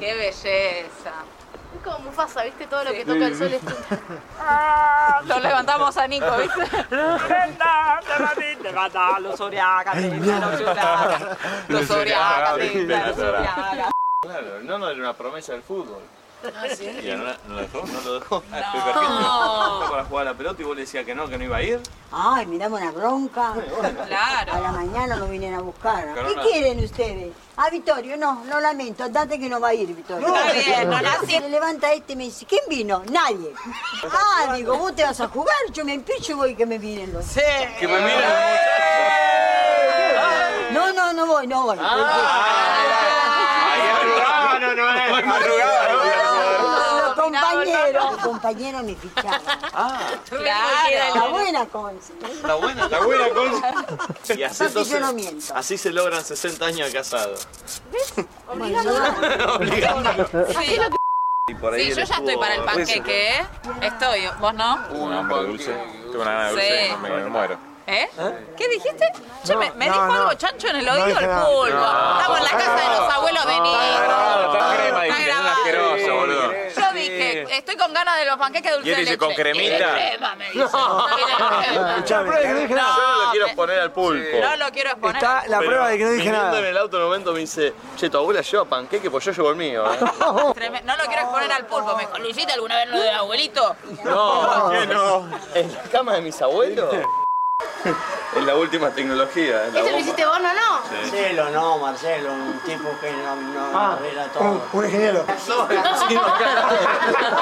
[SPEAKER 6] Qué belleza.
[SPEAKER 4] Es como Mufasa, ¿viste? Todo lo que toca el sol es tinta.
[SPEAKER 6] Lo levantamos a Nico, ¿viste? Los
[SPEAKER 2] Los
[SPEAKER 6] Oriaga,
[SPEAKER 2] Los
[SPEAKER 6] Oriaga.
[SPEAKER 2] Claro, no, no era una promesa del fútbol. Y no, la- no lo dejó, no lo dejó.
[SPEAKER 11] No.
[SPEAKER 2] Para jugar a la pelota y vos le decías que no, que no iba a ir.
[SPEAKER 11] Ay, me daba una bronca.
[SPEAKER 6] Claro.
[SPEAKER 11] A la mañana lo vinieron a buscar.
[SPEAKER 2] Pero
[SPEAKER 11] ¿Qué
[SPEAKER 2] no.
[SPEAKER 11] quieren ustedes? Ah, Vittorio, no, lo lamento. Andate que no va a ir, Vittorio.
[SPEAKER 6] No. Está bien, no nací.
[SPEAKER 11] Se levanta este y me dice, ¿quién vino? Nadie. Ah, digo, vos te vas a jugar, yo me empicho y voy que me miren los. Sí.
[SPEAKER 2] Que me miren los muchachos.
[SPEAKER 11] No, no, no voy, no voy.
[SPEAKER 3] Ah, no, no es. Madrugada,
[SPEAKER 11] Los compañeros, los compañeros me fichaban.
[SPEAKER 6] Claro.
[SPEAKER 11] La buena Conce.
[SPEAKER 2] La buena,
[SPEAKER 3] La buena cosa.
[SPEAKER 2] Y así,
[SPEAKER 11] Papi, yo no
[SPEAKER 2] entonces, así se logran 60 años de casado.
[SPEAKER 6] Sí.
[SPEAKER 2] Y por
[SPEAKER 6] Sí,
[SPEAKER 2] él
[SPEAKER 6] yo ya estoy
[SPEAKER 2] estuvo
[SPEAKER 6] para el
[SPEAKER 2] re seguro.
[SPEAKER 6] panqueque, ¿eh? Estoy, ¿vos no?
[SPEAKER 3] Un hambre dulce. Tengo una gana de dulce.
[SPEAKER 6] Sí.
[SPEAKER 3] Me, me muero.
[SPEAKER 6] ¿Eh? ¿Qué dijiste? Che, me, me
[SPEAKER 3] No,
[SPEAKER 6] dijo
[SPEAKER 3] no.
[SPEAKER 6] algo chancho en el oído
[SPEAKER 3] dije
[SPEAKER 6] el
[SPEAKER 3] nada.
[SPEAKER 6] pulpo.
[SPEAKER 3] No.
[SPEAKER 6] Estamos en la casa de los abuelos de Nico.
[SPEAKER 3] Ah, Está crema, dije. Es asqueroso, boludo.
[SPEAKER 6] Yo dije, estoy con ganas de los panqueques dulces
[SPEAKER 3] ¿Y él
[SPEAKER 6] de
[SPEAKER 3] dice,
[SPEAKER 6] leche.
[SPEAKER 3] con cremita?
[SPEAKER 6] Y crema, me dice.
[SPEAKER 3] No.
[SPEAKER 2] Escuchame, yo no lo quiero exponer al pulpo.
[SPEAKER 6] No lo quiero exponer.
[SPEAKER 2] Está
[SPEAKER 1] la prueba de que no dije nada.
[SPEAKER 2] en el auto en un momento me dice, che, tu abuela lleva panqueque, pues yo llevo el mío. ¿eh?".
[SPEAKER 3] Oh.
[SPEAKER 6] Treme- No lo quiero exponer al pulpo. Me dijo, Luisita, ¿alguna vez lo del abuelito?
[SPEAKER 2] No, ¿qué no? ¿En la cama de mis abuelos? es la última tecnología. ¿eh? es la
[SPEAKER 4] ¿Eso lo
[SPEAKER 2] bomba.
[SPEAKER 4] hiciste vos, no, no?
[SPEAKER 10] Marcelo, no, Marcelo, un tipo que no, no arregla todo.
[SPEAKER 1] Un, un ingeniero.
[SPEAKER 2] No, encima calado.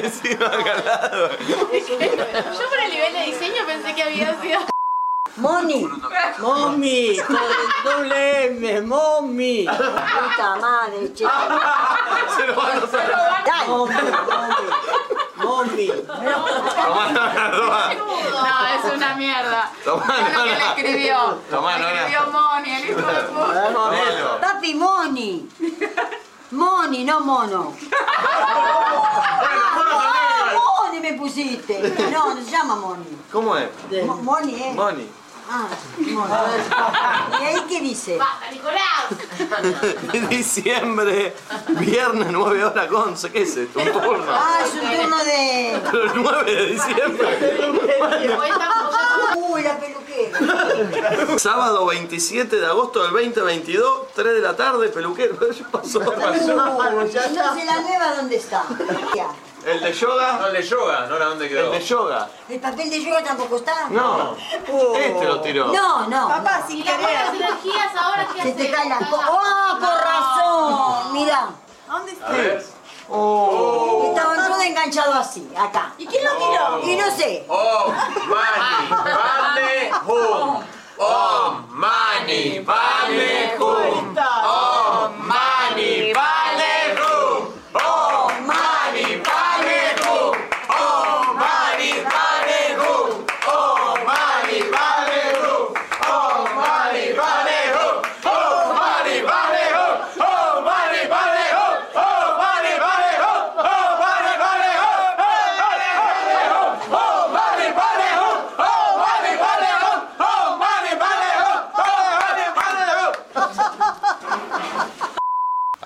[SPEAKER 2] encima calado.
[SPEAKER 4] Yo por el nivel de diseño pensé que había sido...
[SPEAKER 11] Moni,
[SPEAKER 10] Mami, con el doble M, mami.
[SPEAKER 11] puta madre, che.
[SPEAKER 2] Se lo van a hacer.
[SPEAKER 11] Dale.
[SPEAKER 10] Mami.
[SPEAKER 2] Tomá, no, no, tomá.
[SPEAKER 6] No, es una mierda.
[SPEAKER 2] Tomá,
[SPEAKER 6] Es lo
[SPEAKER 2] no,
[SPEAKER 6] que le
[SPEAKER 2] no.
[SPEAKER 6] escribió.
[SPEAKER 2] Tomá, no,
[SPEAKER 6] Le
[SPEAKER 2] no.
[SPEAKER 6] escribió Moni, el hijo de puta.
[SPEAKER 2] Tomá.
[SPEAKER 11] Papi, Moni. Moni, no mono. Ah, Moni me pusiste. No, no se llama Moni.
[SPEAKER 2] ¿Cómo es?
[SPEAKER 11] Mo- Moni, ¿eh?
[SPEAKER 2] Moni.
[SPEAKER 11] Ah, bueno, a ver. ¿Y ahí qué dice?
[SPEAKER 4] ¡Basta, Nicolás!
[SPEAKER 2] Diciembre, viernes 9 horas 11. ¿Qué es esto? Un turno.
[SPEAKER 11] Ah, es un turno de...
[SPEAKER 2] Pero el 9 de diciembre.
[SPEAKER 11] Uy, la peluquera.
[SPEAKER 2] Sábado 27 de agosto del 2022, 3 de la tarde, peluquero. ¿Qué pasó? Pues
[SPEAKER 11] Uy, entonces la nueva dónde está. Ya.
[SPEAKER 2] El de yoga.
[SPEAKER 3] No, el de yoga, no la dónde quedó.
[SPEAKER 2] El de yoga.
[SPEAKER 11] ¿El papel de yoga tampoco está?
[SPEAKER 2] No. Este lo tiró.
[SPEAKER 11] No, no. Papá,
[SPEAKER 4] sin querer. Las energías ahora que
[SPEAKER 11] Se te cae la... co- ¡Oh, por razón! Mirá.
[SPEAKER 43] ¿Dónde
[SPEAKER 2] A ver.
[SPEAKER 11] Estaban todos enganchados así, acá. ¿Y quién lo tiró? Y no sé.
[SPEAKER 3] Oh, mani, vale, hum. Oh, mani, vale, hum. Oh, mani, vale, hum. Oh, mani, vale, hum. Oh, mani, vale, hum. Oh, mani, vale, hum. Oh, mani, vale, hum. Oh, mani, vale, hum. Oh, mani, vale, hum. Oh, mani, vale, hum. Oh, mani, vale, hum. Oh, money, money, oh, oh, money, money, oh, oh, money, money, oh, oh, money, money, oh.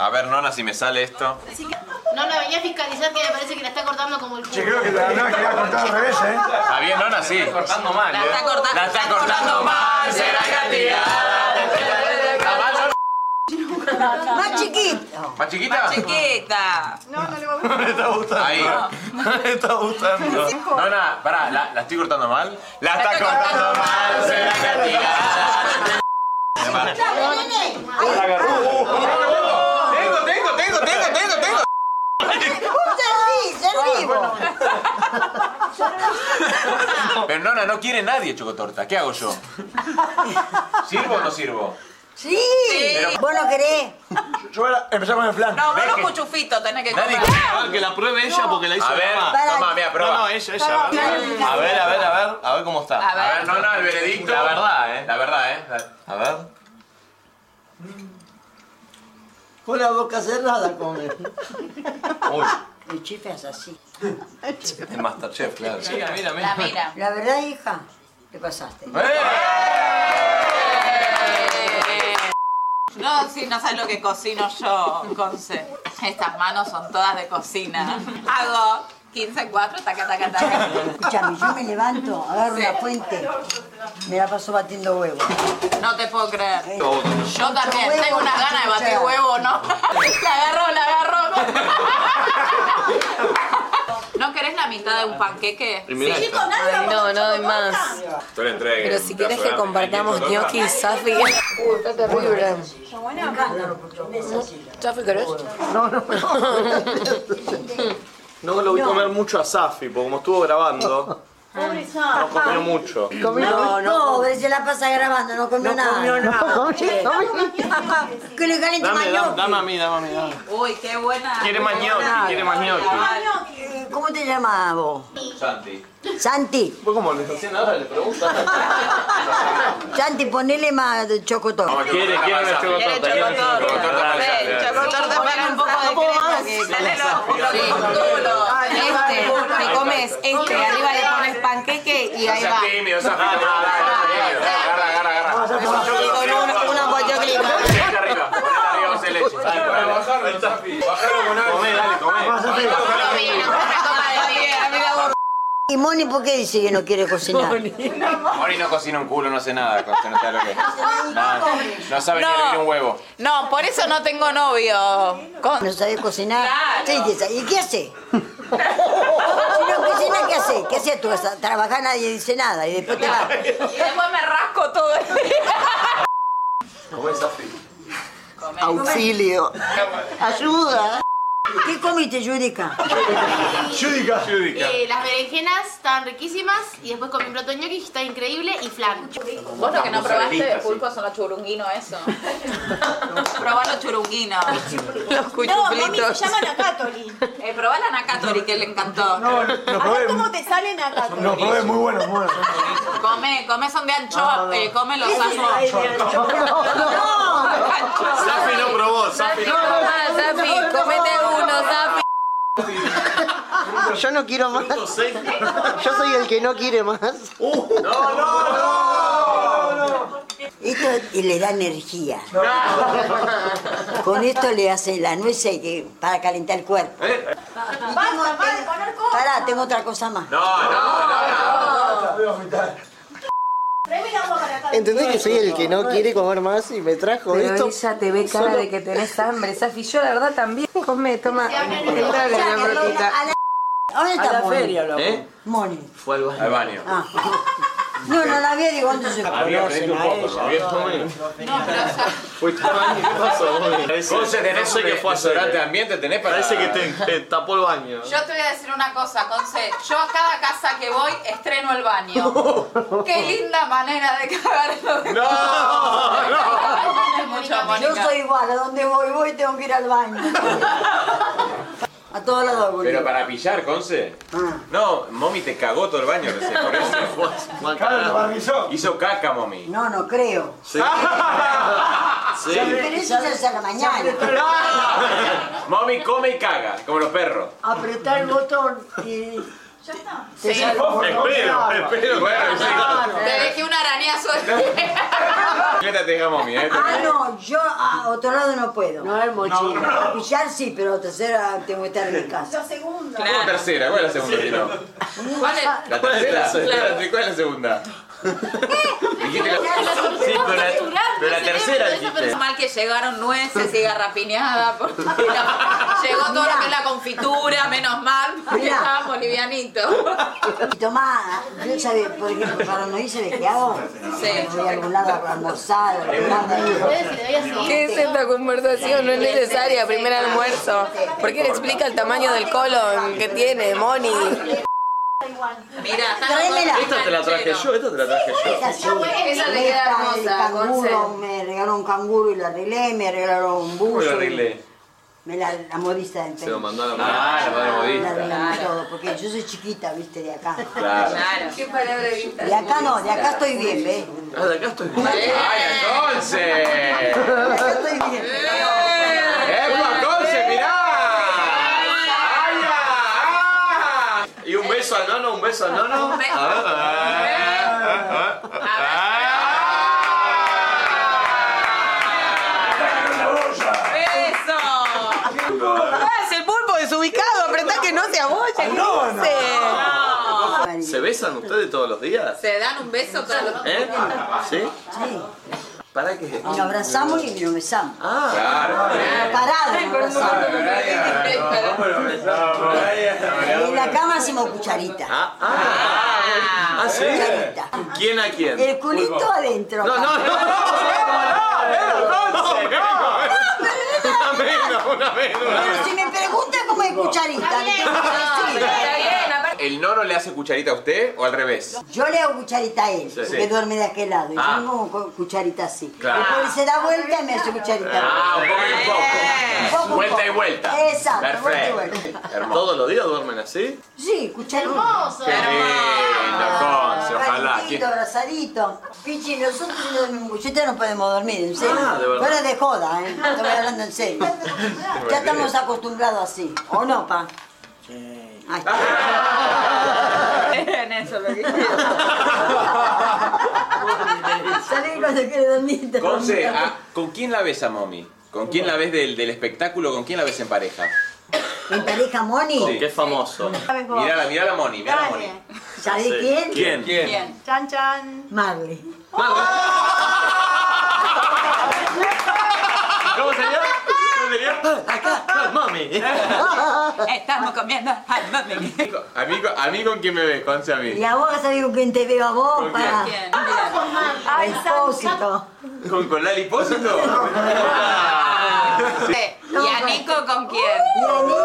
[SPEAKER 44] A ver, Nona, si me sale esto.
[SPEAKER 4] Así que, no la venía a fiscalizar que me parece que la está cortando como el culo.
[SPEAKER 44] Che, creo que la- no, que la ha cortado al revés, ¿eh? Está bien, Nona, sí. La está cortando mal, eh.
[SPEAKER 4] La está cortando-
[SPEAKER 3] La está cortando mal, será castigada.
[SPEAKER 11] Más chiquito.
[SPEAKER 3] ¿Más chiquita?
[SPEAKER 45] Chiquita. No, no le va a
[SPEAKER 3] No me está gustando. Ahí. No me está gustando. Nona, pará, ¿la, la estoy cortando mal? La está cortando mal, será castigada.
[SPEAKER 2] Tengo, tengo, tengo, tengo, tengo, tengo.
[SPEAKER 11] ¡Serví, servimos!
[SPEAKER 3] Pero Nona, no quiere nadie chocotorta. ¿Qué hago yo? ¿Sirvo o no sirvo?
[SPEAKER 11] Sí. ¿Vos no querés?
[SPEAKER 3] Yo ahora empezamos con el flan.
[SPEAKER 6] No, vos los cuchufitos tenés que comer.
[SPEAKER 2] Ah,
[SPEAKER 1] que la pruebe ella porque la hizo
[SPEAKER 3] A ver,
[SPEAKER 1] mamá.
[SPEAKER 3] toma, mira, prueba.
[SPEAKER 1] No, no, eh. ella, ella.
[SPEAKER 3] Pará.
[SPEAKER 1] a ver.
[SPEAKER 3] A ver, a ver, a ver.
[SPEAKER 1] a ver cómo está.
[SPEAKER 3] A ver, Nona, el veredicto.
[SPEAKER 1] La verdad, eh.
[SPEAKER 3] La verdad, ¿eh?
[SPEAKER 1] A ver.
[SPEAKER 46] Con la boca cerrada come.
[SPEAKER 1] Uy,
[SPEAKER 11] El chefe es así.
[SPEAKER 1] es Masterchef, claro.
[SPEAKER 11] Mira,
[SPEAKER 1] mira,
[SPEAKER 11] La mira. La verdad, hija, te pasaste.
[SPEAKER 6] No, sí, no sabes lo que cocino yo, Conce. Estas manos son todas de cocina. Hago 15 4, taca, taca, taca.
[SPEAKER 11] Escúchame, yo me levanto, agarro una fuente, me la paso batiendo huevos.
[SPEAKER 6] No te puedo creer.
[SPEAKER 11] Todo.
[SPEAKER 6] Yo también tengo
[SPEAKER 11] Mucho huevo,
[SPEAKER 6] una gana de batir
[SPEAKER 11] mucha.
[SPEAKER 6] huevo, ¿no? La agarro, la agarro. ¿No querés la mitad de un panqueque?
[SPEAKER 3] Primera
[SPEAKER 6] Sí.
[SPEAKER 3] Chicos,
[SPEAKER 5] nadie Ay, no, no doy más.
[SPEAKER 3] Tú le entregues.
[SPEAKER 5] Pero si quieres que compartamos gnocchi y Safi. Uy, está terrible. ¿Safi querés?
[SPEAKER 1] No, no, No lo vi comer mucho a Safi, porque como estuvo grabando,
[SPEAKER 11] Pobre
[SPEAKER 1] no comió mucho.
[SPEAKER 11] No, no, pobre, se la pasa grabando, no comió nada.
[SPEAKER 1] comió nada.
[SPEAKER 11] No, Que le caliente
[SPEAKER 1] Dame, dame,
[SPEAKER 11] mañoc.
[SPEAKER 1] dame a mí, dame a mí. dame.
[SPEAKER 6] Uy, qué buena.
[SPEAKER 1] Quiere más gnocchi, quiere más gnocchi.
[SPEAKER 11] Eh, ¿Cómo te llamas vos?
[SPEAKER 1] Santi.
[SPEAKER 11] Santi.
[SPEAKER 1] Vos como le haciendo ahora le preguntas.
[SPEAKER 11] Santi, ponele más de chocotón.
[SPEAKER 1] Quiere, quiere una chocotorta. Quiere chocotorta.
[SPEAKER 6] Chocotorta para un poco de crema. que- Dale el óvulo, con culo.
[SPEAKER 5] Este, te comes este, arriba le pones panqueque y ahí va.
[SPEAKER 3] tímido, Safi. Agarra, agarra, agarra. Con una guayoclima. arriba. Ponela arriba, José Leche. Bajaron, Safi. Bajaron con algo. Comé, dale, comé.
[SPEAKER 11] ¿Y Moni por qué dice que no quiere cocinar?
[SPEAKER 3] Mori no cocina un culo, no hace nada. con- No sabe lo que es. Nada. No sabe ni
[SPEAKER 6] No.
[SPEAKER 3] abrir un huevo.
[SPEAKER 6] No, por eso no tengo novio.
[SPEAKER 11] No sabe cocinar. Sí, dice, ¿Y qué hace? Si no cocina, ¿qué hace? ¿Qué hace tú? Vas a Trabajar nadie dice nada y después te va.
[SPEAKER 6] Y después me rasco todo el día.
[SPEAKER 1] Comé, Safi.
[SPEAKER 11] Auxilio. Ayuda. ¿Qué comiste, Judica?
[SPEAKER 1] Judica.
[SPEAKER 4] Eh, las berenjenas estaban riquísimas y después comí un plato de ñoqui que está increíble y flan.
[SPEAKER 6] Vos lo que no probaste de pulpo son los churunguinos, eso. Probá los churunguinos. Los
[SPEAKER 43] No, mami, se llama Nakatoli.
[SPEAKER 6] Eh, probá la Nakatori que le encantó. No,
[SPEAKER 43] A ver cómo te sale Nakatoli.
[SPEAKER 47] No, probé, muy bueno, muy bueno.
[SPEAKER 6] Come, come son de anchoa, eh, come los
[SPEAKER 43] Ese es
[SPEAKER 6] asmos.
[SPEAKER 43] el de anchoa.
[SPEAKER 6] No.
[SPEAKER 1] Safi no probó, Safi no probó.
[SPEAKER 5] Safi, comete uno, Safi.
[SPEAKER 46] Yo no quiero más. Yo soy el que no quiere más.
[SPEAKER 2] ¡No, no, no!
[SPEAKER 11] esto y le da energía. Con esto le hace la nuez que- para calentar el cuerpo.
[SPEAKER 3] ¿Eh?
[SPEAKER 48] Basta, para de poner cosas.
[SPEAKER 11] Pará, tengo otra cosa más.
[SPEAKER 48] No, no, no.
[SPEAKER 10] Voy a vomitar.
[SPEAKER 48] Tráeme la agua para acá.
[SPEAKER 10] ¿Entendés que soy el que no quiere comer más y me trajo
[SPEAKER 5] Pero
[SPEAKER 10] esto?
[SPEAKER 5] ella te ve cara
[SPEAKER 10] solo-
[SPEAKER 5] de que tenés hambre, Safi. Yo, la verdad, también. Come, toma. Entrale,
[SPEAKER 11] Ya,
[SPEAKER 5] mi amorcita.
[SPEAKER 11] a la- ¿Dónde
[SPEAKER 10] A
[SPEAKER 11] está
[SPEAKER 10] la
[SPEAKER 11] Moni?
[SPEAKER 10] feria, loco.
[SPEAKER 11] ¿Eh? Moni.
[SPEAKER 10] Fue al baño.
[SPEAKER 49] Al baño.
[SPEAKER 11] Ah. No, no la vi, digo, ¿dónde se
[SPEAKER 49] Había aprendido un poco, ¿no? Había-
[SPEAKER 2] Fuiste al baño, ¿qué pasó, Moni?
[SPEAKER 49] Vos tenés
[SPEAKER 2] No sé qué fue a
[SPEAKER 3] eh.
[SPEAKER 2] hacer.
[SPEAKER 49] desodorante de ambiente, tenés para...
[SPEAKER 2] Parece que te, te Eh, tapó el baño.
[SPEAKER 6] Yo te voy a decir una cosa, Conce. Yo a cada casa que voy estreno el baño. Qué linda manera de cagarlo.
[SPEAKER 49] No,
[SPEAKER 11] Yo soy igual, a donde voy, voy, tengo que ir al baño. A todos lados, boludo.
[SPEAKER 3] Pero para pillar, Conce. No, mommy te cagó todo el baño recién, por eso. Hizo caca, mommy.
[SPEAKER 11] No, no creo.
[SPEAKER 3] Sí.
[SPEAKER 11] Pero eso ya es a la mañana.
[SPEAKER 3] Mommy come y caga, como los perros.
[SPEAKER 11] Apretar el botón y.
[SPEAKER 6] Ya está.
[SPEAKER 11] Te sale por
[SPEAKER 3] Espero,
[SPEAKER 11] todo.
[SPEAKER 3] espero. Bueno, sí.
[SPEAKER 6] Te dejé un arañazo.
[SPEAKER 3] Esta te deja mommy, eh.
[SPEAKER 11] Ah, no, yo a otro lado no puedo. No es mochila. Pillar sí, pero tercera tengo que estar en mi casa. La segunda.
[SPEAKER 3] ¿Cómo tercera? ¿Cuál es la segunda? que no?
[SPEAKER 11] ¿Cuál es?
[SPEAKER 3] ¿La tercera?
[SPEAKER 49] ¿Cuál es la
[SPEAKER 3] ¿Cuál es la segunda? Dijiste la-
[SPEAKER 49] Sí, pero la- pero la tercera dijiste.
[SPEAKER 6] Es mal que llegaron nueces y garrapiñada. Porque la- llegó todo lo que es la confitura, menos mal, porque
[SPEAKER 11] Mirá.
[SPEAKER 6] estábamos livianitos.
[SPEAKER 11] Y tomá, yo sabe, por ejemplo, para no irse de qué hago. Voy a algún lado a almorzar, a algún lado.
[SPEAKER 5] ¿Qué es esta conversación? No es necesaria, primer almuerzo. ¿Por qué le explica el tamaño del colon que tiene, Moni?
[SPEAKER 6] Mira,
[SPEAKER 2] Esta te la traje yo, esta te la traje yo.
[SPEAKER 6] Esa le
[SPEAKER 11] Esta,
[SPEAKER 6] queda
[SPEAKER 11] el
[SPEAKER 6] hermosa,
[SPEAKER 11] canguro,
[SPEAKER 6] Gonzalo.
[SPEAKER 11] Me regalaron un canguro y lo arreglé, me regalaron un buzo.
[SPEAKER 2] ¿Cómo lo arreglé?
[SPEAKER 11] Me la, la modista del
[SPEAKER 2] Se lo mandó a la
[SPEAKER 3] Ah, la
[SPEAKER 2] madre
[SPEAKER 11] La
[SPEAKER 2] modista.
[SPEAKER 11] arreglamos todo, porque yo soy chiquita, viste, de acá.
[SPEAKER 2] Claro.
[SPEAKER 5] Qué palabra linda.
[SPEAKER 11] De acá no, de acá estoy bien, ¿ves?
[SPEAKER 2] Ah, de acá estoy.
[SPEAKER 49] ¡Ay, entonces!
[SPEAKER 2] ¡Epa, Conce, mirá! ¡Ay, ah, ah! Y un beso al nono, un beso al nono. A ver, a ver.
[SPEAKER 5] ¡Eso! ¡Es el pulpo desubicado! ¡Apretá que no se abolle! ¿qué
[SPEAKER 2] Ah, No, no.
[SPEAKER 5] dice?
[SPEAKER 2] ¿Se besan ustedes todos los días?
[SPEAKER 6] Se dan un beso todos los
[SPEAKER 2] ¿Eh? ¿Sí? ¿Para qué?
[SPEAKER 11] Nos abrazamos y nos besamos.
[SPEAKER 2] Ah, claro.
[SPEAKER 11] Parado, nos abrazamos.
[SPEAKER 2] ¿Cómo lo besamos?
[SPEAKER 11] En la cama hacemos cucharita.
[SPEAKER 2] ¿Ah, sí? ¿Quién a quién?
[SPEAKER 11] El culito adentro.
[SPEAKER 2] No, no, no, no, no, no, Una menos, una
[SPEAKER 11] Pero si
[SPEAKER 2] menos.
[SPEAKER 11] me preguntan cómo es cucharita, le tengo que decir.
[SPEAKER 3] ¿El nono le hace cucharita a usted o al revés?
[SPEAKER 11] Yo le hago cucharita a él,
[SPEAKER 3] Sí.
[SPEAKER 11] porque duerme de aquel lado. Y
[SPEAKER 3] Ah.
[SPEAKER 11] yo me hago cucharita así.
[SPEAKER 3] Claro.
[SPEAKER 11] Después se da vuelta y me hace cucharita.
[SPEAKER 3] Ah, un poco y un poco.
[SPEAKER 11] Un poco, un
[SPEAKER 2] Vuelta
[SPEAKER 11] poco.
[SPEAKER 2] y vuelta.
[SPEAKER 11] Exacto, vuelta y vuelta.
[SPEAKER 2] ¿Todos los días duermen así?
[SPEAKER 11] Sí, cucharita.
[SPEAKER 4] Hermoso.
[SPEAKER 2] Qué lindo, Conce, ojalá.
[SPEAKER 11] Calentito, abrazadito. Pichi, nosotros en Mucheta no podemos dormir, en serio.
[SPEAKER 2] Ah, de verdad.
[SPEAKER 11] Fuera de joda, ¿eh? Estoy hablando en serio. Ya estamos acostumbrados así. ¿O no, pa? Ahí está.
[SPEAKER 5] En eso lo que
[SPEAKER 11] Salí cuando quiere dormir. te
[SPEAKER 3] Conce,
[SPEAKER 11] dormí.
[SPEAKER 3] ah, ¿con quién la ves a mommy? ¿Con quién la ves del, del espectáculo? ¿Con quién la ves en pareja?
[SPEAKER 11] ¿En pareja Moni?
[SPEAKER 3] Qué famoso. Mirá, mirá la Moni, mirá la Moni.
[SPEAKER 11] ¿Sabés quién?
[SPEAKER 3] ¿Quién? ¿Quién?
[SPEAKER 11] Chan, chan. Marley.
[SPEAKER 3] Ah,
[SPEAKER 2] ¿Cómo sería? ¿Cómo sería? Acá, mami.
[SPEAKER 6] Estamos comiendo. Ay, mami.
[SPEAKER 3] A mí, con- a mí con quién me ves, Conce, a mí.
[SPEAKER 11] Y a vos, ¿sabés con quién te veo a vos?
[SPEAKER 3] ¿Con
[SPEAKER 11] Para...
[SPEAKER 3] quién?
[SPEAKER 11] Ay, Expósito.
[SPEAKER 3] ¿Con, con Lali Pósito?
[SPEAKER 11] Ah.
[SPEAKER 6] ¿Y a Nico con quién?
[SPEAKER 11] Uh.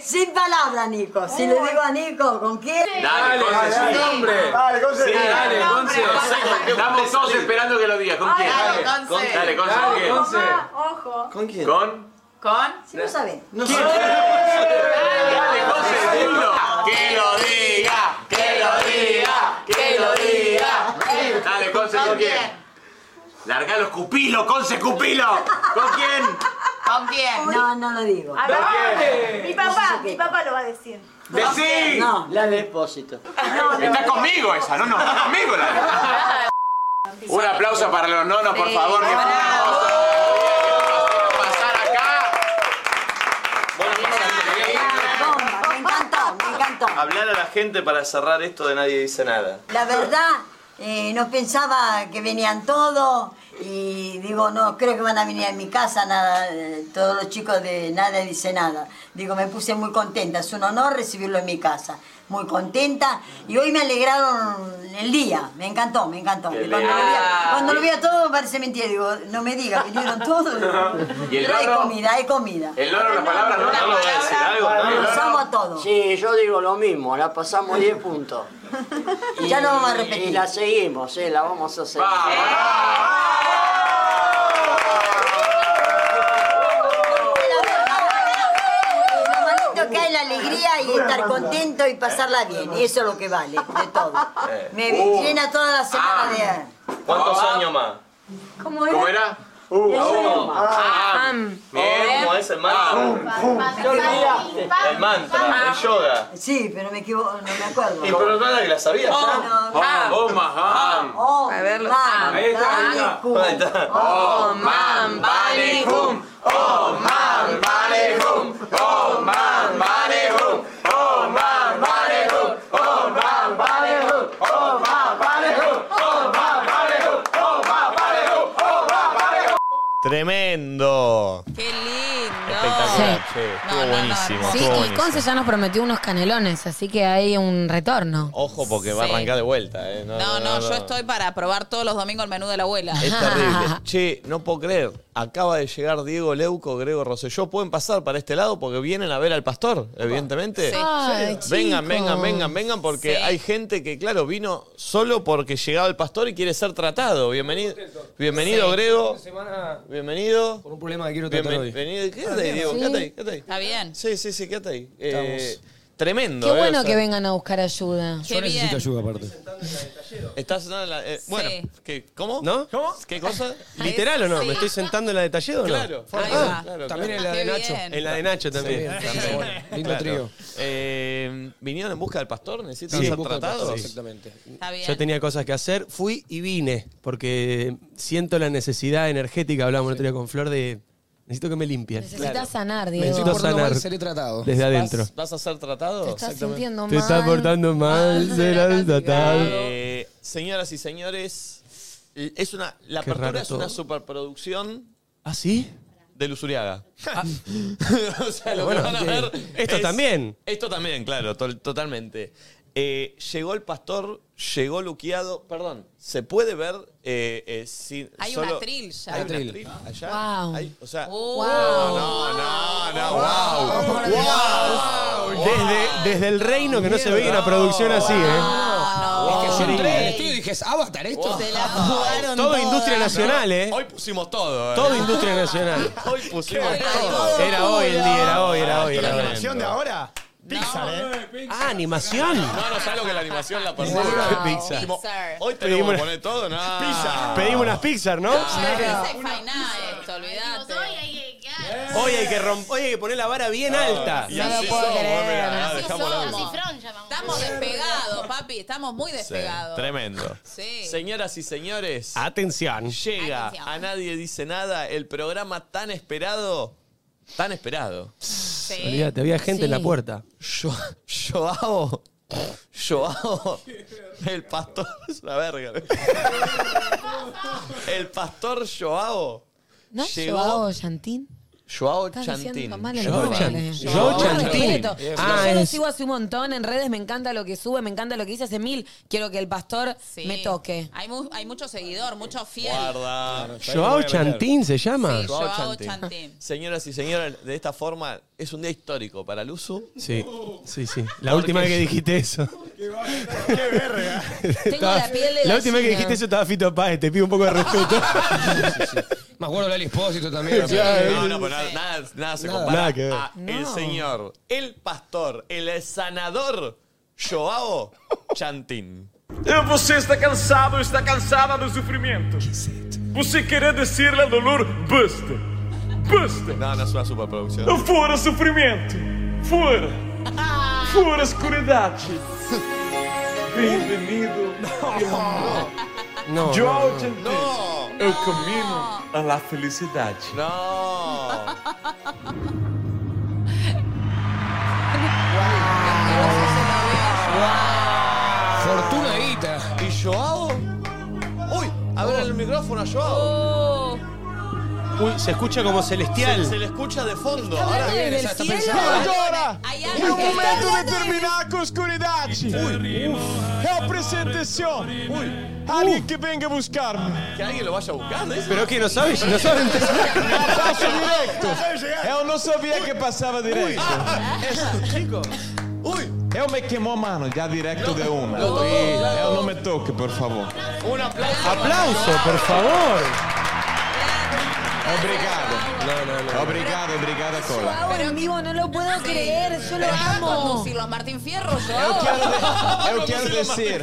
[SPEAKER 11] Sin palabras, Nico. Si le digo a Nico, ¿con quién?
[SPEAKER 49] Dale, Conce, sí.
[SPEAKER 2] dale, nombre.
[SPEAKER 49] Dale, Conce.
[SPEAKER 2] Sí, dale,
[SPEAKER 49] Dale,
[SPEAKER 2] Conce.
[SPEAKER 49] Conce.
[SPEAKER 3] Estamos todos esperando que lo digas. ¿Con quién?
[SPEAKER 49] Dale,
[SPEAKER 3] Conce. Dale, Conce.
[SPEAKER 49] Dale,
[SPEAKER 3] ¿quién?
[SPEAKER 49] Conce.
[SPEAKER 11] Ojo.
[SPEAKER 2] ¿Con quién?
[SPEAKER 3] ¿Con?
[SPEAKER 6] ¿Con?
[SPEAKER 11] Si no saben.
[SPEAKER 49] Que lo diga, que lo diga, que lo diga.
[SPEAKER 3] Dale, Conce, ¿con quién? Largá los cupilos, Conce, cupilo. ¿Con quién?
[SPEAKER 21] ¿Con quién?
[SPEAKER 11] No, no lo digo.
[SPEAKER 21] Ah,
[SPEAKER 11] Dale.
[SPEAKER 21] Mi papá, mi papá lo va a decir.
[SPEAKER 50] ¡Decí!
[SPEAKER 11] No.
[SPEAKER 50] La depósito.
[SPEAKER 28] Está conmigo esa, no, no, está conmigo la. Un aplauso para los nonos, por favor, mi hermano.
[SPEAKER 11] Bomba, me encantó, me encantó.
[SPEAKER 20] Hablar a la gente para cerrar esto de nadie dice nada.
[SPEAKER 11] La verdad, eh, no pensaba que venían todos y digo, no, creo que van a venir a mi casa, nada, eh, todos los chicos de Nada Dice Nada. Digo, me puse muy contenta, es un honor recibirlo en mi casa, muy contenta y hoy me alegraron el día, me encantó, me encantó.
[SPEAKER 28] Qué
[SPEAKER 11] Y cuando,
[SPEAKER 28] lindo.
[SPEAKER 11] lo vi, a- cuando lo
[SPEAKER 20] Ah,
[SPEAKER 11] vi a todos parece mentira, digo, no me digas, vinieron todos.
[SPEAKER 20] ¿Y el
[SPEAKER 11] Pero hay
[SPEAKER 20] loro? Eh,
[SPEAKER 11] comida, hay comida.
[SPEAKER 20] El loro, la palabra, no, no lo voy a decir algo,
[SPEAKER 11] Lo
[SPEAKER 20] ¿no?
[SPEAKER 11] usamos a todos.
[SPEAKER 50] Sí, yo digo lo mismo, la pasamos 10 puntos.
[SPEAKER 11] Ya
[SPEAKER 50] no
[SPEAKER 11] lo vamos a repetir.
[SPEAKER 50] Y la seguimos, eh, la vamos a seguir.
[SPEAKER 11] Lo bonito que hay la alegría y estar contento y pasarla bien. Y eso es lo que vale, de todo.
[SPEAKER 20] Eh.
[SPEAKER 11] Me
[SPEAKER 20] Uh. Ah.
[SPEAKER 11] llena toda la semana de...
[SPEAKER 20] ¿Cuántos
[SPEAKER 2] Ah.
[SPEAKER 20] años más?
[SPEAKER 11] ¿Cómo
[SPEAKER 20] ¿Cómo era? Uh, oh, ah, Bien, como es el mantra. El mantra, el yoga.
[SPEAKER 11] Sí, pero me equivoco, no me acuerdo.
[SPEAKER 20] Y pero nada que la sabías
[SPEAKER 11] Oh,
[SPEAKER 20] ya.
[SPEAKER 11] no. Ah.
[SPEAKER 20] Oh, maham.
[SPEAKER 11] Oh,
[SPEAKER 20] A ah,
[SPEAKER 11] ver,
[SPEAKER 20] Ahí está, ahí está. Ahí está.
[SPEAKER 28] Oh, man, body, boom. Oh, man, body, boom. Oh, man, body, boom. Oh, man, body, boom. Oh, man, body, boom. Oh, man, body, boom. Oh, man, body, boom. Oh, man, body, boom. Oh, man, body, boom.
[SPEAKER 2] Tremendo.
[SPEAKER 6] Qué lindo.
[SPEAKER 2] Espectacular, che. Estuvo buenísimo.
[SPEAKER 5] Sí,
[SPEAKER 2] estuvo
[SPEAKER 5] y
[SPEAKER 2] buenísimo.
[SPEAKER 5] Conce ya nos prometió unos canelones, así que hay un retorno.
[SPEAKER 2] Ojo porque va a
[SPEAKER 6] Sí.
[SPEAKER 2] arrancar de vuelta, ¿eh?
[SPEAKER 6] No, no, yo estoy para probar todos los domingos el menú de la abuela.
[SPEAKER 2] Es terrible. Che, no puedo creer. Acaba de llegar Diego Leuco, Grego Rosselló. Pueden pasar para este lado porque vienen a ver al pastor, evidentemente.
[SPEAKER 28] Sí. Ay, chicos.
[SPEAKER 2] vengan, vengan, vengan, vengan, porque
[SPEAKER 28] Sí.
[SPEAKER 2] hay gente que, claro, vino solo porque llegaba el pastor y quiere ser tratado. Bienvenido, bienvenido Grego. Bienvenido. Por
[SPEAKER 10] un problema que quiero tratar hoy.
[SPEAKER 2] Bienvenido. Quédate ahí, Diego,
[SPEAKER 10] Sí.
[SPEAKER 2] quédate ahí, quédate ahí.
[SPEAKER 6] Está bien.
[SPEAKER 2] Sí, sí, sí, quédate ahí. Eh,
[SPEAKER 10] Estamos.
[SPEAKER 2] tremendo.
[SPEAKER 5] Qué
[SPEAKER 2] eh, o
[SPEAKER 5] bueno
[SPEAKER 2] sea,
[SPEAKER 5] que vengan a buscar ayuda.
[SPEAKER 10] Yo necesito ayuda aparte.
[SPEAKER 2] Estás en la- eh, bueno, ¿qué- ¿cómo?
[SPEAKER 10] ¿No? ¿Cómo?
[SPEAKER 2] ¿Qué cosa?
[SPEAKER 10] ¿Literal o no? ¿Me estoy sentando en la de Talledo o no?
[SPEAKER 2] Claro.
[SPEAKER 10] Ah,
[SPEAKER 2] Ahí va.
[SPEAKER 10] claro,
[SPEAKER 2] Claro,
[SPEAKER 10] También en
[SPEAKER 2] claro.
[SPEAKER 10] la de
[SPEAKER 2] Qué
[SPEAKER 10] Nacho.
[SPEAKER 2] bien.
[SPEAKER 10] En la de Nacho también.
[SPEAKER 2] Sí,
[SPEAKER 10] También.
[SPEAKER 2] también.
[SPEAKER 10] Lindo
[SPEAKER 2] Claro.
[SPEAKER 10] trío.
[SPEAKER 2] Eh, ¿Vinieron en busca del pastor? ¿Necesitan
[SPEAKER 10] Sí,
[SPEAKER 2] ser
[SPEAKER 10] en busca del
[SPEAKER 2] tratados?
[SPEAKER 10] pastor, exactamente.
[SPEAKER 6] Está bien.
[SPEAKER 10] Yo tenía cosas que hacer, fui y vine, porque siento la necesidad energética, hablábamos el otro día con Flor, de necesito que me limpien.
[SPEAKER 5] Necesitas sanar, Diego.
[SPEAKER 10] Necesito sanar. Desde adentro.
[SPEAKER 2] ¿Vas, vas a ser tratado?
[SPEAKER 5] Te estás Exactamente. sintiendo
[SPEAKER 10] Te estás portando mal, serás tratado.
[SPEAKER 2] Eh, señoras y señores, es una, la
[SPEAKER 10] Qué
[SPEAKER 2] apertura
[SPEAKER 10] raro
[SPEAKER 2] es una
[SPEAKER 10] todo.
[SPEAKER 2] superproducción
[SPEAKER 10] ¿Ah, sí? Ah.
[SPEAKER 2] de Luzuriaga. o sea, lo
[SPEAKER 10] Bueno,
[SPEAKER 2] que van a
[SPEAKER 10] que-
[SPEAKER 2] ver.
[SPEAKER 10] esto
[SPEAKER 2] es-
[SPEAKER 10] también.
[SPEAKER 2] Esto también, claro, tol- totalmente. Eh, llegó el pastor, llegó Luqueado. Perdón, ¿se puede ver eh, eh, sin-
[SPEAKER 6] Hay un
[SPEAKER 2] solo-
[SPEAKER 6] atril ya. Oh.
[SPEAKER 2] Hay un atril allá.
[SPEAKER 6] Wow.
[SPEAKER 2] Hay- o sea,
[SPEAKER 6] Wow.
[SPEAKER 2] no, no, no, no, wow. Wow.
[SPEAKER 10] Desde, desde el reino que no se veía una producción así, ¿eh?
[SPEAKER 2] Es que yo entré al
[SPEAKER 10] estudio y dije, ¿es Avatar esto?
[SPEAKER 6] Se la jugaron
[SPEAKER 10] Todo
[SPEAKER 6] todas.
[SPEAKER 10] industria nacional, ¿eh?
[SPEAKER 2] Hoy pusimos todo, ¿eh?
[SPEAKER 10] Todo industria nacional.
[SPEAKER 2] Hoy pusimos todo.
[SPEAKER 10] Era hoy el día, era hoy, era hoy.
[SPEAKER 2] ¿eh? ¿La
[SPEAKER 10] Era hoy.
[SPEAKER 2] animación de ahora?
[SPEAKER 10] Pixar, ¿eh? Ah, animación.
[SPEAKER 2] No, no sabes lo que la animación la pasó.
[SPEAKER 10] Wow. Pizza.
[SPEAKER 2] Dijimos, Hoy
[SPEAKER 10] Pedimos
[SPEAKER 2] tenemos que
[SPEAKER 10] una-
[SPEAKER 2] poner todo, ¿no?
[SPEAKER 10] Pedimos unas Pixar, ¿no?
[SPEAKER 6] Dice Final, esto, olvídate.
[SPEAKER 10] Hoy hay que romp- hoy hay que poner la vara bien
[SPEAKER 2] Ah,
[SPEAKER 10] alta.
[SPEAKER 2] y No así lo puedo somos, creer. mirá,
[SPEAKER 6] Así
[SPEAKER 2] dejamos la-
[SPEAKER 6] somos. Estamos despegados, papi. Estamos muy
[SPEAKER 2] Sí,
[SPEAKER 6] despegados.
[SPEAKER 2] tremendo.
[SPEAKER 6] Sí.
[SPEAKER 2] Señoras y señores,
[SPEAKER 10] Atención.
[SPEAKER 2] llega a nadie dice nada el programa tan esperado, tan esperado.
[SPEAKER 10] Olvídate, había gente en la puerta.
[SPEAKER 2] Yo, Joao, Joao, el pastor es una verga. El pastor Joao
[SPEAKER 5] ¿No?
[SPEAKER 2] llegó.
[SPEAKER 5] Joao Chantín.
[SPEAKER 2] Joao
[SPEAKER 5] Estás
[SPEAKER 2] Chantín.
[SPEAKER 5] diciendo mal el
[SPEAKER 2] Joao
[SPEAKER 5] nombre.
[SPEAKER 2] Chantín.
[SPEAKER 5] Con todo
[SPEAKER 2] Joao
[SPEAKER 5] respeto.
[SPEAKER 2] Chantín.
[SPEAKER 5] No, yo
[SPEAKER 2] Ah,
[SPEAKER 5] lo
[SPEAKER 2] es-
[SPEAKER 5] sigo hace un montón en redes, me encanta lo que sube, me encanta lo que dice hace mil. Quiero que el pastor
[SPEAKER 6] Sí.
[SPEAKER 5] me toque.
[SPEAKER 6] Hay, mu- hay mucho seguidor, mucho fiel.
[SPEAKER 2] Guarda.
[SPEAKER 10] Joao Chantín se llama.
[SPEAKER 6] Sí, Joao Chantín.
[SPEAKER 2] Señoras y señores, de esta forma es un día histórico para Luzu.
[SPEAKER 10] Sí, sí, sí. La última vez que dijiste eso.
[SPEAKER 5] Tengo la piel de
[SPEAKER 10] La última vez
[SPEAKER 5] gallina.
[SPEAKER 10] que dijiste eso estaba Fito Páez, te pido un poco de respeto.
[SPEAKER 2] Me acuerdo del expósito
[SPEAKER 10] también, la Claro, piel.
[SPEAKER 2] No, no, pero nada, nada, nada se
[SPEAKER 10] Nada.
[SPEAKER 2] compara
[SPEAKER 10] Nada que ver.
[SPEAKER 2] a el
[SPEAKER 10] No.
[SPEAKER 2] señor, el pastor, el sanador, Joao Chantín.
[SPEAKER 3] Você está cansado, está cansada do sofrimento. Você quer descer a dolor, basta. Basta!
[SPEAKER 2] Não, na sua superprodução.
[SPEAKER 3] Fora sofrimento! Fora! Fora escuridade! Bem-vindo!
[SPEAKER 10] Não,
[SPEAKER 3] João
[SPEAKER 10] não,
[SPEAKER 3] Gentil.
[SPEAKER 2] Não.
[SPEAKER 3] Eu caminho a la felicidade.
[SPEAKER 2] Não!
[SPEAKER 51] Fortuna e guita.
[SPEAKER 2] ¿Y Joao? Uy, abre el micrófono a Joao.
[SPEAKER 52] Uy, se escucha como celestial.
[SPEAKER 2] Se, se le escucha de fondo.
[SPEAKER 52] Está
[SPEAKER 2] Ahora
[SPEAKER 52] hablando
[SPEAKER 2] viene,
[SPEAKER 52] desde
[SPEAKER 2] ya está
[SPEAKER 52] el cielo.
[SPEAKER 2] pensando.
[SPEAKER 3] Agora
[SPEAKER 52] Ai,
[SPEAKER 3] é o
[SPEAKER 52] ai,
[SPEAKER 3] momento
[SPEAKER 52] ai,
[SPEAKER 3] de terminar com a escuridade. É a presentação. Alguém que venga buscar-me.
[SPEAKER 2] Que alguien lo vaya a buscar, ¿eh? ¿no?
[SPEAKER 3] Pero que não sabe, não sabe É passo direto. Eu não sabia que passava direto. Eu me queimou, mano, já direto de uma.
[SPEAKER 2] Não toque.
[SPEAKER 3] Eu não me toque, por favor.
[SPEAKER 2] Un aplauso.
[SPEAKER 3] Aplauso, por favor. Obrigado. Obrigado, obrigada, Cola.
[SPEAKER 5] Ahora en vivo no lo puedo creer, yo lo
[SPEAKER 6] Deja
[SPEAKER 5] amo.
[SPEAKER 6] conducirlo a Martín Fierro, yo.
[SPEAKER 3] Eu quero dizer.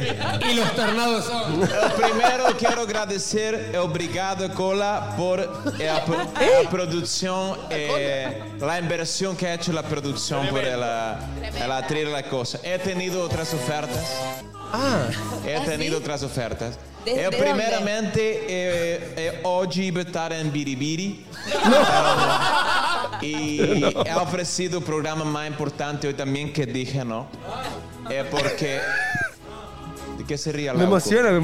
[SPEAKER 51] E os tornados são.
[SPEAKER 3] Primeiro, quero agradecer. Obrigado, Cola, por eh, a, pro- a produção, eh, a inversão que ha hecho la produção por ela, ela traer la cosa. He tenido outras ofertas.
[SPEAKER 10] Ah.
[SPEAKER 3] He
[SPEAKER 10] ¿Ah,
[SPEAKER 3] tenido
[SPEAKER 10] sí?
[SPEAKER 3] outras ofertas.
[SPEAKER 10] ¿De- de
[SPEAKER 3] Eu,
[SPEAKER 10] dónde?
[SPEAKER 3] primeiramente, eh, eh, hoje iba a estar em Biribiri. E he oferecido o programa mais importante hoje também que dije, não? É porque. ¿De qué se ríe
[SPEAKER 10] Me
[SPEAKER 3] Lauco?
[SPEAKER 10] emociona, me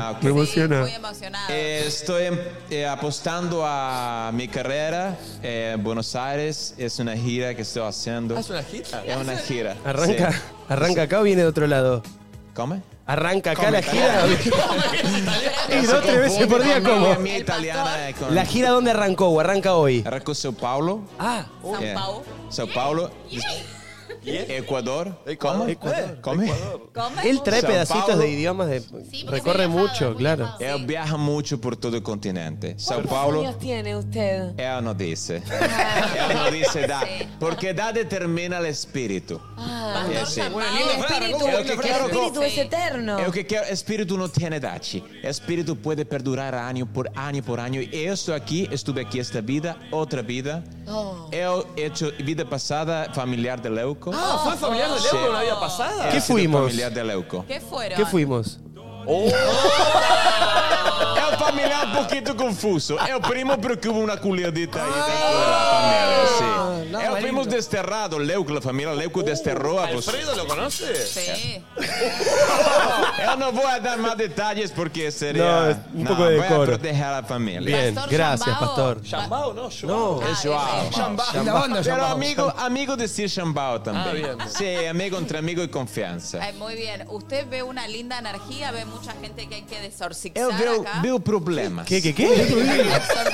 [SPEAKER 3] Ah,
[SPEAKER 10] emociona. Me emociona.
[SPEAKER 3] Eh, estoy eh, apostando a mi carrera. Eh, Buenos Aires es una gira que estoy haciendo.
[SPEAKER 2] Ah, ¿es una gira?
[SPEAKER 3] Es una gira.
[SPEAKER 10] Arranca,
[SPEAKER 3] sí.
[SPEAKER 10] arranca acá o viene de otro lado.
[SPEAKER 3] ¿Come?
[SPEAKER 10] Arranca acá
[SPEAKER 3] Come,
[SPEAKER 10] la gira. Y dos, tres veces por día
[SPEAKER 3] Con
[SPEAKER 10] como.
[SPEAKER 3] mi amiga italiana, eh, con-
[SPEAKER 10] La gira dónde arrancó o arranca hoy.
[SPEAKER 3] Arrancó Sao Paulo.
[SPEAKER 10] Ah,
[SPEAKER 3] Sao
[SPEAKER 6] Paulo.
[SPEAKER 3] Sao Paulo. Ecuador. ¿Cómo?
[SPEAKER 10] Ecuador.
[SPEAKER 3] ¿Come?
[SPEAKER 10] Él trae
[SPEAKER 3] Sao
[SPEAKER 10] pedacitos
[SPEAKER 3] Paulo.
[SPEAKER 10] de idiomas de. recorre mucho, claro.
[SPEAKER 3] Él viaja mucho por todo el continente. Sao
[SPEAKER 5] ¿Cuántos
[SPEAKER 3] Paulo.
[SPEAKER 5] años tiene usted?
[SPEAKER 3] Él no dice. Él no dice edad. Porque edad determina el espíritu.
[SPEAKER 5] Ah,
[SPEAKER 3] Eh, sí.
[SPEAKER 5] el espíritu,
[SPEAKER 3] Creo que
[SPEAKER 5] el
[SPEAKER 3] quiero-
[SPEAKER 5] espíritu es eterno.
[SPEAKER 3] É o que quero. Espírito não tem idade. Espírito pode perdurar ano por ano por ano. Eu estou aqui, estive aqui esta vida, outra vida. Eu hecho vida passada familiar de Leuco.
[SPEAKER 2] Ah, ¿fue familiar de Leuco é?
[SPEAKER 3] Sí.
[SPEAKER 2] una vida
[SPEAKER 3] He
[SPEAKER 2] pasada?
[SPEAKER 10] ¿Qué
[SPEAKER 3] sido
[SPEAKER 10] fuimos?
[SPEAKER 3] Familiar de Leuco.
[SPEAKER 6] ¿Qué fueron?
[SPEAKER 10] ¿Qué fuimos?
[SPEAKER 3] É um familiar um pouquinho confuso. É o primo porque houve uma colherdita aí dentro da família. sim.
[SPEAKER 2] não,
[SPEAKER 3] é o
[SPEAKER 2] é
[SPEAKER 3] primo
[SPEAKER 2] lindo.
[SPEAKER 3] desterrado, Leuco, a família Leuco desterrou a você.
[SPEAKER 2] ¿Alfredo lo conoce?
[SPEAKER 6] Sí.
[SPEAKER 3] Eu não vou dar mais detalhes porque seria.
[SPEAKER 10] Não, é um pouco de
[SPEAKER 3] vou
[SPEAKER 10] decoro.
[SPEAKER 3] proteger a família.
[SPEAKER 10] Bien, gracias, pastor.
[SPEAKER 2] Chambao, no, Joao.
[SPEAKER 10] No,
[SPEAKER 3] É João.
[SPEAKER 10] Chambao. La banda
[SPEAKER 3] Pero
[SPEAKER 10] Chambao.
[SPEAKER 3] amigo, amigo decir Chambao
[SPEAKER 6] Ah,
[SPEAKER 3] também.
[SPEAKER 6] bien.
[SPEAKER 3] sí, amigo entre amigo e confiança.
[SPEAKER 6] Ay, muy bien. Usted ve una linda energía, ve mucha gente que hay que desorcizar
[SPEAKER 3] Eu Eh, veo,
[SPEAKER 6] acá.
[SPEAKER 3] veo problemas.
[SPEAKER 10] ¿Qué, qué, qué?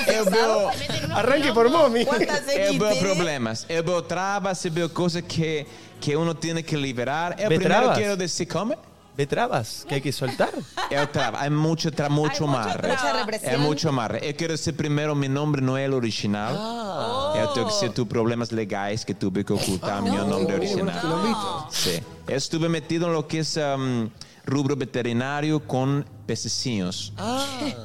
[SPEAKER 3] Eu veo.
[SPEAKER 10] Arranque por mommy.
[SPEAKER 3] Eu veo problemas. Eu veo trabas, eu veo coisas que, que uno tiene que liberar. Eu
[SPEAKER 10] ¿Ve
[SPEAKER 3] primeiro
[SPEAKER 10] trabas?
[SPEAKER 3] quero dizer como?
[SPEAKER 10] ¿Ve trabas que hay que soltar?
[SPEAKER 3] Eu traba. Há muito, tra, muito amarre.
[SPEAKER 5] Mucha
[SPEAKER 3] É
[SPEAKER 5] represión.
[SPEAKER 3] muito amarre. Eu quero dizer primeiro, meu nome não é o original. Eu tenho que ser tu problemas legais que tive que ocultar meu nome original. Sí. Eu Estuve metido en lo que es um, rubro veterinario con pececillos.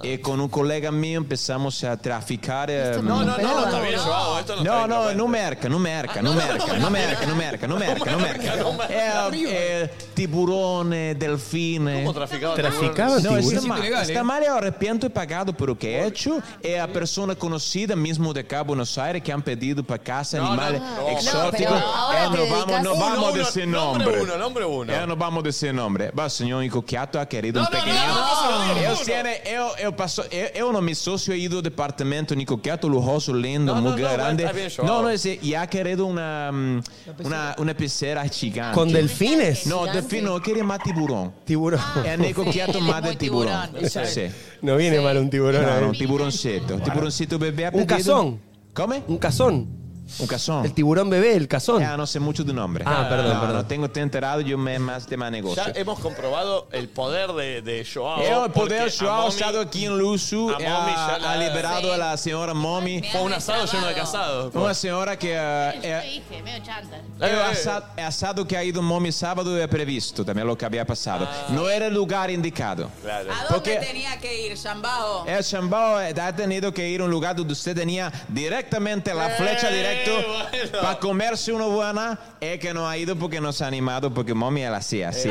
[SPEAKER 3] Y con un colega mío empezamos a traficar. um,
[SPEAKER 2] No, no, no, está bien, Joao. Esto no,
[SPEAKER 3] no, no, no merca, no merca, no merca, no merca, no merca, no merca, no merca.
[SPEAKER 2] No merca, no merca.
[SPEAKER 3] Eh, eh, tiburones, delfines.
[SPEAKER 2] ¿Cómo traficaban
[SPEAKER 3] Traficaban
[SPEAKER 2] tiburones?
[SPEAKER 3] No,
[SPEAKER 2] Sí,
[SPEAKER 3] está
[SPEAKER 2] sí,
[SPEAKER 3] mal.
[SPEAKER 2] ilegal, ¿eh?
[SPEAKER 3] Está mal, eu arrepiento e pagado por o que he hecho. É a pessoa conhecida mesmo de cá, Buenos Aires, que han pedido para casa
[SPEAKER 2] No, no,
[SPEAKER 3] animais
[SPEAKER 2] no.
[SPEAKER 3] exóticos.
[SPEAKER 2] No, pero ahora
[SPEAKER 3] Eu
[SPEAKER 2] te
[SPEAKER 3] não vamos,
[SPEAKER 2] dedicas-
[SPEAKER 3] não
[SPEAKER 2] Uno,
[SPEAKER 3] vamos
[SPEAKER 2] uno,
[SPEAKER 3] dizer
[SPEAKER 2] nombre
[SPEAKER 3] nome.
[SPEAKER 2] uno, nombre uno.
[SPEAKER 3] Eu não vamos dizer nome. Va, senhor Incoquiato ha querido um
[SPEAKER 2] no,
[SPEAKER 3] pequenino.
[SPEAKER 2] no, no, no,
[SPEAKER 3] eu,
[SPEAKER 2] uno.
[SPEAKER 3] tiene- eu, eu, passo, eu, eu não me socio aí do departamento Nicoquiato, lujoso, lindo,
[SPEAKER 2] No, no,
[SPEAKER 3] muito
[SPEAKER 2] no,
[SPEAKER 3] grande.
[SPEAKER 2] está bien, Joao.
[SPEAKER 3] não, não, esse, e ha querido uma, hum, uma, uma pecera gigante.
[SPEAKER 10] ¿Con delfines?
[SPEAKER 3] Não, delfín no, queria mais tiburão.
[SPEAKER 10] Tiburón.
[SPEAKER 3] É Nicoquiato mais de tiburón.
[SPEAKER 10] tiburón.
[SPEAKER 3] Sí.
[SPEAKER 10] No viene mal un tiburón.
[SPEAKER 3] Claro,
[SPEAKER 10] ahí.
[SPEAKER 3] un tiburoncito. Tiburoncito bebé ha
[SPEAKER 10] Un
[SPEAKER 3] pedido-
[SPEAKER 10] cazón.
[SPEAKER 3] ¿Come?
[SPEAKER 10] Un cazón.
[SPEAKER 3] Un cazón.
[SPEAKER 10] El tiburón bebé, el cazón.
[SPEAKER 3] Ah, no sé mucho tu nombre.
[SPEAKER 10] Ah, perdón,
[SPEAKER 3] No,
[SPEAKER 10] perdón.
[SPEAKER 3] No tengo te enterado, yo me más tema negocio.
[SPEAKER 2] Ya hemos comprobado el poder de, de Joao.
[SPEAKER 3] Yo, el
[SPEAKER 2] porque
[SPEAKER 3] poder
[SPEAKER 2] a
[SPEAKER 3] Joao
[SPEAKER 2] Momi-
[SPEAKER 3] usado aquí en Luzu
[SPEAKER 2] a
[SPEAKER 3] eh,
[SPEAKER 2] Momi ya
[SPEAKER 3] ha,
[SPEAKER 2] la-
[SPEAKER 3] ha liberado a la señora Mommy.
[SPEAKER 2] Fue un asado lleno de casados.
[SPEAKER 3] Una señora que... eh,
[SPEAKER 4] Yo
[SPEAKER 3] eh,
[SPEAKER 4] te dije, medio chanta.
[SPEAKER 3] É o assado, é assado que aí do Momi sábado é previsto, também é o que havia passado. Não era lugar indicado. Claro.
[SPEAKER 6] ¿A dónde
[SPEAKER 3] Porque Eh,
[SPEAKER 6] tenía que ir, Yambao?
[SPEAKER 3] é Xambao é, ha tenido que ir a um lugar onde você tinha diretamente a flecha direto para comer-se uma buena. É que não ha ido porque não se ha animado, porque Momi ela se assim.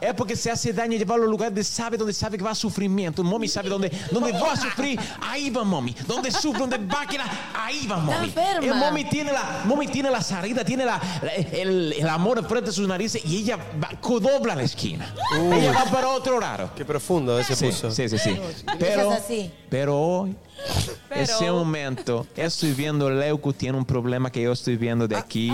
[SPEAKER 29] É.
[SPEAKER 3] É porque se hace daño llevar a um lugar onde sabe onde sabe que vai sofrimento. Momi sabe onde, onde vai sofrer, aí vai Momi. Onde sofre, onde vai que lá, aí vai Momi.
[SPEAKER 29] enferma.
[SPEAKER 3] É, Momi tiene la, Mommy tiene la salida, tiene la, la- el, el amor frente a sus narices y ella va- co- dobla la esquina.
[SPEAKER 10] Uy.
[SPEAKER 3] Ella va para otro lado.
[SPEAKER 10] Qué profundo ese
[SPEAKER 3] Sí,
[SPEAKER 10] puso. Eh,
[SPEAKER 3] sí, sí, sí.
[SPEAKER 5] Pero,
[SPEAKER 3] Pero,
[SPEAKER 5] así.
[SPEAKER 3] pero hoy, ese momento, estoy viendo Leuco tiene un problema que yo estoy viendo de aquí.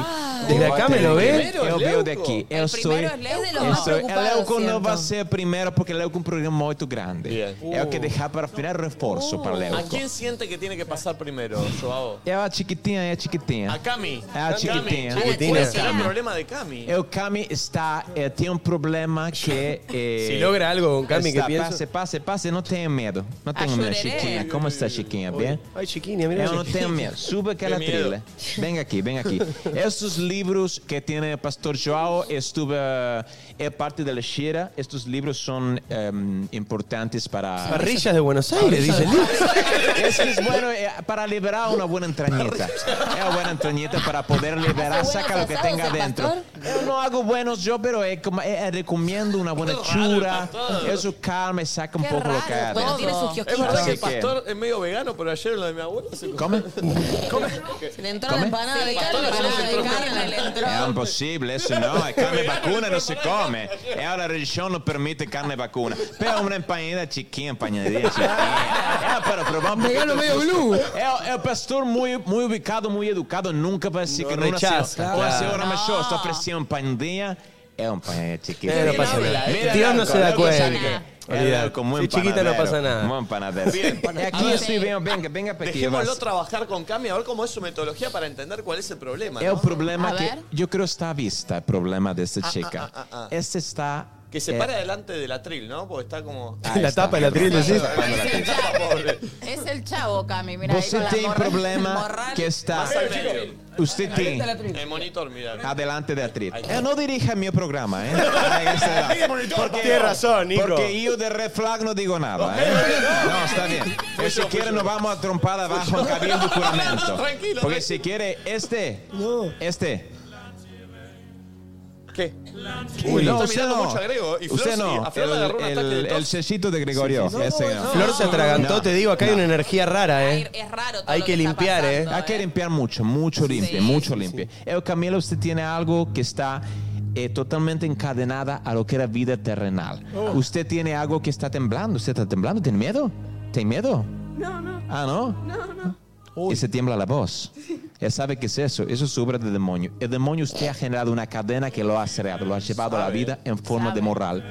[SPEAKER 10] ¿Desde
[SPEAKER 3] Yo
[SPEAKER 10] acá
[SPEAKER 3] voy a
[SPEAKER 10] me
[SPEAKER 3] tener
[SPEAKER 10] lo
[SPEAKER 3] que
[SPEAKER 10] ve?
[SPEAKER 3] ver.
[SPEAKER 10] Primero
[SPEAKER 3] Yo
[SPEAKER 10] es
[SPEAKER 3] veo de
[SPEAKER 10] Leuco.
[SPEAKER 3] aquí.
[SPEAKER 10] El
[SPEAKER 3] Yo
[SPEAKER 10] primero
[SPEAKER 3] soy,
[SPEAKER 10] es Leuco. Es de los más
[SPEAKER 3] estoy- el
[SPEAKER 10] preocupados,
[SPEAKER 3] Leuco no va a
[SPEAKER 10] siento.
[SPEAKER 3] ser primero porque Leuco es un programa muy grande. Hay
[SPEAKER 10] Uh.
[SPEAKER 3] que dejar para final refuerzo para
[SPEAKER 2] ¿A
[SPEAKER 3] Leuco.
[SPEAKER 2] quién siente que tiene que pasar primero, Joao?
[SPEAKER 3] É a chiquitinha, é a chiquitinha.
[SPEAKER 2] A Cami.
[SPEAKER 3] É a chiquitinha.
[SPEAKER 2] Cami.
[SPEAKER 3] Chiquitinha.
[SPEAKER 2] ¿Cuál será el problema de Cami?
[SPEAKER 3] É o Cami está, é, tem um problema que... É,
[SPEAKER 10] Se logra algo com Cami,
[SPEAKER 3] está,
[SPEAKER 10] que pienso.
[SPEAKER 3] Passe, passe, passe, não tenha medo. Não tenha medo,
[SPEAKER 10] Ajudaré.
[SPEAKER 3] Chiquinha. Como está, Chiquinha? Bem?
[SPEAKER 10] Ay, chiquini, mira.
[SPEAKER 3] Eu não tenho medo. Suba aquela
[SPEAKER 10] Tem medo.
[SPEAKER 3] trilha. Vem aqui, vem aqui. Estes livros que tem o Pastor João estuve, é parte da lixeira. Estes livros são ehm, importantes para...
[SPEAKER 10] Parrillas de Buenos Aires, dicen.
[SPEAKER 3] Eso es bueno eh, para liberar una buena entrañita. Es una buena entrañita para poder liberar, saca lo que tenga adentro. Yo no hago buenos yo, pero eh, como, eh, eh, recomiendo una buena chura. Eso calma y saca un
[SPEAKER 2] Qué
[SPEAKER 3] poco lo que hay
[SPEAKER 2] Bueno,
[SPEAKER 3] adentro.
[SPEAKER 2] tiene sus
[SPEAKER 3] Así
[SPEAKER 2] Es verdad que el
[SPEAKER 3] que-
[SPEAKER 2] pastor es medio vegano, pero ayer en lo de mi abuelo se lo-
[SPEAKER 3] ¿Come?
[SPEAKER 2] ¿Come?
[SPEAKER 5] Se le entró la empanada de
[SPEAKER 2] Pastor,
[SPEAKER 5] carne,
[SPEAKER 2] ayer se
[SPEAKER 5] empanada de
[SPEAKER 2] entró-
[SPEAKER 5] carne, le entró.
[SPEAKER 3] Es imposible, eso É no. es Carne vacuna no se come. Y ahora la religión no permite carne vacuna. Pero una empañada chiquilla, empañadilla chiquilla. Es para probar. porque
[SPEAKER 29] Vegano
[SPEAKER 3] tú
[SPEAKER 29] medio
[SPEAKER 3] fuiste-
[SPEAKER 29] blue.
[SPEAKER 3] Es es un pastor muy, muy ubicado, muy educado. Nunca va a decir
[SPEAKER 29] No
[SPEAKER 3] que no una
[SPEAKER 29] rechaza,
[SPEAKER 3] señora-
[SPEAKER 29] claro.
[SPEAKER 3] Una señora mayor está ofreciendo empañadilla. Es un pañadilla chiquilla.
[SPEAKER 10] Eh, no pasa nada.
[SPEAKER 3] Mira,
[SPEAKER 10] Dios no
[SPEAKER 3] Blanco,
[SPEAKER 10] se da
[SPEAKER 3] Blanco sabe
[SPEAKER 10] cuenta.
[SPEAKER 3] que-
[SPEAKER 10] Olvidate.
[SPEAKER 3] Blanco, muy
[SPEAKER 10] Si chiquita no
[SPEAKER 3] empanadero,
[SPEAKER 10] pasa nada.
[SPEAKER 3] Muy empanadero.
[SPEAKER 2] Bien.
[SPEAKER 3] Y
[SPEAKER 2] A
[SPEAKER 3] aquí
[SPEAKER 2] ver.
[SPEAKER 3] estoy, venga, venga, venga, Pequi,
[SPEAKER 2] Dejémoslo
[SPEAKER 3] vas.
[SPEAKER 2] trabajar con Cami a ver cómo es su metodología para entender cuál es el problema.
[SPEAKER 3] É
[SPEAKER 2] ¿no?
[SPEAKER 3] o problema que eu creio que está à vista, o problema dessa
[SPEAKER 2] Ah,
[SPEAKER 3] chica.
[SPEAKER 2] ah, ah, ah.
[SPEAKER 3] Essa está
[SPEAKER 2] Que se
[SPEAKER 3] é,
[SPEAKER 2] para delante del atril, ¿no? Porque está como.
[SPEAKER 3] Ah, La está. tapa, el atril,
[SPEAKER 2] Está
[SPEAKER 3] decís.
[SPEAKER 2] tapando la tapa, pobre.
[SPEAKER 6] Es el chavo, Cami, mira.
[SPEAKER 3] Você tem problema que está.
[SPEAKER 2] Más al medio.
[SPEAKER 3] Você tem.
[SPEAKER 2] El monitor, mira.
[SPEAKER 3] Adelante de atril. Eu não dirija meu programa, ¿eh? hein? Porque
[SPEAKER 2] Tienes razón, Nico.
[SPEAKER 3] Porque eu de red flag não digo nada, hein? Não, está bem. Se quiere, nos vamos a trompar abajo en cabina de juramento.
[SPEAKER 29] Tranquilo,
[SPEAKER 3] Porque se quiere, este. Este.
[SPEAKER 2] ¿Qué?
[SPEAKER 3] Uy, no,
[SPEAKER 2] Está
[SPEAKER 3] usted
[SPEAKER 2] mirando
[SPEAKER 3] no.
[SPEAKER 2] mucho a Grego. Y Flor
[SPEAKER 3] usted
[SPEAKER 2] sí,
[SPEAKER 3] no.
[SPEAKER 2] a Flor le
[SPEAKER 3] el,
[SPEAKER 2] agarró un ataque de
[SPEAKER 3] el,
[SPEAKER 2] tos.
[SPEAKER 3] el sellito de Gregorio. ese no.
[SPEAKER 10] Flor se atragantó,
[SPEAKER 3] No.
[SPEAKER 10] te digo, acá hay una energía rara, ¿eh?
[SPEAKER 6] Es raro.
[SPEAKER 10] Hay que limpiar, ¿eh?
[SPEAKER 3] Hay que limpiar mucho, mucho limpio, mucho limpio. El Camilo, usted tiene algo que está eh, totalmente encadenada a lo que era vida terrenal.
[SPEAKER 29] Oh.
[SPEAKER 3] Usted tiene algo que está temblando. ¿Usted está temblando? ¿Tiene miedo? ¿Tiene miedo?
[SPEAKER 29] No, no,
[SPEAKER 3] Ah, ¿no?
[SPEAKER 29] no, no.
[SPEAKER 3] Y se tiembla la voz. Él sabe qué es eso. Eso es obra del demonio. El demonio usted ha generado una cadena que lo ha cerrado, lo ha llevado a la vida en forma de moral.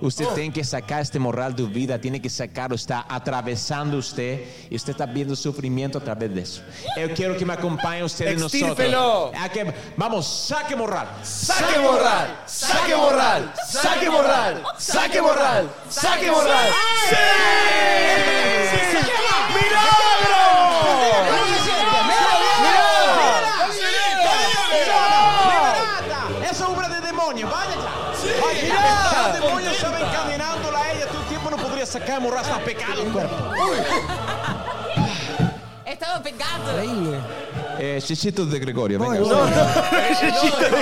[SPEAKER 3] Usted
[SPEAKER 29] Oh.
[SPEAKER 3] tiene que sacar este moral de vida, tiene que sacarlo, está atravesando usted y usted está viendo sufrimiento a través de eso. Yo quiero que me acompañe usted en nosotros.
[SPEAKER 29] Extírpelo.
[SPEAKER 3] A que- vamos, saque moral.
[SPEAKER 29] Saque morral, saque morral, saque morral, saque morral, saque morral. ¡Sí! ¡Milagro!
[SPEAKER 3] Es obra del demonio, vaya ya. Vaya ya.
[SPEAKER 29] Mirá.
[SPEAKER 3] El demonio estaba encaminándola a ella, todo el tiempo no podría sacar moral, está pecado el cuerpo.
[SPEAKER 6] Estaba pegando.
[SPEAKER 3] Eh, Chichito de Gregorio, venga.
[SPEAKER 29] No, no,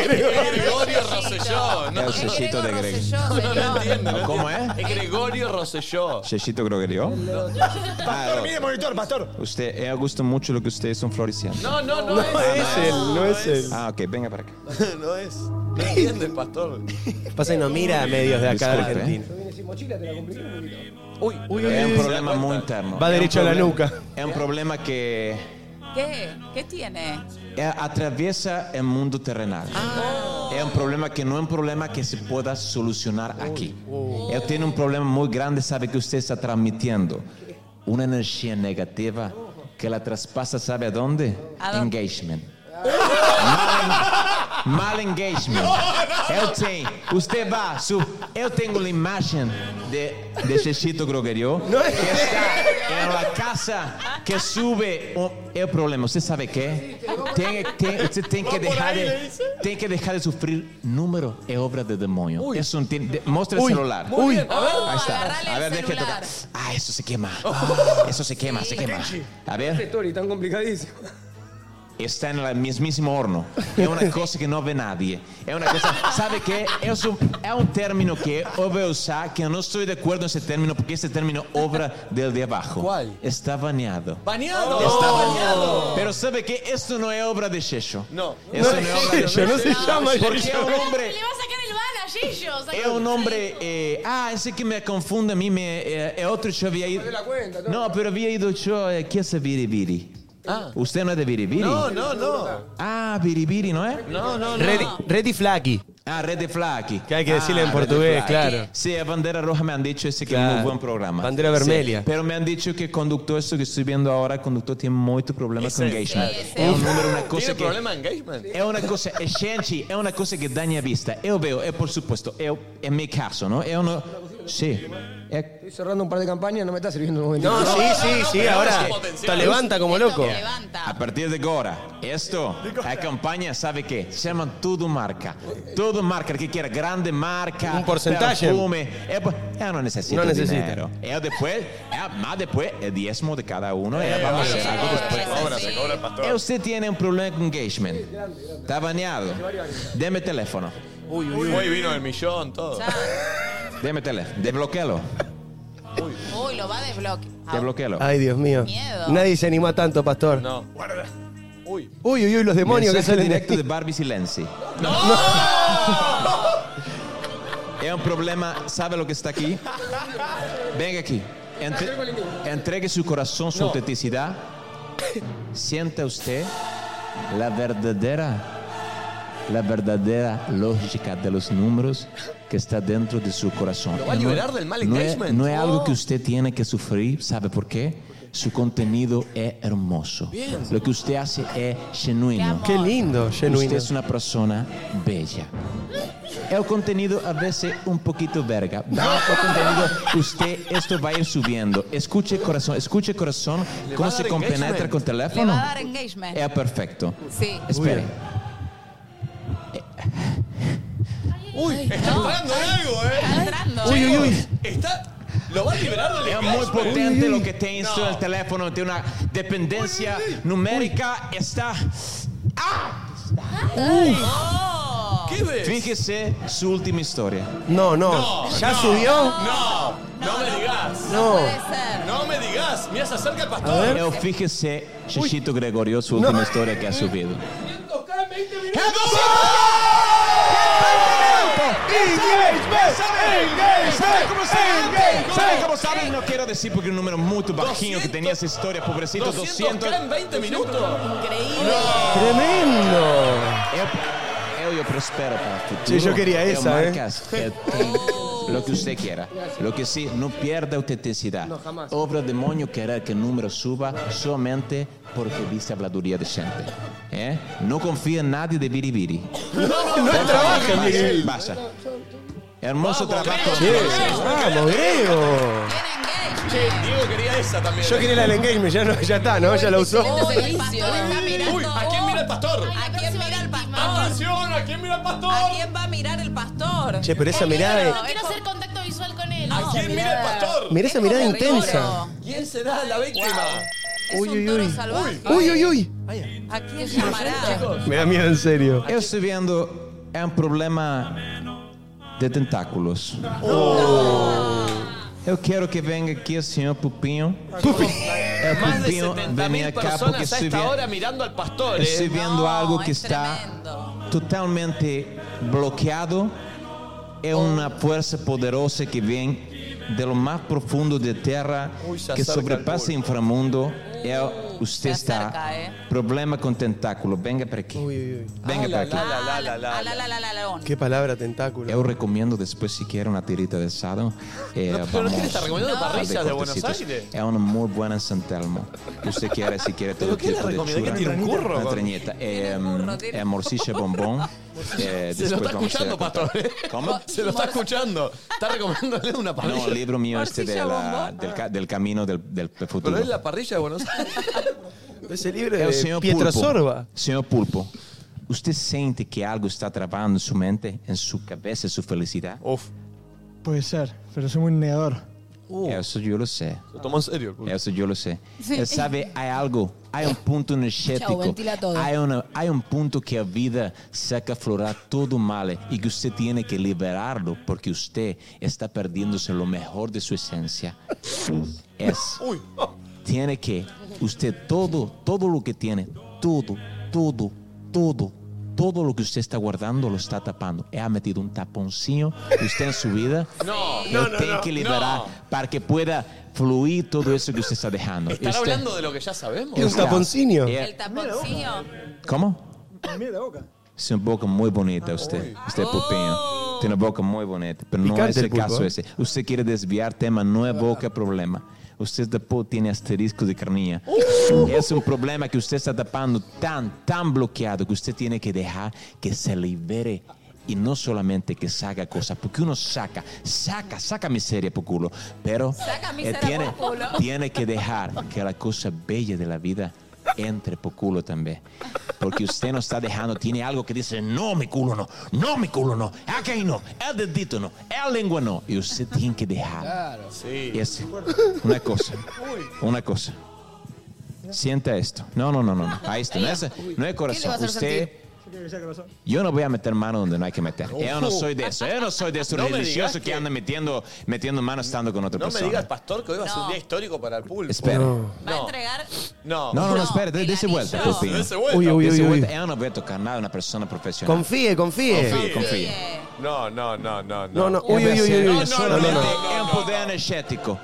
[SPEAKER 2] Gregorio Rosselló. No,
[SPEAKER 3] El Chichito de Gregorio.
[SPEAKER 2] no, no, no entiendo. no
[SPEAKER 3] ¿Cómo
[SPEAKER 2] entiendo. Es Gregorio Rosselló.
[SPEAKER 3] Chichito Gregorio. Ah,
[SPEAKER 2] Pastor, mire monitor, pastor.
[SPEAKER 3] Usted, me gusta mucho lo que ustedes son floreciendo.
[SPEAKER 2] No, no, no, es
[SPEAKER 10] él, no es él.
[SPEAKER 3] Ah, ok, venga para acá.
[SPEAKER 2] no es. No entiende el pastor.
[SPEAKER 10] Pasa que no mira a medios de acá de
[SPEAKER 3] Disculpe,
[SPEAKER 10] Argentina.
[SPEAKER 2] Uy, uy,
[SPEAKER 3] Es
[SPEAKER 10] uy.
[SPEAKER 3] un problema muy interno.
[SPEAKER 10] Va
[SPEAKER 3] Es un
[SPEAKER 10] derecho a la
[SPEAKER 3] problema-
[SPEAKER 10] nuca.
[SPEAKER 3] Es un problema que
[SPEAKER 6] ¿Qué? ¿Qué tiene?
[SPEAKER 3] eh, atraviesa el mundo terrenal. Es un problema que no es un problema que se pueda solucionar aquí. Él tiene un problema muy grande, sabe que usted está transmitiendo una energía negativa que la traspasa, ¿sabe a dónde?
[SPEAKER 6] ¿A dónde?
[SPEAKER 3] Engagement. Mal, en- mal engagement. Eu tenho. Você vai. Su, eu tenho a imagem de, de Chechito Groguerio que está em la casa que sube. Um, é o problema. Você sabe que? Tem, tem, você tem
[SPEAKER 29] Va
[SPEAKER 3] que
[SPEAKER 29] por
[SPEAKER 3] deixar
[SPEAKER 29] ahí, le
[SPEAKER 3] de,
[SPEAKER 29] dice.
[SPEAKER 3] tem que deixar de sofrer. Número é obra de demônio.
[SPEAKER 29] Uy.
[SPEAKER 3] Eso enti- de- mostra o
[SPEAKER 29] Uy.
[SPEAKER 3] celular.
[SPEAKER 29] Muy bien. A ver. Agarrale
[SPEAKER 3] Ahí está. A
[SPEAKER 29] el
[SPEAKER 3] ver, deje
[SPEAKER 29] celular.
[SPEAKER 3] tocar. Ah, eso se quema.
[SPEAKER 29] Oh.
[SPEAKER 3] Ah, eso se quema, se quema. A ver.
[SPEAKER 10] story tan complicadísimo.
[SPEAKER 3] está en el mismísimo horno. Es una cosa que no ve nadie. Es una cosa, ¿sabe qué? Es un, es un término que yo voy a usar, que no estoy de acuerdo en ese término, porque ese término obra del de abajo. ¿Cuál? Está bañado.
[SPEAKER 29] Baneado.
[SPEAKER 3] Está bañado. Pero ¿sabe qué? Esto no es obra de Checho. No. Eso no,
[SPEAKER 29] Oh. No
[SPEAKER 3] es
[SPEAKER 29] es
[SPEAKER 3] obra de
[SPEAKER 29] Checho, no se llama
[SPEAKER 3] Porque es
[SPEAKER 29] Checho.
[SPEAKER 3] un hombre...
[SPEAKER 4] Le va a sacar el bala a Gillo. saca-
[SPEAKER 3] Es un hombre. eh, ah, ese que me confunde a mí. Me, eh, eh, otro yo había ido. No, pero había ido yo. eh, ¿Qué hace Biribiri? Ah. ¿Usted no es de Biribiri?
[SPEAKER 29] No, no, no.
[SPEAKER 3] Ah, Biribiri, ¿no es?
[SPEAKER 29] No, no, no.
[SPEAKER 3] Reddy Flaki. Ah, Reddy Flaki. Que
[SPEAKER 10] hay que decirle
[SPEAKER 3] Ah,
[SPEAKER 10] en portugués, claro.
[SPEAKER 3] Sí, a Bandera Roja me han dicho ese que es
[SPEAKER 10] Claro.
[SPEAKER 3] muy buen programa.
[SPEAKER 10] Bandera
[SPEAKER 3] Sí,
[SPEAKER 10] Vermelha.
[SPEAKER 3] pero me han dicho que conductor, esto que estoy viendo ahora, conductor tiene muchos problemas con engagement. Es un número, una cosa
[SPEAKER 2] ¿Tiene
[SPEAKER 3] que...
[SPEAKER 2] problema de engagement?
[SPEAKER 3] È una cosa, è gente, è una cosa che danno a vista. Io veo, e per supuesto, è, è mio caso, no? È uno. Sì. È...
[SPEAKER 10] Estoy cerrando un par de campañas, no me está sirviendo un momento.
[SPEAKER 3] No, sí, sí, sí, ahora te levanta
[SPEAKER 10] como loco.
[SPEAKER 3] A partir di ora, questo la campagna sabe che si chiama tutto marca. Tutto marca che chiede grande marca,
[SPEAKER 10] Un porcentaje.
[SPEAKER 3] perfume. E poi io non necessito
[SPEAKER 10] Non necessita.
[SPEAKER 3] dinero. E después, eh, ma después è diezmo di cada uno e vamos a
[SPEAKER 2] Eh, vale,
[SPEAKER 3] hacer
[SPEAKER 2] se
[SPEAKER 3] algo
[SPEAKER 2] cobra,
[SPEAKER 3] después.
[SPEAKER 2] se cobra, se cobra el pastor.
[SPEAKER 3] E usted tiene un problema con engagement. Está baneado. Deme teléfono.
[SPEAKER 2] Uy, uy, uy. vino el millón, todo.
[SPEAKER 3] Deme teléfono. Desbloquealo.
[SPEAKER 6] Uy, lo va a desbloquear.
[SPEAKER 3] Desbloquealo.
[SPEAKER 10] Ay, Dios mío.
[SPEAKER 6] Miedo.
[SPEAKER 10] Nadie se animó a tanto, pastor.
[SPEAKER 2] No.
[SPEAKER 10] Uy, uy, uy, los demonios que
[SPEAKER 3] Mensaje
[SPEAKER 10] salen de
[SPEAKER 3] directo de Barbie Silenzi. No. Es un problema, ¿sabe lo que está aquí? Venga aquí. Entre- entregue su corazón, su
[SPEAKER 29] No.
[SPEAKER 3] autenticidad. Sienta usted la verdadera, la verdadera lógica de los números que está dentro de su corazón.
[SPEAKER 2] Lo va a
[SPEAKER 3] Y no-
[SPEAKER 2] liberar del mal
[SPEAKER 3] no es-
[SPEAKER 2] engagement.
[SPEAKER 3] No es algo
[SPEAKER 2] Oh.
[SPEAKER 3] que usted tiene que sufrir, ¿sabe por qué? Su contenido es hermoso.
[SPEAKER 10] Bien.
[SPEAKER 3] Lo que usted hace es genuino.
[SPEAKER 10] Qué lindo, genuino.
[SPEAKER 3] Usted es una persona bella. El contenido a veces un poquito verga. Vamos al contenido. Usted, esto va a ir subiendo. Escuche corazón, escuche corazón.
[SPEAKER 6] Le va
[SPEAKER 3] ¿Cómo
[SPEAKER 6] a
[SPEAKER 3] se
[SPEAKER 6] dar
[SPEAKER 3] compenetra
[SPEAKER 6] engagement.
[SPEAKER 3] con
[SPEAKER 6] Le va a
[SPEAKER 3] teléfono?
[SPEAKER 6] dar engagement.
[SPEAKER 3] Es perfecto.
[SPEAKER 6] Sí.
[SPEAKER 3] Espere.
[SPEAKER 2] Uy, está entrando en algo, eh.
[SPEAKER 6] Está entrando.
[SPEAKER 3] Uy, uy, uy.
[SPEAKER 2] Chicos, Está. Lo va a liberar del
[SPEAKER 3] Es
[SPEAKER 2] engagement.
[SPEAKER 3] muy potente lo que tiene esto en el teléfono. Tiene una dependencia numérica. Está. ¡Ah!
[SPEAKER 2] ¿Qué ves?
[SPEAKER 3] Fíjese su última historia.
[SPEAKER 10] No, no. ¿Ya subió?
[SPEAKER 2] No, no me digas.
[SPEAKER 10] No.
[SPEAKER 2] puede ser. No me digas. Mira, se acerca el pastor.
[SPEAKER 3] Yo fíjese, Chichito Gregorio, su última historia que ha subido. ¿Sabe cómo saben? ¿Sabe cómo saben? No quiero decir porque el número muy bajito que tenía esa historia, pobrecito, 200.
[SPEAKER 2] 200 en 20 minutos.
[SPEAKER 4] Increíble.
[SPEAKER 10] Tremendo.
[SPEAKER 3] Yo, yo, yo espero para el futuro.
[SPEAKER 10] Sí, yo quería
[SPEAKER 3] Yo
[SPEAKER 10] esa, ¿eh?
[SPEAKER 3] marcas, yo tengo Lo que usted quiera. Lo que sí, no pierda autenticidad.
[SPEAKER 10] No, jamás.
[SPEAKER 3] Obra demonio querer que el número suba solamente porque viste habladuría decente. ¿Eh? No confía en nadie de Biribiri.
[SPEAKER 29] No, no es trabajo, Miguel.
[SPEAKER 3] Pasa. Hermoso trabajo.
[SPEAKER 10] Che, vamos, Grego.
[SPEAKER 2] Che, Diego quería esa también.
[SPEAKER 10] Yo quería la del engagement, ya, no, ya está, ¿no? Ya la usó.
[SPEAKER 6] El pastor está mirando.
[SPEAKER 2] Uy, ¿a quién mira el pastor?
[SPEAKER 6] ¿A quién mira el pastor?
[SPEAKER 2] Atención, ¿a quién mira el pastor?
[SPEAKER 6] ¿A quién va a mirar el pastor?
[SPEAKER 10] Che, pero esa
[SPEAKER 6] Es
[SPEAKER 10] mirada
[SPEAKER 6] lindo, es
[SPEAKER 10] de-
[SPEAKER 4] Quiero
[SPEAKER 6] como-
[SPEAKER 4] hacer contacto visual con él.
[SPEAKER 2] ¿A quién mira el pastor?
[SPEAKER 10] Mirá esa mirada
[SPEAKER 6] como rigor.
[SPEAKER 10] intensa.
[SPEAKER 2] ¿Quién será la víctima?
[SPEAKER 10] Uy, uy, uy.
[SPEAKER 6] salvaje.
[SPEAKER 10] Uy, uy, uy.
[SPEAKER 6] ¿A quién llamará?
[SPEAKER 10] Me da miedo en serio.
[SPEAKER 3] Yo estoy viendo es un é um problema de tentáculos.
[SPEAKER 2] Oh!
[SPEAKER 3] Yo quiero que venga aquí el señor Pupinho. El
[SPEAKER 2] Más de
[SPEAKER 3] Pupinho venga
[SPEAKER 2] 70.000
[SPEAKER 3] acá porque
[SPEAKER 2] personas a
[SPEAKER 3] estoy
[SPEAKER 2] esta
[SPEAKER 3] viendo.
[SPEAKER 2] hora mirando al pastor. eh.
[SPEAKER 3] Estoy viendo algo que está totalmente bloqueado. Es
[SPEAKER 2] Oh.
[SPEAKER 3] una fuerza poderosa que viene de lo más profundo de tierra,
[SPEAKER 2] Uy, se
[SPEAKER 3] que
[SPEAKER 2] acerca al
[SPEAKER 3] sobrepasa el inframundo. é Es Usted
[SPEAKER 6] Se
[SPEAKER 3] está.
[SPEAKER 6] acerca,
[SPEAKER 2] é.
[SPEAKER 6] ¿eh?
[SPEAKER 3] Problema con tentáculo. Venga para aquí. Venga para aquí.
[SPEAKER 6] Ah, la, la, la, la, la, on.
[SPEAKER 3] Qué palabra tentáculo. Yo recomiendo después si quiere una tirita de asado. eh,
[SPEAKER 2] No, pero no
[SPEAKER 3] vamos
[SPEAKER 2] quiere estar recomendando
[SPEAKER 3] a darle
[SPEAKER 2] parrillas de Buenos
[SPEAKER 3] cortecitos.
[SPEAKER 2] Aires.
[SPEAKER 3] Es una muy buena en San Telmo. Usted quiere si quiere todo
[SPEAKER 2] ¿Pero qué le
[SPEAKER 3] tipo de
[SPEAKER 2] recomienda? ¿Qué
[SPEAKER 3] churra.
[SPEAKER 2] tiene, un curro?
[SPEAKER 3] Una treñeta. Eh, eh, morcilla bombón. Eh,
[SPEAKER 2] Se lo
[SPEAKER 3] después
[SPEAKER 2] está
[SPEAKER 3] vamos a
[SPEAKER 2] escuchando,
[SPEAKER 3] cortar.
[SPEAKER 2] Pastor. ¿eh?
[SPEAKER 3] ¿Cómo?
[SPEAKER 2] Se lo está escuchando. Está recomendándole una parrilla.
[SPEAKER 3] No, el libro mío este de
[SPEAKER 2] Morcilla
[SPEAKER 3] la- del, ca- del camino del, del futuro.
[SPEAKER 2] Pero es la parrilla de Buenos Aires.
[SPEAKER 3] Ese libro
[SPEAKER 10] de Pietro Sorba.
[SPEAKER 3] Señor Pulpo, ¿usted siente que algo está trabando en su mente, en su cabeza, en su felicidad?
[SPEAKER 53] Puede ser, pero soy muy negador.
[SPEAKER 2] Uh.
[SPEAKER 3] Eso yo lo sé.
[SPEAKER 2] Lo tomo en serio.
[SPEAKER 3] Eso yo lo sé.
[SPEAKER 53] Sí.
[SPEAKER 3] Él sabe, hay algo, hay un punto
[SPEAKER 5] Chao,
[SPEAKER 3] energético.
[SPEAKER 5] ventila todo.
[SPEAKER 3] Hay, una- hay un punto que la vida saca a florar todo mal y que usted tiene que liberarlo porque usted está perdiéndose lo mejor de su esencia. Es. Tiene que, usted todo, todo lo que tiene, todo, todo, todo, todo lo que usted está guardando lo está tapando. Ha metido un taponcillo usted en su vida.
[SPEAKER 2] No,
[SPEAKER 3] Él
[SPEAKER 2] no, no,
[SPEAKER 3] tiene
[SPEAKER 2] no,
[SPEAKER 3] que liberar
[SPEAKER 2] no.
[SPEAKER 3] para que pueda fluir todo eso que usted está dejando. Este,
[SPEAKER 2] ¿Estará
[SPEAKER 3] Usted-
[SPEAKER 2] hablando de lo que ya sabemos?
[SPEAKER 3] Está- Yeah.
[SPEAKER 6] El taponcillo.
[SPEAKER 3] ¿Cómo?
[SPEAKER 53] Mira la boca. Ah,
[SPEAKER 3] Es una boca muy bonita usted, usted Pupinho.
[SPEAKER 6] Oh.
[SPEAKER 3] Tiene una boca muy bonita, pero no
[SPEAKER 53] Picante
[SPEAKER 3] es
[SPEAKER 53] el
[SPEAKER 3] el caso
[SPEAKER 53] pulpo, Ah. ¿eh?
[SPEAKER 3] ese. Usted quiere desviar tema, no es boca problema. Usted tapó, tiene asterisco de carnilla.
[SPEAKER 53] Uh.
[SPEAKER 3] Es un problema que usted está tapando tan, tan bloqueado que usted tiene que dejar que se libere. Y no solamente que saca cosas, porque uno saca, saca, saca miseria por culo, pero
[SPEAKER 6] Saca
[SPEAKER 3] eh,
[SPEAKER 6] miseria
[SPEAKER 3] tiene,
[SPEAKER 6] por culo.
[SPEAKER 3] tiene que dejar que la cosa bella de la vida entre por culo también. Porque usted no está dejando, tiene algo que dice, no, mi culo no, no, mi culo no, aquí no, el dedito no, el lengua no. Y usted tiene que dejar.
[SPEAKER 2] Claro. Sí.
[SPEAKER 3] Y es una cosa, una cosa. Sienta esto. No, no, no, no. no. Ahí está. No es, no es
[SPEAKER 53] ¿Qué le va a
[SPEAKER 3] corazón.
[SPEAKER 53] hacer
[SPEAKER 3] Usted,
[SPEAKER 53] sentir? Yo quiero que sea corazón.
[SPEAKER 3] yo no voy a meter mano donde no hay que meter.
[SPEAKER 53] Ojo.
[SPEAKER 3] Yo no soy de eso. Yo no soy de esos
[SPEAKER 2] No me digas
[SPEAKER 3] religiosos que,
[SPEAKER 2] que-
[SPEAKER 3] andan metiendo, metiendo mano estando con otra
[SPEAKER 2] No me
[SPEAKER 3] persona.
[SPEAKER 2] digas, pastor, que hoy va a ser un día histórico para el público.
[SPEAKER 3] Espera. No.
[SPEAKER 2] Va a entregar. No.
[SPEAKER 3] No, no, no, espera, de- dese vuelta, pues,
[SPEAKER 2] No,
[SPEAKER 3] Pupino.
[SPEAKER 2] dese vuelta.
[SPEAKER 3] Uy, uy, uy,
[SPEAKER 2] uy.
[SPEAKER 3] Yo no voy a tocar nada a una persona profesional.
[SPEAKER 10] Confíe, confíe.
[SPEAKER 3] Confíe, confíe.
[SPEAKER 2] No, no, no, no.
[SPEAKER 10] No, no, uy, uy, uy, uy,
[SPEAKER 3] No,
[SPEAKER 10] uy, no, no, no.
[SPEAKER 3] Es un poder energético.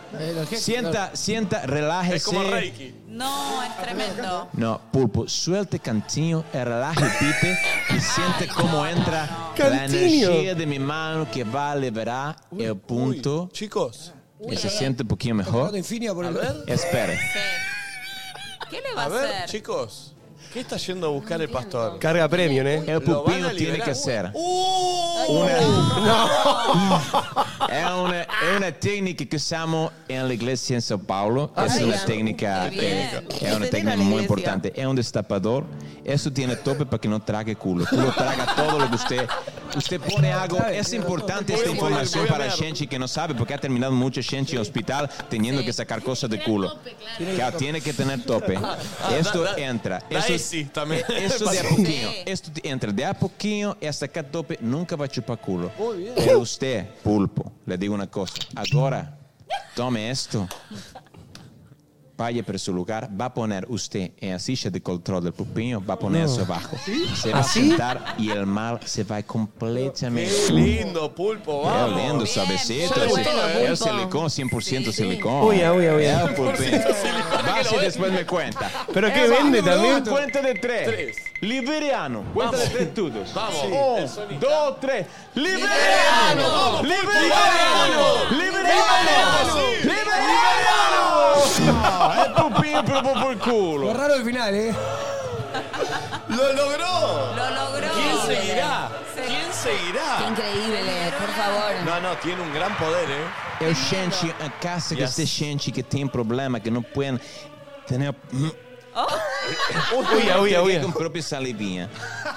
[SPEAKER 3] Sienta, sienta, relájese.
[SPEAKER 6] Es como Reiki. No, es tremendo.
[SPEAKER 3] No, pulpo, suelte cantinho, relaje el pite y siente cómo entra la
[SPEAKER 2] Cantinho.
[SPEAKER 3] energía de mi mano que va a liberar el punto.
[SPEAKER 2] Chicos.
[SPEAKER 3] Y se siente un poquito mejor.
[SPEAKER 2] A ver.
[SPEAKER 3] Espere.
[SPEAKER 6] ¿Qué le va a,
[SPEAKER 2] A ver,
[SPEAKER 6] hacer?
[SPEAKER 2] chicos. ¿qué está yendo a buscar el pastor?
[SPEAKER 10] Carga premium, ¿eh?
[SPEAKER 3] El
[SPEAKER 2] Lo van a
[SPEAKER 3] pupino tiene
[SPEAKER 2] liberar.
[SPEAKER 3] que ser.
[SPEAKER 2] Una-
[SPEAKER 3] È una, è una tecnica che usiamo nella iglesia in Sao Paulo.
[SPEAKER 29] Ah,
[SPEAKER 3] es
[SPEAKER 29] sì?
[SPEAKER 3] una tecnica,
[SPEAKER 29] Che bien.
[SPEAKER 3] tecnica. È una
[SPEAKER 29] Entendido
[SPEAKER 3] tecnica
[SPEAKER 29] la
[SPEAKER 3] muy
[SPEAKER 29] iglesia.
[SPEAKER 3] importante. È un destapador. Eso tiene tope para que no trague culo. Culo traga todo lo que usted. Usted pone algo. Es importante esta información para gente que no sabe, porque ha terminado mucha gente en hospital teniendo que sacar cosas de culo. Claro, tiene que tener tope.
[SPEAKER 2] Ah, ah,
[SPEAKER 3] Esto
[SPEAKER 2] da- da-
[SPEAKER 3] entra.
[SPEAKER 2] da
[SPEAKER 3] Esto-
[SPEAKER 2] ese también.
[SPEAKER 3] eh, Esto de a
[SPEAKER 2] Sí.
[SPEAKER 3] poquito. Esto te entra de a poquito y hasta acá tope nunca va a chupar culo. Pero usted, pulpo, le digo una cosa. Ahora, tome esto. Vaya por su lugar, va a poner usted en la silla de control del pulpiño, va a poner
[SPEAKER 2] No.
[SPEAKER 3] eso abajo.
[SPEAKER 2] ¿Sí?
[SPEAKER 3] Se va a
[SPEAKER 2] ¿Así?
[SPEAKER 3] sentar y el mal se va completamente.
[SPEAKER 2] Qué lindo, pulpo,
[SPEAKER 3] Qué
[SPEAKER 2] vamos.
[SPEAKER 3] lindo, suavecito.
[SPEAKER 2] Yo le
[SPEAKER 3] ese-
[SPEAKER 2] gustó,
[SPEAKER 3] el
[SPEAKER 2] pulpo.
[SPEAKER 3] silicón, 100% silicón.
[SPEAKER 10] Uy, uy, uy.
[SPEAKER 3] El pulpiño. Vaya y después me cuenta.
[SPEAKER 10] Pero
[SPEAKER 3] Eh,
[SPEAKER 10] qué vende
[SPEAKER 3] vamos,
[SPEAKER 10] también.
[SPEAKER 3] vamos, Cuenta de tres.
[SPEAKER 10] Tres.
[SPEAKER 3] Liberiano. Cuenta de
[SPEAKER 10] Vamos.
[SPEAKER 3] tres todos.
[SPEAKER 10] Vamos. Sí.
[SPEAKER 3] Un, dos, tres.
[SPEAKER 29] Liberiano.
[SPEAKER 3] Liberiano.
[SPEAKER 29] Liberiano.
[SPEAKER 3] Liberiano. Liberiano.
[SPEAKER 29] Sí.
[SPEAKER 3] Liberiano. Es pupín, pero por el
[SPEAKER 53] Lo
[SPEAKER 3] culo.
[SPEAKER 53] raro del final, ¿eh?
[SPEAKER 2] ¡Lo logró!
[SPEAKER 6] ¡Lo logró!
[SPEAKER 2] ¿Quién seguirá? ¿Quién seguirá?
[SPEAKER 5] Qué increíble, por favor.
[SPEAKER 2] No, no, tiene un gran poder, ¿eh?
[SPEAKER 3] Eu gente a casa que este gente que tem problema, que não pode ter.
[SPEAKER 2] Uia, uia, uia.
[SPEAKER 3] Com própria salivinha.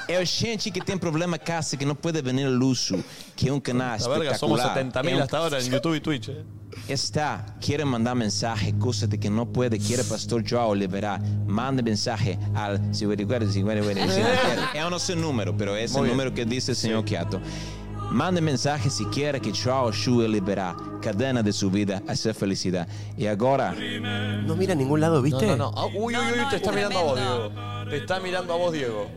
[SPEAKER 3] É o gente que tem problema casa que não pode venir luxo, que é um canal
[SPEAKER 2] La verga,
[SPEAKER 3] espetacular.
[SPEAKER 2] somos
[SPEAKER 3] É
[SPEAKER 2] 70.000
[SPEAKER 3] um-
[SPEAKER 2] hasta ahora en YouTube y Twitch, ¿eh?
[SPEAKER 3] Está, quiere mandar mensaje, cosas de que no puede, quiere Pastor Joao liberar, mande mensaje al 54, 54, 54. Yo no sé el É número, pero es
[SPEAKER 2] É. Muy
[SPEAKER 3] el
[SPEAKER 2] bien.
[SPEAKER 3] número que dice el señor Chiato. Mande mensaje si quiere que Joao ayude a liberar cadena de su vida a ser felicidad. Y ahora...
[SPEAKER 10] No mira a ningún lado, ¿viste?
[SPEAKER 2] No, no, no. Ah, Uy, uy, uy, te está mirando a vos, Diego. Te está mirando a vos, Diego.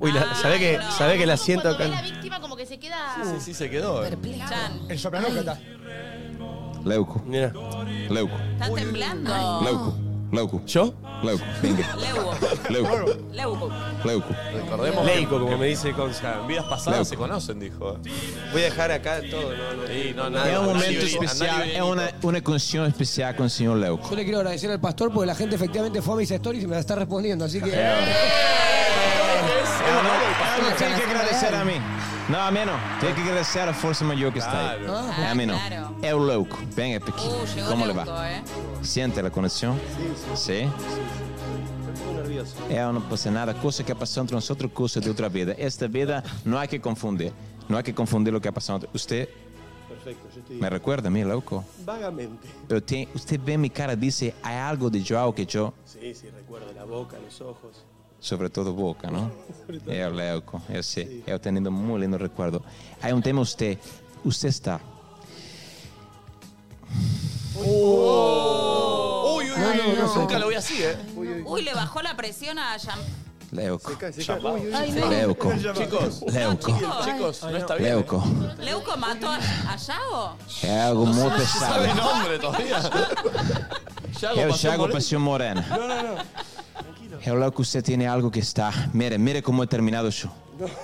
[SPEAKER 10] Uy, la, ¿sabés que, sabe que la siento acá?
[SPEAKER 4] víctima como que se queda...
[SPEAKER 2] Sí, sí, se quedó. ¿eh?
[SPEAKER 53] El soplanócrata.
[SPEAKER 3] Leuco.
[SPEAKER 10] Mira.
[SPEAKER 3] Leuco.
[SPEAKER 6] Está temblando.
[SPEAKER 3] Leuco. Leuco. ¿Yo? Leuco. Venga. Leuco.
[SPEAKER 6] Leuco.
[SPEAKER 3] Leuco.
[SPEAKER 2] Recordemos que-
[SPEAKER 10] Leico, como me dice Concha.
[SPEAKER 2] En vidas pasadas se conocen, dijo. Voy a dejar acá todo. No, no, sí, no, nada.
[SPEAKER 3] Es un É um momento
[SPEAKER 2] Nadie-
[SPEAKER 3] especial, é
[SPEAKER 2] nadie-
[SPEAKER 3] es una, una canción especial con el señor Leuco.
[SPEAKER 51] Yo le quiero agradecer al pastor porque la gente efectivamente fue a mis stories y me la está respondiendo, así que.
[SPEAKER 3] Ah, no, tiene que agradecer a mí. No, a mí no. Tiene que agradecer a Fuerza Mayor que está ahí.
[SPEAKER 6] Claro.
[SPEAKER 3] A mí no.
[SPEAKER 6] Claro.
[SPEAKER 3] Es un Leuco. Venga, Pequi.
[SPEAKER 6] Uh, llegó
[SPEAKER 3] ¿Cómo le
[SPEAKER 6] Leuco,
[SPEAKER 3] va?
[SPEAKER 6] eh.
[SPEAKER 3] ¿Siente la conexión? Sí.
[SPEAKER 10] Estoy nervioso.
[SPEAKER 3] É, não passa nada. Coisa que passou entre nosotros, coisa de outra vida. Esta vida não há que confundir. Não há que confundir o que passou entre... Você
[SPEAKER 10] Perfecto, yo estoy
[SPEAKER 3] me recuerda a mim, louco?
[SPEAKER 10] vagamente.
[SPEAKER 3] Eu tenho... Você vê minha cara e diz, há algo de Joao que eu...
[SPEAKER 10] Sí, sí, recuerdo la boca, los ojos.
[SPEAKER 3] Sobretudo boca, não?
[SPEAKER 10] Sobre todo.
[SPEAKER 3] Eu, Leuco, eu sei. Eu tenho um muito lindo recuerdo. Há um tema você... Você está...
[SPEAKER 2] Uy, uy, uy, nunca lo vi así, ¿eh?
[SPEAKER 6] Uy, le bajó la presión a Jean.
[SPEAKER 3] Leuco.
[SPEAKER 2] Llamado.
[SPEAKER 6] Ay, no.
[SPEAKER 3] Leuco.
[SPEAKER 2] Chicos,
[SPEAKER 3] Leuco.
[SPEAKER 2] chicos, no está bien.
[SPEAKER 3] Leuco.
[SPEAKER 6] ¿Leuco mató a, a Yago?
[SPEAKER 3] É algo muito
[SPEAKER 2] Se sabe el
[SPEAKER 3] pesado.
[SPEAKER 2] nombre todavía. Yago
[SPEAKER 3] Eu,
[SPEAKER 2] pasó
[SPEAKER 3] Thiago
[SPEAKER 2] por-
[SPEAKER 3] Pasión Morena.
[SPEAKER 2] No, no, no.
[SPEAKER 3] É o Leuco, você tem algo que está. Mire, mire como he terminado yo.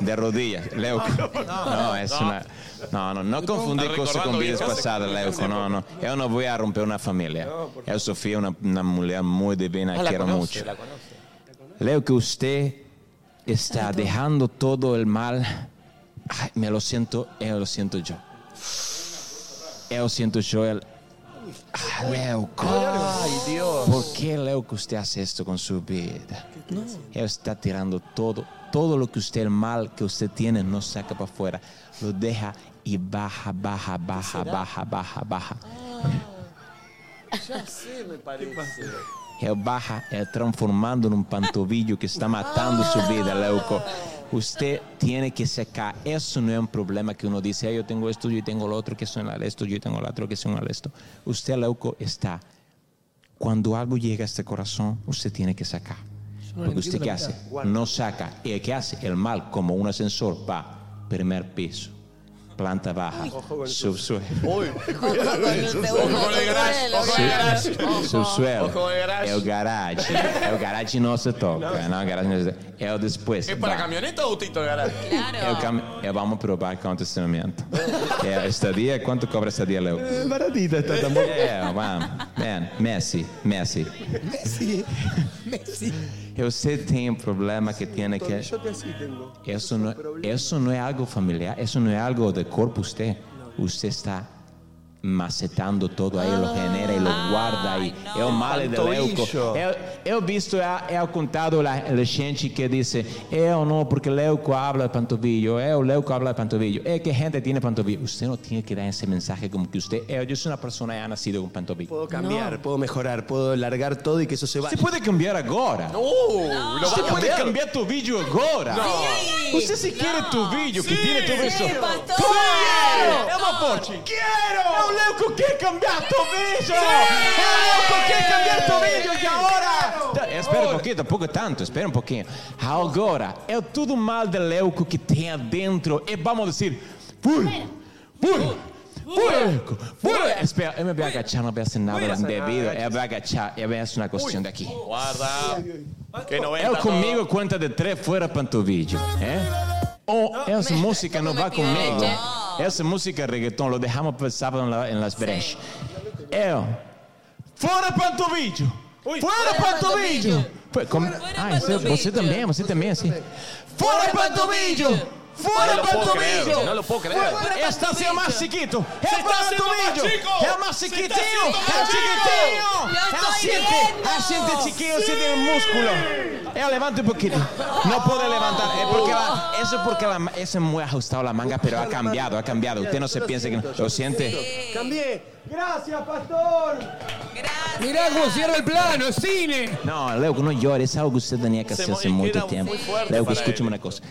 [SPEAKER 3] De rodillas, Leuco. No, es una. No, no, no confundí
[SPEAKER 2] Está
[SPEAKER 3] cosas con
[SPEAKER 2] recordando
[SPEAKER 3] vidas
[SPEAKER 2] viejas
[SPEAKER 3] pasadas, Leuco. No, no. Yo no voy a romper una familia. Yo, Sofía, una, una mujer muy divina,
[SPEAKER 2] Ah, la
[SPEAKER 3] quiero
[SPEAKER 2] conoce,
[SPEAKER 3] mucho.
[SPEAKER 2] la conoce.
[SPEAKER 3] Leuco, usted está dejando todo el mal. Ay, me lo siento, yo lo siento yo. Yo siento yo el. Ah, Leuco.
[SPEAKER 2] Ay, Dios.
[SPEAKER 3] ¿Por qué, Leuco, usted hace esto con su vida? Él está tirando todo, todo lo que usted, el mal que usted tiene, no saca para afuera. Lo deja y baja, baja, baja,
[SPEAKER 2] será? Ah,
[SPEAKER 3] baja, baja, baja.
[SPEAKER 2] Ya sé, me parece.
[SPEAKER 3] Él baja, él transformando en un pantovillo que está matando su vida, Leuco. Usted tiene que secar. Eso no es un problema que uno dice, "Ay, yo tengo esto, yo tengo lo otro, que son al esto, yo tengo lo otro, que son al esto. Usted, Leuco, está. Cuando algo llega a este corazón, usted tiene que sacar.
[SPEAKER 51] no le
[SPEAKER 3] Porque usted
[SPEAKER 51] entiendo
[SPEAKER 3] qué
[SPEAKER 51] la
[SPEAKER 3] hace?
[SPEAKER 51] mitad.
[SPEAKER 3] No saca. ¿Y qué hace? El mal, como un ascensor, va primer piso, planta baja, subsuelo.
[SPEAKER 2] Ojo con el garage, ojo con el garage.
[SPEAKER 3] Subsuelo.
[SPEAKER 2] Ojo con el garage.
[SPEAKER 3] É o garage. É o garage não se toca. Não, o garage não se toca. É o depois.
[SPEAKER 2] ¿Es para camioneta o autito de garage?
[SPEAKER 3] É o cam... é, vamos provar quanto estacionamento. É a estadia, quanto cobra a estadia, Leo? É baratita, tá, bom. É, vamos. Man, Messi, Messi.
[SPEAKER 51] Messi. Messi.
[SPEAKER 3] Eu sei que tem um problema que tem que...
[SPEAKER 53] Yo te así tengo.
[SPEAKER 3] Eso no, eso no es algo familiar, eso no es algo de cuerpo usted. Usted está macetando todo ahí, lo genera y lo guarda ahí. Es un mal de leuco.
[SPEAKER 2] Pantovillo.
[SPEAKER 3] Yo he visto, he he contado la, la gente que dice, yo no, porque leuco habla de pantovillo, yo leuco habla de pantovillo. Es que gente tiene pantovillo. Usted no tiene que dar ese mensaje como que usted, "Eh, yo soy una persona que ha nacido con pantovillo. Puedo
[SPEAKER 10] cambiar, puedo mejorar, puedo largar todo y que eso se vaya.
[SPEAKER 3] Se puede cambiar ahora.
[SPEAKER 2] No, lo va
[SPEAKER 3] Você
[SPEAKER 2] a
[SPEAKER 3] pode
[SPEAKER 2] cambiar.
[SPEAKER 3] cambiar tu vídeo agora?
[SPEAKER 2] Não.
[SPEAKER 3] Você se quer tu vídeo que tem tu versão?
[SPEAKER 2] Sim, pastor.
[SPEAKER 3] Quero!
[SPEAKER 2] É uma ponte.
[SPEAKER 3] Quero! É o Leuco quer cambiar tu vídeo! É o Leuco quer cambiar tu vídeo que agora! Eh, Espera um pouquinho, tampouco tanto, espera um pouquinho. Agora, é tudo mal de Leuco que tem dentro e vamos dizer... Pum! Pum! Pum! Pum! Espera, eu me vou agachar, não peço nada
[SPEAKER 2] Cuida.
[SPEAKER 3] indebido. Eu vou agachar, eu vou fazer uma questão daqui.
[SPEAKER 2] Guarda. Que no
[SPEAKER 3] Eu É comigo conta de três fora pantovillo, é? Ou essa música não vai comigo. Essa música é reggaeton, lo deixamos para sábado na- em Las Brejas. Eu, fora pantovillo! Fora pantovillo! Foi, como- Ah, você, você também, você também, assim. Fora pantovillo! Fora
[SPEAKER 2] Não lo puedo creer,
[SPEAKER 3] pantovillo!
[SPEAKER 2] no lo puedo creer.
[SPEAKER 3] Está sendo mais chiquito!
[SPEAKER 2] Se
[SPEAKER 3] É
[SPEAKER 2] está
[SPEAKER 3] para
[SPEAKER 2] haciendo más
[SPEAKER 3] pantovillo!
[SPEAKER 2] chico.
[SPEAKER 3] É mais
[SPEAKER 2] Se está
[SPEAKER 3] chiquitinho!
[SPEAKER 2] haciendo
[SPEAKER 3] É
[SPEAKER 2] más chico.
[SPEAKER 3] chiquitinho!
[SPEAKER 2] Lo estoy viendo.
[SPEAKER 3] Asiente, asiente chiquillo, siente el músculo. Ella levanta un poquito. No puede levantar. Es porque la- eso es porque la, ma- ese es muy ajustado la manga, pero ha cambiado, ha cambiado. Usted no se piense que no. Lo siente.
[SPEAKER 53] Cambié. Gracias, pastor.
[SPEAKER 51] Mirá cómo cierra el plano, es cine.
[SPEAKER 3] No, Leo, no llores. Es algo que usted tenía que
[SPEAKER 51] Se
[SPEAKER 3] hacer hace
[SPEAKER 51] mo-
[SPEAKER 3] mucho
[SPEAKER 51] era
[SPEAKER 3] tiempo.
[SPEAKER 51] muy fuerte
[SPEAKER 3] Leo,
[SPEAKER 51] para
[SPEAKER 3] escúchame
[SPEAKER 51] él.
[SPEAKER 3] una cosa.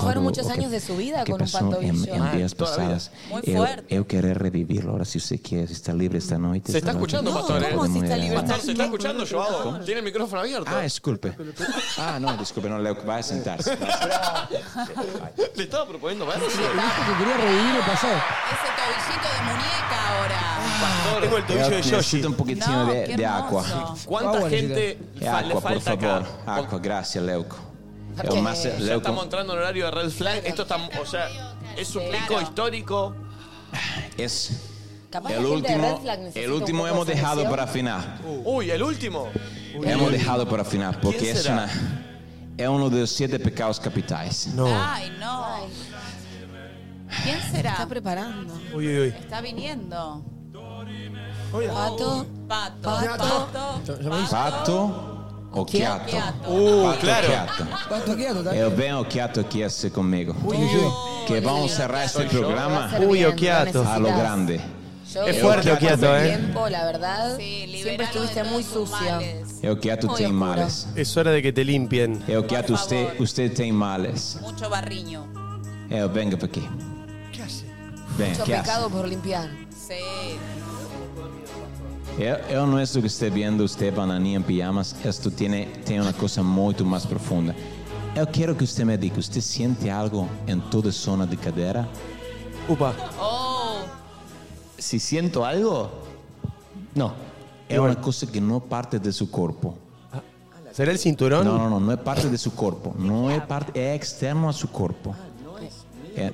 [SPEAKER 5] Fueron muchos años de su vida con un
[SPEAKER 3] Pasó en,
[SPEAKER 5] pantovillo.
[SPEAKER 3] en días pasadas.
[SPEAKER 5] Muy
[SPEAKER 3] Yo,
[SPEAKER 5] fuerte.
[SPEAKER 3] yo quería revivirlo. Ahora, si usted quiere, si está libre esta noche.
[SPEAKER 2] ¿Se está
[SPEAKER 3] esta noche.
[SPEAKER 2] escuchando, pastor? eh?
[SPEAKER 3] Muy bien.
[SPEAKER 2] Pastor, ¿se está escuchando, Joao? Tiene el micrófono abierto.
[SPEAKER 3] Ah, disculpe. Ah, no, disculpe, no, Leo, vaya a sentarse.
[SPEAKER 2] Le estaba proponiendo, ¿verdad?
[SPEAKER 51] Dijo que quería revivir el pasado.
[SPEAKER 6] Ese tobillito de muñeca. seca ahora.
[SPEAKER 3] Tengo el
[SPEAKER 6] tobillo de Yoshi.
[SPEAKER 3] Necesito un pochettino
[SPEAKER 6] No,
[SPEAKER 3] de,
[SPEAKER 6] qué
[SPEAKER 3] de
[SPEAKER 6] hermoso.
[SPEAKER 3] acqua.
[SPEAKER 6] ¿Cuánta
[SPEAKER 3] Acqua,
[SPEAKER 6] gente
[SPEAKER 3] necesito. E
[SPEAKER 2] fa- le
[SPEAKER 3] acqua, por
[SPEAKER 2] falta
[SPEAKER 3] favor.
[SPEAKER 2] acá?
[SPEAKER 3] Acqua, grazie Leuco. È
[SPEAKER 2] Porque
[SPEAKER 3] un master-
[SPEAKER 2] ya
[SPEAKER 3] Leuco-
[SPEAKER 2] estamos entrando en horario de red flag. Esto está, o sea, es un pico histórico.
[SPEAKER 3] es
[SPEAKER 2] Capaz
[SPEAKER 3] el
[SPEAKER 2] la gente de
[SPEAKER 3] último,
[SPEAKER 2] Red Flag necesita
[SPEAKER 3] el
[SPEAKER 2] un
[SPEAKER 3] último
[SPEAKER 2] poco de
[SPEAKER 3] hemos dejado
[SPEAKER 2] solución.
[SPEAKER 3] para final.
[SPEAKER 2] Uy, el último.
[SPEAKER 3] Hemos dejado É um para final porque é
[SPEAKER 2] ¿Quién
[SPEAKER 3] es,
[SPEAKER 2] será?
[SPEAKER 3] una, es uno de los siete um pecados capitales.
[SPEAKER 6] Ay, no. ¿Quién será? Está
[SPEAKER 5] preparando.
[SPEAKER 10] Uy, uy, uy.
[SPEAKER 6] Está viniendo.
[SPEAKER 5] Pato.
[SPEAKER 6] Pato. Pato.
[SPEAKER 3] Pato occhiato.
[SPEAKER 6] Occhiato.
[SPEAKER 3] Uh, Pato
[SPEAKER 6] claro.
[SPEAKER 3] occhiato.
[SPEAKER 51] Pato quieto, tá? tal.
[SPEAKER 3] Eu venho occhiato aqui esse comigo. Que vamos cerrar este programa
[SPEAKER 10] Soy yo. Uy, occhiato.
[SPEAKER 3] a lo grande.
[SPEAKER 5] Yo
[SPEAKER 3] Es
[SPEAKER 5] creo
[SPEAKER 3] fuerte,
[SPEAKER 5] que
[SPEAKER 3] Okiato,
[SPEAKER 5] hace
[SPEAKER 3] ¿eh?
[SPEAKER 5] tiempo, la verdad, siempre estuviste muy sucia.
[SPEAKER 3] Occhiato
[SPEAKER 5] Muy
[SPEAKER 3] tem
[SPEAKER 5] oscuro.
[SPEAKER 3] males.
[SPEAKER 10] Es hora de que te limpien.
[SPEAKER 3] Occhiato, usted, usted tem males.
[SPEAKER 6] Mucho barriño.
[SPEAKER 3] Eu vengo para aqui.
[SPEAKER 6] ¿Qué hace?
[SPEAKER 3] Venha,
[SPEAKER 5] Mucho
[SPEAKER 3] que hace?
[SPEAKER 5] pecado por limpiar.
[SPEAKER 6] Sí.
[SPEAKER 3] Eu, eu não estou que estou vendo você bananinha em pijamas. Isto tem, tem uma coisa muito mais profunda. Eu quero que você me diga, você sente algo em toda a zona de cadeira?
[SPEAKER 10] Upa.
[SPEAKER 6] Oh.
[SPEAKER 3] Si siento algo, no. Es una cosa que no parte de su cuerpo.
[SPEAKER 10] ¿Será el cinturón?
[SPEAKER 3] No, no, no, no es parte de su cuerpo. No es parte, es externo a su cuerpo. Eh,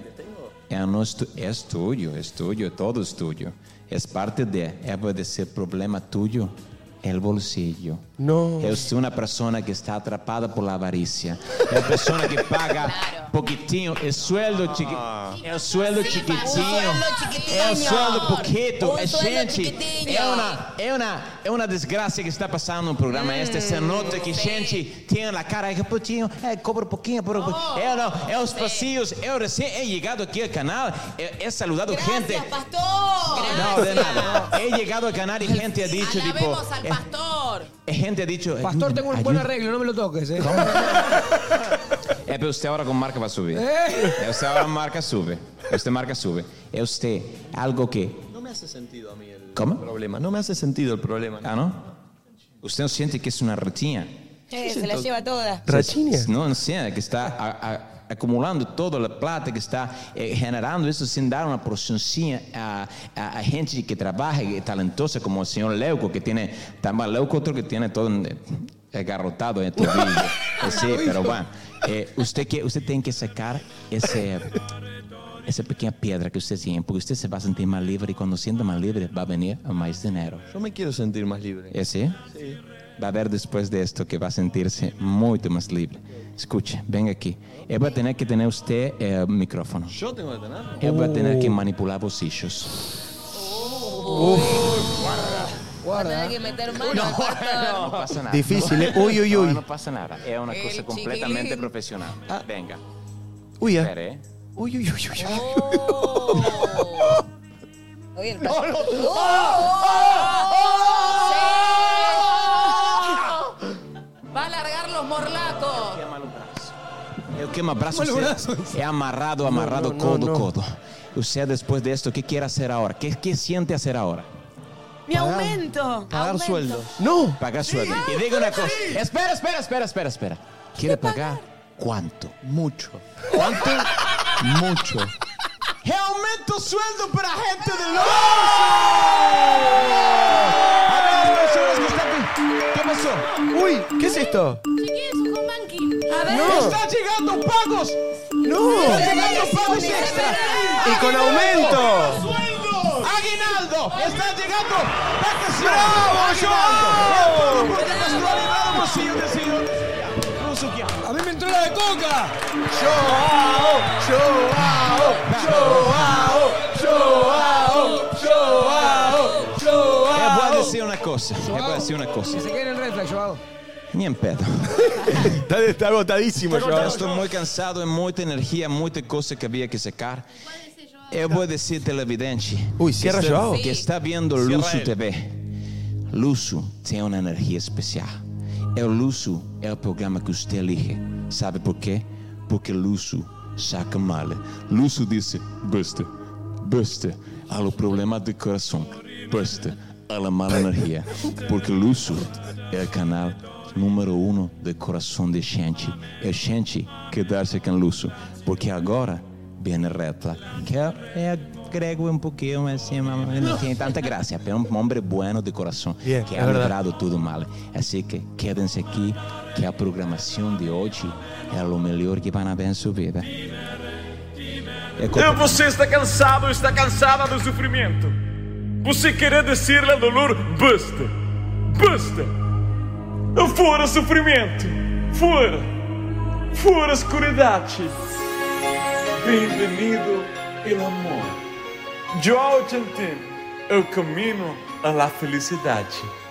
[SPEAKER 3] eh, no es, tu- es tuyo, es tuyo, todo es tuyo. Es parte de, eh, puede ser problema tuyo, el bolsillo.
[SPEAKER 10] No.
[SPEAKER 3] Es una persona que está atrapada por la avaricia. Es una persona que paga poquitinho, el sueldo chiqui-
[SPEAKER 10] Ah.
[SPEAKER 3] el sueldo É chiquitinho. É um sueldo poquito,
[SPEAKER 29] Um
[SPEAKER 3] é
[SPEAKER 29] sueldo
[SPEAKER 3] gente.
[SPEAKER 29] chiquitinho.
[SPEAKER 3] É uma, é, uma, é uma desgraça que está passando no programa. Esta se nota que gente tem na cara, é pouquinho, é cobra pouquinho, por é, não, é os passinhos. Eu recém é chegado aqui ao canal, é, é saludado gente.
[SPEAKER 6] Gracias.
[SPEAKER 3] Não, de nada. He llegado al canal y gente ha dicho, tipo,
[SPEAKER 6] Alabemos al pastor.
[SPEAKER 3] eh, gente ha dicho. "Mm,
[SPEAKER 51] Pastor, tengo un buen
[SPEAKER 3] ayúdame.
[SPEAKER 51] arreglo, no me lo toques, ¿eh?
[SPEAKER 3] É, Eh, pero usted ahora con marca va a subir.
[SPEAKER 51] Eh.
[SPEAKER 3] É, usted ahora marca sube. Usted marca sube. É usted algo que
[SPEAKER 2] No me hace sentido a mí el
[SPEAKER 3] ¿Cómo?
[SPEAKER 2] problema. No me hace sentido el problema.
[SPEAKER 3] Ah, ¿no? ¿Usted no siente que es una retiña?
[SPEAKER 5] Eh, se la lleva toda.
[SPEAKER 3] ¿Retiña? No, no siente que está a- a- acumulando toda la plata que está eh, generando eso sin dar una porcioncilla a, a- a gente que trabaja y talentosa como el señor Leuco, que tiene tan mal Leuco, otro que tiene todo en- agarrotado en el tobillo. Eh, sí, pero bueno. Eh, usted, que, usted tiene que sacar ese... Esa pequeña piedra que usted tiene, porque usted se va a sentir más libre y cuando sienta más libre va a venir más dinero.
[SPEAKER 2] Yo me quiero sentir más libre.
[SPEAKER 3] ¿Eh, sí?
[SPEAKER 2] Sí.
[SPEAKER 3] Va a ver después de esto que va a sentirse mucho más libre. Escuche, venga aquí. Él va a tener que tener usted eh, el micrófono.
[SPEAKER 2] Yo tengo que tenerlo.
[SPEAKER 3] Él va a tener
[SPEAKER 10] Oh.
[SPEAKER 3] que manipular bolsillos.
[SPEAKER 5] Guarda. Va a tener que meter mano. al pastor.
[SPEAKER 3] No pasa nada.
[SPEAKER 10] Difícil, ¿eh? Uy, uy, uy. Ah.
[SPEAKER 3] No, no pasa nada. Es una
[SPEAKER 5] El
[SPEAKER 3] cosa completamente
[SPEAKER 5] chiquilín.
[SPEAKER 3] profesional. Venga.
[SPEAKER 10] Uy, ah.
[SPEAKER 3] Espere, ¿eh?
[SPEAKER 10] Uy, uy, uy, uy.
[SPEAKER 5] Oye, el
[SPEAKER 29] No,
[SPEAKER 5] pastor.
[SPEAKER 29] no.
[SPEAKER 10] ¡Oh! ¡Ah!
[SPEAKER 6] Va a largar los morlacos.
[SPEAKER 3] Eu quema braço,
[SPEAKER 6] Olha o
[SPEAKER 3] você
[SPEAKER 6] braço.
[SPEAKER 3] é amarrado, amarrado,
[SPEAKER 6] não,
[SPEAKER 3] codo,
[SPEAKER 6] não.
[SPEAKER 3] codo. Você depois disto, o que quer fazer agora? O que, que siente fazer agora?
[SPEAKER 5] Mi aumento. Aumento.
[SPEAKER 3] No. Pagar sueldo. Y diga una cosa. Espera, espera, espera, espera, espera. ¿Quiere pagar? ¿Cuánto? Mucho. ¿Cuánto? Mucho. Eu aumento o sueldo para a gente de longe! A ver, as pessoas que estão aqui. Que passou?
[SPEAKER 10] Uy, ¿qué es esto?
[SPEAKER 29] Chiquillos, un monkey. A ver.
[SPEAKER 10] No.
[SPEAKER 29] Está llegando pagos.
[SPEAKER 10] No.
[SPEAKER 29] Está llegando pagos extra.
[SPEAKER 10] Y con aumento.
[SPEAKER 29] Sueldos. Aguinaldo. Está llegando. vacaciones.
[SPEAKER 51] Bravo, Joao.
[SPEAKER 29] Aguinaldo. Porque nos lo animamos, sí, yo decido.
[SPEAKER 51] A mí me entró la de coca.
[SPEAKER 29] Joao, Joao, Joao, Joao, Joao,
[SPEAKER 3] Eu
[SPEAKER 29] Joao.
[SPEAKER 3] vou dizer uma coisa. Eu vou dizer uma coisa.
[SPEAKER 51] Que se queden en red flag, Joao.
[SPEAKER 3] Ni en pedo.
[SPEAKER 10] está, está agotadísimo,
[SPEAKER 3] Estoy
[SPEAKER 10] Joao.
[SPEAKER 3] muy cansado, es mucha energía, muchas cosas que había que sacar. Yo voy a decir televidente.
[SPEAKER 10] Uy, cierra,
[SPEAKER 3] que está,
[SPEAKER 10] Joao.
[SPEAKER 3] Que está viendo
[SPEAKER 10] Cierra
[SPEAKER 3] Luzu
[SPEAKER 10] él.
[SPEAKER 3] TV. Luzu tiene una energía especial. É El Luzu es el programa que usted elige. ¿Sabe por qué? Porque Luzu saca mal. Luzu dice, basta, basta a los problemas de corazón, basta a la mala energía. Porque Luzu es el canal número um uno de corazón de gente. É gente quedarse com Luzu. Porque agora viene recta. Que eu agrego um pouquinho, mas assim, mas não tem tanta graça. É um homem bueno de coração,
[SPEAKER 10] Bien,
[SPEAKER 3] que
[SPEAKER 10] é
[SPEAKER 3] ha
[SPEAKER 10] verdade.
[SPEAKER 3] logrado tudo mal. Assim que quédense aqui, que a programação de hoje é o melhor que van a ver em sua vida. É
[SPEAKER 54] E você está cansado, está cansada do sofrimento. Você quer dizer ao dolor, basta, basta. Fora sofrimento, fora, fora escuridade. Bem-vindo ao amor. Eu te entendo, o caminho à felicidade.